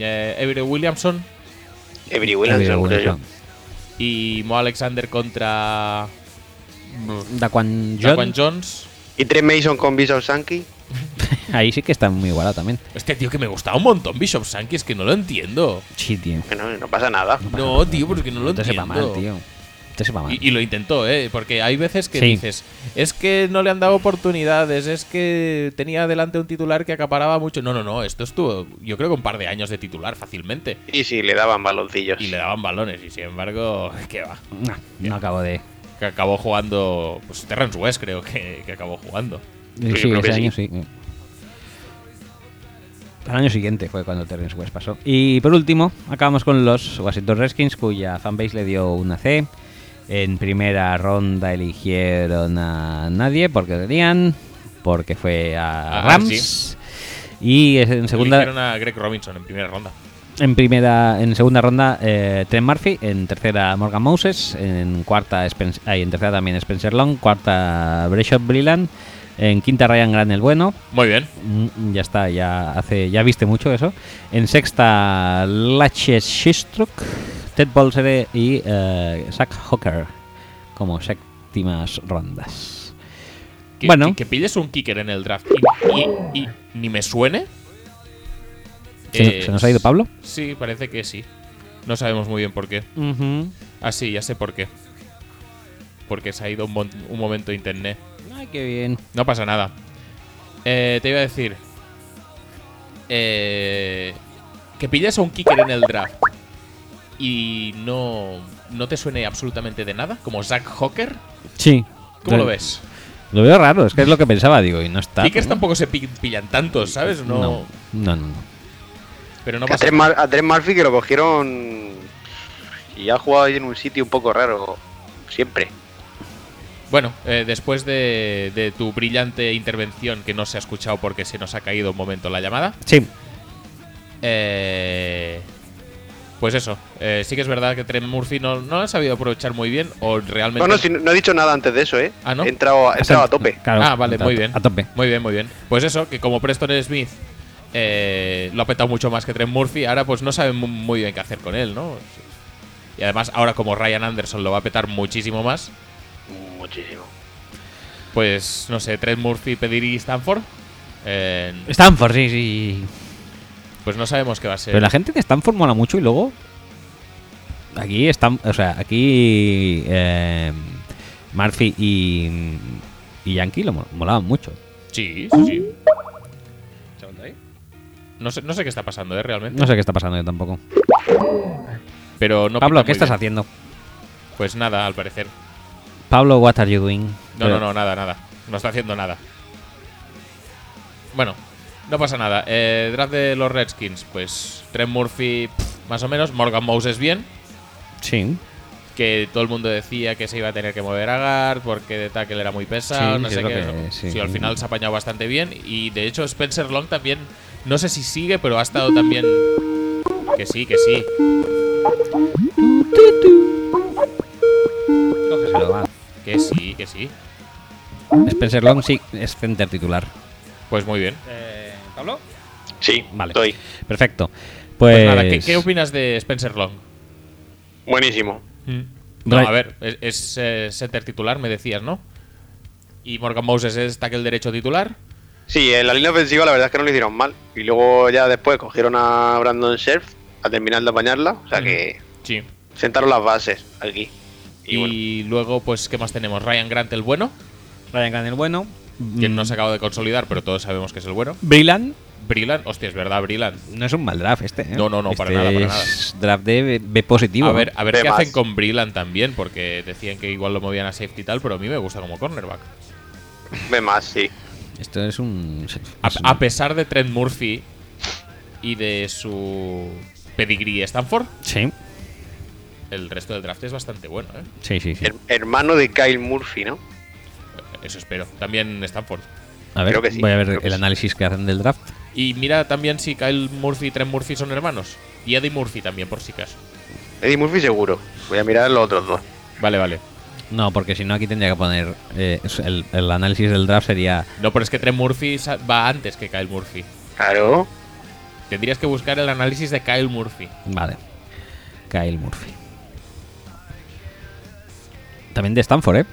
eh, Avery Williamson Avery Daquan Williamson, creo yo. y Mo Alexander contra Daquan Jones, Daquan Jones. Y tres Mason con Bishop Sankey. ahí sí que está muy igualado también. Este tío que me gustaba un montón, Bishop Sankey, es que no lo entiendo. Sí, tío. Bueno, no pasa nada. No, tío, porque no lo te entiendo. sepa mal, tío. Te sepa mal. Y, y lo intentó, ¿eh? Porque hay veces que Sí. dices, es que no le han dado oportunidades, es que tenía delante un titular que acaparaba mucho. No, no, no, esto estuvo, yo creo que un par de años de titular fácilmente. Y sí, le daban baloncillos. Y le daban balones, y sin embargo, (laughs) ¿qué va? No, no acabo de. Que acabó jugando, pues Terrence West creo que, que acabó jugando. Sí, creo que ese sí. año sí. Al año siguiente fue cuando Terrence West pasó. Y por último, acabamos con los Washington Redskins, cuya fanbase le dio una C. En primera ronda eligieron a nadie porque tenían, porque fue a, A Rams. Y en Eligieron segunda, a Greg Robinson en primera ronda. en primera, en segunda ronda eh, Trent Murphy, en tercera Morgan Moses, en cuarta Spencer, ay, en tercera también Spencer Long, cuarta Breshot Brilland, en quinta Ryan Gran el bueno, Muy bien. Mm, Ya está, ya hace, ya viste mucho eso. En sexta, Laches Shistruk, Ted Bolsere y eh, Zach Hooker como séptimas rondas. Que, Bueno. que, que pides un kicker en el draft y, y- y ni me suene. ¿Se, Eh, se nos ha ido Pablo? Sí, parece que sí. No sabemos muy bien por qué. Ah, sí, ya sé por qué. Porque se ha ido un, mon- un momento internet. Ay, qué bien. No pasa nada. Eh, te iba a decir. eh, que pilles a un kicker en el draft y no, no te suene absolutamente de nada, como Zach Hawker. Sí. ¿Cómo lo ves? Lo veo raro, es que es lo que pensaba, digo, y no está. Kickers ¿no? tampoco se pi- pillan tantos, ¿sabes? No, No, no, no. no. Pero no a, pasa tres Mar- a tres Murphy que lo cogieron. Y ha jugado ahí en un sitio un poco raro. Siempre. Bueno, eh, después de, de tu brillante intervención que no se ha escuchado porque se nos ha caído un momento la llamada, Sí, eh, pues eso, eh, sí que es verdad que Trent Murphy no, no lo ha sabido aprovechar muy bien o realmente... No, no, si no, no he dicho nada antes de eso, ¿eh? Ah, ¿no? He entrado, he entrado a tope. claro. ah, vale, a- muy bien. A tope. Muy bien, muy bien. Pues eso, que como Preston Smith eh, lo ha petado mucho más que Trent Murphy, ahora pues no saben mu- muy bien qué hacer con él, ¿no? Y además ahora como Ryan Anderson lo va a petar muchísimo más, Muchísimo. pues no sé, Trent Murphy pedir y Stanford. eh, Stanford, sí, sí. pues no sabemos qué va a ser. Pero la gente de Stanford mola mucho y luego Aquí están, o sea, aquí eh, Murphy y, y Yankee lo mo- molaban mucho. Sí, sí, sí. ¿Se aguanta ahí? No sé, no sé qué está pasando, ¿eh? Realmente. No sé qué está pasando yo tampoco. Pero no Pablo, pinta ¿qué muy estás bien. haciendo? Pues nada, al parecer. Pablo, what are you doing? Eh, No, no, no, nada, nada. No está haciendo nada. Bueno, no pasa nada. Eh, draft de los Redskins, pues Trent Murphy, pff, más o menos. Morgan Moses, bien. Sí, Que todo el mundo decía que se iba a tener que mover a guard porque de tackle era muy pesado. Sí, no sí, sé es lo qué. que- sí. Sí, al final se ha apañado bastante bien. Y de hecho, Spencer Long también. No sé si sigue, pero ha estado también. Que sí, que sí. cógeselo, va. Que sí, que sí. Spencer Long sí es center titular. Pues muy bien. ¿Pablo? Sí, Vale. estoy. Perfecto. Pues, Pues nada, ¿qué, qué opinas de Spencer Long? Buenísimo. No, Right. a ver, es, es, eh, center titular, me decías, ¿no? Y Morgan Moses es tackle derecho titular. Sí, en la línea ofensiva la verdad es que no lo hicieron mal. Y luego ya después cogieron a Brandon Scherf a terminar de apañarla. O sea que Sí. sentaron las bases aquí. Y, Y, bueno, luego, pues, ¿qué más tenemos? Ryan Grant, el bueno, Ryan Grant, el bueno. quien Mm. no se acaba de consolidar, pero todos sabemos que es el bueno. Brillan Brillant, hostia, es verdad, Brillant. no es un mal draft este. ¿eh? No, no, no, para Este nada, para nada. es Draft de B- B positivo. A ver, a ver Ve qué más. hacen con Brillant también, porque decían que igual lo movían a safety y tal, pero a mí me gusta como cornerback. ve más, sí. Esto es un. A, es un- a pesar de Trent Murphy y de su pedigrí Stanford, Sí, el resto del draft es bastante bueno, ¿eh? sí, sí. sí. Her- hermano de Kyle Murphy, ¿no? Eso espero. También Stanford. A ver, creo que sí, voy a ver creo que el sí. análisis que hacen del draft. Y mira también si Kyle Murphy y Trent Murphy son hermanos. Y Eddie Murphy también, por si acaso. Eddie Murphy seguro. Voy a mirar los otros dos. Vale, vale. No, porque si no, aquí tendría que poner. eh, es- el, el análisis del draft sería. No, pero es que Trent Murphy sa- va antes que Kyle Murphy. Claro. Tendrías que buscar el análisis de Kyle Murphy. Vale. Kyle Murphy. También de Stanford, ¿eh?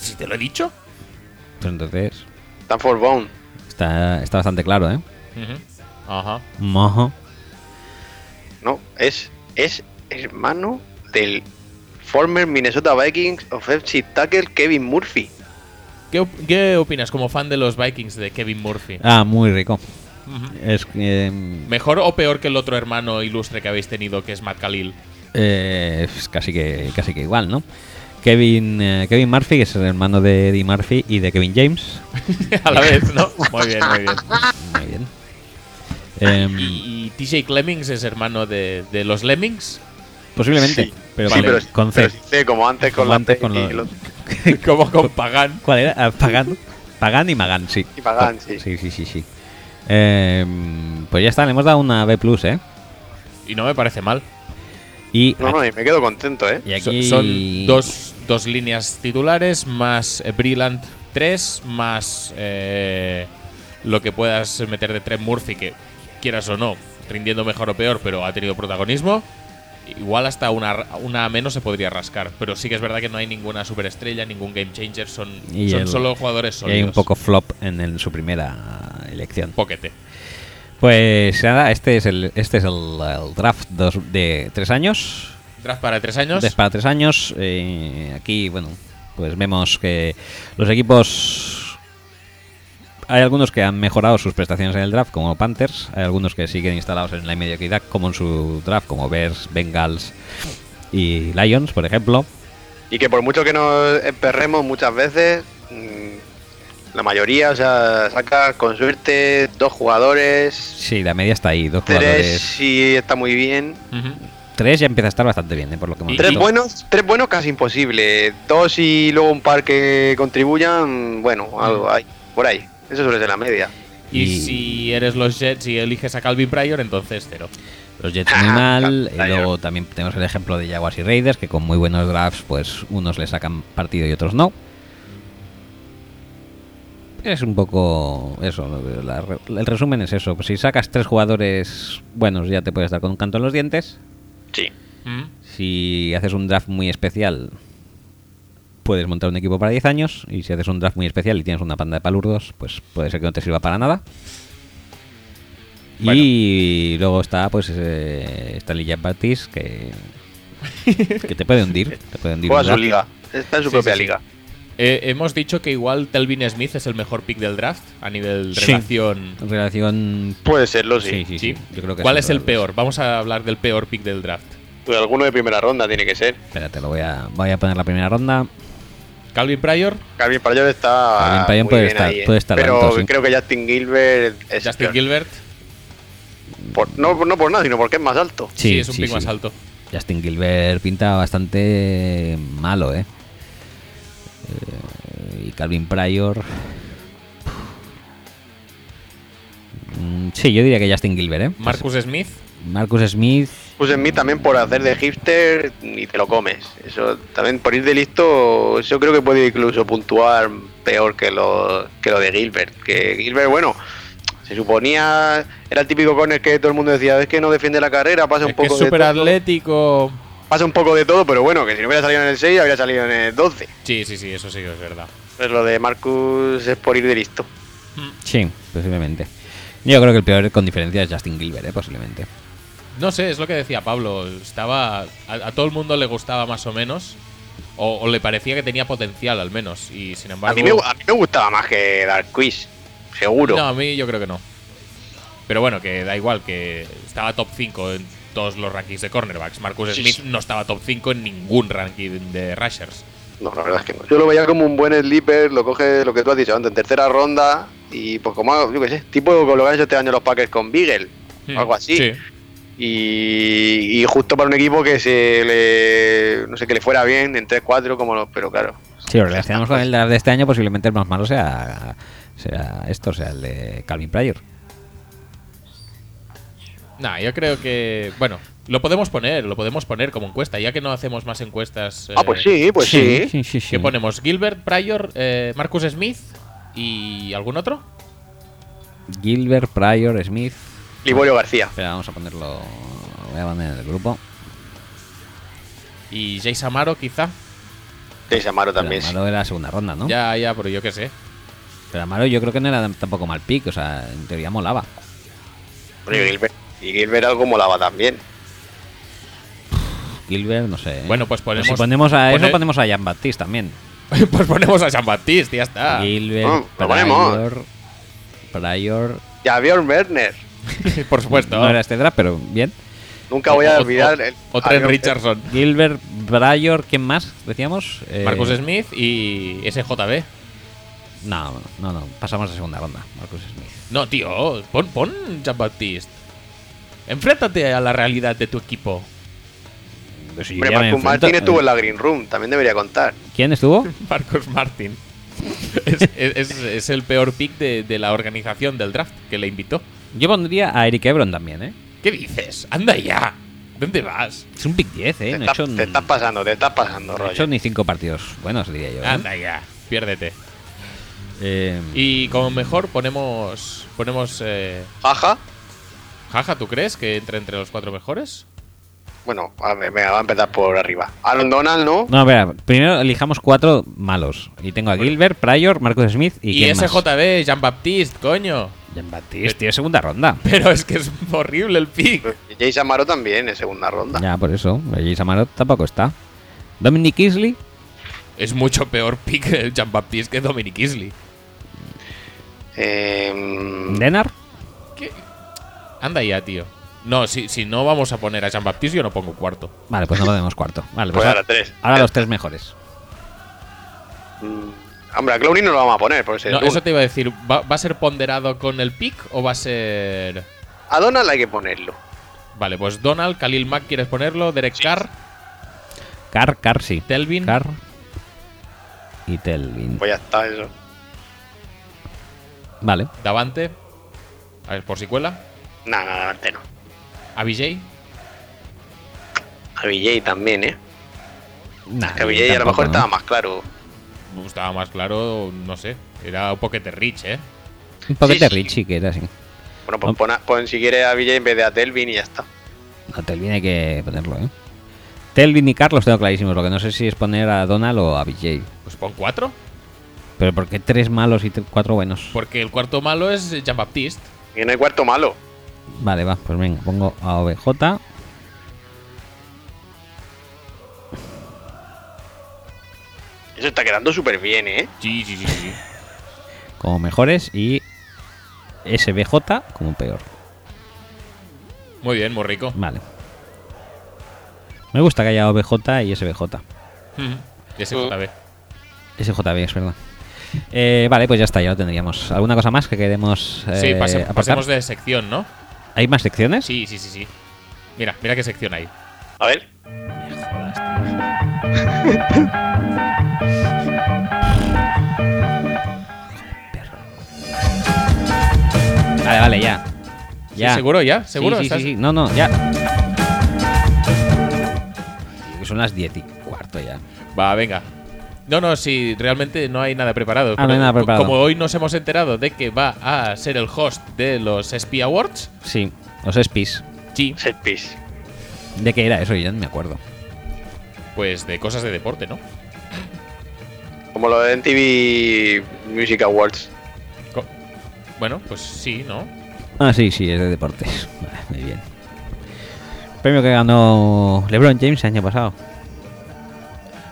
Si te lo he dicho. Pues entonces. Stanford Bone. Está, está bastante claro, ¿eh? Ajá. Mojo. No, es, es hermano del former Minnesota Vikings offensive tackle Kevin Murphy. ¿Qué, op- qué opinas como fan de los Vikings de Kevin Murphy? Ah, muy rico. Ujú. Es eh, que. ¿Mejor o peor que el otro hermano ilustre que habéis tenido, que es Matt Khalil? (laughs) Eh, es casi que casi que igual, ¿no? Kevin, eh, Kevin Murphy, que es el hermano de Eddie Murphy y de Kevin James. A la vez, ¿no? Muy bien, muy bien. Ah. Muy bien. Em, Y, y TJ Clemmings es hermano de, de los (laughs) Lemmings. posiblemente, Sí, pero, sí, con, pero, con C. pero sí, sí, como antes con Como la antes P con y lo- los- Como con Pagan. ¿Cuál era? Ah, Pagan. Pagan y Magan, sí. Y Pagan, sí. Sí, sí, sí. sí. Em, pues ya está, le hemos dado una B, ¿eh? Y no me parece mal. Y, No, no, y me quedo contento, ¿eh? y So- aquí. Son dos, dos líneas titulares, más eh, Brillant 3, más eh, lo que puedas meter de Trent Murphy, que quieras o no, rindiendo mejor o peor, pero ha tenido protagonismo. Igual hasta una, ra- una menos se podría rascar, pero sí que es verdad que no hay ninguna superestrella, ningún game changer, son, Y son el- solo jugadores y hay sólidos. un poco flop en, en su primera elección. Poquete. Pues nada, este es el, este es el, el draft dos, de tres años. Draft para tres años. Tres para tres años. eh, aquí, bueno, pues vemos que los equipos. Hay algunos que han mejorado sus prestaciones en el draft, como Panthers. Hay algunos que siguen instalados en la mediocridad, como en su draft, como Bears, Bengals y Lions, por ejemplo. Y que por mucho que nos emperremos muchas veces, mm, la mayoría, o sea, saca con suerte dos jugadores, Sí, la media está ahí. Dos tres jugadores. sí está muy bien. Ujú. Tres ya empieza a estar bastante bien, eh, por lo que hemos Y- Tres visto. buenos, tres buenos casi imposible. Dos y luego un par que contribuyan, Mm. bueno, algo hay, por ahí. Eso suele ser la media. Y, Y- si eres los Jets y eliges a Calvin Pryor, entonces cero. Los Jets muy mal, y Lions. luego también tenemos el ejemplo de Jaguars y Raiders, que con muy buenos drafts, pues unos le sacan partido y otros no. Es un poco eso, lo- la re- el resumen es eso. Si sacas tres jugadores buenos ya te puedes dar con un canto en los dientes. Sí. Ujú. Si haces un draft muy especial, puedes montar un equipo para 10 años. Y si haces un draft muy especial y tienes una panda de palurdos, pues puede ser que no te sirva para nada. (laughs) Y luego está pues eh, Stanley Jean Baptiste, que que te puede hundir. Te puede hundir Juega un su draft. liga. Está en su Sí, propia sí, sí. liga. Eh, hemos dicho que igual Telvin Smith es el mejor pick del draft a nivel Sí. relación. En relación. Puede serlo, sí. Sí, sí, sí. Yo creo que ¿Cuál sí, es el pero- peor? Vamos a hablar del peor pick del draft. Pues alguno de primera ronda tiene que ser. Espérate, lo voy a, voy a poner la primera ronda. Calvin Pryor, Calvin Payon está. Calvin Payon muy puede bien estar- ahí, ¿eh? puede estar Pero alto, sí. creo que Justin Gilbert es. Justin peor. Gilbert. Por- no, no por nada, sino porque es más alto. Sí, es un pick más alto. Justin Gilbert pinta bastante malo, ¿eh? Eh, y Calvin Pryor. Mm, Sí, yo diría que Justin Gilbert, ¿eh? Marcus Smith. Marcus Smith. Pues en mí también por hacer de hipster y te lo comes. Eso también por ir de listo, yo creo que puede incluso puntuar peor que lo, que lo de Gilbert. Que Gilbert, bueno, se suponía, era el típico corner que todo el mundo decía, es que no defiende la carrera, pasa un Es que poco es de súper todo. atlético. Pasa un poco de todo, pero bueno, que si no hubiera salido en el 6, habría salido en el 12. Sí, sí, sí, eso sí que es verdad. Pues lo de Marcus es por ir de listo. Sí, posiblemente. Yo creo que el peor con diferencia es Justin Gilbert, ¿eh? posiblemente. No sé, es lo que decía Pablo. Estaba. A, a todo el mundo le gustaba más o menos. O, o le parecía que tenía potencial al menos. Y sin embargo. A mí, me, a mí me gustaba más que Dark Quiz, seguro. No, a mí yo creo que no. Pero bueno, que da igual, que estaba top 5 en todos los rankings de cornerbacks. Marcus Sí, Smith sí. no estaba top 5 en ningún ranking de rushers. No, la verdad es que no. Yo lo veía como un buen sleeper, lo coge lo que tú has dicho antes, en tercera ronda. Y pues como, yo qué sé, tipo como lo que han hecho este año los Packers con Beagle, o Hmm. algo así. Sí. Y, y justo para un equipo que se le, no sé, que le fuera bien en 3-4, como los, pero claro. Sí, lo relacionamos con el draft de este año, posiblemente el más malo sea, sea esto, sea el de Calvin Pryor. Nah, yo creo que. Bueno, lo podemos poner, lo podemos poner como encuesta, ya que no hacemos más encuestas. Ah, eh, pues sí, pues sí. sí, sí, sí. ¿Qué ponemos? Gilbert, Pryor, eh, Marcus Smith y algún otro? Gilbert, Pryor, Smith. Liborio García. Espera, vamos a ponerlo. lo Voy a poner en el grupo. Y Jace Amaro, quizá. Teis Amaro también. Pero sí. Amaro era la segunda ronda, ¿no? Ya, ya, pero yo qué sé. (laughs) Pero Amaro yo creo que no era tampoco mal pick, o sea, en teoría molaba. Bueno, Y Gilbert, y Gilbert algo molaba también. Gilbert, no sé. ¿eh? Bueno, pues ponemos- si ponemos a pone- eso, ponemos a Jean Baptiste también. pues ponemos a San Baptiste, ya está. Gilbert, Ah, lo ponemos. Pryor. Pryor. Javier Werner. (laughs) Por supuesto. No era este draft, pero bien. Nunca voy a O- o- olvidar. el- O, Trent Javier- Richardson. Gilbert, Pryor, ¿quién más? Decíamos. Eh, Marcus Smith y SJB. No, no, no. Pasamos a segunda ronda. Marcus Smith. No, tío, pon, pon Jean-Baptiste. Enfréntate a la realidad de tu equipo. (laughs) Pero si Hombre, ya me Marcus enfrento- Martínez estuvo en la Green Room, también debería contar. ¿Quién estuvo? Marcus Martin. (laughs) es, es- es- es el peor pick de, de la organización del draft que le invitó. Yo pondría a Eric Ebron también, ¿eh? ¿Qué dices? Anda ya. ¿Dónde vas? Es un pick 10, ¿eh? te, No he estás, hecho, te estás pasando, te estás pasando, no he Roger. hecho ni cinco partidos buenos, diría yo. ¿eh? Anda ya. Piérdete. Eh, Y como mejor ponemos. Ponemos. eh, Jaja. Jaja, ¿tú crees que entre entre los cuatro mejores? Bueno, a ver, venga, va a empezar por arriba. Aaron Donald, ¿no? No, espera, primero elijamos cuatro malos. Y tengo a Gilbert, Pryor, Marcus Smith y, Y, ¿quién más? SJB, Jean-Baptiste, coño. Jean-Baptiste, tío, segunda ronda. Pero es que es horrible el pick. Jason Amaro también en segunda ronda. Ya, por eso. Jason Amarot tampoco está. Dominic Isley. Es mucho peor pick el Jean-Baptiste que Dominic Isley. Em, Denar. Anda ya, tío. No, si, si no vamos a poner a Jean-Baptiste, yo no pongo cuarto. Vale, pues no podemos cuarto. Vale, pues, Pues ahora ahora- tres. Ahora los tres mejores. mm, hombre, a Clowney no lo vamos a poner, por ese No, turno. eso te iba a decir. ¿va, va a ser ponderado con el pick o va a ser.? A Donald hay que ponerlo. Vale, pues Donald, Khalil Mack, ¿quieres ponerlo? Derek Carr, Car, Car, sí. Telvin. Car y Telvin. Pues ya está, eso. Vale. Davante. A ver, por si cuela. Nada, nada, Davante no. Abijay. A BJ también, ¿eh? Nah, Que a BJ a lo tampoco, mejor ¿no? estaba más claro. Estaba más claro, no sé. Era un poquete rich, ¿eh? Un poquete Sí, sí. Richie, que era así. Bueno, pues pon, a- pon si quieres a BJ en vez de a Telvin y ya está. No, Telvin hay que ponerlo, ¿eh? Telvin y Carlos tengo clarísimos. Lo que no sé si es poner a Donald o a BJ. Pues pon cuatro. Pero ¿por qué tres malos y tre- cuatro buenos? Porque el cuarto malo es Jean-Baptiste. Y en el cuarto malo. Vale, va, pues venga, pongo a OBJ. se está quedando súper bien, ¿eh? Sí, sí, sí, sí. como mejores y SBJ como peor. Muy bien, muy (laughs) rico. Vale. Me gusta que haya OBJ y SBJ. Y ese JB. SJB, es verdad. Eh, vale, pues ya está, ya lo tendríamos. ¿Alguna cosa más que queremos Sí, eh, pase- aportar? pasemos de sección, ¿no? ¿Hay más secciones? Sí, sí, sí, sí. Mira, mira qué sección hay. A ver. Vale, vale, ya. ya. Sí, ¿Seguro ya? Sí, ¿Seguro? Sí, sí, ¿Estás- sí. No, no, ya. Tío, que Son las 10 y cuarto ya. Va, venga. No, no, si realmente no hay nada preparado. Ah, no hay Pero nada co- preparado. Como hoy nos hemos enterado de que va a ser el host de los SP Awards, Sí, los espis. sí, Set piece. ¿De qué era eso? Yo ya no me acuerdo. pues de cosas de deporte, ¿no? Como lo de MTV Music Awards. Co- bueno, pues sí, ¿no? Ah, sí, sí, es de deportes. Vale, muy bien. Premio que ganó LeBron James el año pasado.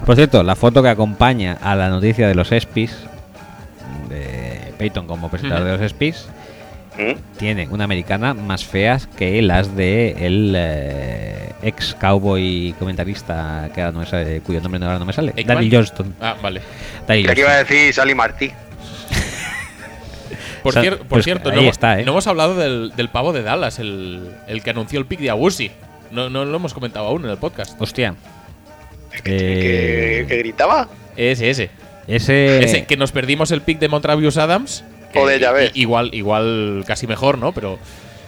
Por cierto, la foto que acompaña a la noticia de los Espis, de Peyton como presentador de los Espis, ¿Mm? tiene una americana más feas que las de el eh, ex cowboy comentarista que ahora no me sale- cuyo nombre ahora no me sale, Ekman. Daryl Johnston. Ah, vale. Daryl Creía que iba Johnston. a decir Sally Martí. Por, O sea, cier- por pues cierto, ahí no, hemos- está, ¿eh? no hemos hablado del, del pavo de Dallas, el, el que anunció el pick de Agusi. No, no lo hemos comentado aún en el podcast. Hostia. Que, Eh, que gritaba. Ese, ese. ese, Ese, que nos perdimos el pick de Montravius Adams. que Joder, ya i- ves. Igual, igual casi mejor, ¿no? Pero.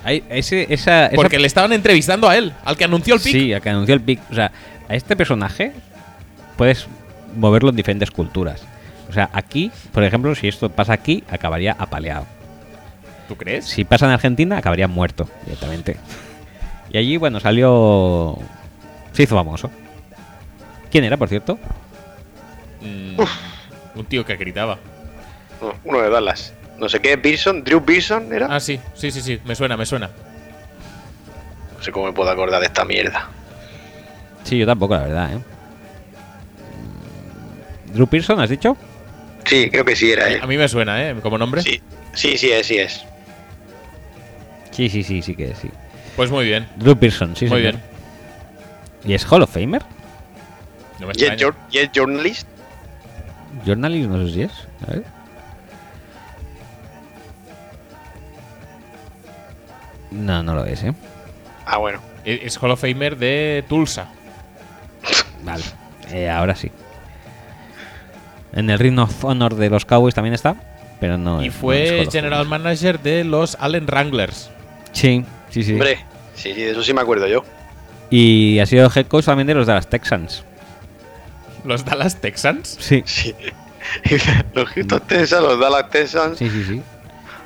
ahí- ese- esa, esa Porque le estaban entrevistando a él, al que anunció el pick. Sí, al que anunció el pic. O sea, a este personaje puedes moverlo en diferentes culturas. O sea, aquí, por ejemplo, si esto pasa aquí, acabaría apaleado. ¿Tú crees? Si pasa en Argentina, acabaría muerto directamente. Y allí, bueno, salió. Se hizo famoso. ¿Quién era, por cierto? Mm, un tío que gritaba. No, uno de Dallas. No sé qué, Pearson, Drew Pearson era. Ah, sí, sí, sí, sí, me suena, me suena. No sé cómo me puedo acordar de esta mierda. Sí, yo tampoco, la verdad, ¿eh? Mm, Drew Pearson, ¿has dicho? Sí, creo que sí era él. A mí me suena, ¿eh? Como nombre. Sí, sí, sí es, sí es. Sí, sí, sí, sí que sí. Pues muy bien, Drew Pearson, sí, muy señor. bien. ¿Y es Hall of Famer? Pues No me Jet, extraña. jour- Jet Journalist. Journalist, no sé si es. A ver. No, no lo es, ¿eh? Ah, bueno. E- Es Hall of Famer de Tulsa. Vale. Eh, ahora sí. En el Ring of Honor de los Cowboys también está, pero no Y es- no es Hall fue of general Famer. manager de los Allen Wranglers. Sí, sí, sí. Hombre, sí, sí, de eso sí me acuerdo yo. (laughs) Y ha sido head coach también de los Dallas Texans. ¿Los Dallas Texans? Sí. Sí. los Houston Texans, los Dallas Texans. Sí, sí, sí.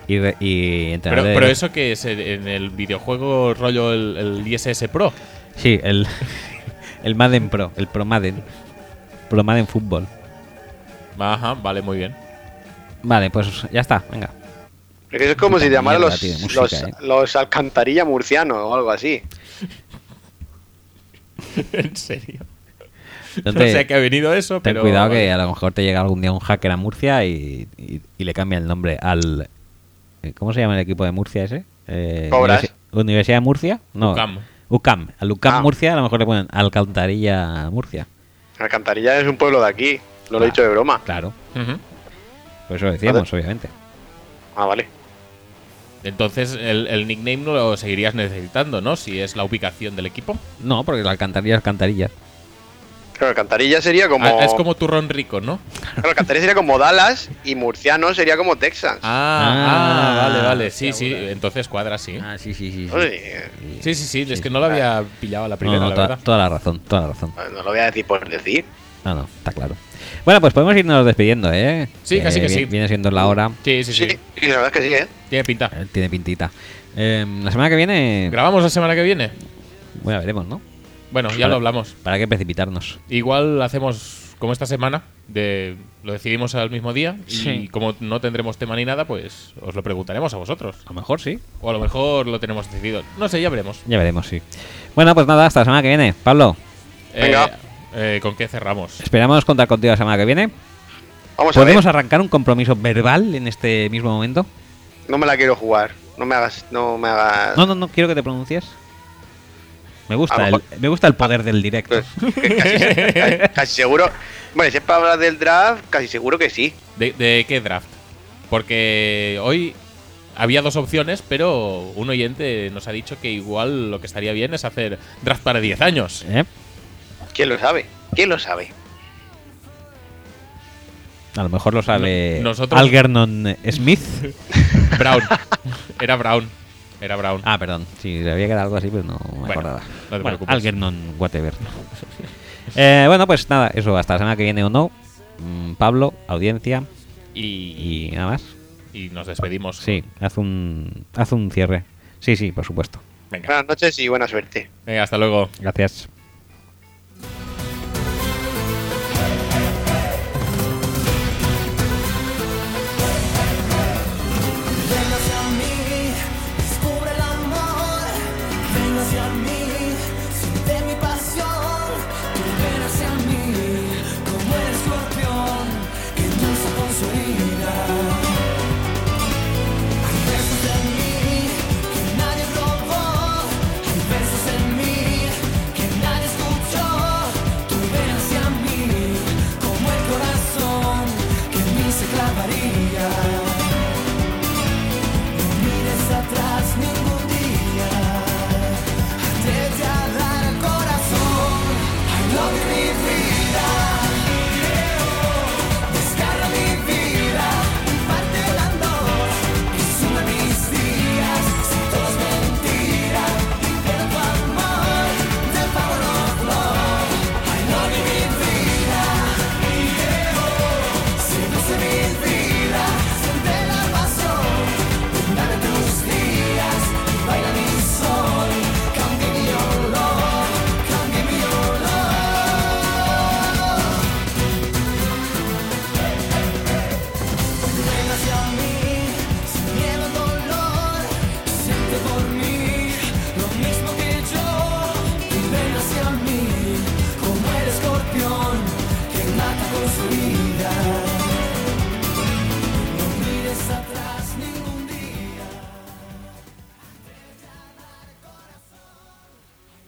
Y, re- y Pero, entrenador de- pero eso que es en en el videojuego rollo el, el ISS Pro. Sí, el, (laughs) el Madden Pro, el Pro Madden. Pro Madden Fútbol. Ajá, vale, muy bien. Vale, pues ya está, venga. Es que eso es como Puta si llamara mierda, los, tío, música, los, eh. los alcantarilla murcianos o algo así. (laughs) en serio. (laughs) No Entonces- sé que ha venido eso, Ten pero. cuidado que a lo mejor te llega algún día un hacker a Murcia y, y- y le cambia el nombre al... eh, ¿Cómo se llama el equipo de Murcia ese? Eh, Cobras. Universi- ¿Universidad de Murcia? No. UCAM. UCAM. Al UCAM Ah. Murcia a lo mejor le ponen Alcantarilla Murcia. Alcantarilla es un pueblo de aquí. No lo Ah. he dicho de broma. Claro. Ujú. Por eso lo decíamos, obviamente. Ah, vale. Entonces el, el nickname no lo seguirías necesitando, ¿no? Si es la ubicación del equipo. No, porque la alcantarilla es alcantarilla. Claro, alcantarilla sería como. Ah, es como turrón rico, ¿no? Claro, alcantarilla sería como Dallas y murciano sería como Texas. Ah, ah, Ah, vale, vale. Sí, hostia, sí. puta. Entonces cuadra, sí. Ah, sí, sí, sí. Sí, sí, sí. Es que no lo había pillado a la primera, la toda, verdad. toda la razón, toda la razón. No lo voy a decir por decir. No, no, está claro. Bueno, pues podemos irnos despidiendo, ¿eh? Sí, casi que vi- sí. Viene siendo la hora. Sí, sí, sí. y la verdad es que sí, ¿eh? Tiene pinta. Eh, Tiene pintita. Eh, la semana que viene... ¿Grabamos la semana que viene? Bueno, veremos, ¿no? Bueno, ya lo hablamos. ¿Para qué precipitarnos? Igual hacemos como esta semana, de, lo decidimos al mismo día y Sí. como no tendremos tema ni nada, pues os lo preguntaremos a vosotros. A lo mejor sí. O a lo mejor lo tenemos decidido. No sé, ya veremos. Ya veremos, sí. Bueno, pues nada, hasta la semana que viene. Pablo, Eh, Venga. eh, ¿Con qué cerramos? esperamos contar contigo la semana que viene. Vamos Pues a ver. ¿Podemos arrancar un compromiso verbal en este mismo momento? No me la quiero jugar. No me hagas. No me hagas. No, no, no quiero que te pronuncies. Me gusta, Eh. A el, lo me gusta el poder del directo. Pues, que casi, casi- casi seguro. Bueno, si es para hablar del draft, casi seguro que sí. ¿De, de qué draft? Porque hoy había dos opciones, pero un oyente nos ha dicho que igual lo que estaría bien es hacer draft para 10 años. ¿eh? ¿Quién lo sabe? ¿Quién lo sabe? A lo mejor lo sabe No- nosotros- Algernon Smith. (laughs) (laughs) Brown. Era Brown. Era Brown. Ah, perdón. Sí, sabía que era algo así, pero no me Bueno, acordaba. no te bueno, preocupes. Algernon whatever. Eh, bueno, pues nada, eso. Hasta la semana que viene o no. Mm, Pablo, audiencia y Y, nada más. y nos despedimos. Sí, haz un, haz un cierre. Sí, sí, por supuesto. Venga. Buenas noches y buena suerte. Venga, hasta luego. Gracias. Ven hacia mí, descubre el amor. Ven hacia mí, siente mi pasión. Tú ven hacia mí, como el escorpión que endulza con su herida. Hay versos en mí que nadie robó. Hay versos en mí que nadie escuchó. Tú ven hacia mí, como el corazón que en mí se clavaría. Mires atrás ningún día Atrévete a dar al corazón I love you, mi vida Descarga mi vida Parte el dos Que sube mis días Si todo es mentira Libera tu amor The power of love I love you, mi vida Seduce mi vida Siente la pasión Dame tus días y baila mi sol. Come give me your love, come give me your love. Ven hacia mí, sin miedo al dolor. Siente por mí lo mismo que yo. Y ven hacia mí, como el escorpión que mata con su vida.